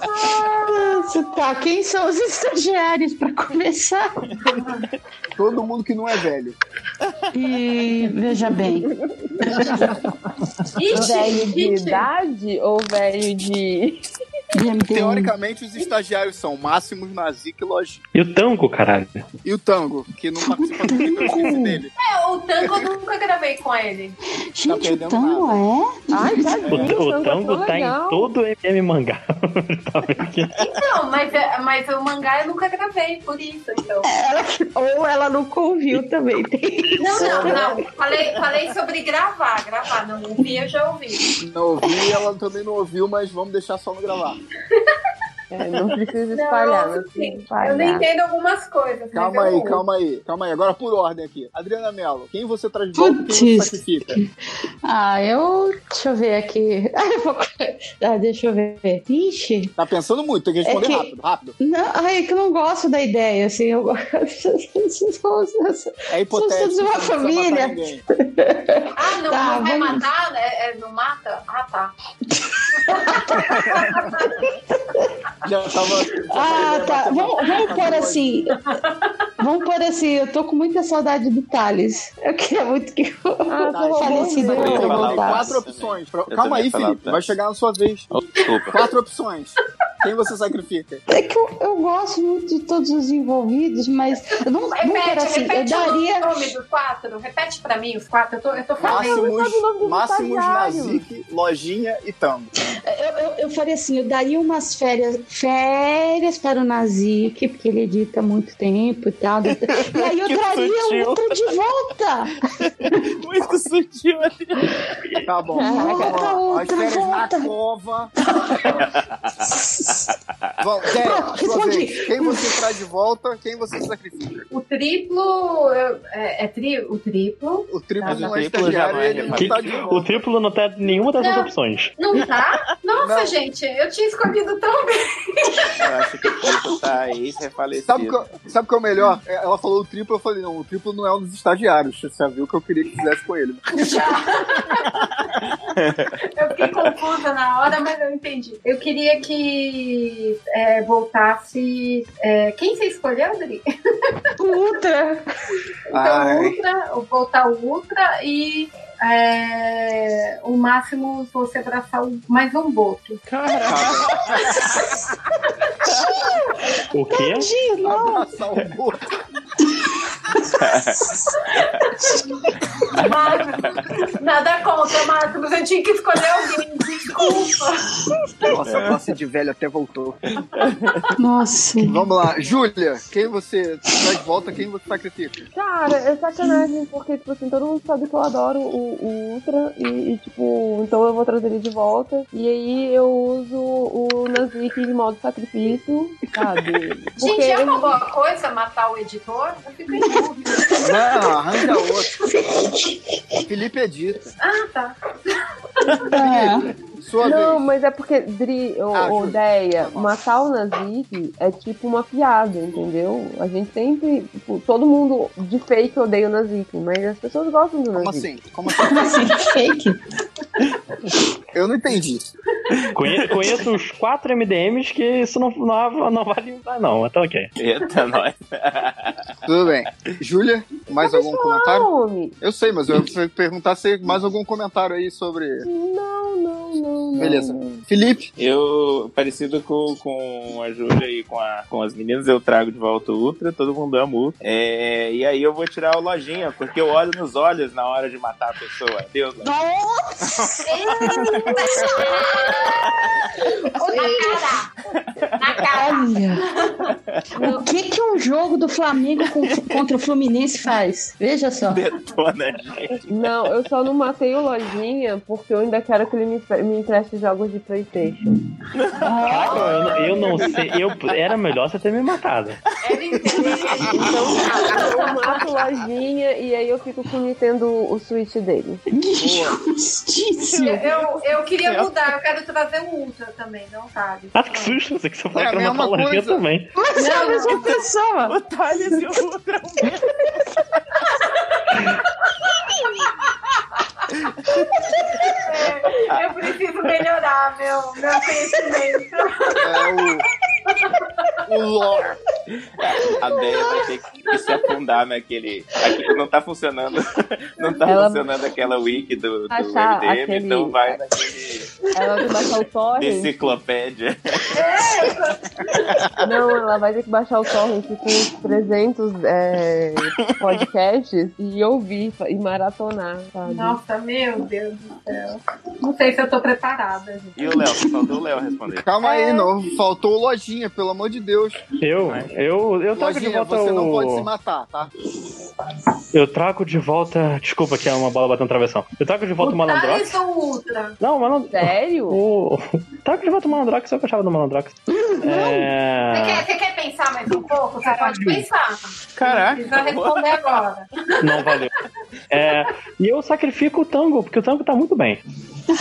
S5: Nossa, tá. Quem são os estagiários pra começar?
S16: Todo mundo que não é velho.
S5: E veja bem.
S16: Tá
S12: Velho
S13: Ixi,
S12: de
S13: ixi.
S12: idade ou velho de.
S5: DMD.
S16: Teoricamente, os estagiários são Máximos Nazik e Lojinha.
S3: E o Tango, caralho.
S16: E o Tango, que não participa do microfone dele.
S13: É, o Tango eu nunca gravei com ele.
S5: Gente, o
S16: perdendo
S5: tango é?
S12: Ai,
S3: O, o Tango tá em todo o MM mangá.
S13: Então, mas, mas o mangá eu nunca gravei, por isso, então.
S5: Ou É, ela nunca ouviu também. Tem
S13: Não,
S5: isso.
S13: não, não. Falei, falei sobre gravar, gravar. Não ouvi, eu já ouvi.
S16: Não ouvi, ela também não ouviu, mas vamos deixar só no gravar.
S12: É, não precisa
S13: Não,
S12: espalhar, não
S13: assim,
S12: precisa
S13: Eu não
S12: espalhar.
S13: entendo algumas coisas. mas
S16: Calma
S13: eu
S16: aí,
S13: ouvi.
S16: calma aí, calma aí. Agora por ordem aqui. Adriana Mello, quem você traz de volta e quem você sacrifica?
S5: Ah, eu. Deixa eu ver aqui. Ai, eu vou- Ah, deixa eu ver. Ixi.
S16: Tá pensando muito, tem que
S13: É
S16: responder rápido, rápido.
S5: É Não, ai, é que eu não gosto da ideia, assim. Eu gosto.
S16: É hipotético,
S5: Somos todos uma
S16: não precisa matar
S5: família.
S16: ninguém.
S13: Ah, não,
S5: Tá,
S13: não vai
S5: vamos-
S13: matar? É, é, não mata? Ah, tá.
S16: Já tava.
S5: Ah, tá. Vamos, vamos pôr assim. Vamos pôr assim. Eu tô com muita saudade do Thales. Eu queria muito que
S13: Ah,
S5: o
S13: tá,
S5: falecido
S16: Tem
S5: voltasse.
S16: quatro opções. Pra-
S5: Eu
S16: Calma
S5: também
S16: aí,
S5: ia falar
S16: Felipe. Vai chegar na sua vez. Quatro opções. Quem você sacrifica?
S5: É que eu, eu gosto muito de todos os envolvidos, mas vamos, vamos pôr
S13: Repete,
S5: assim. Eu
S13: repete o
S5: daria.
S13: nome dos quatro. Repete pra mim os quatro. Eu tô, eu tô falando.
S16: Máximos, Máximos Nazik, Lojinha e Tango.
S5: Eu, eu, eu faria assim, eu daria umas férias, férias para o Nazik, porque ele edita há muito tempo e tal. E aí eu
S16: Que
S5: traria um
S16: sutil.
S5: outro de volta.
S16: Muito sutil Tá bom.
S5: Volta,
S16: Vamos lá.
S5: outra,
S16: As férias
S5: volta.
S16: na cova. Vamos, Zé, sua
S13: respondi.
S16: vez. Quem você traz de volta, quem você sacrifica?
S13: O triplo. eu- É, é tri, o triplo.
S16: O triplo
S13: tá, não.
S16: é estagiário, ele não tá de
S3: O tri- O triplo não tá em nenhuma dessas
S13: Não.
S3: opções.
S13: Não tá? Nossa, gente, eu tinha escolhido tão bem.
S4: Eu acho que o Tito tá aí, você faleceu.
S16: Sabe o que, eu- sabe o que é o melhor? É, Ela falou o triplo, eu falei, não, o triplo não é um dos estagiários. Você já viu que eu queria que fizesse com ele.
S13: Eu fiquei confusa na hora, mas eu entendi. Eu queria que é, voltasse. é, quem você escolheu, Adri?
S5: O Ultra.
S13: Então, o Ultra, voltar o Ultra e. é, o máximo você abraçar o- mais um boto.
S3: O quê?
S5: Tadinho, não.
S16: Abraçar o boto.
S13: Marcos, nada contra, Marcos. Eu tinha que escolher alguém. Desculpa.
S16: Nossa, a classe de velho até voltou.
S5: Nossa.
S16: Vamos lá, Júlia, quem você traz de volta, quem você sacrifica?
S12: Cara, é sacanagem, porque, tipo assim, todo mundo sabe que eu adoro o, o Ultra e, e, tipo, então eu vou trazer ele de volta. E aí eu uso o Nazik de modo sacrifício, sabe?
S13: Gente, é uma
S12: ele-
S13: boa coisa matar o editor? Eu fico em dúvida.
S16: Não, arranja outro. Felipe é edita.
S13: Ah, tá.
S16: Sua Ah,
S12: não, mas é porque Dri, ou, ou
S16: Tá
S12: Deia, matar o Nazik é tipo uma piada, entendeu? A gente sempre, tipo, todo mundo de fake odeia o Nazik, mas as pessoas gostam do Nazik.
S16: Como assim? Como
S5: Como assim? Fake?
S16: Eu não entendi.
S3: Conhe- Conheço uns quatro MDMs que isso não, não, não vai limpar, não, mas tá ok.
S4: Eita, nós.
S16: Tudo bem. Júlia, mais algum comentário? Eu sei, mas eu ia perguntar se mais algum comentário aí sobre.
S12: Não, não, não.
S16: Beleza. Felipe?
S4: Eu, parecido com, com a Júlia e com, a- com as meninas, eu trago de volta o Ultra, todo mundo ama o Ultra. É, e aí eu vou tirar o Lojinha, porque eu olho nos olhos na hora de matar a pessoa. Deus, Lojinha. É
S13: Na cara.
S5: Olha, o que que um jogo do Flamengo com- contra o Fluminense faz? Veja só.
S4: detona, gente.
S12: Não, eu só não matei o Lojinha porque eu ainda quero que ele me, empre- me empreste jogos de Playstation.
S5: Ah,
S3: Caraca, eu, não- eu não sei. Eu, era melhor você ter me matado.
S12: Então, eu mato o Lojinha e aí eu fico com o Nintendo o Switch dele.
S5: Justíssimo!
S13: Eu, eu, eu queria
S3: É.
S12: Certo.
S13: mudar, eu quero trazer o Ultra também, não sabe?
S3: Ah, que susto, você que você falou
S13: É a
S3: que era
S13: mesma
S3: matar o Lojinha
S13: coisa.
S3: também.
S5: Mas é a mesma pessoa.
S13: O Thales e o Ultra. É, Eu preciso melhorar
S4: É
S13: meu, meu conhecimento.
S4: O lore. É A Deia vai ter que se afundar naquele. aqui- não tá funcionando. Não tá
S12: Ela-
S4: funcionando aquela wiki do, do
S12: Achar
S4: MDM,
S12: aquele-
S4: então vai naquele.
S12: Ela vai baixar o torrent.
S4: Enciclopédia.
S12: Não, ela vai ter que baixar o torrent com os 300 é, podcasts e ouvir e maratonar, sabe?
S13: Nossa, meu Deus do céu. Não sei se eu tô preparada, gente.
S4: E o Léo? Faltou o Léo responder.
S16: Calma
S3: É.
S16: aí, não. Faltou o Lojinha, pelo amor de Deus.
S3: Eu, eu, eu trago de
S16: Lojinha,
S3: volta
S16: você
S3: o...
S16: não pode se matar, tá?
S3: Eu trago de volta... Desculpa que é uma bola batendo travessão. Eu trago de volta Tá, o Malandrox.
S13: Thales ou Ultra?
S3: Não,
S10: é
S3: Malandrox.
S12: Sério?
S3: O... Trago de volta o Malandrox, eu gostava do Malandrox.
S13: Você
S3: É...
S13: quer, você quer pensar mais um pouco? Você pode pensar.
S3: Caraca.
S13: Não precisa responder agora.
S3: Não valeu. É, E eu sacrifico o Tango, porque o Tango tá muito bem. Ele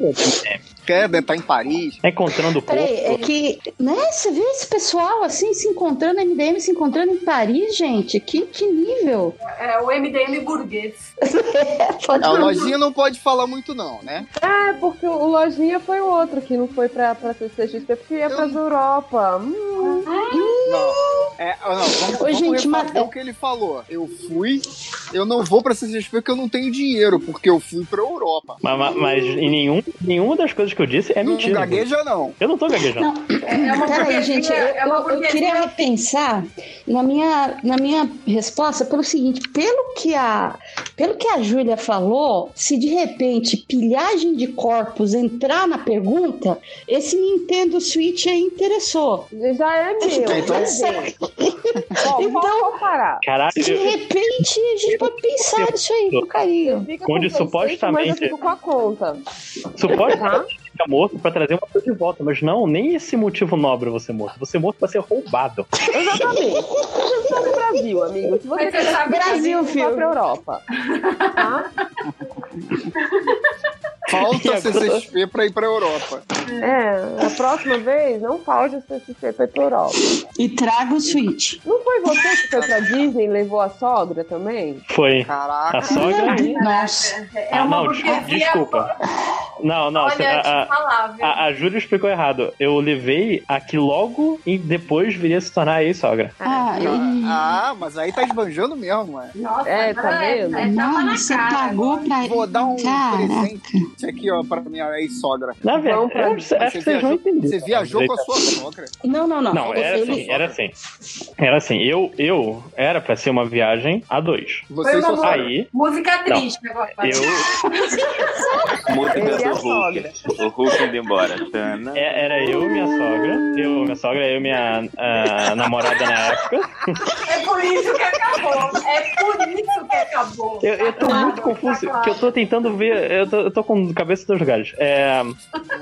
S3: não precisa...
S16: Quer, tá em Paris.
S3: Tá encontrando o povo.
S5: Peraí, é que. Né? Você vê esse pessoal assim se encontrando, MDM se encontrando em Paris, gente? Que, que nível?
S13: É o MDM burguês.
S16: A Lojinha não pode falar muito, não, né?
S12: Ah, porque o Lojinha foi o outro que não foi pra, pra CCXP, porque ia pra Europa. Hum.
S13: Ah,
S16: Não. É, ah, não, vamos, vamos
S12: gente,
S16: refazer
S5: é-
S16: o que ele falou. Eu fui, eu não vou pra CCXP porque eu não tenho dinheiro, porque eu fui pra Europa.
S3: Mas, mas- mas em nenhum, nenhuma das coisas que eu disse é
S16: Não
S3: mentira.
S16: gagueja, não.
S3: Eu não tô gaguejando.
S13: é uma
S5: Peraí,
S13: burguesia-
S5: gente, eu,
S13: é uma
S5: eu- eu
S13: burguesia-
S5: queria repensar na minha, na minha resposta pelo seguinte: pelo que a, pelo que a Júlia falou, se de repente pilhagem de corpos entrar na pergunta, esse Nintendo Switch aí interessou.
S12: Já é meu.
S5: Então,
S12: então parar.
S3: Caralho,
S5: de
S3: eu-
S5: repente a gente pode pensar nisso aí com carinho.
S12: Fica
S3: Onde
S12: com o PlayStation, Mas eu
S3: supostamente-
S12: fico com a conta. Tá?
S3: Supostamente fica morto pra trazer uma coisa de volta, mas não, nem esse motivo nobre você é morto. Você é morto pra ser roubado.
S12: Exatamente. Você está no Brasil, amigo. Se você
S13: Mas você
S12: está
S13: sabe
S12: no
S13: que
S12: Brasil,
S13: Brasil,
S12: vá pra Europa.
S16: Falta a CCXP pra ir pra Europa.
S12: É, a próxima vez, não falte o CCC pra ir pra Europa.
S5: E traga o Switch.
S12: Não foi você que foi pra Disney e levou a sogra também?
S3: Foi.
S12: Caraca.
S3: A sogra.
S5: Nossa.
S13: É
S3: ah, não, des- desculpa. Não, não,
S13: Olha,
S3: você- a, a,
S13: infalável.
S3: a, a Júlia explicou errado. Eu levei a que logo e depois viria a se tornar a ex-sogra.
S5: Ah,
S16: ah, mas aí tá esbanjando mesmo, ué.
S13: Nossa,
S12: É, tá
S13: agora é-
S12: vendo?
S13: é tapa na
S5: Você
S13: cara.
S5: pagou pra.
S16: Vou dar um
S5: Caraca.
S16: presente aqui, ó, é pra minha ex-sogra.
S3: Na verdade,
S16: Vão Então, pra-
S3: eu acho- acho que vocês não
S16: viajou-
S3: entenderam.
S16: Você viajou com a sua sogra.
S5: Não, não, não.
S3: Não, era
S5: Ele-
S3: assim, era assim. Era assim, eu, eu era pra ser uma viagem a dois.
S16: Você e sua sogra.
S3: Aí,
S13: Música
S3: Não.
S13: triste né, agora.
S4: Música
S13: Ele é
S4: do Hulk. O Hulk indo embora. Tana.
S3: É, era eu, minha sogra, eu, minha sogra, eu, minha ah, namorada na época.
S13: É por isso que acabou. É por isso que acabou.
S3: Eu, eu tô
S13: Tá
S3: muito
S13: claro,
S3: confuso,
S13: tá
S3: porque eu tô tentando ver, eu tô, eu tô com a cabeça em dois lugares. É,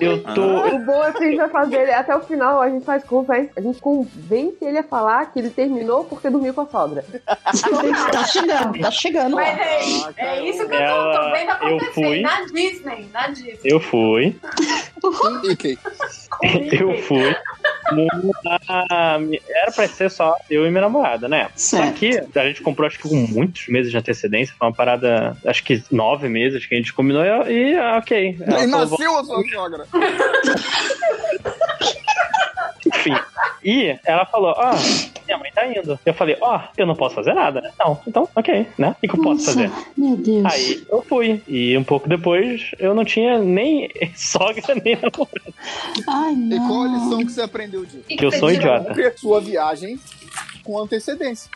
S3: eu
S4: Ah.
S12: O
S3: tô...
S12: bom é que a gente vai fazer ele até o final, a gente faz conversa, a gente convence ele a falar que ele terminou porque dormiu com a sogra.
S5: tá chegando, tá chegando. lá.
S13: Mas é, isso- é isso que eu tô, tô
S3: Ela-
S13: vendo
S3: eu
S13: acontecer
S3: fui.
S13: na Disney, na Disney.
S3: Eu fui,
S13: Uhum.
S16: Mickey.
S3: eu fui. na- Era pra ser só eu e minha namorada, né? Só
S5: Certo.
S3: que a gente comprou, acho que com muitos meses de antecedência, foi uma parada, acho que nove meses que a gente combinou e, e ah, ok. Ela
S16: E
S3: falou,
S16: nasceu a sua sogra.
S3: Enfim. E ela falou, ó, minha mãe tá indo. Eu falei, ó, eu não posso fazer nada, né? Não. Então, ok, né? O que, que eu posso fazer?
S5: Meu Deus.
S3: Aí eu fui. E um pouco depois, eu não tinha nem sogra, nem namorada.
S5: Ai,
S16: E qual a lição que você aprendeu disso?
S3: Que eu sou idiota.
S16: Interromper Sua viagem com antecedência.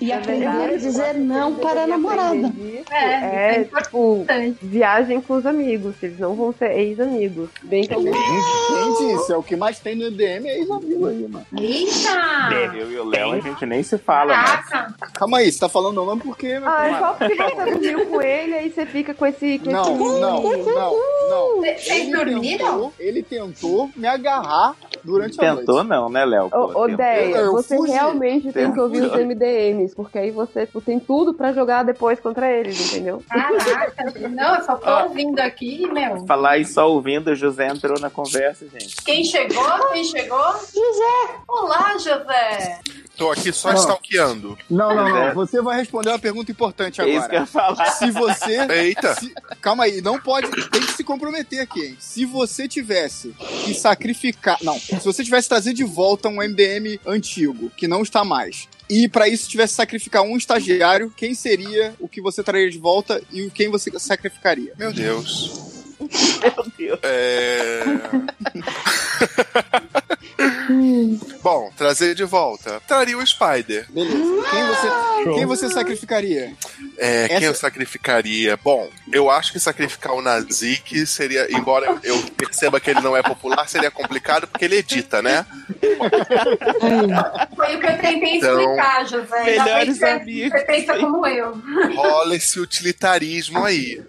S5: E aprender a dizer não para a namorada.
S13: É,
S12: É, tipo, viagem com os amigos, eles não vão ser ex-amigos. Bem que eu...
S16: Quem disse? É o que mais tem no EDM é ex-amigo aí, mano.
S13: Eita!
S4: Eu e o Léo, a gente nem se fala. né?
S13: Caraca!
S16: Calma aí, você tá falando não, não porque. meu
S12: Ah, é
S16: camarada?
S12: só porque você dormiu com ele, aí você fica com esse... Com
S16: Não,
S12: esse...
S16: não, não, não.
S13: Vocês
S16: Ele
S13: dormiram?
S16: tentou, ele tentou me agarrar durante a noite.
S4: Tentou não, né, Léo? Pô,
S12: Ô,
S4: tentou.
S12: Déia,
S16: Eu- eu
S12: você
S16: fugi.
S12: realmente tem que
S4: Tempo.
S12: ouvir os MDMs, porque aí você tipo, tem tudo pra jogar depois contra eles, entendeu?
S13: Caraca! Não, eu só tô ouvindo aqui, meu.
S4: Falar e só ouvindo, o José entrou na conversa, gente.
S13: Quem chegou? Quem chegou? José! Olá, José!
S10: Tô aqui só
S16: Não.
S10: stalkeando.
S16: Não, não,
S10: É.
S16: não. Você vai responder uma pergunta importante
S10: É
S16: agora.
S10: isso que eu ia falar.
S16: Se você.
S10: Eita.
S16: se- calma aí, não pode. Tem que se comprometer aqui, hein? Se você tivesse que sacrificar. Não. Se você tivesse que trazer de volta um MDM antigo, que não está mais. E pra isso tivesse que sacrificar um estagiário, quem seria o que você traria de volta e o quem você sacrificaria?
S10: Meu Deus. Meu Deus.
S18: É... Bom, trazer de volta. Traria o Spider.
S16: Beleza. Quem você, quem você sacrificaria?
S18: É, quem eu sacrificaria? Bom, eu acho que sacrificar o Nazik seria, embora eu perceba que ele não é popular, seria complicado porque ele edita, né?
S13: Foi o que eu tentei
S18: Então,
S13: explicar, José. Ainda bem que
S18: melhores
S13: você-
S18: amigos.
S13: Você pensa como eu.
S18: rola esse utilitarismo aí.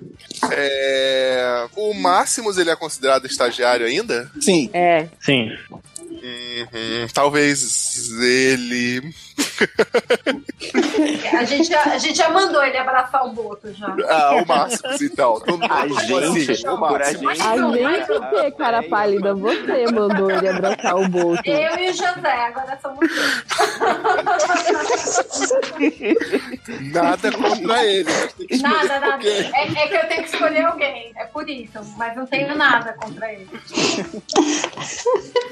S18: É, O Máximos ele é considerado estagiário ainda?
S16: Sim.
S19: É.
S3: Sim.
S18: Uhum, talvez ele.
S13: A gente, já, a gente já mandou ele abraçar o Boto já.
S18: Ah, o Máximos então. Todo mundo
S10: A
S18: assim,
S10: gente,
S18: o Máximos.
S10: por a gente.
S12: A gente
S13: o
S12: que, cara pálida, você mandou ele abraçar o bolso.
S13: Eu e o José, agora somos dois.
S18: Nada contra ele. mas tem que escolher
S13: Nada, nada.
S18: alguém.
S13: É, é que eu tenho que escolher alguém, é por isso. Mas não tenho nada contra ele.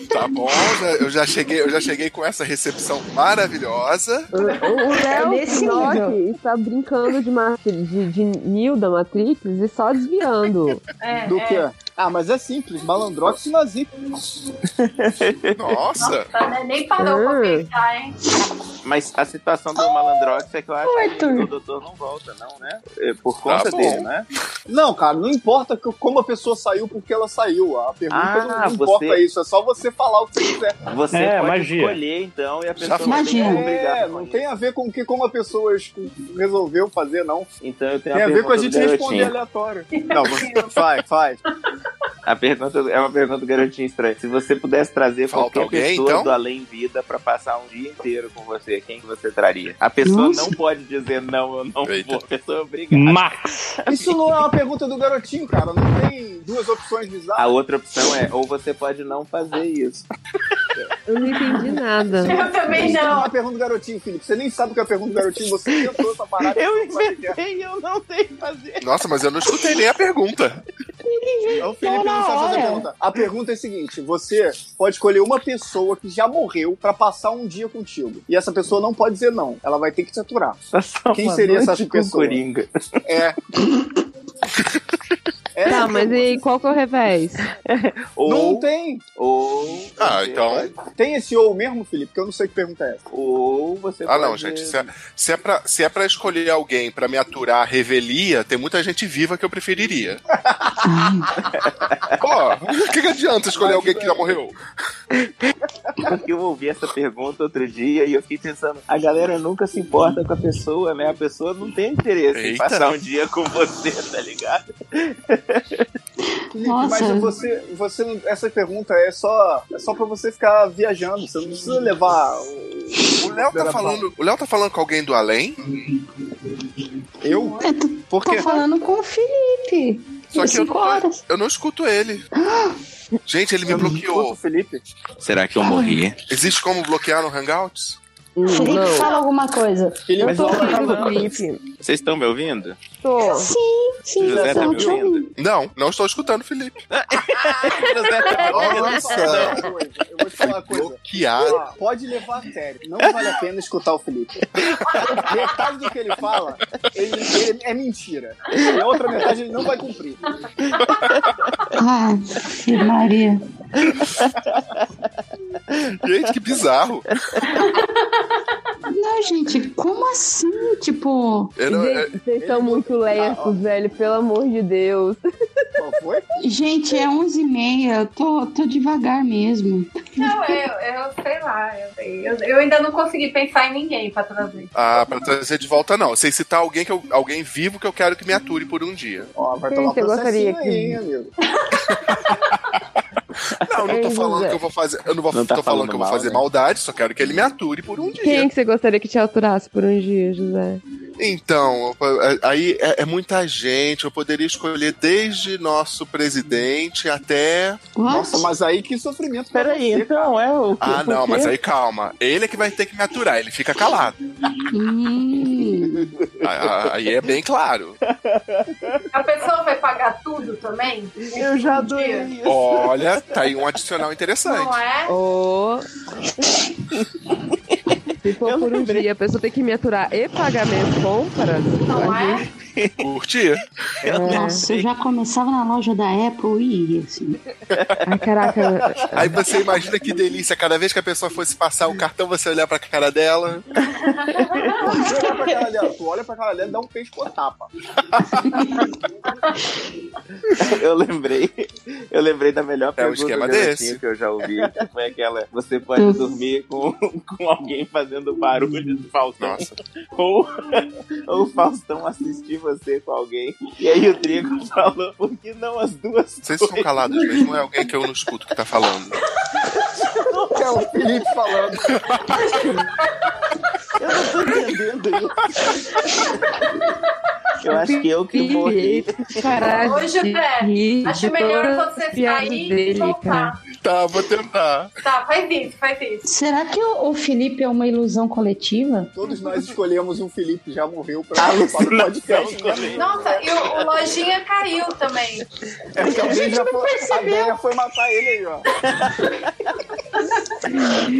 S18: Tá bom, já- eu já cheguei, eu já cheguei com essa recepção maravilhosa.
S12: O o
S19: É
S12: Léo
S19: nesse
S12: Knock
S19: nível.
S12: está brincando de, ma- de, de Neo da Matrix e só desviando.
S19: É,
S16: Do
S12: é.
S16: quê? Ah, mas é simples. Malandrox é e Nazik.
S18: Nossa.
S13: Tá, né? Nem parou
S18: Ah.
S13: pra pensar, hein?
S4: Mas a situação do Malandrox é que eu acho que o doutor não volta, não, né? É
S18: Tá
S4: por conta
S16: bom.
S4: dele, né?
S16: Não, cara, não importa que- como a pessoa saiu porque ela saiu. A pergunta
S4: Ah,
S16: não, não importa
S4: você-
S16: isso, é só você falar o que você quiser.
S4: Você pode escolher, então, e a pessoa não tem como brigar
S16: É,
S4: com
S16: não
S4: isso.
S16: tem a ver com que como a pessoa es- resolveu fazer, não.
S4: Então eu tenho
S16: Tem a ver com a
S4: pergunta
S16: gente
S4: do
S16: responder
S4: garotinho.
S16: aleatório.
S4: Não, você...
S16: faz, faz.
S4: A pergunta é uma pergunta do garotinho estranho. Se você pudesse trazer
S18: Falta
S4: qualquer
S18: alguém,
S4: pessoa
S18: então?
S4: do além vida pra passar um dia inteiro com você, quem que você traria? A pessoa
S16: Nossa.
S4: não pode dizer não, eu não vou. A pessoa é obrigada.
S3: Max.
S16: Isso não é uma pergunta do garotinho, cara. Não tem duas opções
S4: A
S16: bizarras.
S4: outra opção é, ou você pode não fazer isso.
S12: Eu não entendi nada.
S13: Eu também
S16: Isso
S13: não.
S16: é uma pergunta do garotinho, Felipe. Você nem sabe o que é a pergunta do garotinho. Você inventou essa parada. Eu inventei, eu não sei fazer.
S18: Nossa, mas eu não escutei nem a pergunta.
S16: O Felipe não sabe fazer a pergunta. A pergunta é a seguinte: você pode escolher uma pessoa que já morreu pra passar um dia contigo. E essa pessoa não pode dizer não. Ela vai ter que te aturar. Quem seria essa pessoa?
S4: Coringa.
S16: É.
S12: Tá,
S16: assim,
S12: mas e aí, qual que é o revés?
S16: Não tem.
S4: Ou.
S18: Ah, então.
S16: Tem esse ou mesmo, Felipe? Que eu não sei que pergunta é essa.
S4: Ou você
S18: Ah, não, gente. Se é, se, é pra, se é pra escolher alguém pra me aturar a revelia, tem muita gente viva que eu preferiria. Pô, o que, que adianta escolher alguém que já morreu?
S4: Porque eu ouvi essa pergunta outro dia e eu fiquei pensando, a galera nunca se importa com a pessoa, né? A pessoa não tem interesse em
S18: Eita.
S4: passar um dia com você, tá ligado?
S16: Felipe, mas você, você não- essa pergunta é só, é só pra você ficar viajando. Você não precisa levar. O,
S18: Léo tá falando- O Léo tá falando com alguém do além?
S16: Eu?
S18: Por quê?
S5: Tô falando com o Felipe.
S18: Só que eu
S5: Cinco
S18: não,
S5: horas.
S18: eu não escuto ele. Gente, ele me bloqueou.
S16: Felipe.
S10: Será que eu morri?
S18: Existe como bloquear no Hangouts?
S5: Felipe,
S10: não.
S5: fala alguma coisa.
S4: Felipe,
S5: eu tô
S4: mas
S5: ouvindo
S4: fala.
S5: Felipe.
S4: Vocês estão me ouvindo?
S12: Tô.
S5: Sim, sim,
S4: José tá
S5: eu
S4: me
S5: te ouvi.
S4: ouvindo?
S18: Não, não estou escutando o Felipe.
S16: Nossa.
S18: Nossa,
S16: Eu vou te falar uma coisa.
S18: piada.
S16: Ó, Ah, Pode levar a sério. Não vale a pena escutar o Felipe. Metade do que ele fala ele- ele é mentira. E a outra metade ele não vai cumprir.
S12: Ah,
S5: Ai, que Maria.
S18: Gente, que bizarro.
S5: Não, gente, como assim? Tipo.
S16: É,
S12: Gente, vocês são muito lentos, velho, pelo amor de Deus.
S5: Gente, é 11h30, eu tô, tô devagar mesmo.
S13: Não, eu, eu sei lá. Eu, sei. Eu- eu ainda não consegui pensar em ninguém pra trazer.
S18: Ah, pra trazer de volta não. Sem citar alguém, que eu- alguém vivo que eu quero que me ature por um dia.
S16: Ó, vai
S12: Quem tomar você processinho gostaria que- aí, hein,
S16: amigo.
S18: Não, eu não tô
S16: É,
S18: falando que eu vou fazer. Eu não vou,
S16: tá
S18: tô falando, que eu vou
S16: né?
S18: fazer maldade, só quero que ele me ature por um dia.
S12: Quem que você gostaria que te alturasse por um dia, José?
S18: Então, aí é, é muita gente. Eu poderia escolher desde nosso presidente até.
S16: Nossa, mas aí que sofrimento. pra
S4: Peraí,
S16: você, cara.
S4: então é o.
S18: Ah, não, mas aí calma. Ele é que vai ter que me aturar, ele fica calado. A- a- Aí é bem claro.
S13: A pessoa vai pagar tudo também? Eu já adorei.
S18: Olha, tá aí um adicional interessante.
S13: Não é?
S12: Ou.
S19: é?
S12: Se for por um dia, a pessoa tem que me aturar e pagar minhas compras, a gente
S18: Curtia.
S5: É, Nossa, eu já começava na loja da Apple e ia, assim.
S12: Ai, caraca.
S18: Aí você imagina que delícia, cada vez que a pessoa fosse passar o cartão, você olhar pra cara dela.
S16: Você olha pra cara dela, tu olha pra cara dela e dá um pesco-tapa.
S4: eu lembrei. Eu lembrei da melhor
S18: É um
S4: pergunta
S18: esquema
S4: garotinho
S18: desse.
S4: que eu já ouvi. é que Foi aquela: você pode dormir com, com alguém fazendo barulho do Faustão. Ou, ou o Faustão assistir você com alguém. E aí o Trigo falou: por que não as duas?
S18: Vocês ficam calados mesmo, não é alguém que eu não escuto que tá falando.
S16: É o Felipe falando.
S4: Eu não tô entendendo isso. Eu acho que eu que vou rir.
S12: Caraca.
S13: Hoje, Pé,
S12: Ih,
S13: acho
S12: de
S13: melhor
S12: todas
S13: você
S12: as piadas
S13: sair e
S12: dele,
S13: voltar.
S18: Tá, vou tentar.
S13: Tá, faz isso, faz isso.
S5: Será que o, o Felipe é uma ilusão coletiva?
S16: Todos nós escolhemos um Felipe que já morreu pra participar do podcast. né?
S13: Nossa, e o, o Lojinha caiu também.
S16: É porque alguém já foi, a ideia foi matar ele aí, ó.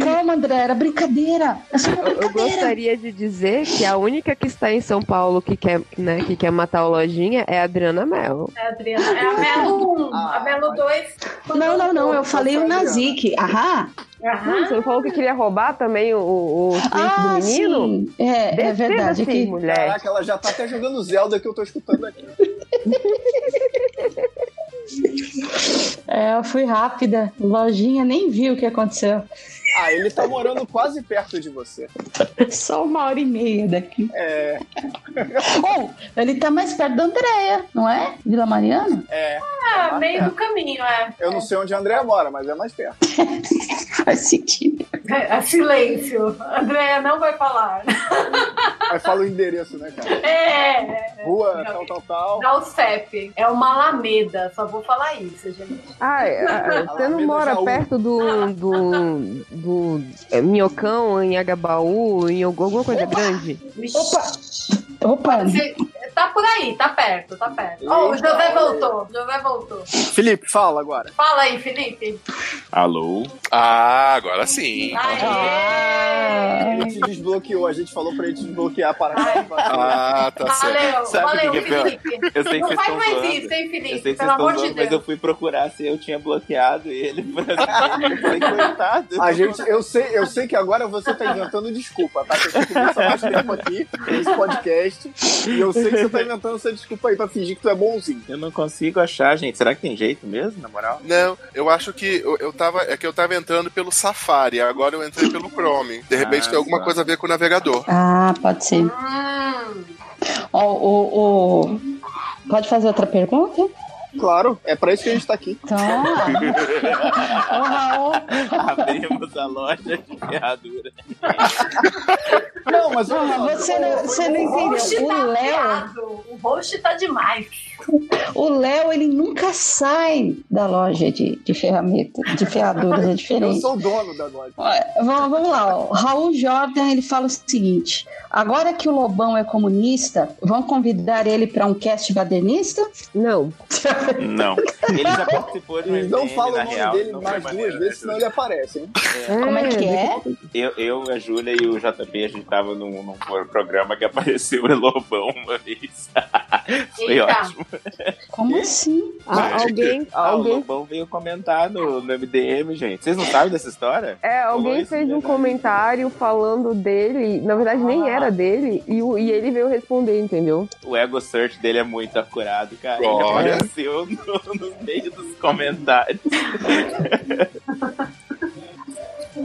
S5: Calma, André, era brincadeira. É só uma
S12: Eu, eu gostaria de dizer que a única que está em São Paulo que quer, né, que quer matar o Lojinha é a Adriana Mel.
S13: É, Adriana. É a Melo 1,
S16: Ah,
S13: a Melo 2.
S5: Não, não, não, eu falei o Nazik. Ahá.
S13: Aham.
S12: você não falou que queria roubar também o, o, o cliente
S5: Ah,
S12: do menino?
S5: sim. É, é
S12: Defenda,
S5: verdade
S12: sim,
S5: que-
S12: assim, mulher.
S16: Caraca, ela já tá até jogando Zelda que eu tô escutando aqui.
S5: É, eu fui rápida. Lojinha nem viu o que aconteceu.
S16: Ah, ele tá morando quase perto de você.
S5: Só uma hora e meia daqui.
S16: É.
S5: Ou, ele tá mais perto da Andréia, não é? Vila Mariana?
S16: É.
S13: Ah, meio do caminho, é.
S16: Eu não sei onde a André mora, mas é mais perto.
S5: Faz sentido.
S13: É, é silêncio. Andréia não vai falar.
S16: Aí fala o endereço, né, cara?
S13: É.
S16: Rua, tal, tal, tal.
S13: Dá o CEP. É uma alameda. Só vou falar isso, gente.
S12: Ai, ah, você não mora perto do, do, do é, Minhocão, em Agabaú, em algum- alguma coisa grande?
S5: Opa! Opa!
S13: Você- Tá por aí, tá perto, tá perto. Ó, o José voltou. José voltou.
S16: Felipe, fala agora.
S13: Fala aí, Felipe.
S18: Alô? Ah, agora sim.
S13: é.
S16: Ah. Ele te desbloqueou, a gente falou pra ele te desbloquear a parada.
S18: Ah, tá
S13: Valeu,
S18: certo.
S4: Sabe
S13: valeu,
S4: o que que é pior?
S13: Felipe.
S4: Eu sei que
S13: não
S4: vocês
S13: faz
S4: estão
S13: mais
S4: zoando.
S13: isso, hein, Felipe?
S4: Eu sei que vocês
S13: Pelo
S4: estão
S13: amor
S4: zoando,
S13: de Deus.
S4: mas eu fui procurar se eu tinha bloqueado ele. pra-
S16: A gente, eu sei, eu sei que agora você tá inventando desculpa, tá? Que eu tô conversando há mais tempo aqui nesse podcast. E eu sei que você tá inventando essa desculpa aí pra fingir que tu é bonzinho.
S4: Eu não consigo achar, gente. Será que tem jeito mesmo, na moral?
S18: Não, eu acho que eu, eu tava. É que eu tava entrando pelo Safari, agora eu entrei pelo Chrome. De repente
S4: Ah,
S18: tem alguma
S4: tá.
S18: coisa a ver com o navegador.
S5: Ah, pode ser.
S13: Ah,
S5: Ó, o, o- Pode fazer outra pergunta?
S16: Claro, é pra isso que a gente tá aqui.
S5: Tá. Ô, Raul.
S4: Abrimos a loja de ferradura.
S16: Não, mas
S5: Ah, você não, você não entendeu.
S16: tá
S5: O Léo,
S13: O host tá demais.
S5: o Léo, ele nunca sai da loja de, de ferramentas, de ferraduras, é
S16: Eu
S5: diferente.
S16: sou o dono da loja.
S5: Olha, vamos, vamos lá. ó. Raul Jordan ele fala o seguinte: agora que o Lobão é comunista, vão convidar ele para um cast badernista?
S12: Não.
S4: Não. Ele já participou de um
S16: Eles não
S4: MDM,
S16: falam o
S4: na
S16: nome
S4: real,
S16: dele
S4: não foi
S16: mais duas
S4: maneiro,
S16: vezes,
S4: né?
S16: senão ele aparece, hein?
S5: Como é que é?
S4: Eu, eu, a Júlia e o JP, a gente tava num, num programa que apareceu o Lobão uma vez. Foi
S13: tá.
S5: Eita.
S4: ótimo.
S5: Como assim?
S4: Ah,
S12: alguém-
S4: Ah,
S12: alguém-
S4: O Lobão veio comentar no, no MDM, gente. Vocês não sabem dessa história?
S12: É, alguém fez um comentário falando dele, na verdade
S5: Ah.
S12: nem era dele, e, o- e ele veio responder, entendeu?
S4: O ego search dele é muito acurado, cara. Ele
S18: Olha.
S4: apareceu no, no meio dos comentários.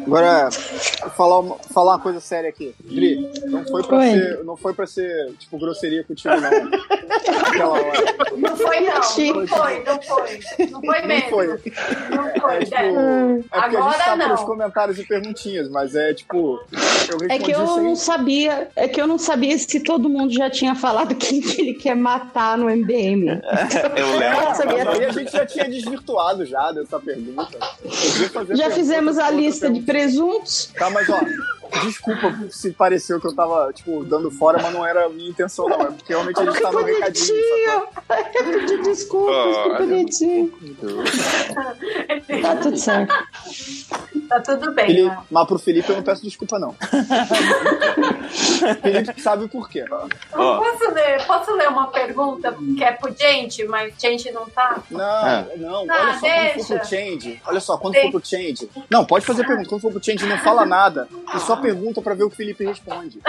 S16: Agora, falar uma, falar uma coisa séria aqui. Dri, não foi pra
S5: Oi.
S16: ser, não foi pra ser tipo, grosseria contigo, não. Aquela hora.
S13: Não foi, não. Não foi, não foi. Não foi
S16: Não
S13: mesmo.
S16: foi.
S13: Não foi,
S16: É,
S13: Débora.
S16: tipo, é porque a gente
S13: Agora
S16: tá
S13: não.
S16: pelos comentários e perguntinhas, mas é tipo. Eu respondi
S5: É que eu
S16: sem-
S5: não sabia, é que eu não sabia se todo mundo já tinha falado quem que ele quer matar no MDM.
S4: Eu
S5: Eu não
S16: Mas
S5: sabia.
S16: aí a gente já tinha desvirtuado já dessa pergunta. Eu queria fazer
S5: Já
S16: pergunta
S5: fizemos a
S16: com outra
S5: lista de presuntos.
S16: Tá, mas ó, desculpa se pareceu que eu tava, tipo, dando fora, mas não era a minha intenção, não. É porque realmente a gente tá no recadinho.
S5: Eu pedi Tá desculpas, que
S16: Olha.
S5: bonitinho. Tá tudo certo.
S13: Tá tudo bem.
S16: Ele-
S13: né?
S16: Mas pro Felipe eu não peço desculpa, não. Felipe sabe por quê.
S13: Eu Posso, ler, posso ler uma pergunta que é pro gente, mas gente não tá?
S16: Não,
S13: Ah.
S16: não,
S13: Ah,
S16: olha só, quando for
S13: deixa.
S16: pro change, olha só, quando
S13: Sim.
S16: for pro change. Não, pode fazer pergunta. Quando for pro change, não fala nada. E só pergunta pra ver o que o Felipe responde.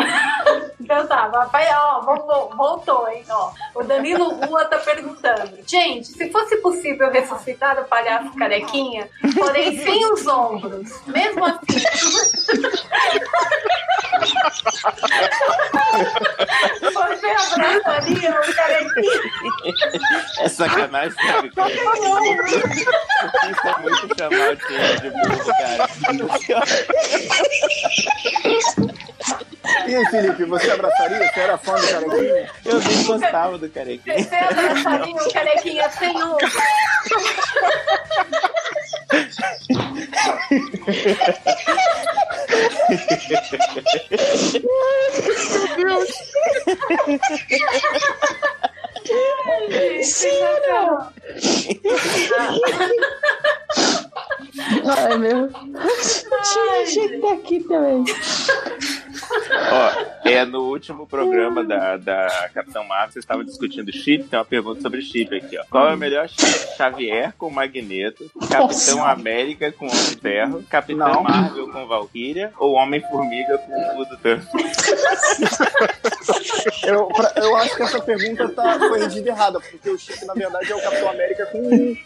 S13: Então tá, papai, ó, voltou, voltou, hein? Ó, o Danilo Rua tá perguntando. Gente, se fosse possível ressuscitar o palhaço carequinha, porém sem os ombros, mesmo assim. Você abraçaria o carequinha?
S4: É sacanagem, cara.
S13: um
S4: Isso é muito chamar o Change de burro, cara.
S16: E aí, Felipe, você abraçaria? Você era fã do carequinha?
S4: Eu nem gostava do carequinha.
S13: Você abraçaria o carequinha sem ombros?
S10: Meu Deus.
S13: Mentira!
S5: Ai, meu. Tira, gente daqui também.
S4: Ó, é no último programa da, da Capitão Marvel, vocês estavam discutindo chip, tem uma pergunta sobre chip aqui, ó. Qual é o melhor chip? Xavier com Magneto, Capitão
S10: Nossa.
S4: América com Homem de Ferro, Capitão
S10: Não.
S4: Marvel com Valkyria ou Homem-Formiga com o Fudo
S16: Eu, pra- eu acho que essa pergunta tá, foi redigida errada, porque o Chico, na verdade, é o Capitão América com,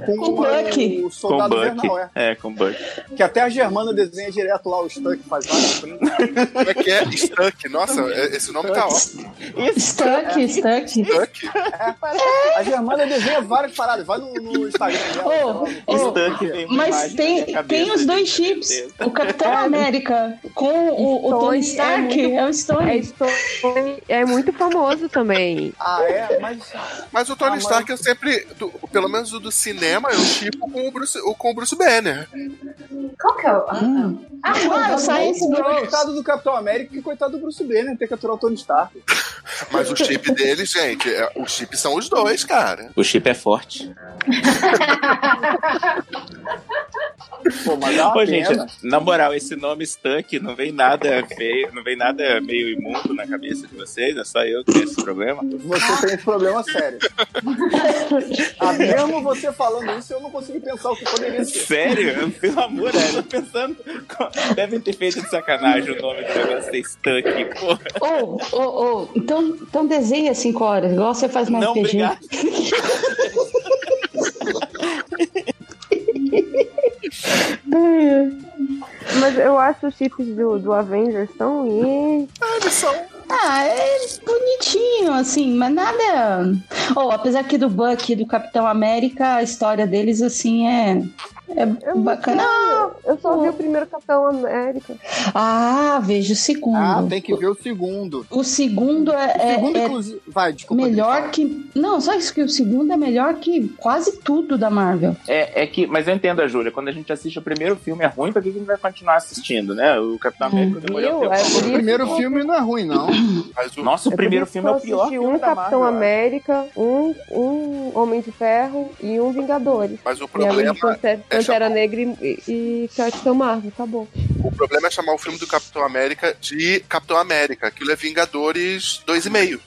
S16: com,
S4: Com
S16: o Soldado
S4: com
S16: Invernal,
S4: Buck.
S16: é.
S4: É, com Buck.
S16: Que até a Germana desenha direto lá o Stuck, faz vários prints.
S18: Como é que é? Stuck. Nossa, é- esse nome tá ótimo.
S5: Stuck, stuck.
S18: Stuck.
S16: É, a Germana desenha várias paradas, vai no, no Instagram dela.
S5: Ô,
S16: Stuck
S5: Mas tem, tem os dois chips. O
S12: É.
S5: Capitão América com o, o Tony Stark é, o Stone.
S12: É, Stone, é muito famoso também.
S16: Ah, é? Mas.
S18: Mas o
S16: Ah,
S18: Tony Stark eu sempre, do- pelo menos o do cinema, eu tipo com o Bruce, o- com o Bruce Banner.
S13: Qual que é o. Ah,
S16: Coitado
S13: mano, sai
S5: é
S16: do- Coitado do Capitão América e coitado do Bruce Banner, ter que aturar o Tony Stark.
S18: Mas o chip deles, gente, é- o chip são os dois, cara.
S4: O chip é forte.
S16: Pô, mas dá uma
S4: Ô, gente,
S16: pena.
S4: na moral, esse nome Stuck não vem nada feio, não vem nada meio imundo na cabeça de vocês, é só eu que tenho esse problema.
S16: Você tem um problema sério. Ah, mesmo você falando isso, eu não consegui pensar o que poderia ser.
S4: Sério? Pelo amor, eu tô pensando. Devem ter feito de sacanagem o nome do negócio ser Stuck, porra.
S5: Ou, ou, ou, então, então desenha cinco horas, igual você faz no
S4: Não,
S5: RPG.
S4: obrigado.
S12: Mas eu acho os chips do, do Avengers tão lindos.
S5: Ah, é bonitinho, assim, mas nada. Ou, apesar que do Buck e do Capitão América, a história deles, assim, é. É bacana.
S12: Eu só vi o primeiro Capitão América.
S5: Ah, veja o segundo.
S16: Ah, tem que ver o segundo.
S5: O segundo é.
S16: O segundo,
S5: é- é
S16: inclusive. Vai, desculpa.
S5: melhor que. Não, só isso que o segundo é melhor que quase tudo da Marvel.
S4: É, é que, mas eu entendo a Júlia, quando a gente assiste o primeiro filme é ruim, pra que a gente vai continuar assistindo, né? O Capitão América demorou um tempo.
S16: O primeiro filme não é ruim, não.
S4: Nossa, o primeiro filme é o pior
S12: assisti um
S4: filme da
S12: Capitão
S4: Marvel.
S12: América, um, um Homem de Ferro e um Vingadores.
S18: Mas o
S12: e
S18: problema
S12: além de Pantera,
S18: é
S12: Pantera Negra e, e Capitão Marvel, acabou.
S18: O problema é chamar o filme do Capitão América de Capitão América. Aquilo é Vingadores 2,5.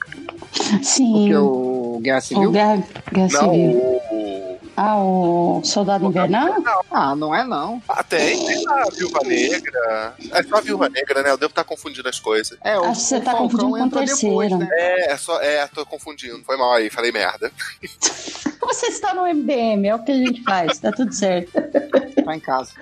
S5: Sim.
S16: o Guerra
S5: O Guerra, Guerra
S18: Não,
S5: Civil.
S18: o.
S5: Ah, o Soldado Invernal?
S16: Ah, não é não.
S18: Ah, tem, tem lá a Viúva Negra. É só a Viúva Negra, né? Eu devo estar confundindo as coisas.
S16: É,
S5: Acho que você tá confundindo com o terceiro.
S16: né?
S18: É, é só. É, tô confundindo. Foi mal aí, falei merda.
S5: Você está no MDM, é o que a gente faz, tá tudo certo.
S16: Tá em casa.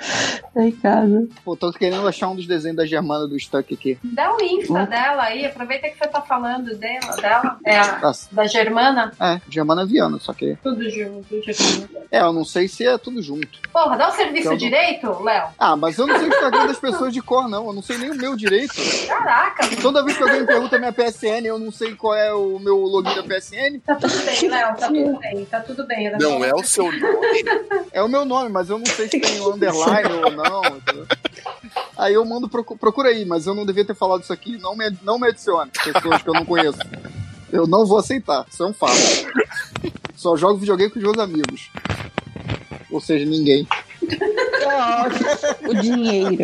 S5: Tá em casa.
S16: Pô, tô querendo achar um dos desenhos da Germana do Stuck aqui.
S13: Dá o um Insta dela aí, aproveita que você tá falando dela, dela. É a-
S16: Nossa.
S13: da Germana.
S16: É, Germana Viana, só que.
S13: Tudo junto, tudo junto.
S16: É, eu não sei se é tudo junto.
S13: Porra, dá o serviço
S16: Então-
S13: direito, Léo.
S16: Ah, mas eu não sei o Instagram das pessoas de cor, não. Eu não sei nem o meu direito.
S13: Caraca!
S16: Toda vez que alguém me pergunta a minha PSN, eu não sei qual é o meu login da PSN.
S13: Tá tudo bem, Léo, tá tudo bem, tá tudo bem. era só-
S18: é o seu nome.
S16: É o meu nome, mas eu não sei se tem um underline ou não. entendeu? Aí eu mando, procu- procura aí, mas eu não devia ter falado isso aqui. Não me, não me adicione, pessoas que eu não conheço. Eu não vou aceitar, isso é um fato. Só jogo videogame com os meus amigos. Ou seja, ninguém.
S5: Oh, o dinheiro.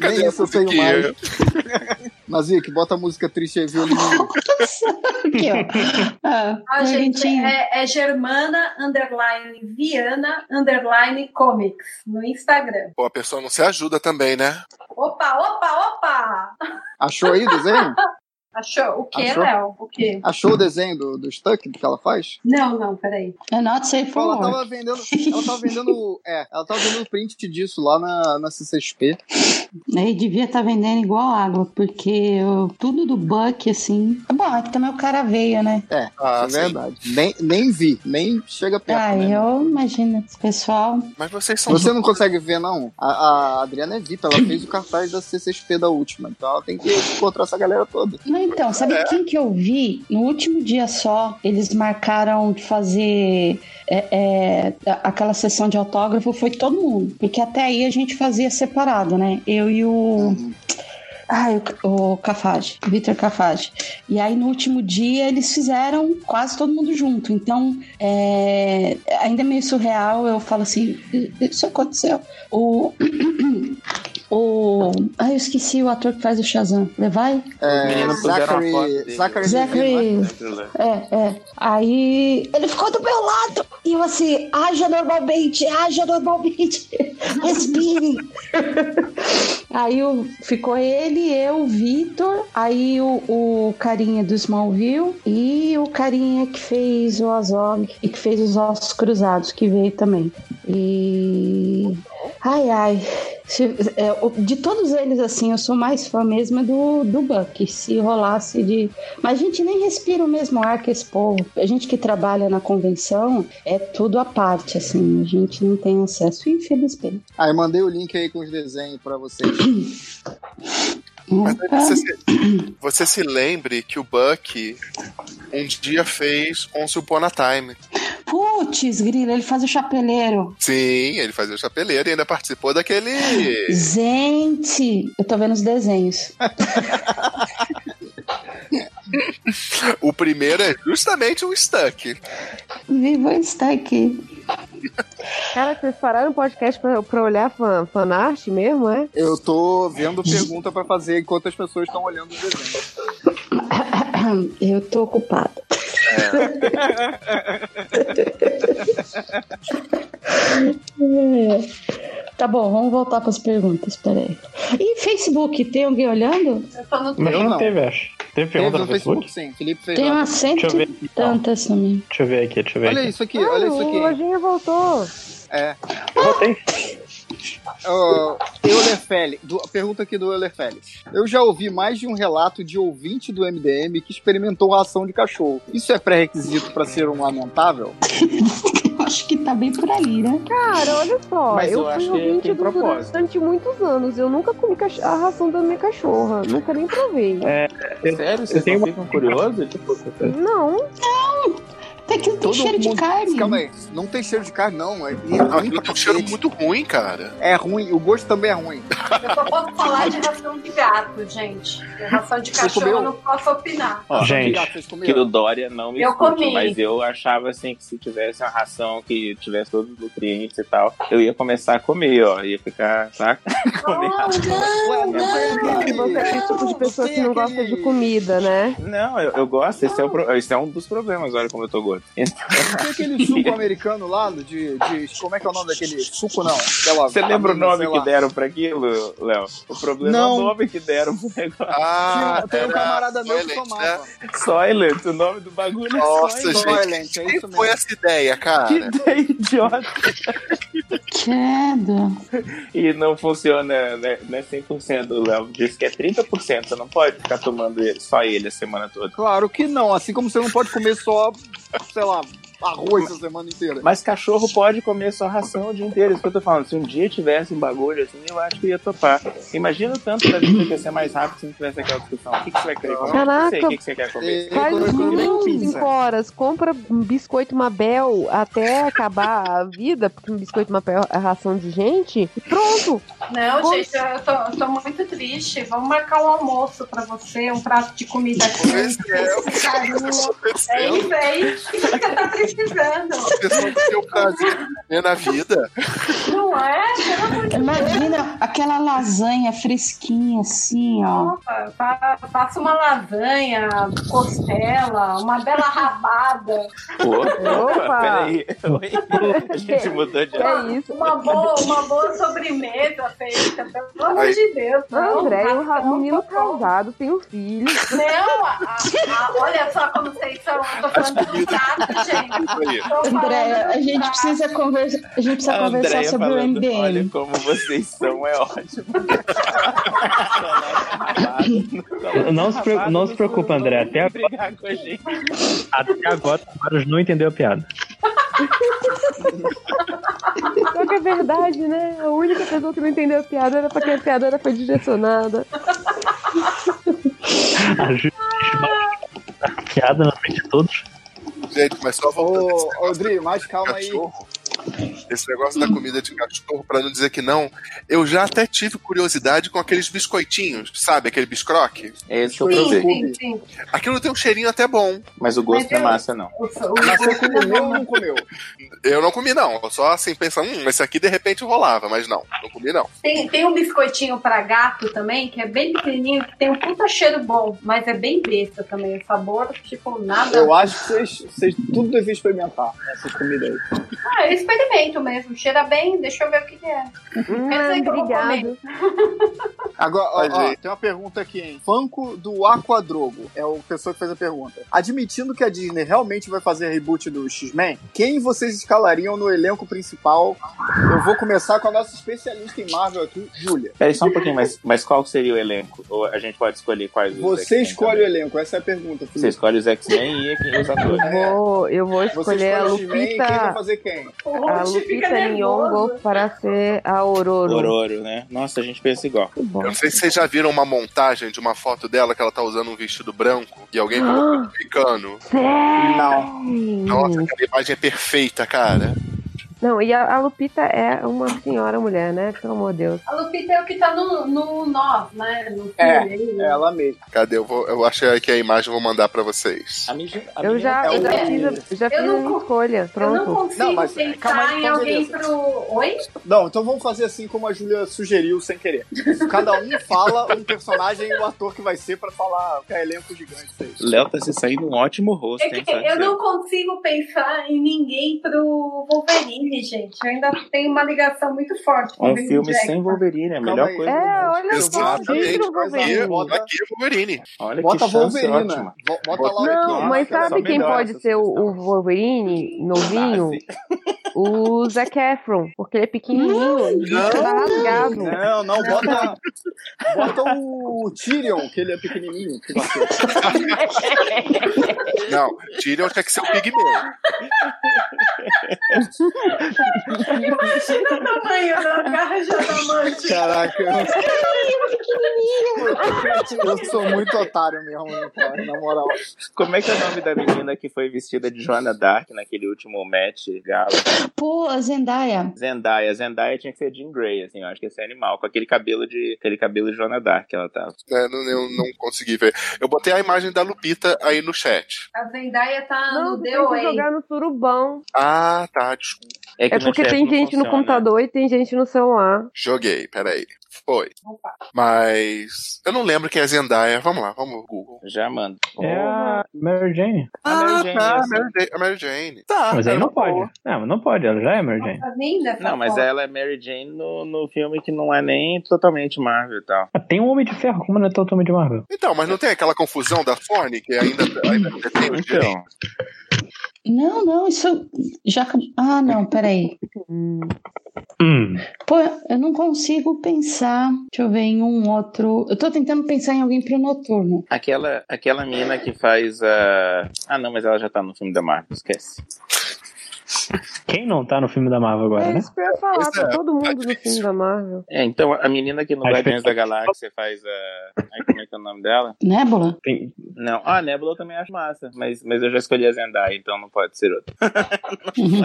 S18: Cadê
S16: Nem
S18: a
S16: isso eu tenho
S18: musiquinha?
S16: mais. Nazik, bota a música triste aí, violino.
S5: Aqui, ó. Ah,
S13: Ah, gente,
S5: bonitinho.
S13: é, é Germana underline Viana underline Comics no Instagram.
S18: Pô, a pessoa não se ajuda também, né?
S13: Opa, opa, opa!
S16: Achou aí o desenho?
S13: Achou? O que,
S16: Achou?
S13: Léo? O que?
S16: Achou o desenho do, do Stuck que ela faz?
S13: Não, não, peraí.
S5: É not safe for
S16: Ela tava
S5: work.
S16: vendendo. Ela tava vendendo. É, ela tava vendendo o print disso lá na, na CCXP.
S5: Aí devia estar vendendo igual água, porque o- tudo do Buck, assim. Bom, é que também o cara veio, né?
S16: É,
S18: Ah,
S16: isso é verdade. Nem, nem vi, nem chega perto.
S5: Ah,
S16: né?
S5: eu imagino esse pessoal.
S18: Mas vocês
S16: Você não consegue ver, não. A, a Adriana é VIP, ela fez o cartaz da CCXP da última. Então ela tem que encontrar essa galera toda.
S5: Não, então, sabe quem que eu vi? No último dia só, eles marcaram de fazer é, é, a- aquela sessão de autógrafo, foi todo mundo. Porque até aí a gente fazia separado, né? Eu e o. Ah, o, o Cafage, Vitor Cafage. E aí no último dia eles fizeram quase todo mundo junto. Então, é, ainda é meio surreal, eu falo assim, isso aconteceu. O. O. Ah, eu esqueci o ator que faz o Shazam. Levai?
S16: É, Zachary. Zachary.
S5: Zachary.
S16: Levine, né?
S5: É, é. Aí ele ficou do meu lado e eu assim, haja normalmente, haja normalmente, respire. aí o- ficou ele, eu, o Vitor, aí o, o carinha do Smallville e o carinha que fez o Azog e que fez os Ossos Cruzados, que veio também. E. Ai, ai. Se- é, o- de todos eles, assim, eu sou mais fã mesmo do, do Buck. Se rolasse de. Mas a gente nem respira o mesmo ar que esse povo. A gente que trabalha na convenção é tudo à parte, assim. A gente não tem acesso, infelizmente.
S16: Aí mandei o link aí com os desenhos pra vocês.
S18: Mas aí você, se, você se lembre que o Buck um dia fez Once Upon a Time.
S5: Putz, grilo, ele faz o chapeleiro.
S18: Sim, ele fazia o chapeleiro e ainda participou daquele.
S5: Gente, eu tô vendo os desenhos.
S18: O primeiro é justamente um Stuck.
S5: Viva está aqui.
S12: Cara, vocês pararam o podcast pra, pra olhar fan, fanart mesmo, é?
S16: Eu tô vendo pergunta pra fazer enquanto as pessoas estão olhando o desenho.
S5: Eu tô ocupada. É. Tá bom, vamos voltar para as perguntas, peraí. E Facebook, tem alguém olhando?
S13: Eu tô no
S3: Mas não, teve, acho. Teve pergunta no
S16: no
S3: Facebook?
S16: Sim, Felipe fez
S5: Tem
S16: lá.
S5: umas cento
S3: Deixa eu ver
S5: e tantas também.
S3: Deixa eu ver aqui, deixa eu ver
S16: Olha
S3: aqui.
S16: isso aqui, olha isso aqui.
S12: Ah, O Lojinha voltou.
S16: É.
S3: Eu voltei.
S16: Ô, Euler Félix, do- a pergunta aqui do Euler Félix. Eu já ouvi mais de um relato de ouvinte do MDM que experimentou ração de cachorro. Isso é pré-requisito pra ser um lamentável?
S5: Acho que tá bem por aí, né?
S12: Cara, olha só,
S16: Mas
S12: eu,
S16: eu acho
S12: fui
S16: que
S12: ouvinte
S16: tem
S12: do
S16: propósito.
S12: durante muitos anos. Eu nunca comi cach- a ração da minha cachorra. Nunca nem provei.
S16: É.
S4: Sério? Vocês não ficam curiosos?
S12: Não.
S5: Tem que
S16: Todo
S12: cheiro de
S16: mundo-
S12: carne.
S16: Calma aí, não tem cheiro de carne, não. É, é
S18: Não,
S16: ruim
S18: aquilo tem um cheiro muito ruim, cara.
S16: É ruim, o gosto também é ruim.
S13: Eu só posso falar de ração de gato, gente. De ração de
S16: Você
S13: cachorro
S16: comeu? Ah,
S13: eu não posso opinar.
S4: Ó,
S16: que
S4: que o Dória não me
S13: Eu
S4: escute,
S13: comi.
S4: mas eu achava assim que se tivesse uma ração que tivesse todos os nutrientes e tal, eu ia começar a comer, ó, ia ficar, saca? Comer
S12: Não, Você é aquele tipo de pessoa que não gosta
S16: é
S12: de comida, né?
S4: Não, eu, eu gosto, esse é, o pro- esse é um dos problemas, olha como eu tô gordo. Então,
S16: Tem aquele suco americano lá, de, de- Como é que é o nome daquele suco, não? Aquela
S4: Você lembra o
S16: vitamina,
S4: nome
S16: sei
S4: que
S16: lá.
S4: deram pra aquilo, Léo? O problema é
S16: Não.
S4: o nome que deram pro negócio.
S18: Ah,
S16: Tem um camarada meu que tomava.
S4: Silent, o nome do bagulho
S18: Nossa,
S4: é Silent.
S16: gente, é
S18: Quem foi essa ideia, cara?
S4: Que ideia idiota.
S5: Credo.
S4: E não funciona, né? Não é 100%. O Léo disse que é 30%. Você não pode ficar tomando ele- só ele a semana toda.
S16: Claro que não, assim como você não pode comer só, sei lá, arroz a semana inteira.
S4: Mas cachorro pode comer só ração o dia inteiro. Isso que eu tô falando. Se um dia tivesse um bagulho assim, eu acho que ia topar. Imagina o tanto da vida que ia ser mais rápido se não tivesse aquela discussão. O que, que você vai querer comer? Não sei
S12: Caraca.
S4: o que, que você quer comer.
S12: Faz os meninos 5 horas, compra um biscoito Mabel até acabar a vida, porque um biscoito Mabel é ração de gente, e pronto.
S13: Não,
S12: Como-
S13: gente, é eu tô, eu tô muito triste. Vamos marcar um almoço pra você, um prato de comida aqui. É isso, é isso que você tá precisando.
S18: Pessoa que eu prazer né, na vida.
S13: Não é? Pelo amor de
S5: Imagina aquela lasanha fresquinha assim, ó.
S13: Opa, pa- Passa uma lasanha, costela, uma bela rabada.
S10: Opa! Peraí. Oi. A gente mudou de
S5: É
S13: Uma, uma boa, uma boa sobremesa feita, pelo amor
S10: Aí.
S13: de Deus. não.
S12: André, o ra- menino casado, tem um filho.
S13: Não, a- a- a- olha só como vocês são. Eu tô falando de um prato, gente. Tô falando
S5: André, a
S13: de um
S5: gente
S13: prato.
S5: precisa conversar, a gente precisa
S10: A
S5: conversar
S10: Andréia
S5: sobre o
S10: falando,
S5: MBM.
S10: Olha como vocês são, é ótimo.
S3: Não se, pre- não se preocupa, André. Até agora,
S10: Brigar com a gente.
S3: até agora o Maros não entendeu a piada.
S12: Só que é verdade, né? A única pessoa que não entendeu a piada era pra quem a piada era foi direcionada.
S3: A Ju- a piada na frente de todos.
S18: Gente, mas só voltando.
S16: Ô, ô, Dri, mas calma aí.
S18: Esse negócio da comida de cachorro, pra não dizer que não, eu já até tive curiosidade com aqueles biscoitinhos, sabe? Aquele biscroque.
S10: É isso que eu
S18: Sim,
S10: provei.
S18: sim, Aquilo tem um cheirinho até bom.
S10: Mas o gosto não é massa, não.
S16: Mas você
S18: é
S16: comeu ou não comeu?
S18: Eu não comi, não. Eu só assim pensar, hum, esse aqui de repente rolava, mas não, não comi, não.
S13: Tem, tem um biscoitinho pra gato também, que é bem pequenininho, que tem um puta cheiro bom, mas é bem besta também. O sabor, tipo, nada.
S16: Eu acho que vocês, vocês tudo deviam experimentar essas comidas aí.
S13: Ah, eu experimento mesmo. Cheira bem, deixa eu ver o que, que é. Quer dizer que eu vou comer.
S16: Agora, ó, ó,
S13: Olha.
S16: tem uma pergunta aqui, hein? Funko do Aquadrogo é o pessoa que fez a pergunta. Admitindo que a Disney realmente vai fazer reboot do X-Men, quem vocês escalariam no elenco principal? Eu vou começar com a nossa especialista em Marvel aqui, Júlia.
S10: Peraí, só um pouquinho, mas, mas qual seria o elenco? Ou a gente pode escolher quais os
S16: Você
S10: X-Men
S16: escolhe o elenco, essa é a pergunta,
S10: Você
S16: Felipe.
S10: escolhe os X-Men e quem os atores.
S12: Vou, eu vou escolher a
S16: escolhe o X-Men,
S12: Lupita.
S16: quem vai fazer quem?
S12: A Lupita Nyong'o para ser a Ororo.
S10: Ororo, né? Nossa, a gente pensa igual.
S18: Eu não sei se vocês já viram uma montagem de uma foto dela que ela tá usando um vestido branco e alguém colocou
S16: Ah.
S18: um picano.
S16: Não.
S18: Nossa, aquela imagem é perfeita, cara.
S12: Não, e a, a Lupita é uma senhora mulher, né? Pelo amor de Deus.
S13: A Lupita é o que tá no, no nó, né? No filme aí.
S16: É, ela mesma.
S18: Cadê? Eu, vou, eu achei aqui a imagem, eu vou mandar pra vocês.
S12: Eu já, eu já fiz, a- já fiz a minha escolha. Pronto.
S13: Eu não consigo
S16: é um Não, mas,
S13: pensar
S16: calma aí,
S13: em
S16: então
S13: alguém
S16: beleza.
S13: pro.
S10: É
S13: Oi?
S16: Não, então vamos fazer assim como a Júlia sugeriu, sem querer. Cada um fala um personagem e o ator que vai ser pra falar que é elenco gigante. isso aí.
S10: Léo tá se saindo um ótimo rosto,
S13: É
S10: hein?
S13: que eu não consigo pensar em ninguém pro Wolverine, gente. Eu ainda tenho uma ligação muito forte com o
S10: Um
S13: Hugh
S10: filme
S13: Jackman.
S10: sem Wolverine, é a melhor coisa.
S12: É, olha só.
S18: Exatamente.
S12: dentro do Wolverine.
S18: Aqui é Wolverine.
S10: Olha
S12: Bota
S10: que chance
S12: Wolverine. né?
S10: ótima.
S16: Bota lá
S12: Não, mas
S16: é
S12: sabe quem pode ser o, o Wolverine
S16: Ah,
S12: novinho? O Zac Efron, porque ele é pequenininho e
S16: Não.
S12: tá rasgado.
S16: Não, não,
S5: Tá
S16: bota, bota o Tyrion, que ele é pequenininho. que vai ser.
S18: Não, Tyrion tinha que ser o Pigmeu.
S13: Imagina o tamanho da garra de adamante.
S16: Caraca. Eu sou muito otário mesmo, né, cara, na moral.
S10: Como é que é o nome da menina que foi vestida de Joana Dark naquele último match gala?
S5: Pô, a Zendaya.
S10: Zendaya. Zendaya tinha que ser Jean Grey, assim, eu acho que esse é animal, com aquele cabelo de aquele cabelo de Joana Dark que ela tava.
S18: É, não, eu não consegui ver. Eu botei a imagem da Lupita aí no chat.
S13: A Zendaya tá
S12: Não,
S13: no
S12: tem
S13: The
S12: que
S13: Way.
S12: jogar no surubão.
S18: Ah, tá, desculpa.
S12: É, porque tem gente
S18: né?
S12: no computador e tem gente no celular.
S18: Joguei, peraí. Foi. Mas eu não lembro quem é Zendaya. Vamos lá, vamos Google.
S10: Já manda.
S3: É a Mary Jane.
S18: Ah,
S10: Mary Jane,
S18: tá,
S10: essa.
S18: Mary Jane, a Mary Jane.
S10: Tá,
S3: Mas aí não pode. Não, mas não pode, ela já é Mary Jane.
S13: Tá linda essa
S10: Não, mas
S13: foto.
S10: ela é Mary Jane no, no filme que não é nem totalmente Marvel e tal.
S3: Ah, Tem um Homem de Ferro, como não é todo Homem de Marvel?
S18: Então, mas não tem aquela confusão da Sony que ainda, ainda tem
S3: Então,
S18: o direito?
S5: Não, não, isso já. Ah, não, peraí.
S3: Hum.
S5: Pô, eu não consigo pensar. Deixa eu ver em um outro. Eu tô tentando pensar em alguém pro noturno.
S10: Aquela, aquela mina que faz a. Ah, não, mas ela já tá no filme da Marvel, esquece.
S3: Quem não tá no filme da Marvel agora, né?
S12: Isso que eu ia falar,
S16: é.
S12: tá todo mundo no filme da Marvel.
S10: É, então a menina que no
S3: Acho
S10: Guardiões
S3: que-
S10: da Galáxia faz a. Ai, como é que é o nome dela?
S5: Nébula?
S10: Não. Ah, a Nebula eu também acho massa, mas, mas eu já escolhi a Zendaya, então não pode ser outra.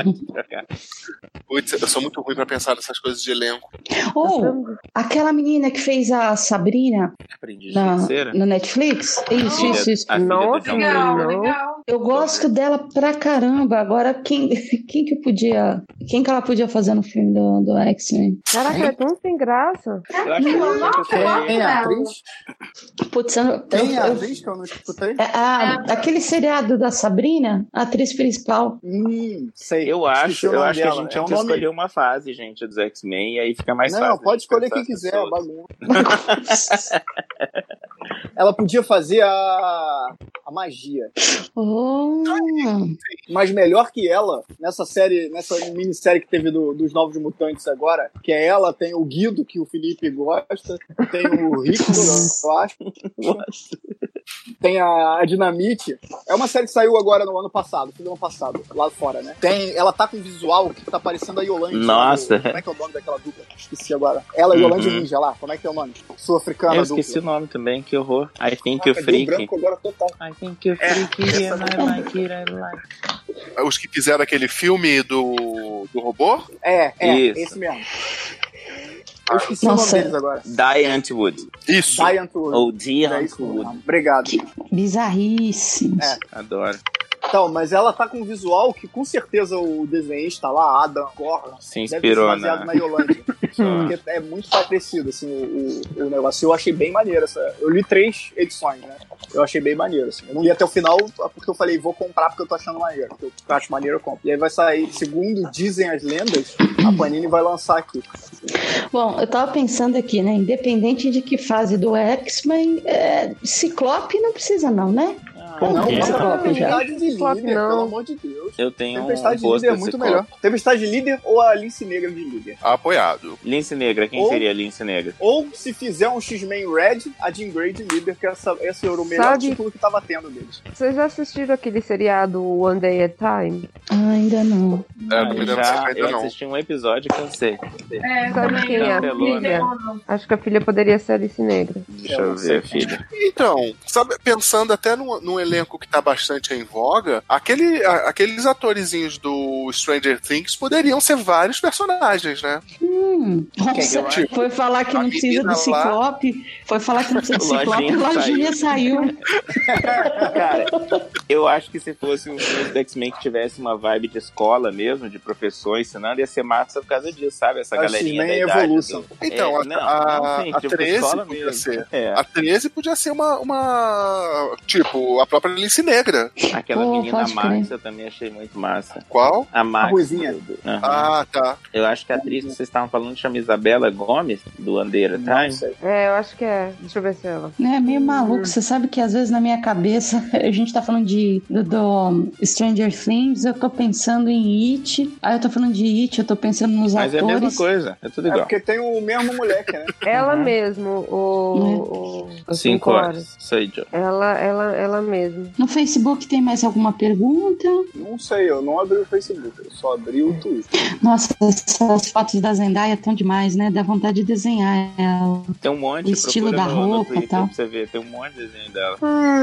S18: Putz, eu sou muito ruim pra pensar nessas coisas de elenco.
S5: Ou aquela menina que fez a Sabrina
S10: Aprendi
S5: na,
S10: feiticeira?
S5: no Netflix.
S10: A
S5: Isso,
S10: filha-
S5: isso, isso.
S10: a filha do John Nossa, Lennon.
S13: Legal, legal.
S5: Eu gosto dela pra caramba. Agora, quem, quem que podia. Quem que ela podia fazer no filme do, do X-Men?
S12: Caraca, ela é tão sem graça.
S16: É,
S13: Tem
S5: atriz? Putz, eu, não- eu-
S16: Tem
S5: eu-
S16: atriz que eu não escutei?
S5: É, a- aquele seriado da Sabrina, a atriz principal.
S16: sei.
S4: Eu acho,
S16: Esqueci o
S4: eu
S16: nome
S4: acho que a
S16: dela.
S4: gente
S16: É um
S4: tem que
S16: nome-
S4: escolher uma fase, gente, dos X-Men, e aí fica mais
S16: não,
S4: fácil.
S16: pode escolher quem quiser, é bagunça. Ela podia fazer a, a magia. Hum. Mas melhor que ela, nessa série, nessa minissérie que teve do- dos Novos Mutantes agora, que é ela, tem o Guido, que o Felipe gosta, tem o Rico, eu acho. Tem a, a Dinamite. É uma série que saiu agora no ano passado, no ano passado, lá fora, né? Tem, ela tá com visual que tá parecendo a Yolande.
S4: Nossa.
S16: Como é que é o nome daquela dupla? Esqueci agora. Ela, Yolande
S4: Uhum.
S16: Ninja lá, como é que é o nome? Sul-africana
S4: Eu
S16: dupla.
S4: esqueci o Ah, nome também, que horror. I think
S16: Caraca,
S4: you
S16: deu
S4: freak.
S16: branco agora total.
S4: I think you
S16: É.
S4: freak,
S16: essa
S4: I like it, I like it.
S18: Os que fizeram aquele filme do, do robô?
S16: É, é,
S4: Isso.
S16: esse mesmo. Eu esqueci o nome deles agora.
S4: Die Antwood.
S18: Isso.
S16: Die Antwood.
S4: Ou Die
S16: É isso mesmo.
S4: Antwood.
S16: Obrigado.
S5: Bizarríssimo.
S16: É.
S4: Adoro.
S16: Então, mas ela tá com um visual que com certeza o desenhista lá, Adam Gorham,
S4: Se inspirou né?
S16: deve ser baseado
S4: na-
S16: na Yolândia. Porque é muito parecido, assim, o, o, o negócio. Eu achei bem maneiro essa. Eu li três edições, né? Eu achei bem maneiro, assim. Eu não li até o final porque eu falei, vou comprar porque eu tô achando maneiro. Porque eu acho maneiro, eu compro. E aí vai sair, segundo dizem as lendas, a Panini vai lançar aqui.
S5: Bom, eu tava pensando aqui, né? Independente de que fase do X-Men, é, Ciclope não precisa, não, né?
S16: Não, Ah, não,
S5: Tem Ciclope já.
S16: Tempestade de líder, então. pelo amor de Deus.
S4: Eu tenho um
S16: Tempestade de
S4: posto
S16: líder é muito melhor. Tempestade de líder ou a Alice Negra de líder?
S18: Apoiado.
S4: Lince Negra, quem
S16: Ou-
S4: seria Lince Negra?
S16: Ou se fizer um X-Men Red, a Jean Grey de líder, que essa, esse era o melhor
S12: Sabe-
S16: título que tava tendo deles.
S12: Vocês já assistiram aquele seriado One Day at a Time?
S5: ainda não.
S4: Ah,
S18: É, não me
S4: eu
S18: lembro se
S4: já,
S18: ainda
S4: eu
S18: não.
S4: assisti um episódio e cansei.
S13: É,
S12: Sabe quem é a
S4: Cancelou,
S12: filha?
S4: né?
S12: Acho que a filha poderia ser a Alice Negra.
S4: Deixa eu ver, filha.
S18: Então, sabe, pensando até num, num elenco que tá bastante em voga, aquele, a- aqueles atorezinhos do Stranger Things poderiam ser vários personagens, né?
S5: Hum, nossa,
S18: eu acho?
S5: foi falar que
S18: A
S5: não precisa
S18: menina
S5: do Ciclope, foi falar que não precisa do Ciclope,
S4: Lojinha
S5: Lojinha saiu.
S4: Cara, eu acho que se fosse um filme do X-Men que tivesse uma vibe de escola mesmo, de professor ensinando, ia ser massa por causa disso, sabe? Essa
S16: Acho
S4: galerinha da
S16: X-Men
S4: idade.
S16: Evolution.
S4: do-
S18: é Então, a,
S4: É, não,
S18: a,
S4: não, sim,
S18: a
S4: tipo,
S18: 13
S4: escola
S18: podia
S4: mesmo.
S18: ser.
S4: É.
S18: A 13 podia ser uma, uma. Tipo, a própria Lince Negra.
S4: Aquela menina Max eu também achei muito massa.
S18: Qual?
S4: A Max.
S18: A Ruizinha.
S4: do- do- Aham.
S18: Ah, tá.
S4: Eu acho que a atriz que vocês estavam falando chama Isabela Gomes, do Andeira
S16: Ah,
S4: Time.
S12: É, eu acho que é. Deixa eu ver se é ela.
S5: É meio
S16: Hum.
S5: maluco, você sabe que às vezes na minha cabeça a gente tá falando de do, do Stranger Things, eu tô pensando em It, aí eu tô falando de It, eu tô pensando nos
S4: Mas é a
S5: atores. Uhum.
S4: mesma coisa, é tudo
S16: É
S4: igual.
S16: porque tem o mesmo moleque, né?
S12: Ela mesmo,
S5: Né?
S12: o. o-
S4: Cinco horas. Isso aí, Joe.
S12: Ela, ela, ela mesmo.
S5: No Facebook tem mais alguma pergunta?
S16: Não sei, eu não abri o Facebook, eu só abri o Twitter.
S5: Nossa, essas fotos da Zendaya tão demais, né? Dá vontade de desenhar ela.
S4: Tem um monte
S5: O estilo
S4: procura
S5: da
S4: no- no
S5: roupa e
S4: Twitter
S5: tal.
S4: Pra você ver, tem um monte de desenho dela.
S16: Ah,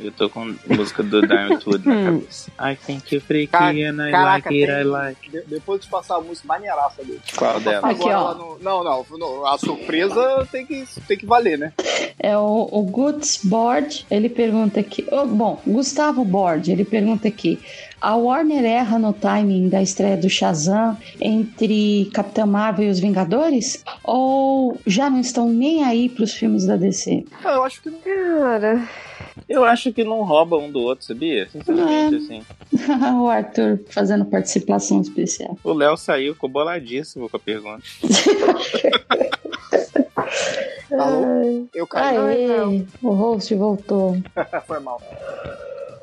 S4: Eu tô com música do Diamond Wood na cabeça. I think you freaky and I
S16: Caraca,
S4: like it,
S16: tem-
S4: I like.
S16: de- depois de passar a música maneiraça dele.
S4: Qual dela?
S5: Aqui, ó.
S16: ela não, não, não, não, a surpresa tem que, tem que valer, né?
S5: É o, o Guts Board, ele pergunta aqui. oh, bom, Gustavo Board, ele pergunta aqui. A Warner erra no timing da estreia do Shazam entre Capitã Marvel e os Vingadores? Ou já não estão nem aí pros filmes da DC?
S16: Ah, Eu acho que não.
S12: Cara.
S4: Eu acho que não rouba um do outro, sabia? Sinceramente, assim.
S5: o Arthur fazendo participação especial.
S4: O Léo saiu, ficou boladíssimo com a pergunta.
S16: Alô? Eu caí.
S5: Aê, o host voltou.
S16: Foi mal.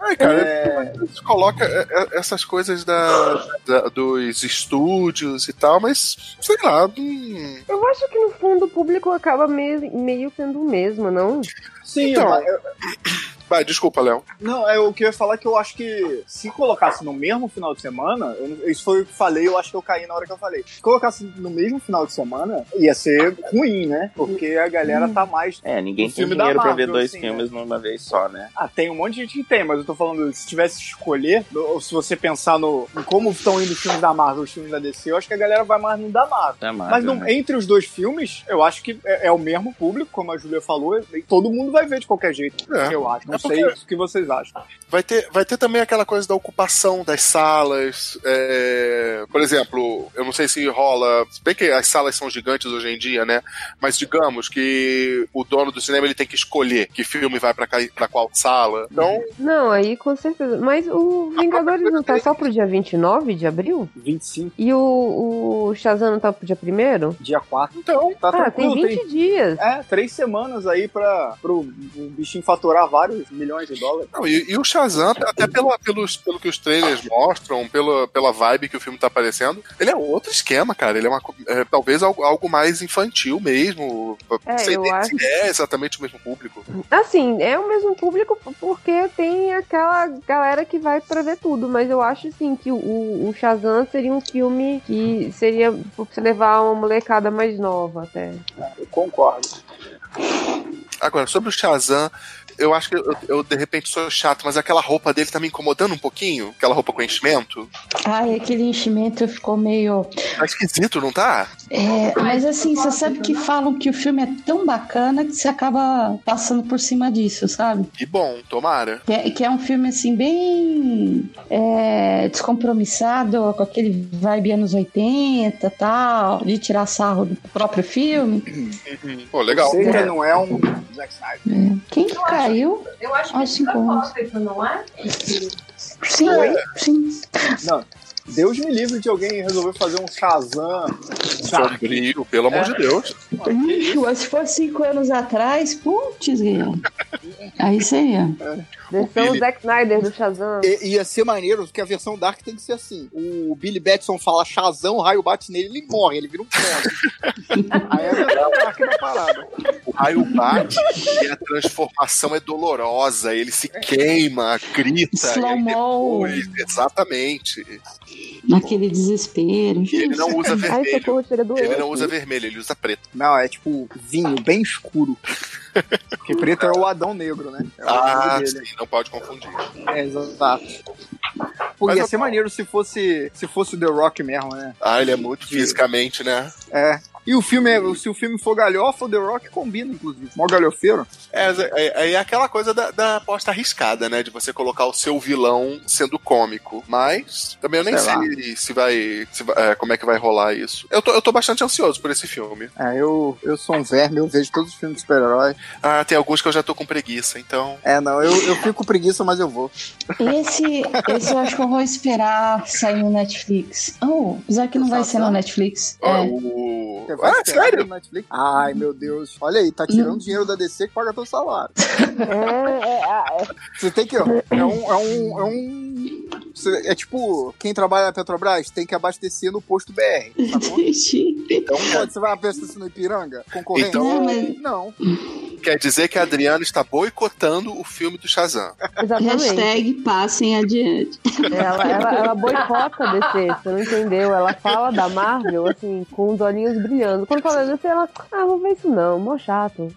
S18: Ai, É, cara, isso coloca é, é, essas coisas da, da- dos estúdios e tal, mas sei lá. hum,
S12: Eu acho que no fundo o público acaba meio, meio sendo o mesmo, não?
S16: Sim,
S18: Então.
S16: mas eu-
S18: Vai, desculpa, Léo.
S16: Não, é o que eu ia falar que eu acho que se colocasse no mesmo final de semana, eu não- isso foi o que eu falei, eu acho que eu caí na hora que eu falei. Se colocasse no mesmo final de semana, ia ser ruim, né? Porque a galera tá mais.
S4: É, ninguém
S16: O
S4: tem
S16: filme da
S4: dinheiro pra ver
S16: Marvel,
S4: dois
S16: assim,
S4: filmes numa vez só, né?
S16: Ah, tem um monte de gente que tem, mas eu tô falando, se tivesse que escolher, ou se você pensar no em como estão indo os filmes da Marvel e os filmes da DC, eu acho que a galera vai mais no da Marvel.
S4: Da Marvel,
S16: mas não-
S4: né?
S16: entre os dois filmes, eu acho que é, é o mesmo público, como a Julia falou, e todo mundo vai ver de qualquer jeito,
S18: É.
S16: eu acho. Não sei o que vocês acham.
S18: Vai ter, vai ter também aquela coisa da ocupação das salas. é, por exemplo, eu não sei se rola. Se bem que as salas são gigantes hoje em dia, né? Mas digamos que o dono do cinema ele tem que escolher que filme vai pra, ca- pra qual sala. Então,
S12: Não, aí com certeza. Mas o Vingadores não tá só pro dia 29 de abril?
S16: 25.
S12: E o, o Shazam não tá pro dia 1
S16: Dia 4. Então, tá
S12: Ah,
S16: tranquilo,
S12: tem 20 dias.
S16: É, três semanas aí pra, pro o bichinho faturar vários milhões de dólares.
S18: Não, e, e o Shazam, até pela, pelos, pelo que os trailers mostram, pela, pela vibe que o filme tá aparecendo, ele é outro esquema, cara. Ele é uma co- é, talvez algo, algo mais infantil mesmo.
S12: É,
S18: não sei
S12: eu
S18: nem
S12: acho.
S18: se é exatamente o mesmo público.
S12: Assim, é o mesmo público porque tem aquela galera que vai pra ver tudo, mas eu acho assim que o, o Shazam seria um filme que seria pra você levar uma molecada mais nova até.
S16: Eu concordo.
S18: Agora, sobre o Shazam, eu acho que eu, eu, de repente sou chato, mas aquela roupa dele tá me incomodando um pouquinho, aquela roupa com enchimento.
S5: Ai, aquele enchimento ficou meio.
S18: Tá esquisito, não tá?
S5: É, mas assim, você sabe que falam que o filme é tão bacana que você acaba passando por cima disso, sabe?
S18: Que bom, tomara.
S5: Que é, que é um filme assim, bem é, descompromissado, com aquele vibe anos 80 e tal, de tirar sarro do próprio filme.
S18: Pô, legal.
S16: Sei que não é um Zack Snyder.
S12: É.
S5: Quem que caiu?
S13: Eu acho que
S5: Aos
S13: é
S5: cinco anos.
S13: propósito, não é?
S5: Sim, sim.
S16: É. Não. Deus me livre de alguém resolver fazer um Shazam.
S18: Sombrio, pelo amor
S16: É.
S18: de Deus.
S5: Ixi, se for cinco anos atrás, putz, Guilherme. aí seria.
S12: Versão
S16: Billy-
S12: Zack Snyder do Shazam.
S16: E, ia ser maneiro, porque a versão Dark tem que ser assim. O Billy Batson fala Shazam, o raio bate nele, ele morre, ele vira um pó. Aí é a versão Dark da parada.
S18: O raio bate e a transformação é dolorosa, ele se queima, grita.
S5: Slow
S18: e aí
S5: mo.
S18: depois, exatamente.
S5: Naquele desespero.
S18: E ele não usa vermelho. ele não usa
S5: vermelho.
S18: vermelho, ele usa preto.
S16: Não, é tipo vinho bem escuro. Porque preto é o Adão Negro, né? É o
S18: Ah,
S16: nome dele.
S18: sim, não pode confundir.
S16: É, exato. Pô,
S18: Mas
S16: ia
S18: eu-
S16: ser maneiro se fosse, se fosse o The Rock mesmo, né?
S18: Ah, ele é muito fisicamente, né?
S16: É. E o filme, é- se o filme for galhofa, o The Rock combina, inclusive. Mó galhofeiro.
S18: É, é, é, é aquela coisa da, da aposta arriscada, né? De você colocar o seu vilão sendo cômico. Mas também eu nem
S16: Sei lá.
S18: sei se vai. se vai- é, como é que vai rolar isso. Eu tô, eu tô bastante ansioso por esse filme.
S16: É, eu, eu sou um verme, eu vejo todos os filmes de super-herói.
S18: Ah, tem alguns que eu já tô com preguiça, então.
S16: É, não, eu, eu fico com preguiça, mas eu vou.
S5: Esse, esse eu acho que eu vou esperar sair no Netflix. Oh, apesar que não vai ser no Netflix. É.
S18: O... Ah,
S16: Você vai esperar no Netflix? Ai, meu Deus. Olha aí, tá
S18: Hum.
S16: tirando dinheiro da DC que paga teu salário. Você tem que. ó, É um. É um, é um você- é tipo, quem trabalha na Petrobras tem que abastecer no posto BR. Tá bom? então, pode, você vai abastecer no Ipiranga? Concorrente?
S18: Então- Não, mas-
S16: não.
S18: Quer dizer que a Adriana está boicotando o filme do Shazam.
S5: Hashtag passem adiante.
S12: É, Ela, ela, ela boicota a DC, você não entendeu? Ela fala da Marvel, assim, com os olhinhos brilhando. Quando fala da DC, ela, ah, vou ver isso não, mó chato.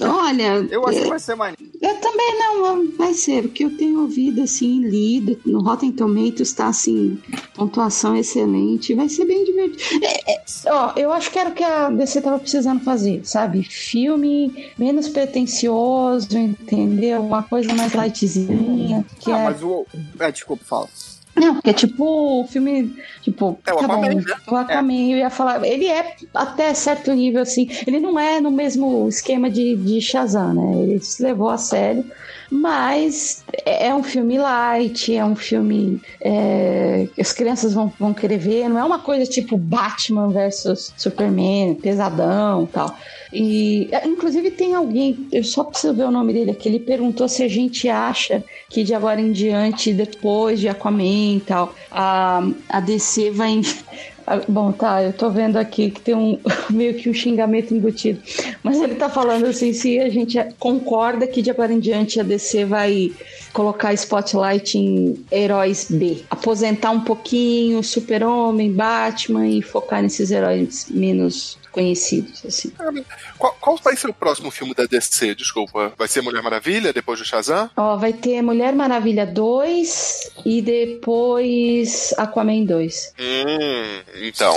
S5: Olha, é,
S16: Eu acho que
S5: eu-
S16: vai ser maneiro.
S5: Eu também não, vai ser, porque eu tenho ouvido assim, lido, no Rotten Tomatoes tá assim, pontuação excelente, vai ser bem divertido. É, é, ó, eu acho que era o que a DC tava precisando fazer, sabe? Filme menos pretencioso, entendeu? Uma coisa mais lightzinha, que
S16: Ah,
S5: é...
S16: mas o. É, desculpa, fala.
S5: Não, que é tipo o filme, tipo,
S16: É, o Aquaman, né?
S5: o Aquaman, eu ia falar, ele é até certo nível, assim, ele não é no mesmo esquema de, de Shazam, né, ele se levou a sério, mas é é um filme light, é um filme é, que as crianças vão, vão querer ver, não é uma coisa tipo Batman versus Superman, pesadão e tal. E, é, inclusive, tem alguém, eu só preciso ver o nome dele aqui, ele perguntou se a gente acha que de agora em diante, depois de Aquaman e tal, a, a DC vai. em- Ah, Bom, tá, eu tô vendo aqui que tem um meio que um xingamento embutido. Mas ele tá falando assim, se a gente concorda que de agora em diante a DC vai colocar spotlight em heróis B. Aposentar um pouquinho Super-Homem, Batman e focar nesses heróis menos conhecidos, assim.
S18: Qual, qual vai ser o próximo filme da DC? Desculpa. Vai ser Mulher Maravilha, depois do Shazam?
S5: Ó, vai ter Mulher Maravilha 2 e depois Aquaman 2.
S18: Hum, então.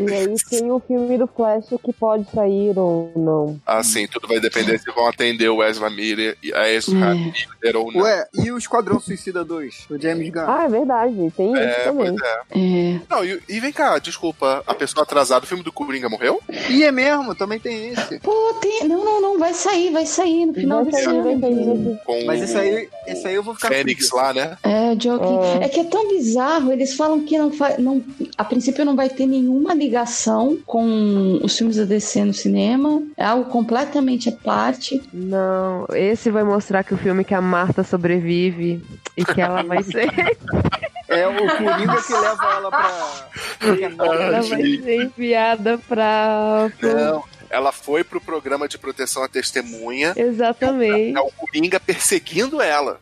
S12: E aí tem o filme do Flash é que pode sair ou não.
S18: Assim, tudo vai depender se vão atender o Ezra Miller e a Ezra Miller ou não.
S16: É. Ué, e o Esquadrão Suicida 2, do James Gunn?
S12: Ah, é verdade. Tem
S18: É,
S16: tá
S12: isso também.
S18: pois é. Não, e, e vem cá, desculpa, a pessoa atrasada, o filme do Coringa morreu?
S16: E é mesmo, também tem esse.
S5: Pô, tem. Não, não, não, vai sair, vai sair no final desse ano.
S18: Com
S16: Mas esse aí, esse aí eu vou ficar.
S18: Fênix lá, né?
S5: É, o Joaquim. É. que é tão bizarro, eles falam que não faz. Não, a princípio não vai ter nenhuma ligação com os filmes da DC no cinema. É algo completamente à parte.
S12: Não, esse vai mostrar que o filme que a Marta sobrevive e que ela vai ser.
S16: É o Coringa que leva ela pra.
S12: ela vai ser enviada pra. pro-
S18: Não. Ela foi pro programa de proteção à testemunha.
S12: Exatamente.
S18: É o Coringa perseguindo ela.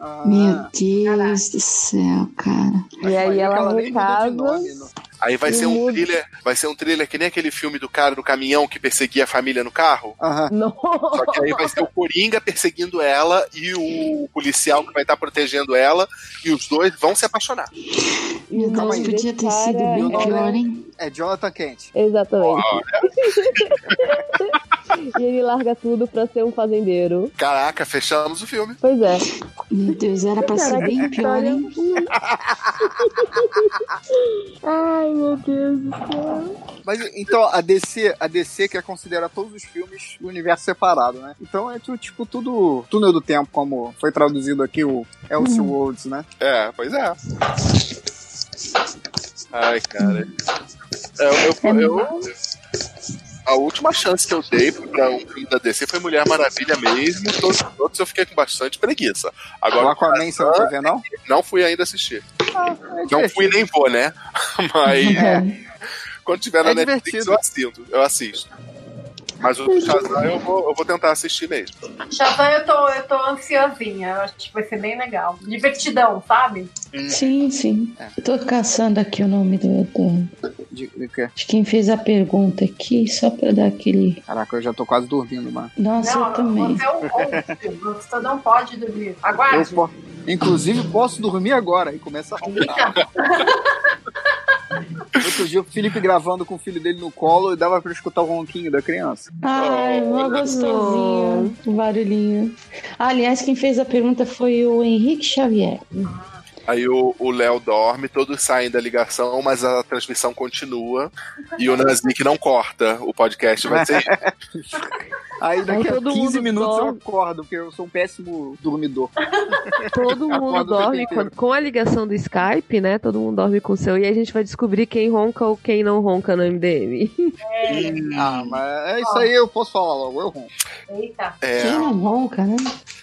S16: Ah.
S5: Meu Deus do céu, cara.
S12: E aí ela vai em casa.
S18: Aí vai ser um
S12: Meu
S18: thriller, vai ser um thriller que nem aquele filme do cara do caminhão que perseguia a família no carro. Só que aí vai ser o Coringa perseguindo ela e o policial que vai estar protegendo ela e os dois vão se apaixonar.
S5: Meu
S16: Calma
S5: Deus,
S16: aí.
S5: podia ter sido bem
S16: Meu nome
S5: pior,
S16: é-
S5: hein?
S16: É Jonathan Kent.
S12: Exatamente.
S18: Olha,
S12: e ele larga tudo pra ser um fazendeiro.
S18: Caraca, fechamos o filme.
S12: Pois é.
S5: Meu Deus, era pra ser bem pior, hein?
S12: Ai, meu Deus do céu.
S16: Mas então a DC, a DC quer considerar é todos os filmes do universo separado, né? Então é tu- tipo tudo túnel do tempo, como foi traduzido aqui o Else Worlds, né?
S18: É, pois é. Ai, cara. É, Eu, eu, eu- a última chance que eu dei pra um filme da DC foi Mulher Maravilha mesmo. Todos os outros eu fiquei com bastante preguiça. Agora,
S16: O Aquaman você não quer ver, não?
S18: Não fui ainda assistir. não fui nem vou, né? Mas. Quando tiver na
S16: É
S18: Netflix,
S16: divertido.
S18: eu assisto, eu assisto. Mas o Shazam eu vou, eu vou tentar assistir mesmo.
S13: Shazam, tá, eu tô, eu tô ansiosinha. Eu acho que vai ser bem legal. Divertidão, sabe?
S5: Sim, sim. Eu tô caçando aqui o nome do, do-
S16: De, de quê?
S5: de quem fez a pergunta aqui, só pra dar aquele.
S16: Caraca, eu já tô quase dormindo, mano.
S5: Nossa, eu também.
S13: Você é um monstro. Você não pode dormir. Aguarde.
S16: Eu po- inclusive, posso dormir agora e começa a roncar. Outro dia o Felipe gravando com o filho dele no colo e dava pra escutar o ronquinho da criança.
S5: Ai,
S16: Oh,
S5: mó gostosinho o barulhinho. Aliás, quem fez a pergunta foi o Henrique Xavier.
S18: Aí o o Léo dorme, todos saem da ligação, mas a transmissão continua. E o Nasnik não corta o podcast, vai ser.
S16: Aí daqui a
S12: todo
S16: 15
S12: mundo
S16: minutos eu
S12: dorme.
S16: acordo, porque eu sou um péssimo dormidor.
S12: Todo mundo
S16: Acorda o tempo
S12: dorme com,
S16: inteiro.
S12: com a ligação do Skype, né? Todo mundo dorme com o seu. E a gente vai descobrir quem ronca ou quem não ronca no MDM.
S16: Ah, mas é isso aí, eu posso falar logo, eu ronco.
S13: Eita.
S5: Quem não ronca, né?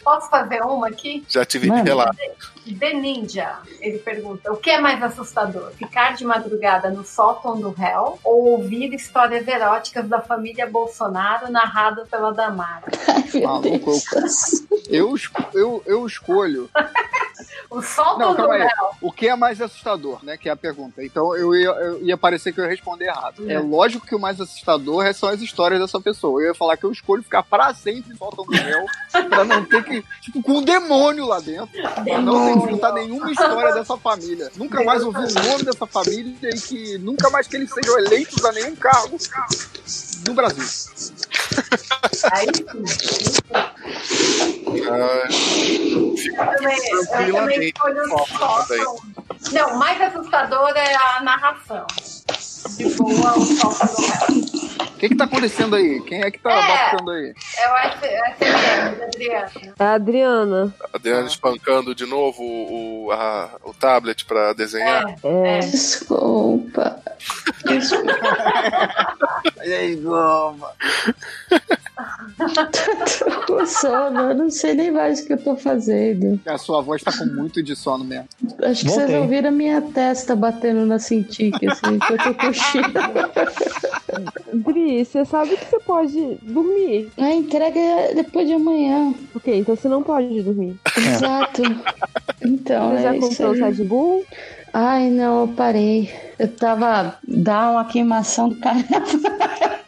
S13: Posso fazer uma aqui?
S18: Já tive
S5: Mano.
S18: relato.
S13: The Ninja, ele pergunta: o que é mais assustador? Ficar de madrugada no sótão do réu ou ouvir histórias eróticas da família Bolsonaro narradas pela Damara?
S16: Maluco, eu, eu, eu, eu escolho.
S13: O sótão
S16: Não,
S13: do
S16: calma aí.
S13: réu.
S16: O que é mais assustador, né? Que é a pergunta. Então eu ia, eu ia parecer que eu ia responder errado.
S13: Hum.
S16: É. lógico que o mais assustador é- são as histórias dessa pessoa. Eu ia falar que eu escolho ficar pra sempre em volta do réu, pra não ter que. Tipo, com um demônio lá dentro. Pra não ter que
S9: tá
S16: escutar nenhuma história dessa família. Nunca mais ouvir o nome dessa família e que nunca mais que eles sejam eleitos a nenhum cargo do Brasil.
S13: Aí sim. Eu também, eu também
S18: Tranquilamente.
S13: escolho o sótão. Não, o mais assustador é a narração. De boa, o sótão do réu.
S16: O que, que tá acontecendo aí? Quem é que tá
S13: É.
S16: batendo aí?
S13: É o SMM da Adriana.
S12: É A Adriana.
S18: A Adriana espancando de novo o, o- a- o tablet pra desenhar.
S13: É.
S12: É.
S5: Desculpa.
S16: E aí, Goma?
S5: tô com sono, eu não sei nem mais o que eu tô fazendo.
S16: A sua voz tá com muito de sono mesmo.
S5: Acho que vocês ouviram a minha testa batendo na cintiq, assim, que eu tô cochilando.
S12: Dri, você sabe que você pode dormir.
S5: A entrega é depois de amanhã.
S12: Ok, então você não pode dormir.
S5: Exato. Então,
S12: Você
S5: é
S12: já
S5: isso
S12: comprou
S5: aí.
S12: o Red Bull?
S5: Ai, não, eu parei. Eu tava. Dá uma queimação do cara.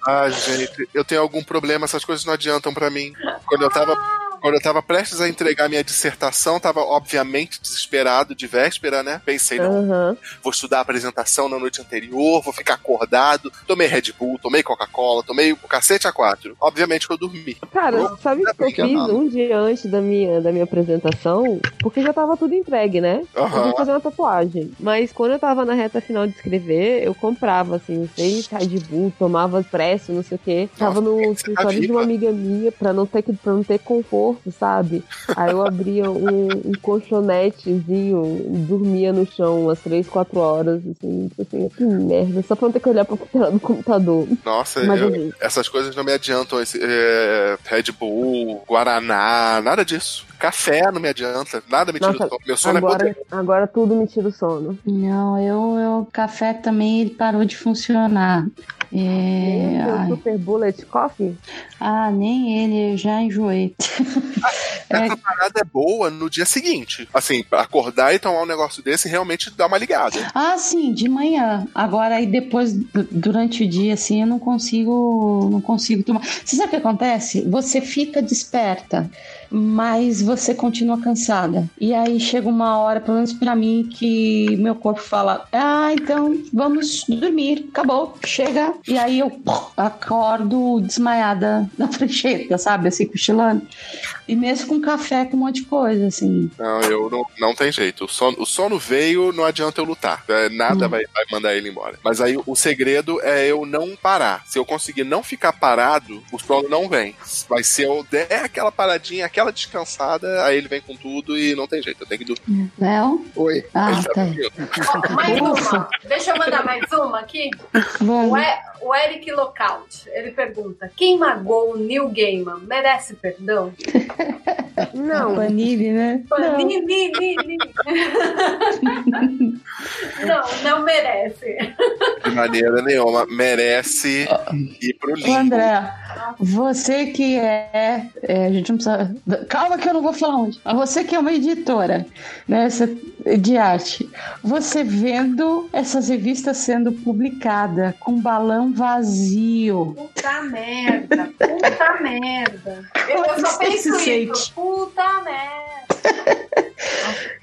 S18: Ah, gente, eu tenho algum problema, essas coisas não adiantam pra mim. Quando eu tava. Quando eu tava prestes a entregar minha dissertação, tava obviamente desesperado de véspera, né? Pensei, não,
S12: Aham.
S18: vou estudar a apresentação na noite anterior, vou ficar acordado. Tomei Red Bull, tomei Coca-Cola, tomei o cacete a quatro. Obviamente que eu dormi.
S12: Cara,
S18: Louco,
S12: sabe o que eu
S18: porque
S12: fiz
S18: não.
S12: um dia antes da minha, da minha apresentação? Porque já tava tudo entregue, né?
S18: Aham.
S12: Eu fui fazer uma tatuagem. Mas quando eu tava na reta final de escrever, eu comprava, assim, seis Red Bull, tomava expresso, não sei o quê. Tava no escritório de uma amiga minha pra não ter, que- pra não ter conforto, sabe? Aí eu abria um, um colchonetezinho, dormia no chão umas três, quatro horas, assim, tipo assim, que merda, só pra não ter que olhar pra tela do computador.
S18: Nossa,
S12: Mas
S18: eu-
S12: eu-
S18: essas coisas não me adiantam. Esse, é, Red Bull, Guaraná, nada disso. Café não me adianta, nada me tira
S12: Nossa,
S18: do sono. Meu sono é
S12: agora,
S18: poder.
S12: agora tudo me tira o sono.
S5: Não, eu, eu o café também ele parou de funcionar. É,
S12: Meu Deus,
S5: ai.
S12: Então, Super Bullet Coffee?
S5: Ah, nem ele, eu já enjoei.
S18: Essa parada é boa no dia seguinte. Assim, acordar e tomar um negócio desse realmente dá uma ligada.
S5: Ah, sim, de manhã. Agora aí depois du- durante o dia assim, eu não consigo, não consigo tomar. Você sabe o que acontece? Você fica desperta, mas você continua cansada. E aí chega uma hora, pelo menos pra mim, que meu corpo fala: "Ah, então vamos dormir, acabou, chega". E aí eu acordo desmaiada na prancheta, sabe? Assim cochilando. E mesmo com café, com um monte de coisa assim.
S18: Não, eu não, não tem jeito. O sono, o sono veio, não adianta eu lutar. É, Nada vai, vai mandar ele embora. Mas aí o segredo é eu não parar. Se eu conseguir não ficar parado, o sono não vem. Mas se eu der aquela paradinha, aquela descansada, aí ele vem com tudo e não tem jeito. Eu tenho que dormir.
S5: Léo?
S18: Oi.
S5: Ah, tá.
S13: Mais uma. Deixa eu mandar mais uma aqui. O, E- o Eric Lockout, ele pergunta: quem magoou o Neil Gaiman merece perdão?
S12: Não.
S5: Panini, né?
S13: Ni, ni, ni, ni. não, não merece.
S18: De maneira nenhuma. Merece ir pro
S5: Ô,
S18: limbo.
S5: André, você que é, é, A gente não precisa. Calma que eu não vou falar onde. Mas você que é uma editora né, essa- de arte, você vendo essas revistas sendo publicadas com balão vazio.
S13: Puta merda, puta merda. Eu, eu só
S5: Como você
S13: penso
S5: se
S13: isso. Puta merda.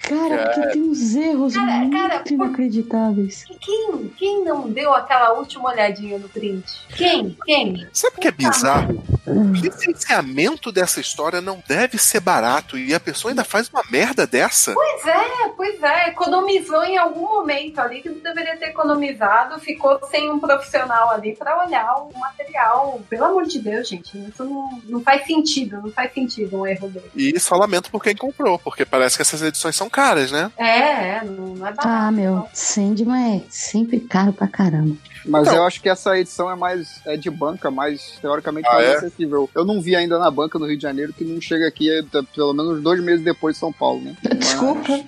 S5: Cara,
S16: É.
S5: porque tem um uns erros muito inacreditáveis.
S13: Quem, quem não deu aquela última olhadinha no print? Quem? Quem?
S18: Sabe o que é bizarro? O licenciamento dessa história não deve ser barato e a pessoa ainda faz uma merda dessa.
S13: Pois é, pois é. Economizou em algum momento ali que não deveria ter economizado, ficou sem um profissional ali pra olhar o material. Pelo amor de Deus, gente, isso não, não faz sentido, não faz sentido um erro dele.
S18: E só lamento por quem comprou, porque parece que essas edições são caras, né?
S13: É, é, não, não é barato.
S5: Ah, meu, Sandman é sempre caro pra caramba. Então.
S16: Mas
S3: Então.
S16: eu acho que essa edição é mais é de banca, mais teoricamente
S18: Ah,
S16: mais
S18: é?
S16: acessível. Eu não vi ainda na banca no Rio de Janeiro que não chega aqui é, tá, pelo menos dois meses depois de São Paulo, né?
S5: Desculpa.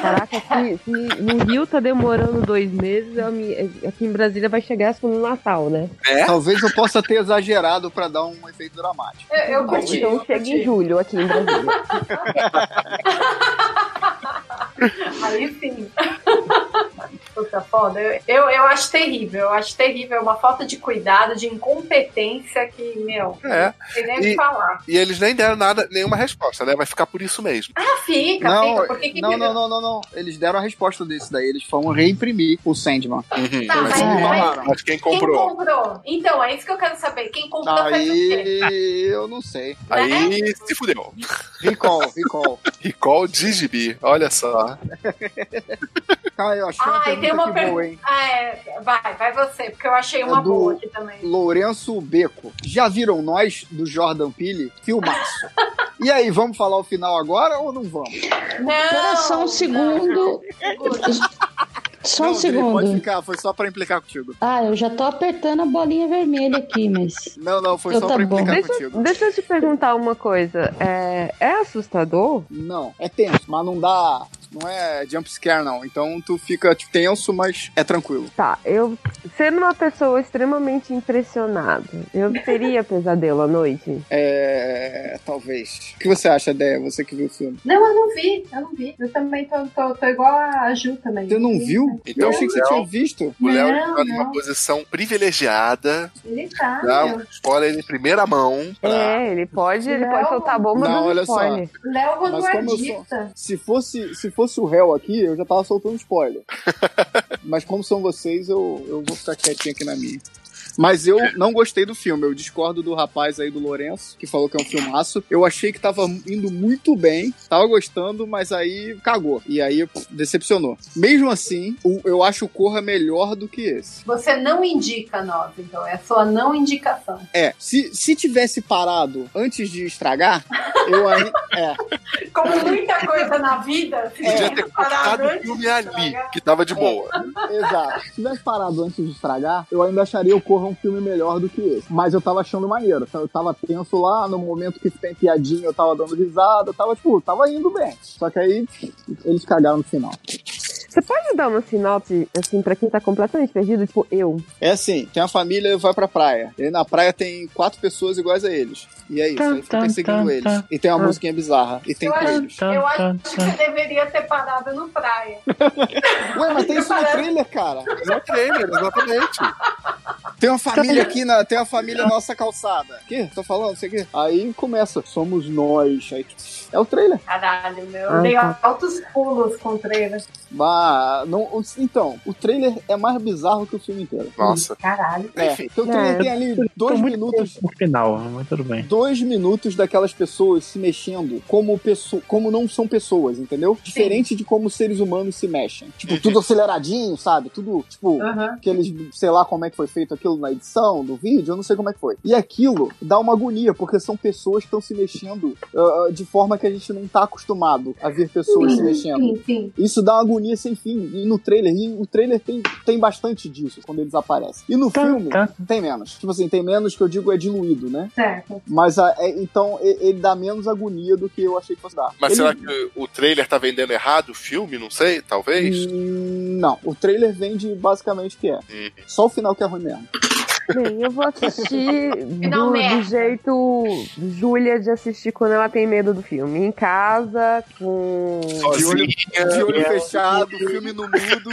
S12: Caraca, se, se no Rio tá demorando dois meses, eu me- aqui em Brasília vai chegar assim no Natal, né?
S18: É?
S16: Talvez eu possa ter exagerado pra dar um efeito dramático.
S13: Eu, eu
S16: curti,
S12: Então
S16: eu
S12: chega
S16: curti.
S12: em julho aqui em Brasília.
S13: Aí sim. Puta foda. Eu, eu, eu acho terrível, eu acho terrível. É uma falta de cuidado, de incompetência que, meu,
S18: É.
S13: não sei nem o que
S18: E,
S13: falar.
S18: e eles nem deram nada, nenhuma resposta, né? Vai ficar por isso mesmo.
S13: Ah, fica, fica. Por que que
S16: não, não, não, não, não. Eles deram a resposta desse daí. Eles foram reimprimir o Sandman.
S18: Uhum,
S13: Tá, mas-
S16: eles
S13: mas-
S16: barraram.
S18: Mas quem
S13: Quem comprou? Então, é isso que eu quero saber. Quem comprou faz o quê?
S16: Aí eu não sei.
S13: Né?
S18: Aí se fudeu.
S16: Recall, recall.
S18: recall de gibi, olha só.
S16: Cara, eu achei uma
S13: Ah, e tem
S16: pergunta
S13: uma
S16: que boa,
S13: pergunta.
S16: hein?
S13: Ah, é. Vai, vai você, porque eu achei uma
S16: É do-
S13: boa aqui também.
S16: Lourenço Beco. Já viram nós do Jordan Peele? Filmaço. E aí, vamos falar o final agora ou não vamos?
S13: Não!
S5: Espera só um segundo. Só um
S16: Não, Dri,
S5: segundo.
S16: Pode ficar, foi só pra implicar contigo.
S5: Ah, eu já tô apertando a bolinha vermelha aqui, mas.
S16: Não, não, foi
S5: Então tá
S16: só pra
S5: bom.
S16: implicar
S5: Deixa-
S16: contigo.
S12: Deixa eu te perguntar uma coisa. É, é assustador?
S16: Não, é tenso, mas não dá. Não é jumpscare, não. Então tu fica tipo, tenso, mas é tranquilo.
S12: Tá, eu sendo uma pessoa extremamente impressionada, eu teria pesadelo à noite.
S16: É. Talvez. O que você acha, Deia? Você que viu o filme?
S13: Não, eu não vi, eu não vi. Eu também tô, tô, tô igual a Ju também. Você
S16: não viu?
S18: Então,
S16: eu achei que você
S18: Léo-
S16: tinha visto.
S18: O Léo ele
S13: Não,
S18: tá numa
S13: não.
S18: posição privilegiada.
S13: Ele tá.
S18: Dá
S13: meu.
S18: um spoiler em primeira mão. pra-
S12: É, ele pode, ele
S13: Não.
S12: pode soltar a bomba
S16: Não,
S12: dando
S16: olha só.
S12: spoiler.
S13: Léo
S16: Mas como eu sou-
S13: vanguardista.
S16: Se fosse, se fosse o réu aqui, eu já tava soltando spoiler. Mas como são vocês, eu, eu vou ficar quietinho aqui na minha. Mas eu não gostei do filme. Eu discordo do rapaz aí do Lourenço, que falou que é um filmaço. Eu achei que tava indo muito bem, tava gostando, mas aí cagou. E aí pff, decepcionou. Mesmo assim, o- eu acho o Corra melhor do que esse.
S13: Você não indica nós, então. É a sua não indicação.
S16: É, se, se tivesse parado antes de estragar, eu ainda. É.
S13: Como muita coisa na vida, se
S18: Podia
S13: tivesse
S18: ter
S13: parado
S18: cortado o
S13: antes-
S18: filme ali, que tava
S16: É,
S18: de boa.
S16: Exato. Se tivesse parado antes de estragar, eu ainda acharia o Corra um filme melhor do que esse. Mas eu tava achando maneiro. Eu tava tenso lá, no momento que tem piadinha, eu tava dando risada, eu tava, tipo, tava indo bem. Só que aí eles cagaram no final.
S12: Você pode dar uma sinopse, assim, pra quem tá completamente perdido, tipo eu?
S16: É assim, tem uma família e vai pra praia. E aí na praia tem quatro pessoas iguais a eles. E é isso, aí fica
S12: Tum,
S16: perseguindo
S12: tum,
S16: eles.
S12: tum.
S16: E tem uma
S12: Ah.
S16: musiquinha bizarra. E tem
S13: eu
S16: coelhos.
S13: acho, eu acho que você deveria ter parado no praia.
S16: Ué, mas tem isso no trailer, cara. No É um trailer, exatamente. Tem uma família aqui, na, tem uma família nossa calçada. O quê? Tô falando, não sei o quê. Aí começa, somos nós. Aí, é o trailer.
S13: Caralho, meu.
S16: Ah,
S13: Eu dei
S16: tá.
S13: altos pulos com o trailer.
S16: Mas, não, o- então, o trailer é mais bizarro que o filme inteiro.
S18: Nossa.
S13: Caralho.
S16: É, porque o trailer
S3: É,
S16: tem ali dois minutos.
S3: No final, mas tudo bem.
S16: Dois minutos daquelas pessoas se mexendo como, pesso como não são pessoas, entendeu? Diferente de como seres humanos se mexem. Tipo, tudo aceleradinho, sabe? Tudo, tipo,
S13: Aham.
S16: aqueles, sei lá como é que foi feito aquilo na edição do vídeo, eu não sei como é que foi. E aquilo dá uma agonia, porque são pessoas que estão se mexendo ah, ah, de forma que a gente não tá acostumado a ver pessoas se
S13: Sim,
S16: mexendo.
S13: sim, sim.
S16: Isso dá uma agonia sem fim. E no trailer, e o trailer tem, tem bastante disso quando eles aparecem. E no filme, tem menos. Tipo assim, tem menos que eu digo é diluído, né?
S13: Certo.
S16: Mas a- é- então e- ele dá menos agonia do que eu achei que fosse dar.
S18: Mas
S16: Ele-
S18: será que o trailer tá vendendo errado o filme? Não sei, talvez?
S16: Hum, Não, o trailer vende basicamente o que é.
S18: Hum.
S16: Só o final que é ruim mesmo.
S12: Bem, eu vou assistir
S16: Final
S12: do,
S16: merda.
S12: do jeito Júlia de assistir quando ela tem medo do filme. Em casa, com.
S16: De olho, de olho fechado, filme no mudo.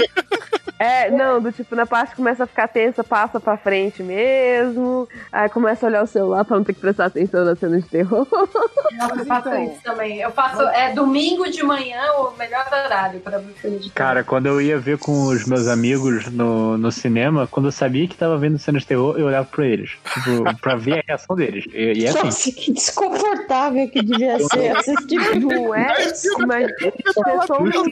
S12: É, não, do tipo, na parte que começa a ficar tensa, passa pra frente mesmo. Aí começa a olhar o celular pra não ter que prestar atenção na cena de terror.
S13: Nossa, eu faço
S12: então-
S13: isso também. Eu faço. É domingo de manhã o melhor horário pra ver filme de
S3: Cara, quando eu ia ver com os meus amigos no, no cinema, quando eu sabia que tava vendo cenas de terror, eu olhava pra eles. Tipo, pra ver a reação deles. E, e é assim.
S5: Nossa, que desconfortável que devia
S12: Assim,
S16: É.
S5: ser assistir
S12: Não é? Mas você
S5: Fala
S12: solta um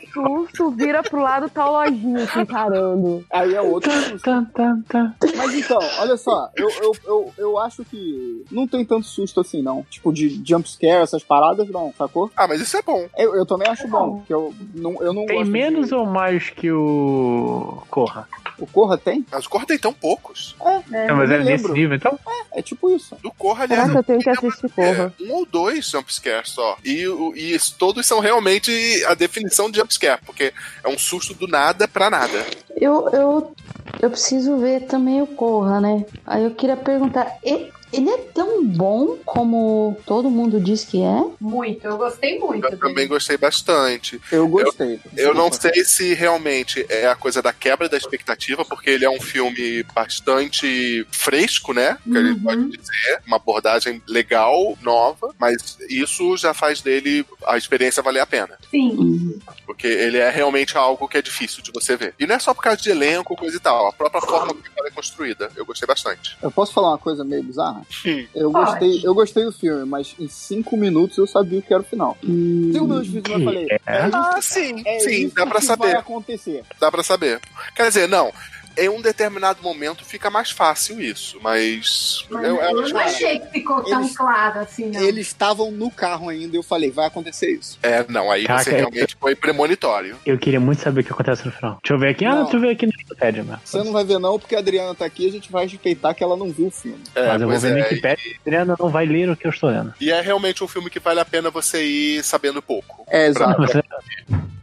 S12: susto, vira pro lado, tá o lojinho se encarando.
S16: Aí é outro
S3: Tá, tá, tá.
S16: Mas então, olha só, eu, eu, eu, eu acho que não tem tanto susto assim, não. Tipo, de jumpscare, essas paradas, não, sacou?
S18: Ah, mas isso é bom.
S16: Eu, eu também acho bom, porque eu não, eu não
S3: Tem
S16: gosto.
S3: menos ou mais que o Corra?
S16: O Corra tem?
S18: Mas o Corra Ah, tem tão poucos.
S16: É,
S3: Não, mas
S16: eu
S3: é
S16: me
S3: nesse
S16: lembro.
S3: nível, então?
S16: É, é tipo isso.
S18: Do Corra, aliás,
S12: Caraca, eu tenho que assistir porra.
S18: um ou dois jumpscares só. E, o- e isso- todos são realmente a definição de jumpscare, porque é um susto do nada pra nada.
S5: Eu, eu, eu preciso ver também o Corra, né? Aí eu queria perguntar, e- ele é tão bom como todo mundo diz que é?
S13: Muito, eu gostei muito.
S18: Eu também gostei bastante.
S16: Eu gostei.
S18: Eu, não sei se realmente é a coisa da quebra da expectativa, porque ele é um filme bastante fresco, né? Que a
S13: Uhum.
S18: gente pode dizer. Uma abordagem legal, nova, mas isso já faz dele a experiência valer a pena.
S12: Uhum.
S13: Sim.
S18: Porque ele é realmente algo que é difícil de você ver. E não é só por causa de elenco, coisa e tal. A própria forma que ela é construída, eu gostei bastante.
S16: Eu posso falar uma coisa meio bizarra?
S18: Sim.
S16: Eu
S18: Pode.
S16: gostei, eu gostei do filme, mas em cinco minutos eu sabia o que era o final. Cinco minutos de vídeo eu falei.
S18: É.
S16: isso-
S18: Ah, sim,
S16: é
S18: sim,
S16: isso
S18: dá pra
S16: que
S18: saber.
S16: Vai acontecer.
S18: Dá pra saber. Quer dizer, não. em um determinado momento fica mais fácil isso, mas.
S13: Mas eu, não achei que ficou tão
S16: eles-
S13: claro assim, não.
S16: Eles estavam no carro ainda e eu falei, vai acontecer isso.
S18: É, não, aí
S3: Caraca,
S18: você
S3: eu-
S18: realmente foi premonitório.
S3: Eu queria muito saber o que acontece no final. Deixa eu ver aqui. Ah,
S16: Não.
S3: deixa eu ver aqui no Wikipedia, mano.
S16: Você não vai ver não, porque a Adriana tá aqui e a gente vai respeitar que ela não viu o filme.
S3: Mas eu vou
S18: pois
S3: ver no
S18: é,
S3: Wikipedia. Adriana não vai ler o que eu estou lendo.
S18: E é realmente um filme que vale a pena você ir sabendo pouco.
S16: É, exato.
S18: Pra-
S3: Você-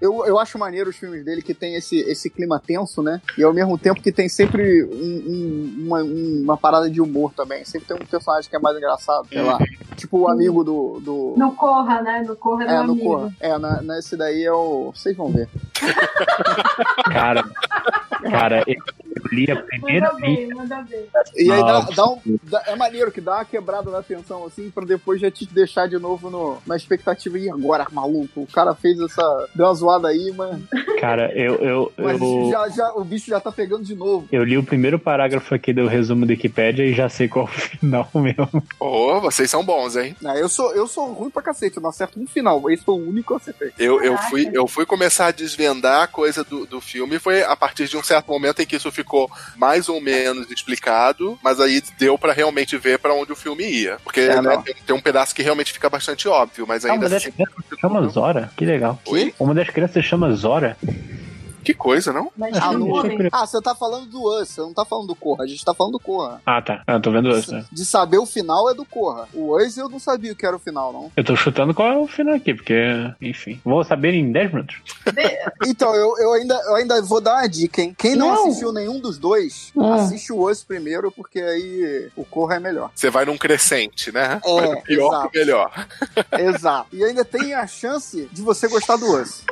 S16: Eu, eu acho maneiro os filmes dele que tem esse, esse clima tenso, né? E ao mesmo tempo que tem sempre um- um- uma, um- uma parada de humor também. Sempre tem um personagem que é mais engraçado, sei lá.
S18: Uhum.
S16: Tipo o amigo do. do...
S13: No Corra, né? No Corra era
S16: é,
S13: um
S16: no
S13: amigo.
S16: Corra. É, na, nesse daí é o. Vocês vão ver.
S3: Cara, cara, eu eu li a primeira
S16: Manda
S3: vez.
S16: bem, E aí dá,
S3: Nossa.
S16: dá um, dá- é maneiro que dá uma quebrada na tensão, assim, pra depois já te deixar de novo no, na expectativa. E agora, maluco? O cara fez essa. Deu uma zoada aí, mas.
S3: Cara, eu, eu,
S16: Mas
S3: eu,
S16: já, já, o bicho já tá pegando de novo.
S3: eu li o primeiro parágrafo aqui do resumo do Wikipedia e já sei qual é o final mesmo.
S18: Ô, vocês são bons, hein?
S16: Ah, eu, sou, eu sou ruim pra cacete, eu não acerto um final. Esse foi o único que eu acertei.
S18: Eu, eu, fui, eu fui começar a desvendar a coisa do, do filme, foi a partir de um certo momento em que isso ficou mais ou menos explicado, mas aí deu pra realmente ver pra onde o filme ia. Porque
S3: É,
S18: né,
S3: não.
S18: tem, tem um pedaço que realmente fica bastante óbvio, mas
S3: Ah,
S18: ainda
S3: uma das
S18: assim.
S3: crianças se chama Zora, que legal. Uma das crianças se chama Zora.
S18: Que coisa, não?
S16: Ah,
S3: eu
S16: não-
S3: achei curioso.
S16: ah, você tá falando do Us, você não tá falando do Corra. A gente tá falando do Corra.
S3: Ah, tá. Ah, tô vendo isso. né?
S16: De saber o final é do Corra. O Us eu não sabia o que era o final, não.
S3: Eu tô chutando qual é o final aqui, porque, enfim. Vou saber em 10 minutos.
S16: Então, eu, eu, ainda, eu ainda vou dar uma dica, hein? Quem não,
S3: Não.
S16: assistiu nenhum dos dois,
S3: Hum.
S16: assiste o Us primeiro, porque aí o Corra é melhor.
S18: Você vai num crescente, né?
S16: É,
S18: Mas o pior
S16: exato.
S18: que o melhor.
S16: Exato. E ainda tem a chance de você gostar do Us.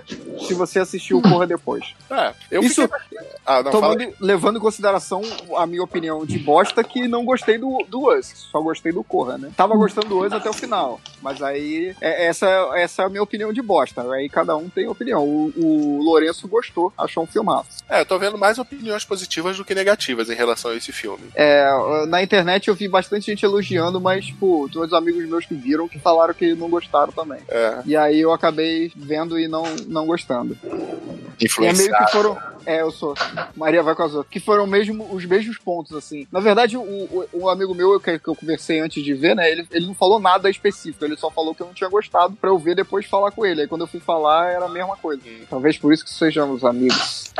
S16: Se você assistir o Corra depois.
S18: É, eu
S16: Isso-
S18: fiquei... Ah, não, fala...
S16: Tomando- levando em consideração a minha opinião de bosta, que não gostei do, do Us, só gostei do Corra, né? Tava gostando do Us até o final, mas aí é- essa, essa é a minha opinião de bosta, aí cada um tem opinião. O, o Lourenço gostou, achou um filmaço.
S18: É, eu tô vendo mais opiniões positivas do que negativas em relação a esse filme.
S16: É, na internet eu vi bastante gente elogiando, mas, tipo, dois amigos meus que viram que falaram que não gostaram também.
S18: É.
S16: E aí eu acabei vendo e não, não gostando. E é meio que
S18: Influenciado.
S16: foram. É, eu sou. Maria vai com as outras. Que foram mesmo, os mesmos pontos, assim. Na verdade, o, o, o amigo meu que, que eu conversei antes de ver, né? Ele, ele não falou nada específico. Ele só falou que eu não tinha gostado pra eu ver depois falar com ele. Aí quando eu fui falar, era a mesma coisa. Talvez por isso que sejamos amigos.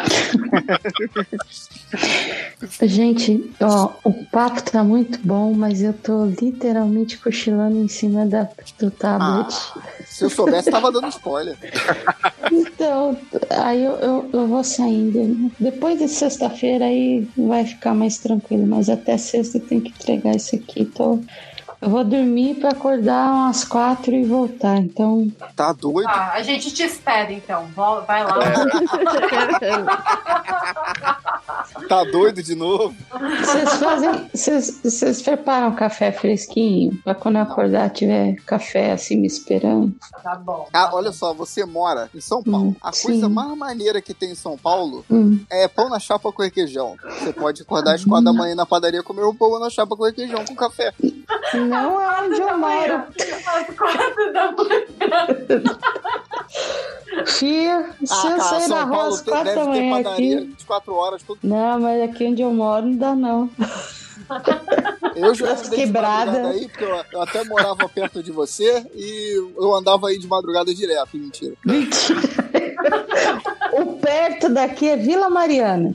S5: Gente, ó, o papo tá muito bom, mas eu tô literalmente cochilando em cima da, do tablet.
S16: Ah. Se eu soubesse, tava dando spoiler.
S5: Então, aí eu, eu, eu vou saindo. Depois de sexta-feira aí vai ficar mais tranquilo, mas até sexta eu tenho que entregar isso aqui. Então, eu vou dormir pra acordar umas quatro e voltar. Então,
S16: Tá doido?
S13: Ah, a gente te espera, então. Vol- Vai lá.
S16: É. Tá doido de novo?
S5: vocês fazem, vocês, vocês preparam café fresquinho pra quando eu acordar tiver café assim me esperando.
S16: Tá bom. Ah, olha só, você mora em São Paulo. a coisa mais maneira que tem em São Paulo
S5: Hum.
S16: é pão na chapa com requeijão. Você pode acordar às quatro da manhã na padaria e comer um pão na chapa com requeijão com café.
S5: Não é onde eu moro.
S13: Às quatro da manhã.
S5: Fia,
S16: Ah,
S5: se
S16: tá,
S5: eu sair na rua às quatro da manhã aqui.
S16: 24 horas, todo
S5: Não, mas aqui onde eu moro não dá não.
S16: Eu já
S5: As
S16: andei de
S5: Tá quebrada.
S16: madrugada aí, porque eu, eu até morava perto de você e eu andava aí de madrugada direto, mentira.
S5: O perto daqui é Vila Mariana.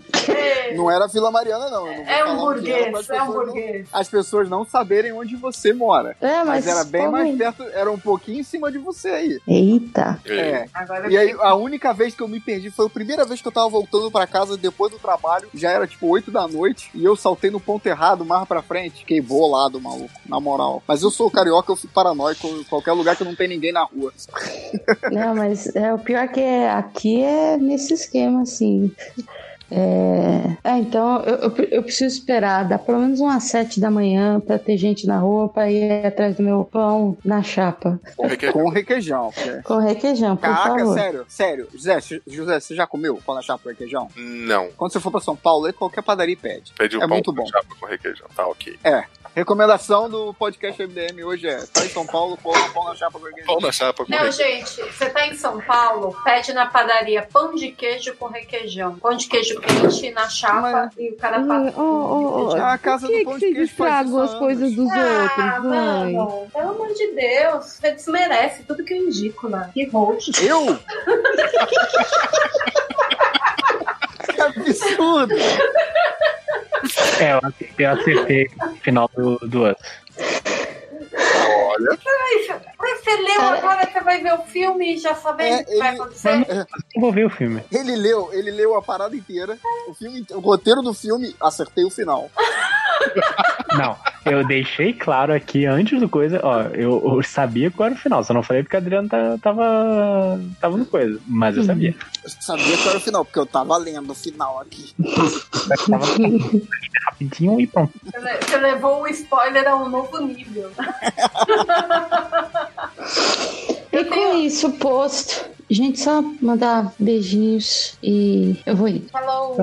S16: Não era Vila Mariana, não. eu não vou
S5: É um
S16: falar onde
S5: burguês,
S16: pra as
S5: é um
S16: pessoas não-
S5: burguês.
S16: as pessoas não saberem onde você mora.
S5: É, mas
S16: era bem
S5: como
S16: mais
S5: é?
S16: perto, era um pouquinho em cima de você aí.
S5: Eita.
S16: É. E aí, a única vez que eu me perdi foi a primeira vez que eu tava voltando pra casa depois do trabalho. Já era tipo 8 da noite e eu saltei no ponto errado, mais pra frente. Fiquei bolado, maluco, na moral. Mas eu sou carioca, eu fico paranoico em qualquer lugar que não tem ninguém na rua.
S5: Não, mas é, o pior que é, aqui é nesse esquema, assim. É, é, então eu, eu, eu preciso esperar, dá pelo menos umas sete da manhã pra ter gente na rua pra ir atrás do meu pão na chapa.
S16: Com requeijão. cara.
S5: Com requeijão, por
S16: Caraca,
S5: favor.
S16: sério, sério. José, Ju- José, você já comeu pão na chapa com requeijão?
S18: Não.
S16: Quando você for pra São Paulo, aí qualquer padaria pede.
S18: Pedi um
S16: é
S18: pão
S16: muito
S18: com
S16: bom.
S18: chapa com requeijão. Tá, ok.
S16: É. Recomendação do podcast MDM hoje é: tá em São Paulo, pão, pão na chapa burguês.
S18: Pão na chapa
S13: Não, gente, você tá em São Paulo, pede na padaria pão de queijo com requeijão. Pão de queijo quente na chapa e o cara tá faz.
S16: é A casa
S13: que
S16: do pão de queijo faz isso.
S13: as coisas
S12: dos
S13: ah,
S12: outros, vai.
S13: mano, pelo amor de Deus, você desmerece tudo que eu indico, né? Que host.
S16: Eu? Que absurdo!
S3: É, eu acertei, eu acertei o final do, do ano.
S18: Olha.
S13: Ai, mas você leu agora, você vai ver o filme e já sabe o que vai acontecer?
S18: É.
S3: Eu vou ver o filme.
S16: Ele leu, ele leu a parada inteira, o, filme, inte- o roteiro do filme, acertei o final.
S3: Não, eu deixei claro aqui antes do coisa, ó, eu, eu sabia qual era o final, só não falei porque o Adriano tá- tava, tava no coisa, mas eu sabia.
S16: Eu sabia que era o final, porque eu tava lendo o final aqui.
S3: Tava rapidinho e pronto.
S13: Você le- Você levou o spoiler a um novo nível.
S5: E com isso posto, gente, só mandar beijinhos e eu vou ir.
S13: Falou.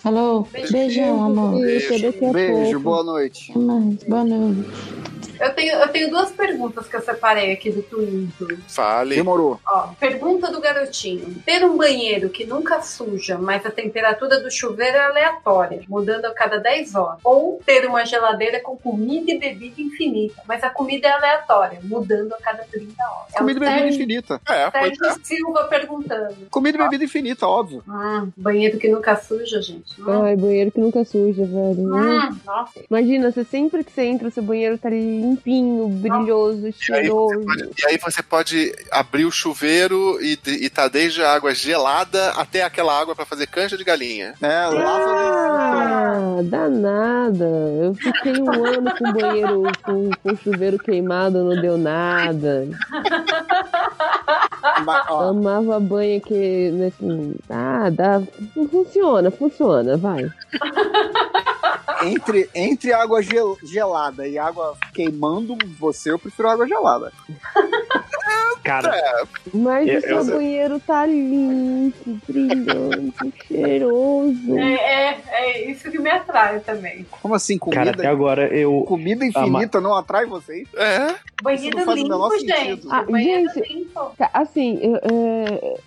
S5: Falou. Beijão, amor.
S16: Beijo, boa noite.
S5: Até mais. Boa noite.
S13: Eu tenho, eu tenho duas perguntas que eu separei aqui do Twitter.
S18: Fale.
S16: Demorou.
S13: Ó, pergunta do garotinho. Ter um banheiro que nunca suja, mas a temperatura do chuveiro é aleatória, mudando a cada 10 horas. Ou ter uma geladeira com comida e bebida infinita, mas a comida é aleatória, mudando a cada 30 horas.
S16: Comida e bebida
S13: Sérgio-
S16: infinita. É,
S18: É,
S13: Sérgio Silva perguntando.
S16: Comida e bebida infinita, óbvio.
S13: Hum, banheiro que nunca suja, gente. Hum.
S12: Ai, banheiro que nunca suja, velho.
S13: Hum, nossa.
S12: Imagina, você sempre que você entra, o seu banheiro tá limpinho, brilhoso,
S18: E aí, você
S12: cheiroso.
S18: pode, e aí você pode abrir o chuveiro e, de- e tá desde a água gelada até aquela água pra fazer canja de galinha.
S16: É,
S12: Ah, danada. Eu fiquei um ano com banheiro, com, com chuveiro queimado, não deu nada. Tomava banho que. Assim, ah, dá. Funciona, funciona, vai.
S16: Entre, entre água gel- gelada e água queimando você, eu prefiro água gelada.
S18: É,
S3: Cara,
S12: Mas
S16: Eu-
S12: o seu
S16: eu-
S12: banheiro tá limpo, brilhante, cheiroso.
S13: É, é, é isso que me atrai também.
S16: Como assim, comida?
S3: Cara, até agora eu.
S10: Ah,
S3: Tá,
S16: Comida infinita não atrai vocês?
S18: É.
S13: Banheiro
S16: faz o menor
S13: limpo, gente.
S16: sentido.
S12: Ah, gente, ca- assim, eu, é,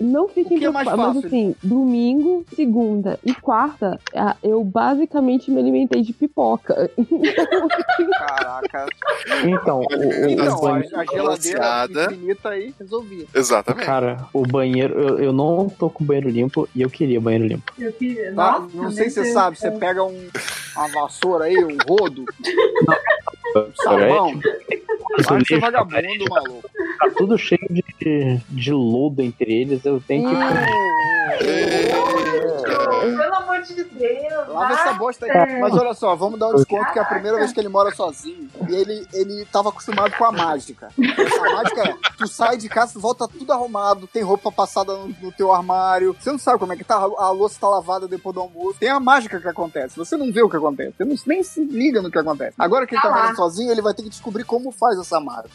S12: não fiquem
S16: O que é mais
S12: preocupados, mas
S16: fácil?
S12: assim, domingo, segunda e quarta, ah, eu basicamente me alimentei de pipoca. Então, assim,
S16: Caraca.
S3: Então, o, o, o
S16: Então, a,
S3: banheiro-
S16: a geladeira infinita aí resolvia.
S18: Exatamente.
S3: Cara, o banheiro, eu, eu não tô com banheiro limpo e eu queria banheiro limpo.
S13: Eu queria-
S16: Tá?
S13: Nossa,
S16: não sei se
S13: meu
S16: você sabe,
S13: Deus.
S16: você pega um, uma vassoura aí, um rodo,
S3: Cara,
S16: sabão. Vai ser
S3: lixo,
S16: vagabundo, maluco.
S3: é- tá tudo cheio de, de lodo entre eles, eu tenho que.
S13: Pelo amor de Deus.
S16: Lava essa bosta aí. Mas olha só, vamos dar um desconto que é a primeira vez que ele mora sozinho e ele, ele tava acostumado com a mágica. Essa mágica é, tu sai de casa, tu volta tudo arrumado, tem roupa passada no, no teu armário, você não sabe como é que tá, a louça tá lavada depois do almoço. Tem a mágica que acontece, você não vê o que acontece, você não, nem se liga no que acontece. Agora que ele tá
S13: Ah lá.
S16: morando sozinho, ele vai ter que descobrir como faz essa mágica.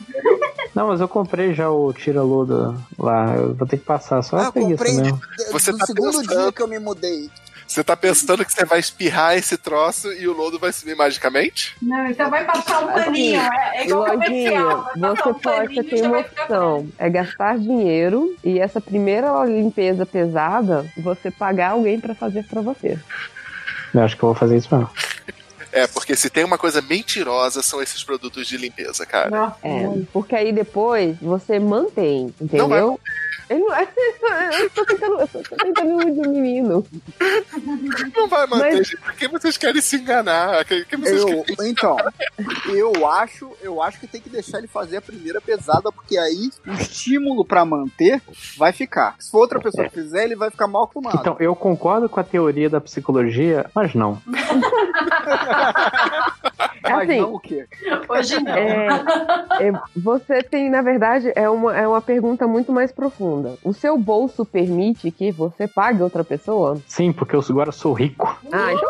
S3: Não, mas eu comprei já o tira-lodo lá. Eu vou ter que passar,
S12: Ah,
S3: só é preguiça
S16: comprei.
S3: mesmo.
S18: Você
S16: no
S18: tá
S16: segundo
S18: pensando-
S16: dia que eu me mudei.
S18: Você tá pensando que você vai espirrar esse troço e o lodo vai sumir magicamente?
S13: Não, então vai passar um paninho. É, é igual comercial. Vai
S12: Lojinha,
S13: passar
S12: você
S13: um paninho
S12: pode
S13: e
S12: ter
S13: já
S12: uma
S13: vai ficar
S12: opção. É gastar dinheiro e essa primeira limpeza pesada, você pagar alguém pra fazer pra você.
S3: Eu acho que eu vou fazer isso mesmo.
S18: É, porque se tem uma coisa mentirosa são esses produtos de limpeza, cara.
S12: É, porque aí depois você mantém, entendeu?
S18: Não vai
S12: Ele não- eu tô tentando, eu tô tentando iludir o menino.
S18: Não vai manter, gente. Por que vocês querem se enganar? Que- que vocês
S16: Eu,
S18: querem-
S16: então, eu acho, eu acho que tem que deixar ele fazer a primeira pesada, porque aí o estímulo pra manter vai ficar. Se for outra pessoa que fizer, ele vai ficar mal acostumado.
S3: Então, eu concordo com a teoria da psicologia, mas não.
S16: Mas
S12: assim,
S16: não o quê?
S13: Hoje não.
S12: É, é, você tem, na verdade, é uma, é uma pergunta muito mais profunda. O seu bolso permite que você pague outra pessoa?
S3: Sim, porque eu agora sou rico.
S12: Ah, então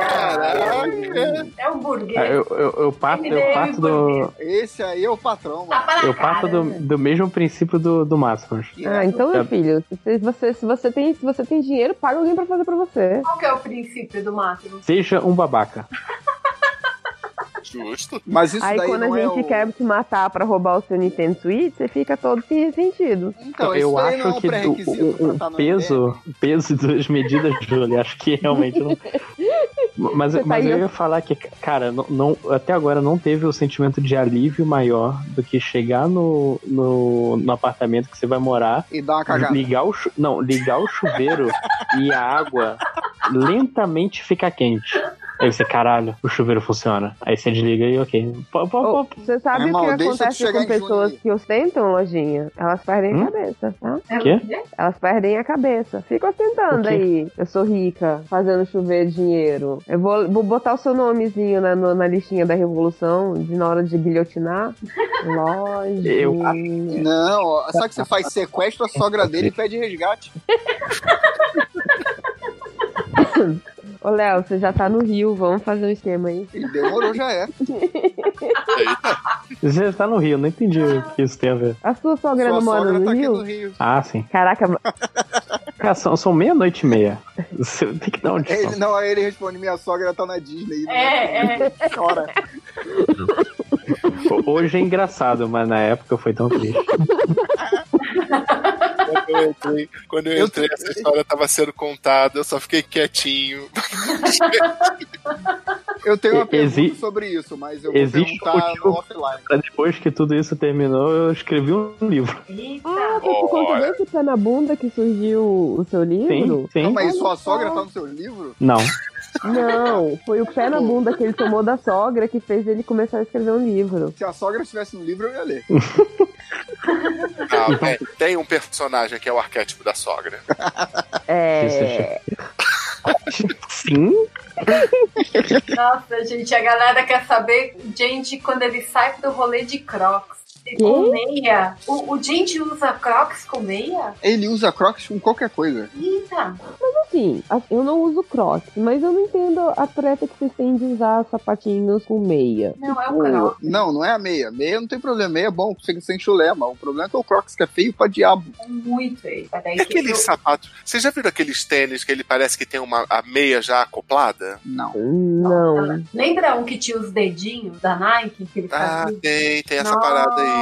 S18: Caraca!
S13: É um burguês. é
S3: Eu, eu, Ah, eu parto,
S12: é
S3: eu parto do.
S16: Esse aí é o patrão,
S13: mano.
S3: Eu parto do,
S13: né?
S3: do mesmo princípio do, do Máximos.
S12: Ah, então, meu
S3: É-
S12: filho, se você, se, você tem, se você tem dinheiro, paga alguém pra fazer pra você.
S13: Qual que é o princípio do máximo?
S3: Seja um babaca.
S18: Justo.
S16: Mas isso
S12: Aí
S16: daí
S12: quando
S16: não
S12: a
S16: é
S12: gente
S16: o-
S12: quer te matar pra roubar o seu Nintendo Switch, você fica todo se ressentido.
S3: Então, eu
S16: é
S3: acho
S16: um
S3: que o- o,
S16: tá
S3: o peso, um peso das medidas, Júlia, acho que realmente não. Mas,
S12: Você tá
S3: mas
S12: aí-
S3: eu ia falar que, cara, não, não- até agora não teve o sentimento de alívio maior do que chegar no, no, no apartamento que você vai morar
S16: E dar uma cagada.
S3: Ligar o, chu- não, ligar o chuveiro e a água lentamente ficar quente. Aí você, caralho, o chuveiro funciona. Aí você desliga e ok. Pô, pô, pô,
S10: assim.
S12: Você sabe
S3: Irmão,
S12: o que
S3: deixa de
S12: acontece
S3: chegar
S12: com
S3: em
S12: pessoas que ostentam lojinha? Elas perdem
S3: Hum?
S12: a cabeça, tá?
S3: Quê?
S12: Elas perdem a cabeça. Fica ostentando
S3: Por quê?
S12: aí. Eu sou rica, fazendo chover dinheiro. Eu vou, vou botar o seu nomezinho na, no- na listinha da Revolução, de na hora de guilhotinar. Lojinha.
S16: Não, ó, sabe o que você faz? Sequestra a sogra dele e pede resgate.
S12: Ô, Léo, você já tá no Rio, vamos fazer um esquema aí.
S16: Demorou, já é.
S3: Você tá no Rio, não entendi o que isso tem a ver.
S12: A sua sogra não mora
S16: tá
S12: no, Rio?
S3: Ah, sim.
S12: Caraca, ma-
S3: Cara, são, são meia-noite e meia. Você tem que dar um
S16: É, Ele,
S3: desconto.
S16: não, aí ele responde: minha sogra tá na Disney.
S13: É,
S16: é. Chora.
S3: Hoje é engraçado, mas na época foi tão triste.
S18: Quando eu entrei, quando eu entrei, essa história tava sendo contada, eu só fiquei quietinho.
S16: Eu tenho uma pergunta
S3: Exi-
S16: sobre isso, mas eu vou
S3: Existe um
S16: perguntar no
S3: motivo
S16: offline.
S3: pra depois que tudo isso terminou, eu escrevi um livro.
S12: Ah, foi por conta
S3: Olha.
S12: desse pé na bunda que surgiu o seu livro?
S3: Sim, sim. Não,
S16: Mas
S12: Olha
S16: sua
S12: só.
S16: sogra tá no seu livro?
S3: Não.
S12: Não, foi o pé na bunda que ele tomou da sogra que fez ele começar a escrever um livro.
S16: Se a sogra estivesse no livro, eu ia ler.
S18: Não, tem, tem um personagem que é o arquétipo da sogra.
S12: É.
S3: Sim?
S13: Nossa, gente, a galera quer saber, gente, quando ele sai do rolê de Crocs. E Com meia. O, o gente usa Crocs com meia?
S16: Ele usa Crocs com qualquer coisa.
S13: Eita!
S12: Mas assim, a- eu não uso crocs, mas eu não entendo a treta que vocês têm de usar sapatinhos com meia. Tipo,
S13: Não, é
S3: Tipo,
S16: Pô, Não, não é a meia. Meia não tem problema. Meia é bom, fica sem chulé, mas o problema é que o Crocs que é feio pra diabo.
S13: Muito feio.
S18: É aqueles sapatos. Vocês já viram aqueles tênis que ele parece que tem uma a meia já acoplada?
S16: Não.
S12: Não.
S13: Lembra um que tinha os dedinhos da Nike? Que ele
S18: Ah,
S13: fazia?
S18: tem, tem essa
S13: Nossa,
S18: parada aí.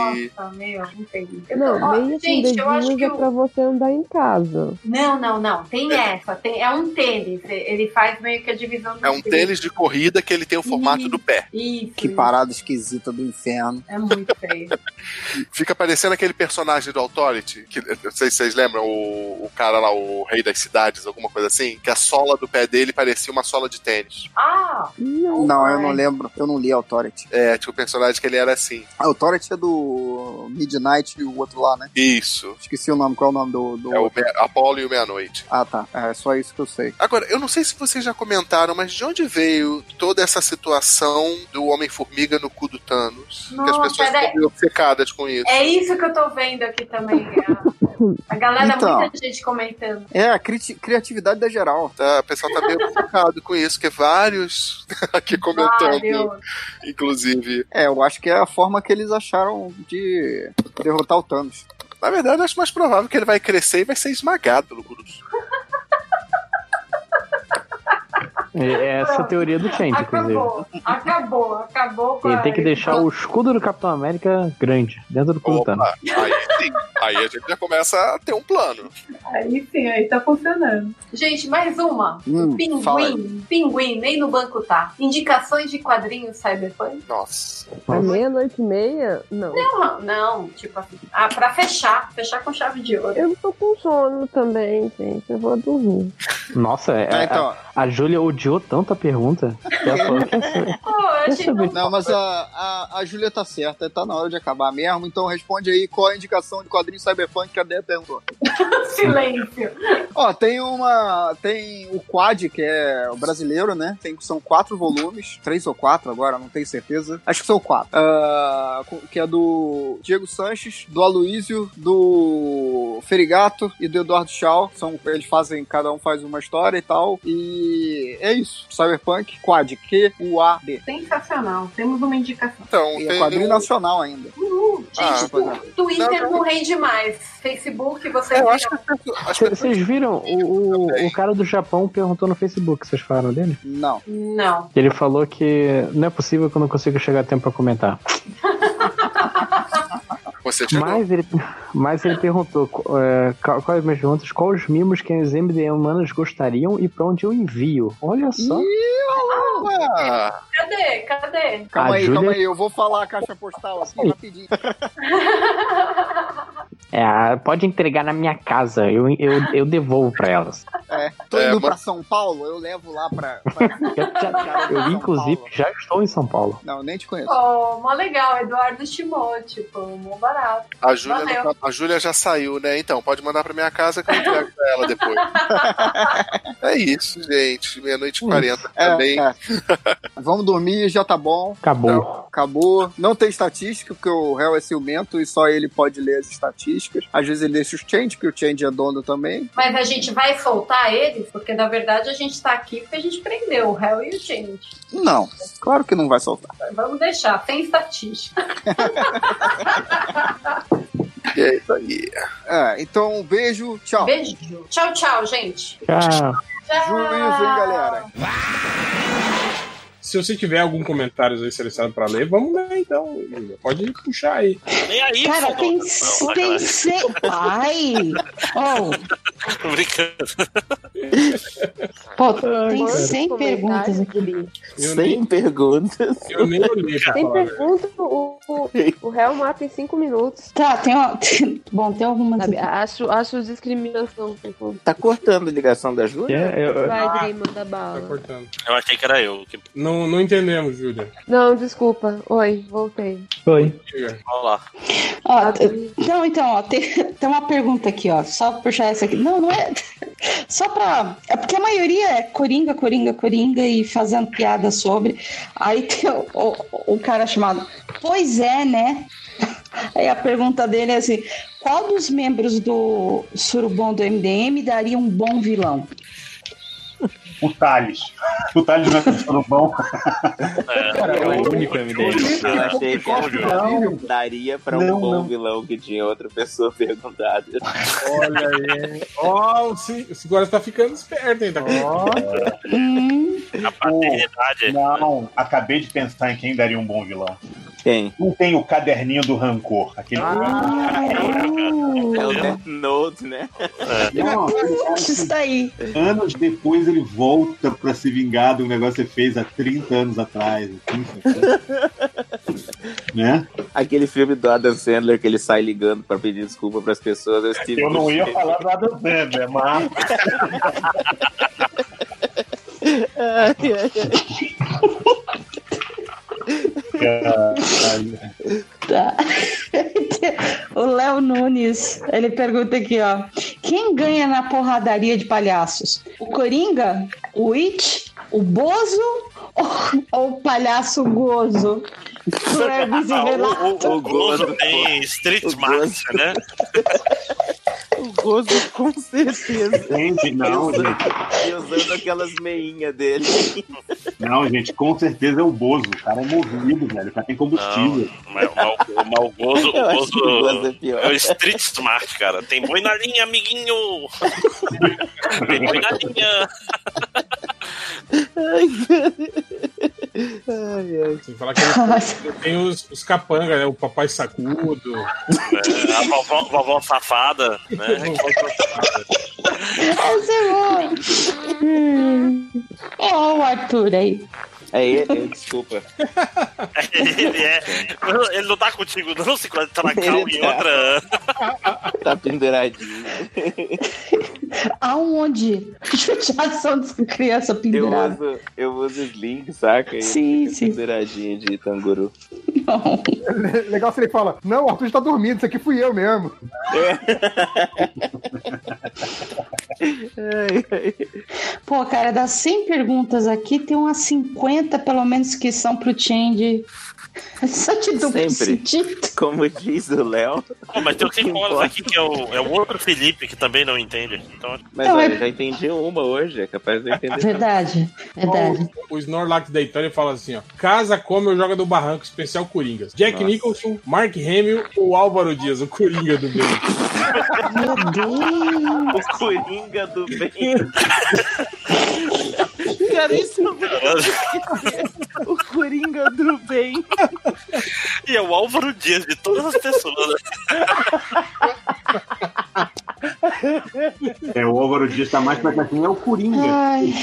S13: meu, não tem. Eu-
S12: Não,
S13: ó,
S12: meia com
S13: gente, eu acho
S12: dedinhos
S13: que
S12: é
S13: o-
S12: pra você andar em casa.
S13: Não, não, não. Tem essa. Tem, é um tênis. Ele faz meio que a divisão do
S18: É um tênis de corrida que ele tem o formato do pé.
S13: Isso.
S16: Que parada esquisita do inferno.
S13: É muito feio.
S18: Fica parecendo aquele personagem do Authority, que eu não sei se vocês lembram, o, o cara lá, o rei das cidades, alguma coisa assim, que a sola do pé dele parecia uma sola de tênis.
S13: Ah!
S16: Não, eu não lembro. Eu não li Authority.
S18: É, tinha um personagem que ele era assim.
S16: A Authority é do Midnight e o outro lá, né?
S18: Isso.
S16: Esqueci o nome. Qual é o nome do. do...
S18: É o me- Apolo e o Meia-Noite.
S16: Ah, tá. É só isso que eu sei.
S18: Agora, eu não sei se vocês já comentaram, mas de onde veio toda essa situação do Homem-Formiga no cu do Thanos? que
S13: Nossa,
S18: as pessoas
S13: era-
S18: ficam meio obcecadas com isso.
S13: É isso que eu tô vendo aqui também. é a- A galera,
S18: Então.
S13: muita gente comentando.
S16: É, a criti- criatividade da geral.
S18: Tá, o pessoal tá meio preocupado com isso, que vários aqui comentando,
S13: Vários.
S18: inclusive.
S16: É, eu acho que é a forma que eles acharam de derrotar o Thanos.
S18: Na verdade, eu acho mais provável que ele vai crescer e vai ser esmagado pelo Gurus.
S3: É é essa a teoria do Change, inclusive.
S13: Acabou, acabou, acabou. com
S3: Ele
S13: a-
S3: tem que deixar o escudo do Capitão América grande, dentro do cu do Thanos.
S18: Aí sim, aí a gente já começa a ter um plano.
S13: Aí sim, aí tá funcionando. Gente, mais uma. Um
S18: Hum, fala
S13: pinguim,
S18: aí.
S13: pinguim, nem no banco tá. Indicações de quadrinhos Cyberpunk?
S18: Nossa.
S12: A meia-noite e meia? Não.
S13: Não, não, tipo assim. Ah, pra fechar, fechar com chave de ouro.
S12: Eu tô com sono também, gente. Eu vou dormir.
S3: Nossa, é-
S16: Ah, então.
S3: a, a Júlia odiou tanto a pergunta. que Ela falou que é sério. achei Deixa eu ver.
S16: Não, mas a, a, a Júlia tá certa, tá na hora de acabar mesmo, então responde aí qual a indicação de quadrinho cyberpunk que a Dea perguntou.
S13: Silêncio.
S16: Ó, tem uma. Tem o Quad, que é o brasileiro, né? Tem, são quatro volumes, três ou quatro agora, não tenho certeza. Acho que são quatro. Ah, co- que é do Diego Sanches, do Aloísio, do Ferigato e do Eduardo Schau. São, eles fazem, cada um faz uma história e tal. E é isso. Cyberpunk, Quad, Q-U-A-D.
S13: Sensacional. Temos uma indicação.
S18: Então,
S16: E é quadrinho nacional ainda. né?
S13: Uhul.
S3: Ah.
S13: Gente, tu- Twitter não rende mais. Facebook, você Eu acho
S3: Vocês viram? O, o, o cara do Japão perguntou no Facebook, vocês falaram dele?
S16: Não.
S13: Não.
S3: Ele falou que não é possível que eu não consiga chegar a tempo pra comentar.
S18: Você
S3: Mas ele, mas ele perguntou qu- é, qual- quais as minhas perguntas, quais os mimos que as MDM humanas gostariam e pra onde eu envio. Olha só.
S18: Ah,
S13: Cadê? Cadê?
S16: Calma
S3: A
S16: aí,
S3: Júlia-
S16: calma aí. Eu vou falar a caixa postal assim rapidinho.
S3: É, pode entregar na minha casa, eu, eu, eu devolvo pra elas.
S16: É, tô
S3: É,
S16: indo
S3: mas-
S16: pra São Paulo, eu levo lá pra.
S3: Eu, inclusive, já estou em São Paulo.
S16: Não, nem te conheço.
S13: Oh, mó legal, Eduardo Timóteo, pô, mó barato.
S18: a Júlia, tá-
S13: Valeu.
S18: a Júlia já saiu, né? Então, pode mandar pra minha casa que eu entrego pra ela depois. é isso, gente. Meia-noite e quarenta
S16: É,
S18: também.
S16: é. Vamos dormir, já tá bom.
S3: Acabou.
S16: acabou. Não tem estatística, porque o réu é ciumento e só ele pode ler as estatísticas. Às vezes ele deixa o change, porque o change é dono também.
S13: Mas a gente vai soltar eles, porque na verdade a gente tá aqui porque a gente prendeu o réu e o gente.
S16: Não, claro que não vai soltar.
S13: Vamos deixar, sem estatística.
S18: E é isso aí.
S16: É, então um beijo, tchau.
S13: Beijo. Tchau, tchau, gente.
S3: Tchau.
S13: Tchau.
S16: Juízo, hein, galera.
S1: Se você tiver algum comentário aí selecionado pra ler, vamos ler então. Pode puxar aí.
S2: Nem aí,
S5: Cara,
S2: Fernando.
S5: tem,
S2: Não, sacanagem.
S5: tem se... Ai! Oh,
S2: Tô brincando.
S5: pô, tem
S12: Quantos
S5: 100 perguntas aqui.
S4: Sem perguntas.
S1: Eu nem olhei pra
S12: Tem
S5: falar, velho.
S12: pergunta, o, o, o réu mata em cinco minutos.
S5: Tá, tem uma... Bom, tem algumas...
S12: Sabe, acho, acho discriminação. tipo,
S4: Tá cortando a ligação da Júlia?
S12: Vai, Dri, manda bala.
S2: Eu achei que era eu. Que...
S1: Não, não entendemos, Júlia.
S12: Não, desculpa. Oi, voltei. Tá
S3: Oi.
S2: Vamos lá.
S5: Ó, t- não, então, ó, tem, tem uma pergunta aqui, ó. Só puxar essa aqui. Não, não é. Só pra. É porque a maioria é coringa, coringa, coringa e fazendo piada sobre. Aí tem o, o, o cara chamado. Pois é, né? Aí a pergunta dele é assim: qual dos membros do surubom do MDM daria um bom vilão?
S11: O Thales. O Thales vai ficar no bom.
S10: Cara,
S11: é o
S10: único
S11: MDM.
S4: Eu achei que era
S11: Não.
S4: daria pra um
S11: Não,
S4: bom
S11: não.
S4: vilão que tinha outra pessoa perguntada.
S1: Olha aí. Ó, o Ci- o Cigora tá ficando esperto, hein? Tá
S2: A paternidade.
S11: Não, acabei de pensar em quem daria um bom vilão.
S4: Quem?
S11: Não tem o caderninho do rancor. Aquele
S9: Ah,
S4: É o Death Note, né?
S10: É.
S11: Não,
S16: é,
S10: tá
S5: Está aí.
S11: anos depois ele volta pra se vingar de um negócio que você fez há 30 anos atrás. assim, né?
S4: Aquele filme do Adam Sandler que ele sai ligando pra pedir desculpa pras pessoas. Eu, estive-
S10: Eu não ia falar nada dele, né? Mas.
S5: Tá. O Léo Nunes, ele pergunta aqui, ó. Quem ganha na porradaria de palhaços? O Coringa? O It? O Bozo? Ou, ou o palhaço gozo? O
S12: É,
S5: Hermes e Renato?
S2: Ah, o, o, o Gozo tem Street Master, né?
S4: o gozo com certeza.
S11: Gente, não, gente.
S4: E usando aquelas meinhas dele.
S11: Não, gente, com certeza é o Bozo. O cara é movido, velho. O cara tem combustível.
S2: Mas o mal- o mal gozo,
S11: Eu
S2: o
S11: acho que o Gozo
S2: gozo
S11: é pior.
S2: é o Street Smart, cara. Tem boi na linha, amiguinho. Tem boi na linha.
S1: Sem falar que tem os, os capangas, né? O papai sacudo.
S2: É, a vovó, vovó safada, né?
S5: Essa é boa. Hum. Ó, o Arthur aí.
S4: É ele, ele- desculpa.
S2: Ele é. Ele não tá contigo, não, se quando tá na calma e outra. né?
S4: Tá penduradinho.
S5: Aonde? Já são de criança
S4: Eu
S5: pendurada.
S4: uso, eu uso sling, saca? E
S5: Sim,
S4: fica
S5: sim.
S4: Penduradinho de canguru.
S9: Le- Legal se ele fala: Não, o Arthur está dormindo, isso aqui fui eu mesmo.
S5: Pô, cara, das 100 perguntas aqui, tem umas 50 pelo menos que são pro Change Só te dou
S4: Sempre. Como diz o Léo.
S2: Pô, mas tem o cinco horas aqui que é o, é o outro Felipe que também não entende. Então,
S4: Mas
S2: Não,
S4: olha,
S2: é-
S4: já entendi uma hoje, é capaz de eu entender.
S5: Verdade, é verdade.
S1: Então, O, o Snorlax da Itália fala assim, ó. Casa, come ou joga do barranco, especial Coringas. Jack
S4: Nossa.
S1: Nicholson, Mark Hamill ou Álvaro Dias, o Coringa do bem.
S5: Meu Deus!
S4: O Coringa do bem. Cara, isso é O Coringa do bem.
S2: E é o Álvaro Dias de todas as pessoas. né?
S10: É, o Álvaro Dias tá mais pra cá, assim, é o Coringa.
S5: Ai.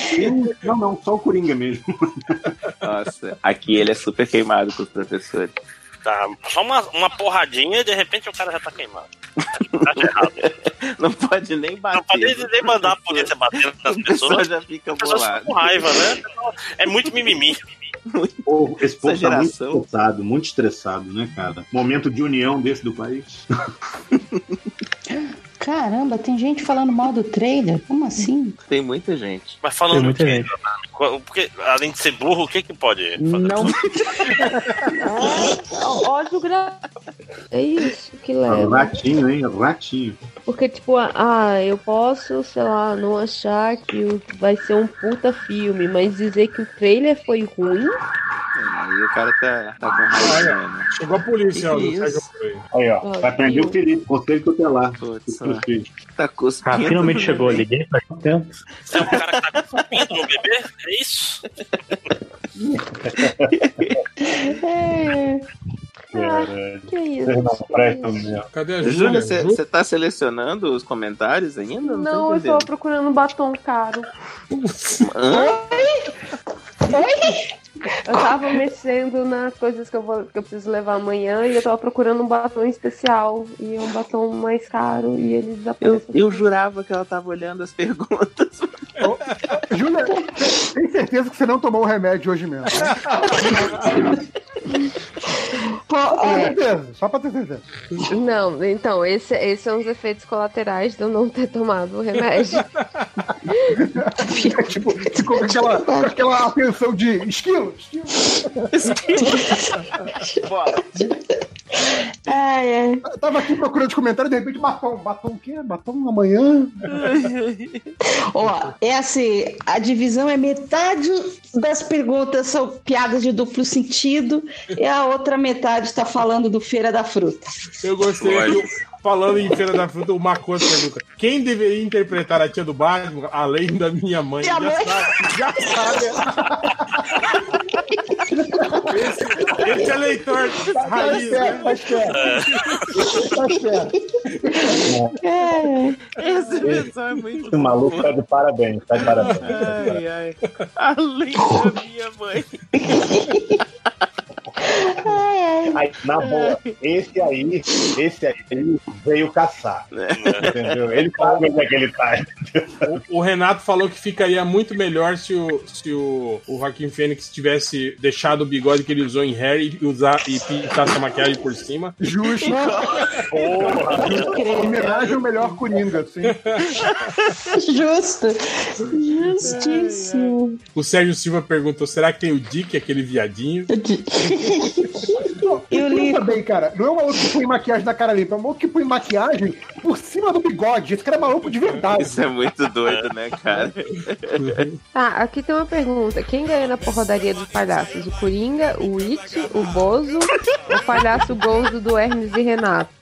S10: Não, não, só o Coringa mesmo.
S4: Nossa, aqui ele é super queimado com os professores.
S2: Tá, só uma, uma porradinha e de repente o cara já tá queimado. Tá errado.
S4: Não pode nem bater. né?
S2: Não pode nem mandar a polícia bater nas pessoas.
S4: já fica
S2: As pessoas ficam
S4: bolado.
S2: com raiva, né? É muito mimimi.
S10: Pô, esse povo
S4: Essa
S10: tá muito
S4: geração.
S10: estressado, muito estressado, né, cara? Momento de união desse do país.
S5: Caramba, tem gente falando mal do trailer? Como assim?
S4: Tem muita gente.
S2: Mas falando
S4: Tem muita
S2: o quê, Leonardo? Qual- porque, além de ser burro, o que que pode
S10: Hum.
S2: fazer?
S12: Não. É, Ódio gra... É isso que
S10: Ah,
S12: leva.
S10: Ratinho, hein? Ratinho.
S12: Porque, tipo, ah, eu posso, sei lá, não achar que o- vai ser um puta filme, mas dizer que o trailer foi ruim.
S4: Aí o cara tá, tá com raiva. né?
S1: Chegou a polícia, ó, do
S4: Que
S1: Sérgio
S4: isso?
S1: Correia.
S10: Aí, ó. Vai prender o Felipe, conselho tutelar.
S4: mano. Tá
S3: Ah,
S4: cuspindo.
S3: finalmente
S4: no
S3: chegou,
S4: bem.
S3: liguei faz um tempo.
S2: Cuspindo no É bebê? É isso?
S4: tá-
S12: É.
S4: Caralho.
S12: que isso?
S4: Vocês não prestam
S10: mesmo.
S1: Cadê a
S4: Júlia,
S1: Júlia?
S4: você você tá selecionando os comentários ainda?
S12: Não,
S4: tô
S12: eu tô
S4: entendendo.
S12: procurando um batom caro.
S4: Hã?
S12: Eu tava mexendo nas coisas que eu, vou, que eu preciso levar amanhã e eu tava procurando um batom especial. E é um batom mais caro e ele
S4: Eu,
S12: desapareceu.
S4: eu jurava que ela tava olhando as perguntas.
S9: Júlia, tem certeza que você não tomou o remédio hoje mesmo. né? Só pra ter É. certeza, só pra ter certeza.
S12: Não, então, esses esse são os efeitos colaterais de eu não ter tomado o remédio.
S9: É tipo, ficou com aquela, com aquela atenção de esquilo, esquilo.
S5: Ai, ai.
S9: Eu tava aqui procurando os comentários, de repente, batom. Batom o quê? Batom amanhã?
S5: Ó, é assim, a divisão é metade das perguntas são piadas de duplo sentido e a outra metade está falando do Feira da Fruta.
S1: Eu gostei
S5: Vai.
S1: que, falando em Feira da Fruta, o Macoso pergunta: quem deveria interpretar a tia do Batman além da minha mãe?
S5: Minha
S1: Já
S5: mãe.
S1: sabe, já sabe. esse, esse é leitor raiz, né?
S9: Tá certo,
S2: É.
S9: tá certo.
S4: Essa versão é muito
S11: Esse maluco tá de parabéns, tá de parabéns.
S4: Ai, ai. Além da minha mãe.
S11: Aí, na boa, esse aí, esse aí, ele veio caçar. Entendeu? Ele sabe onde é que ele tá.
S1: O Renato falou que ficaria muito melhor se o, se o, o Joaquim Fênix tivesse deixado o bigode que ele usou em Harry e, usar, e pintasse a maquiagem por cima.
S9: Justo. Homenagem ao melhor Coringa, sim.
S5: Justo. Justíssimo.
S1: O Sérgio Silva perguntou: será que tem o Dick, aquele viadinho?
S9: Não, e pensa bem, cara, não é um maluco que põe maquiagem na cara limpa, é um maluco que põe maquiagem por cima do bigode. Esse cara é maluco de verdade.
S4: Isso é muito doido, né, cara?
S12: Tá, aqui tem uma pergunta. Quem ganha na porradaria dos palhaços? O Coringa, o It, o Bozo, o palhaço Gonzo do Hermes e Renato?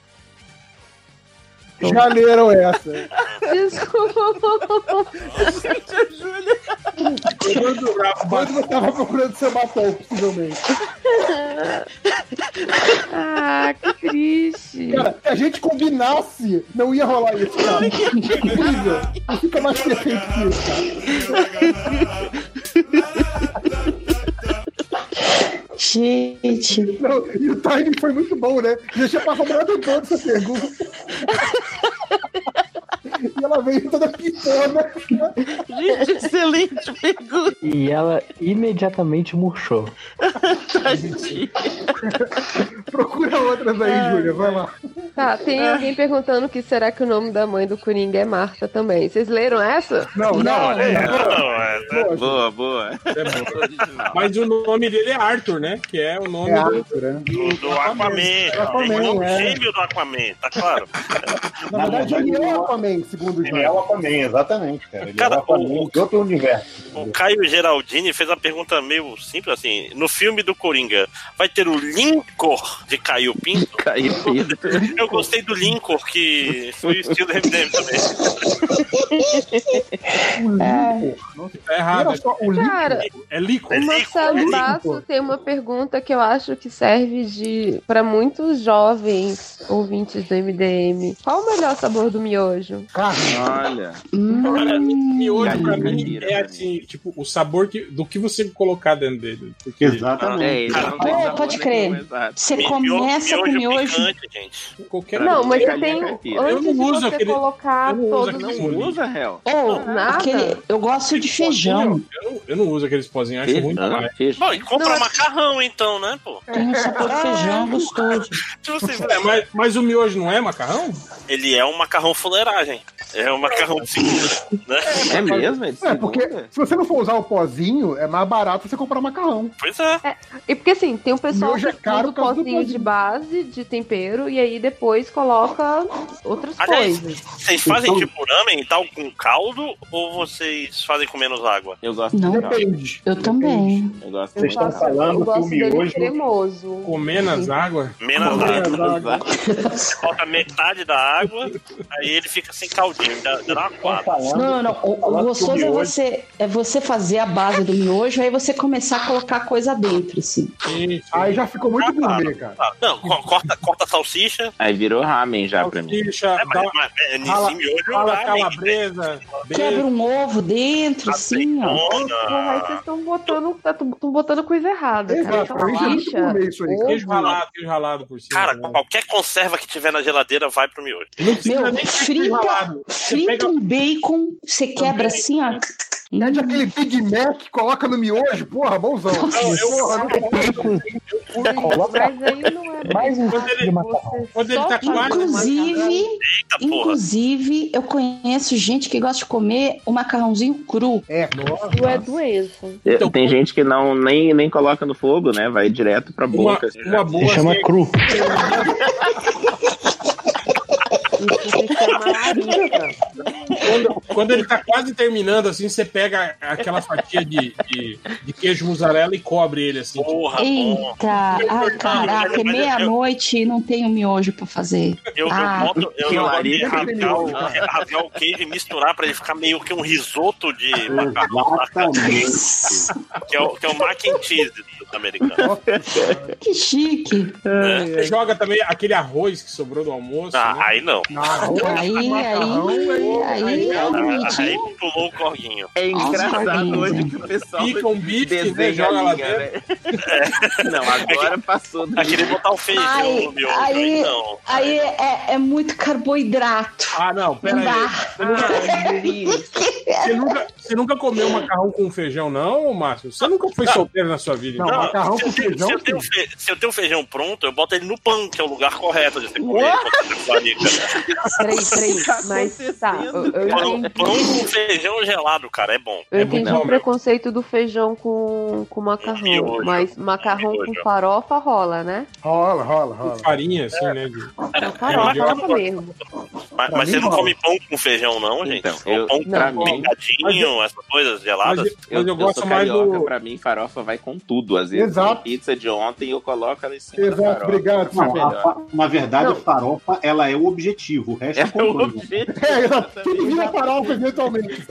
S9: Já leram essa.
S12: Desculpa.
S9: Quando você tava procurando seu batom, possivelmente.
S12: Ah, que triste.
S9: Cara, se a gente combinasse, não ia rolar isso, cara. Incrível. Não fica mais perfeito que isso, cara.
S5: Gente.
S9: Não, e o timing foi muito bom, né? Deixa pra arrumar do todo essa pergunta. E ela veio toda pitona.
S4: Gente, excelente pergunta.
S3: E ela imediatamente murchou.
S9: Procura outras aí, Júlia. Vai lá.
S12: Tá, tem
S9: É.
S12: alguém perguntando que será que o nome da mãe do Coringa é Marta também. Vocês leram essa?
S9: Não,
S2: Não, é, não, é, né?
S10: Boa, boa.
S1: É bom. Mas o nome dele é Arthur, né? Que é o nome
S2: É
S1: do-
S2: Arthur,
S1: do,
S2: Do, do Aquaman.
S9: Aquaman,
S2: é irmão
S9: é.
S2: gêmeo do Aquaman, tá claro?
S9: Na verdade, ele é o Aquaman, segundo o Ele é o
S11: Aquaman, exatamente, cara.
S2: Ele Cara, é o Aquaman
S11: de outro universo.
S2: O Caio Geraldini fez a pergunta meio simples assim: no filme do Coringa, vai ter o Lincor de Caio Pinto?
S10: Caio Pinto.
S2: Eu gostei do Lincor, que foi o estilo do Eminem também.
S1: Tá errado.
S9: Olha só, o
S12: Cara,
S1: É Lico.
S12: O Marcelo Basso tem uma pergunta que eu acho que serve de para muitos jovens ouvintes do MDM. Qual o melhor sabor do miojo?
S10: Olha.
S1: Cara, miojo pra
S10: Galinha
S1: mim é assim, tipo, o sabor que, do que você colocar dentro dele. Porque...
S10: Exatamente.
S5: Ah, Pô, pode crer. Você começa com miojo.
S1: Qualquer
S12: Não, mas
S1: eu
S12: eu tenho. Antes de você colocar todos os
S10: réu.
S5: Ou,
S12: Nada.
S5: aquele, eu gosto de feijão.
S1: Eu não, eu não uso aqueles pozinhos, acho ruim demais.
S2: Bom, e compra
S1: Não, é-
S2: macarrão então, né, pô?
S5: Tem um sabor de feijão gostoso.
S1: É, mas, mas o miojo não é macarrão?
S2: Ele é um macarrão fuleiragem. É um macarrão de segunda, né?
S10: É mesmo? É de
S9: É, porque se você não for usar o pozinho, é mais barato você comprar macarrão.
S2: Pois é.
S12: E porque assim, tem um pessoal
S9: Miojo é
S12: que
S9: caro
S12: usa o
S9: por causa do
S12: pozinho de base, de tempero, e aí depois coloca outras
S2: Aliás,
S5: é.
S12: coisas.
S2: vocês fazem
S10: Então-
S2: tipo ramen e tal com caldo ou vocês fazem com menos água?
S10: Eu gosto
S5: Não,
S9: Tá
S5: eu também.
S10: Eu gosto
S5: Vocês estão falando
S12: eu gosto
S5: que o
S12: dele
S5: miojo-
S12: cremoso.
S1: Com menos água?
S2: Menos
S1: Com
S2: água. Falta metade da água, aí ele fica sem caldinho, dá, dá
S1: Tá
S2: uma quadra.
S5: Não, não. O, o gostoso é você, é você fazer a base do miojo, aí você começar a colocar coisa dentro, assim.
S9: Aí já ficou muito gourmet, cara.
S2: Ah, Não, co- corta, corta a salsicha.
S10: Aí virou ramen já pra mim.
S1: Salsicha,
S2: É, mas,
S1: dá-
S2: mas, é, nesse
S1: fala-
S2: miojo,
S1: fala
S2: ramen.
S1: calabresa.
S5: Quebra um ovo dentro,
S2: Tá
S5: assim, ó.
S2: né?
S12: Porra, aí vocês estão botando, tá- tão botando coisa errada, cara.
S1: Exato, pra mim já é
S12: Então,
S1: muito
S12: bicha,
S1: Queijo ralado, queijo ralado por cima. né?
S2: Cara, qualquer conserva que tiver na geladeira vai pro miojo.
S5: Meu, frita, frita um bacon, você quebra assim, ó.
S9: Pede aquele Big Mac, coloca no miojo, porra, bonzão. Porra, não
S12: Mas aí não é
S1: Mais um
S12: quando ele,
S1: quando ele tá quase-
S5: Inclusive, inclusive, eu conheço gente que gosta de comer o macarrãozinho cru.
S9: É,
S12: Tu é doença.
S10: Eu- tem gente que não nem, nem coloca no fogo, né? Vai direto pra boca. assim.
S1: uma boa, Se chama assim,
S10: cru.
S1: Quando, quando ele tá quase terminando, assim, você pega aquela fatia de, de, de queijo mussarela e cobre ele, assim.
S2: Porra,
S1: Ah,
S5: Eita, ai caraca, é meia-noite e não tenho miojo pra fazer.
S2: Eu,
S5: Ah, é
S2: eu boto, eu,
S10: que
S2: eu gosto de
S10: larica
S2: rasgar,
S10: tem
S2: o-
S10: miojo, cara.
S2: rasgar o queijo e misturar pra ele ficar meio que um risoto de macarrão. Que é, o, que é o mac and cheese americano.
S5: Que chique.
S1: Né? Você joga também aquele arroz que sobrou do almoço. né?
S2: Ah, aí não. Ah,
S5: Aí, aí, aí é o
S2: Aí
S5: bonitinho.
S2: pulou o corguinho.
S10: É engraçado
S5: Nossa,
S10: hoje que o pessoal
S1: Pica um bife, né,
S10: desenha
S1: joga
S10: a
S1: lá
S10: linha, né? Não, agora passou do
S2: Aquele botar o feijão
S5: Aí,
S2: no miojo, aí
S5: aí,
S2: não.
S5: aí é, é muito carboidrato.
S1: Ah, não, pera
S5: Não
S1: aí.
S5: dá.
S1: Você nunca, você, nunca, você nunca comeu macarrão com feijão, não, Márcio? Você nunca foi solteiro na sua vida?
S2: Não,
S1: então?
S2: se, eu tenho- se eu tenho fe- se eu tenho feijão pronto, eu boto ele no pão, que é o lugar correto de você comer.
S12: What?
S2: quando você planeja.
S12: Peraí, peraí. Mas tá, eu, eu
S2: Pão,
S12: entendi.
S2: pão com feijão gelado, cara, é bom.
S12: Eu
S2: é
S12: entendi
S2: bom.
S12: o preconceito do feijão com, com macarrão,
S2: Miojo.
S12: mas macarrão com
S2: Miojo.
S12: farofa rola, né?
S9: Rola, rola,
S1: rola. Farinha, assim, né? de-
S12: Não, É farofa,
S1: Eu-
S12: farofa mesmo.
S2: Mas, mas você não come pão com feijão, não, gente? Ou pão
S10: pra
S2: com
S10: mim-
S1: Mas
S2: picadinho,
S1: eu-
S2: essas coisas geladas.
S10: Eu, eu, gosto sou carioca, pra mim farofa vai com tudo. Às vezes
S2: Exato.
S10: tem pizza de ontem eu coloco ela em cima
S9: Exato,
S10: da farofa.
S9: obrigado,
S10: Fica
S9: seu
S10: melhor.
S11: Farofa, na verdade,
S10: Não.
S11: a farofa ela é o objetivo, o resto é, problema.
S9: É, ela- tudo vira farofa eventualmente.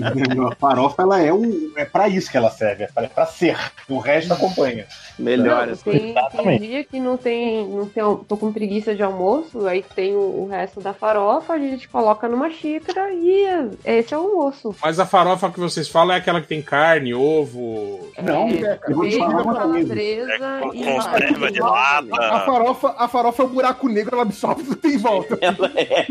S11: Entendeu? A farofa ela é, o, é pra isso que ela serve, é pra, é pra ser. O resto acompanha.
S12: Não,
S11: assim.
S12: tem, tem dia que não tem, não tem. Tô com preguiça de almoço, aí tem o, o resto da farofa, a gente coloca numa xícara e esse é o almoço.
S1: Mas a farofa que vocês falam é aquela que tem carne, ovo.
S9: Não, É, eu vou te falar uma coisa.
S12: Calabresa e
S2: Conserva gelada.
S9: A farofa, a farofa é um buraco negro, ela absorve tudo em volta.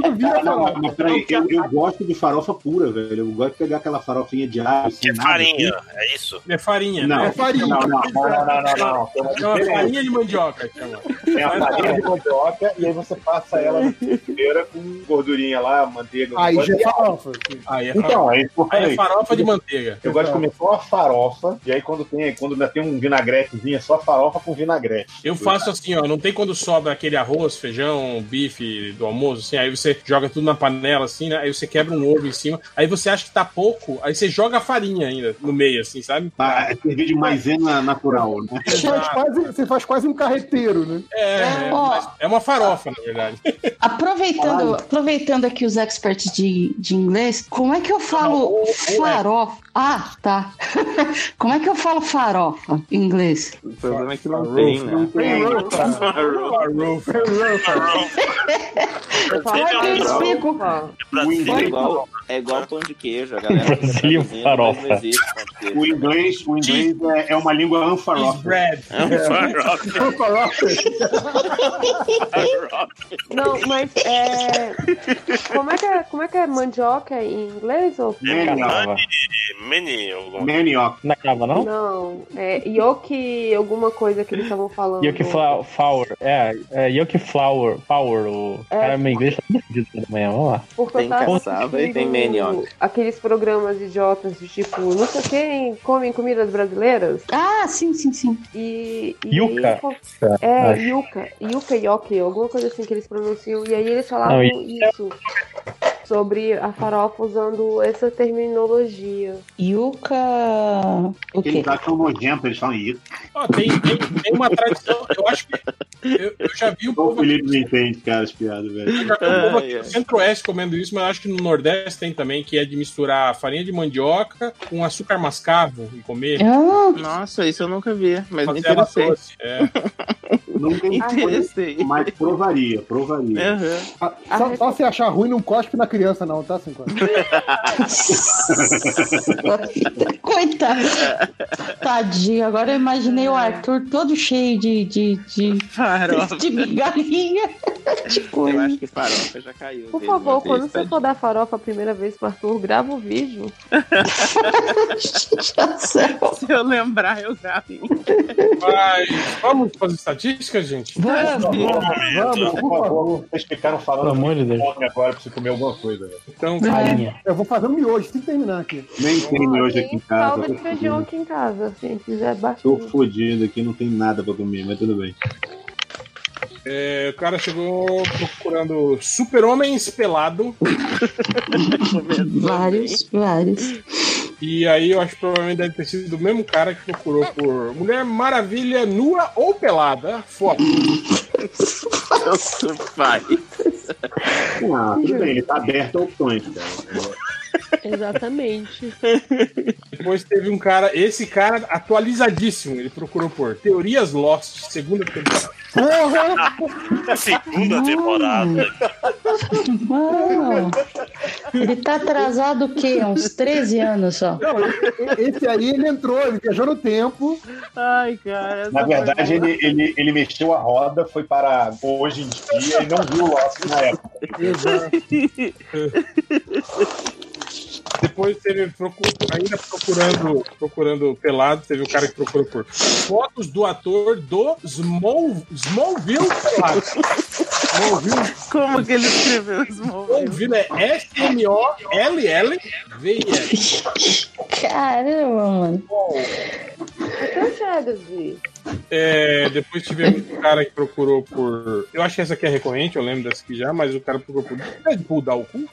S9: Não
S11: Não,
S9: vira farofa.
S11: mas- mas peraí, eu, eu gosto de farofa pura, velho. Eu gosto de pegar aquela farofinha de alho. Sem nada,
S2: Farinha,
S11: assim.
S2: é isso?
S1: É farinha.
S11: Não,
S1: né?
S11: é farinha. Não, não, não, não, não, não, não.
S1: É uma farinha de mandioca. chama.
S11: É a farinha de mandioca e aí você passa ela na frigideira com gordurinha lá, manteiga.
S9: Aí
S11: eu gosto
S9: já é
S11: de-
S9: farofa.
S11: Aí é
S9: Então,
S11: farofa.
S9: aí
S11: é por
S9: aí é
S11: aí.
S9: farofa de
S1: manteiga.
S11: Eu gosto de comer só a farofa, e aí quando tem, quando ainda tem um vinagretezinho, é só a farofa com vinagrete.
S1: Eu faço assim, ó, não tem quando sobra aquele arroz, feijão, bife do almoço, assim, aí você joga tudo na panela, assim, né? Aí você quebra um ovo em cima, aí você acha que tá pouco, aí você joga a farinha ainda no meio, assim, sabe?
S11: Ah, é servir de maisena natural, né?
S9: Você faz, quase, você faz quase um carreteiro, né?
S1: É, é,
S5: Ó.
S1: mas é uma farofa, na verdade.
S5: Aproveitando, aproveitando aqui os experts de, de inglês, como é que eu falo farofa? Ah, tá. como é que eu falo farofa em inglês?
S4: O problema é que não tem, né?
S5: não tem.
S11: O
S2: é um
S11: inglês-
S4: igual, é igual
S11: Né?
S4: pão de queijo, a galera. fica
S11: Brasil
S4: traduzindo,
S11: farofa.
S4: mas não existe pão de queijo.
S11: O inglês, o inglês é, é uma língua
S1: Is
S11: unfarofa.
S1: bread.
S4: É um
S11: Unfarofa.
S12: Não, mas é. Como é que é, como é, que é mandioca em inglês? Ou...
S11: É,
S2: Mini, alguma
S11: Manioc.
S3: Na cava, não?
S12: Não, é yoki, alguma coisa que eles estavam falando.
S3: Yoki Fla- Flower. É, é Yoki Flower. Power. O
S12: É.
S3: cara, meu inglês tá muito fudido toda manhã. Vamos lá.
S12: Porque eu tava assistindo Aqueles programas idiotas de tipo, não sei quem comem comidas brasileiras.
S5: Ah, sim, sim, sim.
S12: E. e
S3: Yuca.
S12: É,
S3: Tá, Acho.
S12: yuca. Yuca, yoki, alguma coisa assim que eles pronunciam. E aí eles falavam
S3: Não,
S12: isso. Sobre a farofa usando essa terminologia.
S5: Yuca. O quê?
S11: Eles acham nojento, eles falam isso.
S1: ah, Ó, tem, tem, tem uma tradição, eu acho que. Eu, eu já vi um
S11: O
S1: povo
S11: Felipe não entende, cara, as piadas,
S1: Eu
S11: velho.
S1: já vi
S4: É,
S1: um povo
S11: é.
S1: aqui no Centro-Oeste comendo isso, mas acho que no Nordeste tem também, que é de misturar farinha de mandioca com açúcar mascavo e comer.
S4: Ah, Nossa, isso eu nunca vi, mas me
S1: Fazer ela
S4: interessei.
S1: doce, é.
S11: Não tem
S4: Interessei.
S11: Mas provaria, provaria.
S5: Ah,
S9: Só,
S5: é.
S9: só se achar ruim, não cospe na criança, não, tá, 50?
S5: Coitado. Tadinho, agora eu imaginei o Arthur todo cheio de. de, de,
S4: Farofa.
S5: de migalhinha. De
S4: Eu
S5: coisa.
S4: acho que farofa já caiu.
S12: Por
S4: dele,
S12: favor,
S4: mas
S12: quando
S4: isso
S12: você for dar farofa a primeira vez pro Arthur, grava o vídeo.
S4: Se eu lembrar, eu gravo.
S1: Mas vamos para as estatísticas, gente?
S11: Vamos, vamos,
S1: vamos,
S11: por favor. Vocês ficaram falando
S3: Pelo amor de Deus.
S11: fome agora pra você comer alguma coisa, velho.
S1: Então,
S9: Eu vou fazer um miojo, tem que terminar aqui.
S11: Nem tem miojo aqui em casa.
S12: Calda de feijão aqui em casa, se quiser baixar.
S11: Tô fodido aqui, não tem nada pra comer, mas tudo bem.
S1: É, o cara chegou procurando super-homens pelado.
S5: Vários, vários.
S1: E aí eu acho que provavelmente deve ter sido do mesmo cara que procurou por Mulher Maravilha nua ou pelada. Foto.
S4: Nossa, pai.
S11: Ah, tudo bem, ele tá aberto a opções, cara.
S12: Exatamente.
S1: Depois teve um cara, esse cara atualizadíssimo, ele procurou por Teorias Lost, segunda temporada.
S2: Segunda temporada.
S5: Uau. Ah, Ele tá atrasado o quê? Uns 13 anos só.
S9: Não, e- e- esse aí ele entrou, ele viajou no tempo.
S4: Ai, cara. essa
S11: Na verdade,
S4: foi boa.
S11: ele, ele, ele mexeu a roda, foi para hoje em dia e não viu o Lost na época.
S1: Depois teve procu- ainda procurando, procurando pelado, teve um cara que procurou por fotos do ator do Small, Smallville pelado. Smallville.
S4: Como que ele escreveu isso?
S1: Smallville é S-M-O-L-L-V-I-L.
S5: Caramba, mano.
S13: É
S12: Eu quero ver.
S1: É, depois tivemos um cara que procurou por. Eu acho que essa aqui é recorrente, eu lembro dessa aqui já, mas o cara procurou por Deadpool dar o cu.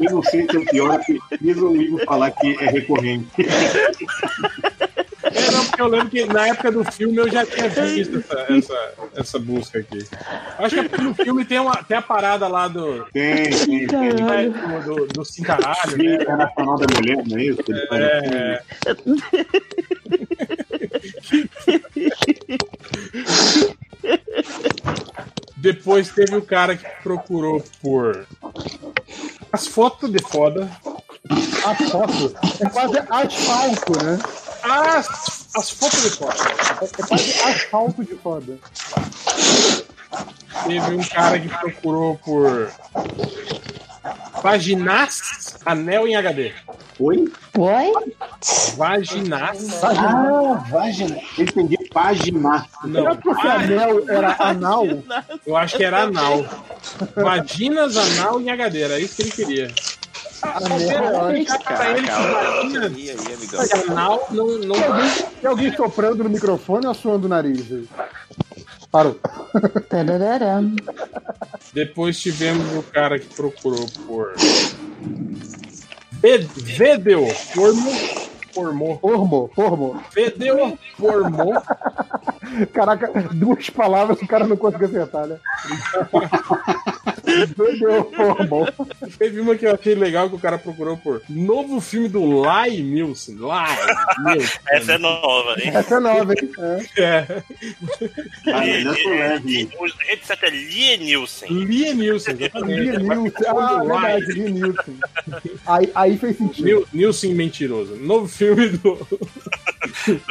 S11: Eu não sei se é pior que resolvi falar que é recorrente.
S1: É, não, porque eu lembro que na época do filme eu já tinha visto essa, essa, essa busca aqui. Acho que é porque no filme tem, uma, tem a parada lá do.
S11: Tem, tem, tem.
S1: né, do, do, do cintaralho,
S11: Dia
S1: né?
S11: Internacional da Mulher, não é isso? que ele assim. faz?
S1: É. Depois teve o cara que procurou por as fotos de foda.
S9: As fotos. É quase asfalto, né?
S1: As, as fotos de foda.
S9: É quase asfalto de foda.
S1: Teve um cara que procurou por Vaginas Anel em HD.
S11: Oi?
S5: Oi?
S1: Vaginas.
S9: Ah,
S11: Ah, vagina. Eu entendi Paginar.
S9: Não, é porque anel era anal?
S1: Eu acho que era anal. Vaginas, anal e HD, era isso que ele queria. Ah, tá
S9: Não, não, não. Tem alguém, tem alguém soprando no microfone ou suando o nariz? aí? Parou.
S5: Tarararam.
S1: Depois tivemos o cara que procurou por. Ve- Vedeu, formou. Formou.
S9: Formou, formou.
S1: Vedeu, formou.
S9: Caraca, duas palavras o cara não conseguiu acertar, né? Doideu, formou.
S1: Teve uma que eu achei legal que o cara procurou por. Novo filme do Lai Nilson. Lai Nilson.
S2: Essa é nova, hein?
S9: Essa é nova, hein?
S1: É.
S2: Esse é Lienilson.
S1: Lienilson, É
S9: Lienilson. Ah, verdade, Lienilson. Aí, aí fez sentido.
S1: Nil- Nilson Mentiroso. Novo filme do,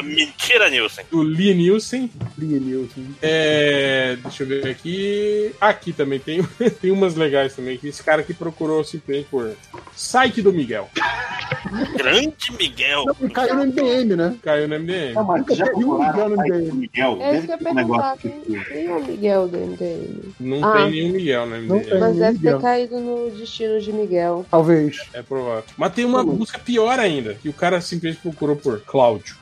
S2: Mentira, Nilson.
S1: do Lee Nielsen.
S9: Lee Nielsen.
S1: É, deixa eu ver aqui. Aqui também tem, tem umas legais também. que Esse cara que procurou simplesmente por site do Miguel.
S2: Grande Miguel.
S9: Caiu no MDM, né?
S1: Caiu no MDM.
S9: Não, mas já Nunca vi um procuraram Miguel
S11: Miguel.
S9: no site do MDM.
S11: um
S19: É isso que eu ia perguntar.
S11: que
S19: Quem é o Miguel do MDM?
S1: Não
S19: Ah.
S1: tem nenhum Miguel no
S19: Mas
S1: MDM.
S19: deve ter
S1: Miguel.
S19: caído no destino de Miguel.
S9: Talvez.
S1: É provável. Mas tem uma busca pior ainda, que o cara simplesmente procurou por Cláudio.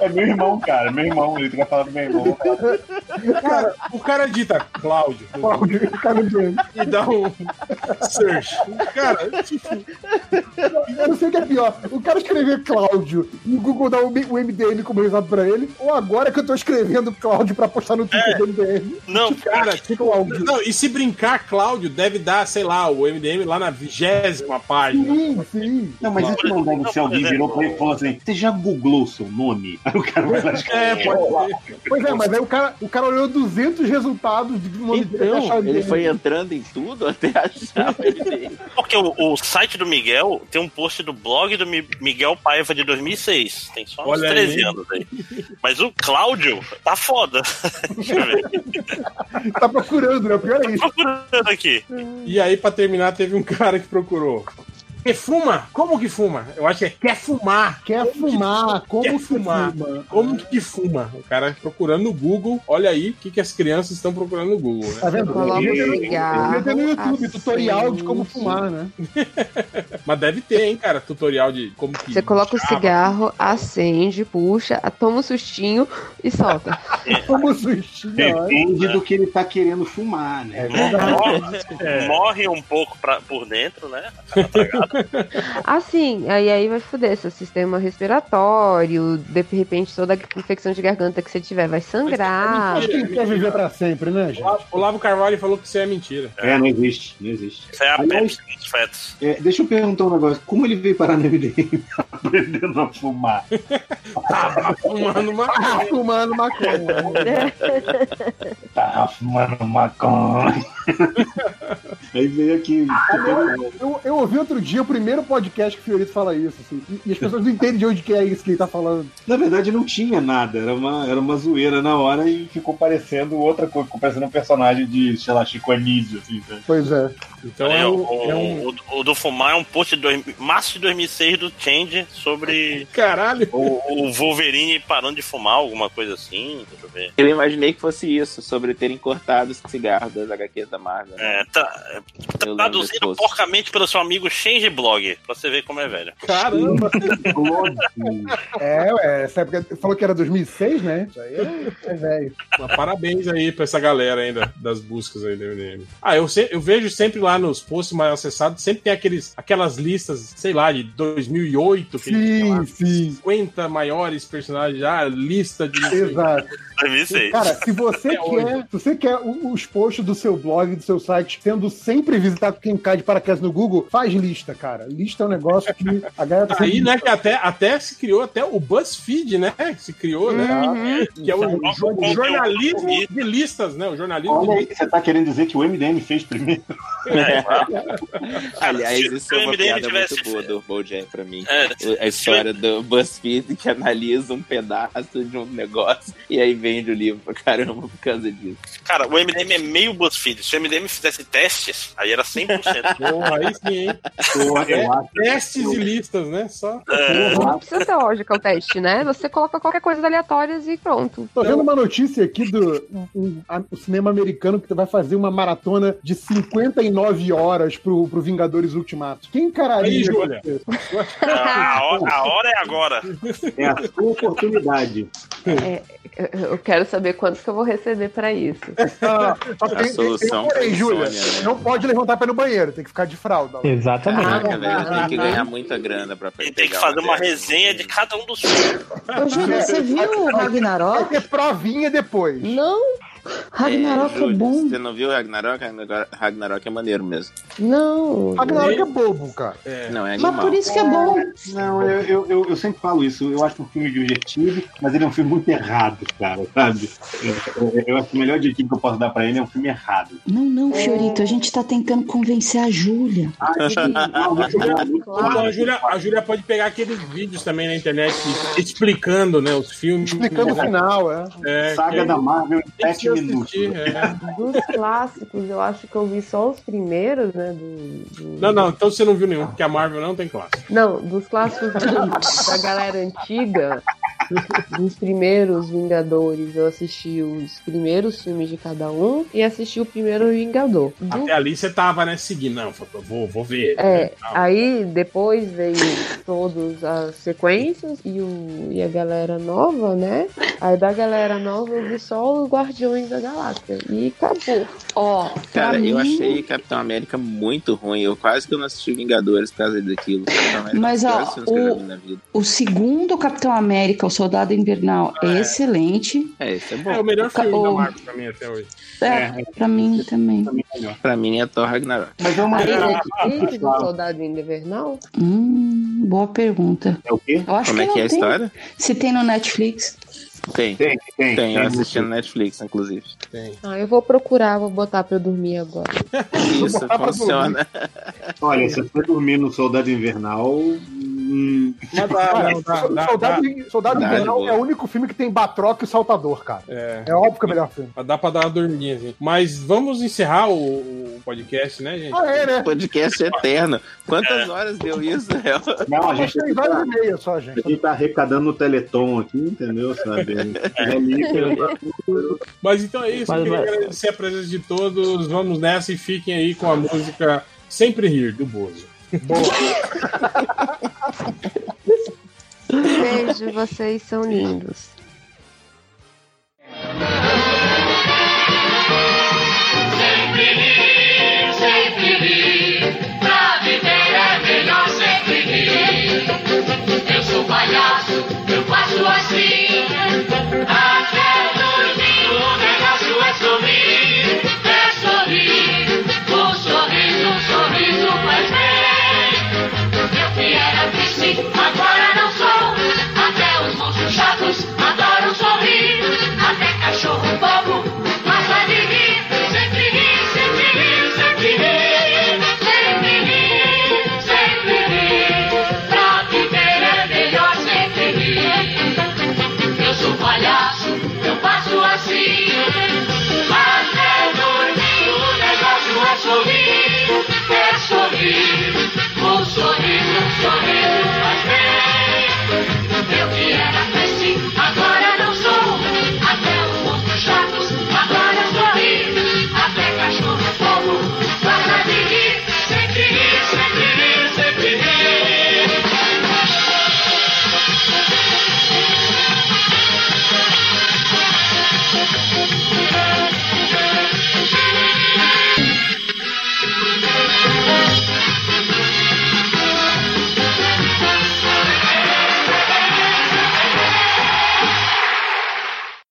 S11: É meu irmão, cara. Meu irmão, ele fica falando do meu irmão.
S1: Cara, o cara digita Cláudio.
S9: Cláudio, cara do
S1: E dá um search. Cara, tipo,
S9: Eu não sei o que é pior. O cara escrever Cláudio e o Google dá o M- o MDM como resultado pra ele, ou agora que eu tô escrevendo Cláudio pra postar no Twitter do MDM.
S2: Não,
S1: cara, tipo, não, e se brincar, Cláudio deve dar, sei lá, o MDM lá na vigésima página.
S9: Sim, sim.
S11: Não, mas isso não deve ser alguém virou pra ele e falou assim: Você já googlou seu nome? Aí o cara vai lá
S1: É, pode
S11: ser.
S9: Pois é, mas aí o cara, o cara olhou 200 resultados de um nome dele pra achar o
S10: Então, ele
S9: MDM.
S10: foi entrando em tudo até achar o MDM.
S2: Porque o, o site do Miguel tem um post do blog do Mi- Miguel Paiva de 2006. Tem só uns
S1: Olha aí.
S2: 13 anos aí. Mas o Cláudio tá foda. Deixa eu ver.
S9: Tá procurando, né? O pior é isso.
S2: Procurando aqui.
S1: E aí, pra terminar, teve um cara que procurou. Que fuma? Como que fuma? Eu acho que é quer fumar.
S9: Quer fumar, como
S1: Quer
S9: que
S1: fumar.
S9: fuma?
S1: Como que fuma? O cara procurando no Google. Olha aí o que, que as crianças estão procurando no Google. Né?
S9: Tá vendo?
S19: Coloca um o
S9: Ele tem no
S19: cigarro.
S9: YouTube, tutorial de como fumar, né?
S1: Mas deve ter, hein, cara, tutorial de como que.
S19: Você coloca o cigarro, acende, puxa, toma um sustinho e solta.
S9: Como um sustinho.
S11: É.
S9: É
S11: Depende do que ele tá querendo fumar, né?
S2: Morre, morre um pouco pra- por dentro, né?
S19: Assim, aí, aí vai foder seu sistema respiratório, de repente toda a infecção de garganta que você tiver vai sangrar.
S9: Mas quem quer viver pra sempre, né, gente?
S1: O Lavo Carvalho falou que isso é mentira.
S11: É, não existe, não existe.
S2: Isso é a
S11: Aliás,
S2: Pepsi dos fetos.
S11: é, deixa eu perguntar um negócio. Como ele veio parar no MDM aprendendo a fumar?
S1: Fumando uma.
S9: Ah, fumando maconha.
S11: Tá fumando maconha. Aí veio aqui.
S1: Ah,
S9: Eu, eu ouvi outro dia o primeiro podcast que o Fiorito fala isso, assim, e, e as pessoas não entendem de onde que é isso que ele tá falando.
S11: Na verdade, não tinha nada. Era uma, era uma zoeira na hora e ficou parecendo outra coisa. Ficou parecendo um personagem de, sei lá, Chico Anísio, assim, né?
S9: Pois é.
S1: Então
S2: Aí,
S1: é
S2: ó,
S1: um.
S2: o,
S1: É um...
S2: o- o do Fumar é um post de dois- março de 2006 do Change sobre
S1: Caralho.
S2: o, o Wolverine parando de fumar, alguma coisa assim. Deixa eu ver.
S10: Eu imaginei que fosse isso, sobre terem cortado o cigarro das HQs da Marvel.
S2: É, tá,
S10: Eu lembro desse
S2: traduzido
S10: post.
S2: porcamente pelo seu amigo Change Blog, pra você ver como é velho.
S1: Caramba.
S9: É, ué, essa época ele falou que era 2006, né? Isso aí é, é velho.
S1: Mas parabéns aí pra essa galera ainda das buscas aí do MDM. Ah, eu, se- eu vejo sempre lá nos posts mais acessados, sempre tem aqueles, aquelas listas, sei lá, de 2008, que tem lá
S9: Sim, sim.
S1: 50 maiores personagens já, lista de. não sei o quê.
S9: Exato.
S2: 2006.
S9: Cara, se você
S1: Até hoje.
S9: quer, se você quer o- os posts do seu blog, do seu site, sendo sempre visitado por quem cai de paraquedas no Google, faz lista, cara. Lista é um negócio que a galera tá
S1: Aí, né, que até, até se criou até o BuzzFeed, né? Se criou, né? Que é o
S9: Uhum.
S2: Uhum.
S1: jo- jornalismo de listas, né? O jornalismo
S11: Olha
S1: de
S11: aí, você tá querendo dizer que o MDM fez primeiro?
S10: É.
S4: Aliás,
S10: Se-
S4: isso
S10: se
S4: é
S10: o
S4: uma
S10: MDM
S4: piada
S10: tivesse
S4: muito boa do BoJack pra mim.
S10: É.
S4: O- A história do BuzzFeed que analisa um pedaço de um negócio e aí vende o livro pra caramba por causa disso.
S2: Cara, o MDM é meio BuzzFeed. Se o MDM fizesse testes, aí era 100%.
S1: Porra, aí sim, hein?
S2: Porra, eu
S1: É,
S2: acho.
S1: testes e listas, né? Só.
S2: É.
S12: Não precisa ser lógica o teste, né? Você coloca qualquer coisa aleatórias e pronto.
S9: Tô vendo uma notícia aqui do um- um- a- o cinema americano que vai fazer uma maratona de 59 horas pro, pro Vingadores Ultimato. Quem encararia?
S2: Aí, Júlia. A hora, a hora é agora.
S9: É a sua oportunidade.
S12: É, eu- eu quero saber quanto que eu vou receber pra isso.
S10: ah,
S2: é
S9: Tem, tem, tem um porém, Júlia.
S4: né?
S9: Não pode levantar pra ir no banheiro, tem que ficar de fralda.
S3: Exatamente.
S4: Caraca, velho, tem que ganhar muita grana pra pegar. um
S2: Tem que fazer uma resenha de cada um dos filmes.
S4: É,
S5: Ô, Júlia, você viu o Ragnarok?
S9: Vai ter provinha depois.
S5: Não. Ragnarok é,
S4: Júlia,
S5: bom.
S4: Você não viu Ragnarok? Agora, Ragnarok é maneiro mesmo.
S5: Não.
S9: Ragnarok é bobo, cara.
S4: Não, é
S5: Mas
S4: animal.
S5: por isso que é bom.
S7: Não, eu, eu, eu, eu sempre falo isso. Eu acho um filme divertido, mas ele é um filme muito errado, cara, sabe? Eu, eu acho que o melhor adjetivo que eu posso dar pra ele é um filme errado.
S5: Não, não, Fiorito, a gente tá tentando convencer a Júlia.
S9: Ah,
S1: Então, a, Júlia, a Júlia pode pegar aqueles vídeos também na internet explicando né, os filmes.
S9: Explicando o final, é.
S1: É,
S9: Saga
S1: que-
S9: da Marvel em
S1: Tem que
S9: sete
S1: assistir, é.
S12: Dos clássicos, eu acho que eu vi só os primeiros, né? do- do-
S1: Não, não, então você não viu nenhum, porque a Marvel não tem classe.
S12: Não, dos clássicos do- da galera antiga, dos primeiros Vingadores, eu assisti os primeiros filmes de cada um e assisti o primeiro Vingador. Do-
S1: Até ali você tava, né, seguindo. Não, vou, vou ver. né?
S12: é, aí depois veio todas as sequências e, o, e a galera nova, né? Aí da galera nova eu vi só os Guardiões da Galáxia. E acabou. Ó, pra
S4: Cara, eu
S12: mim-
S4: achei Capitão América muito ruim. Eu quase que eu não assisti Vingadores por causa daquilo. Capitão América
S5: Mas,
S4: é um dos
S5: ó,
S4: piores filmes que eu já
S5: o-
S4: vi na vida.
S5: O segundo Capitão América, o Soldado Invernal, é, excelente.
S4: É, isso é bom.
S1: É o melhor
S5: Ca-
S1: filme
S5: o-
S1: da Marvel pra mim até hoje.
S5: É, pra mim também.
S4: Pra mim é Thor Ragnarok.
S9: Mas
S5: é uma-
S12: Aí, né, diferente do Soldado Invernal?
S5: Hum, boa pergunta.
S4: É o quê?
S5: Eu acho
S4: Como é que
S5: não
S4: é a
S5: tem.
S4: história?
S5: Se tem no Netflix.
S4: Tem. Tem, tem.
S5: tem.
S4: eu assisti no Netflix, inclusive.
S12: Ah, eu vou procurar, vou botar pra eu dormir agora.
S4: Isso funciona.
S7: Olha, se você dormir no Soldado Invernal. Hum...
S1: Mas
S9: Cara, Soldado, Soldado Invernal é o único filme que tem Batroc e o Saltador, cara.
S1: É.
S9: É óbvio que é o melhor filme.
S1: Dá pra dar uma dormidinha, gente. Mas vamos encerrar o, o podcast, né, gente?
S9: Ah, é, né?
S4: Podcast eterno. Quantas
S1: É.
S4: horas deu isso, Léo?
S7: Não, a gente,
S9: Tem várias e meia só, gente.
S7: a gente tá arrecadando o Teleton aqui, entendeu? Sabe? É livre.
S1: Mas então é isso.
S7: Mas,
S1: queria
S7: mas-
S1: agradecer a presença de todos. Vamos nessa e fiquem aí com a música Sempre Rir, do Bozo.
S12: Beijo, vocês são
S10: é assim.
S12: lindos.
S10: é é assim. é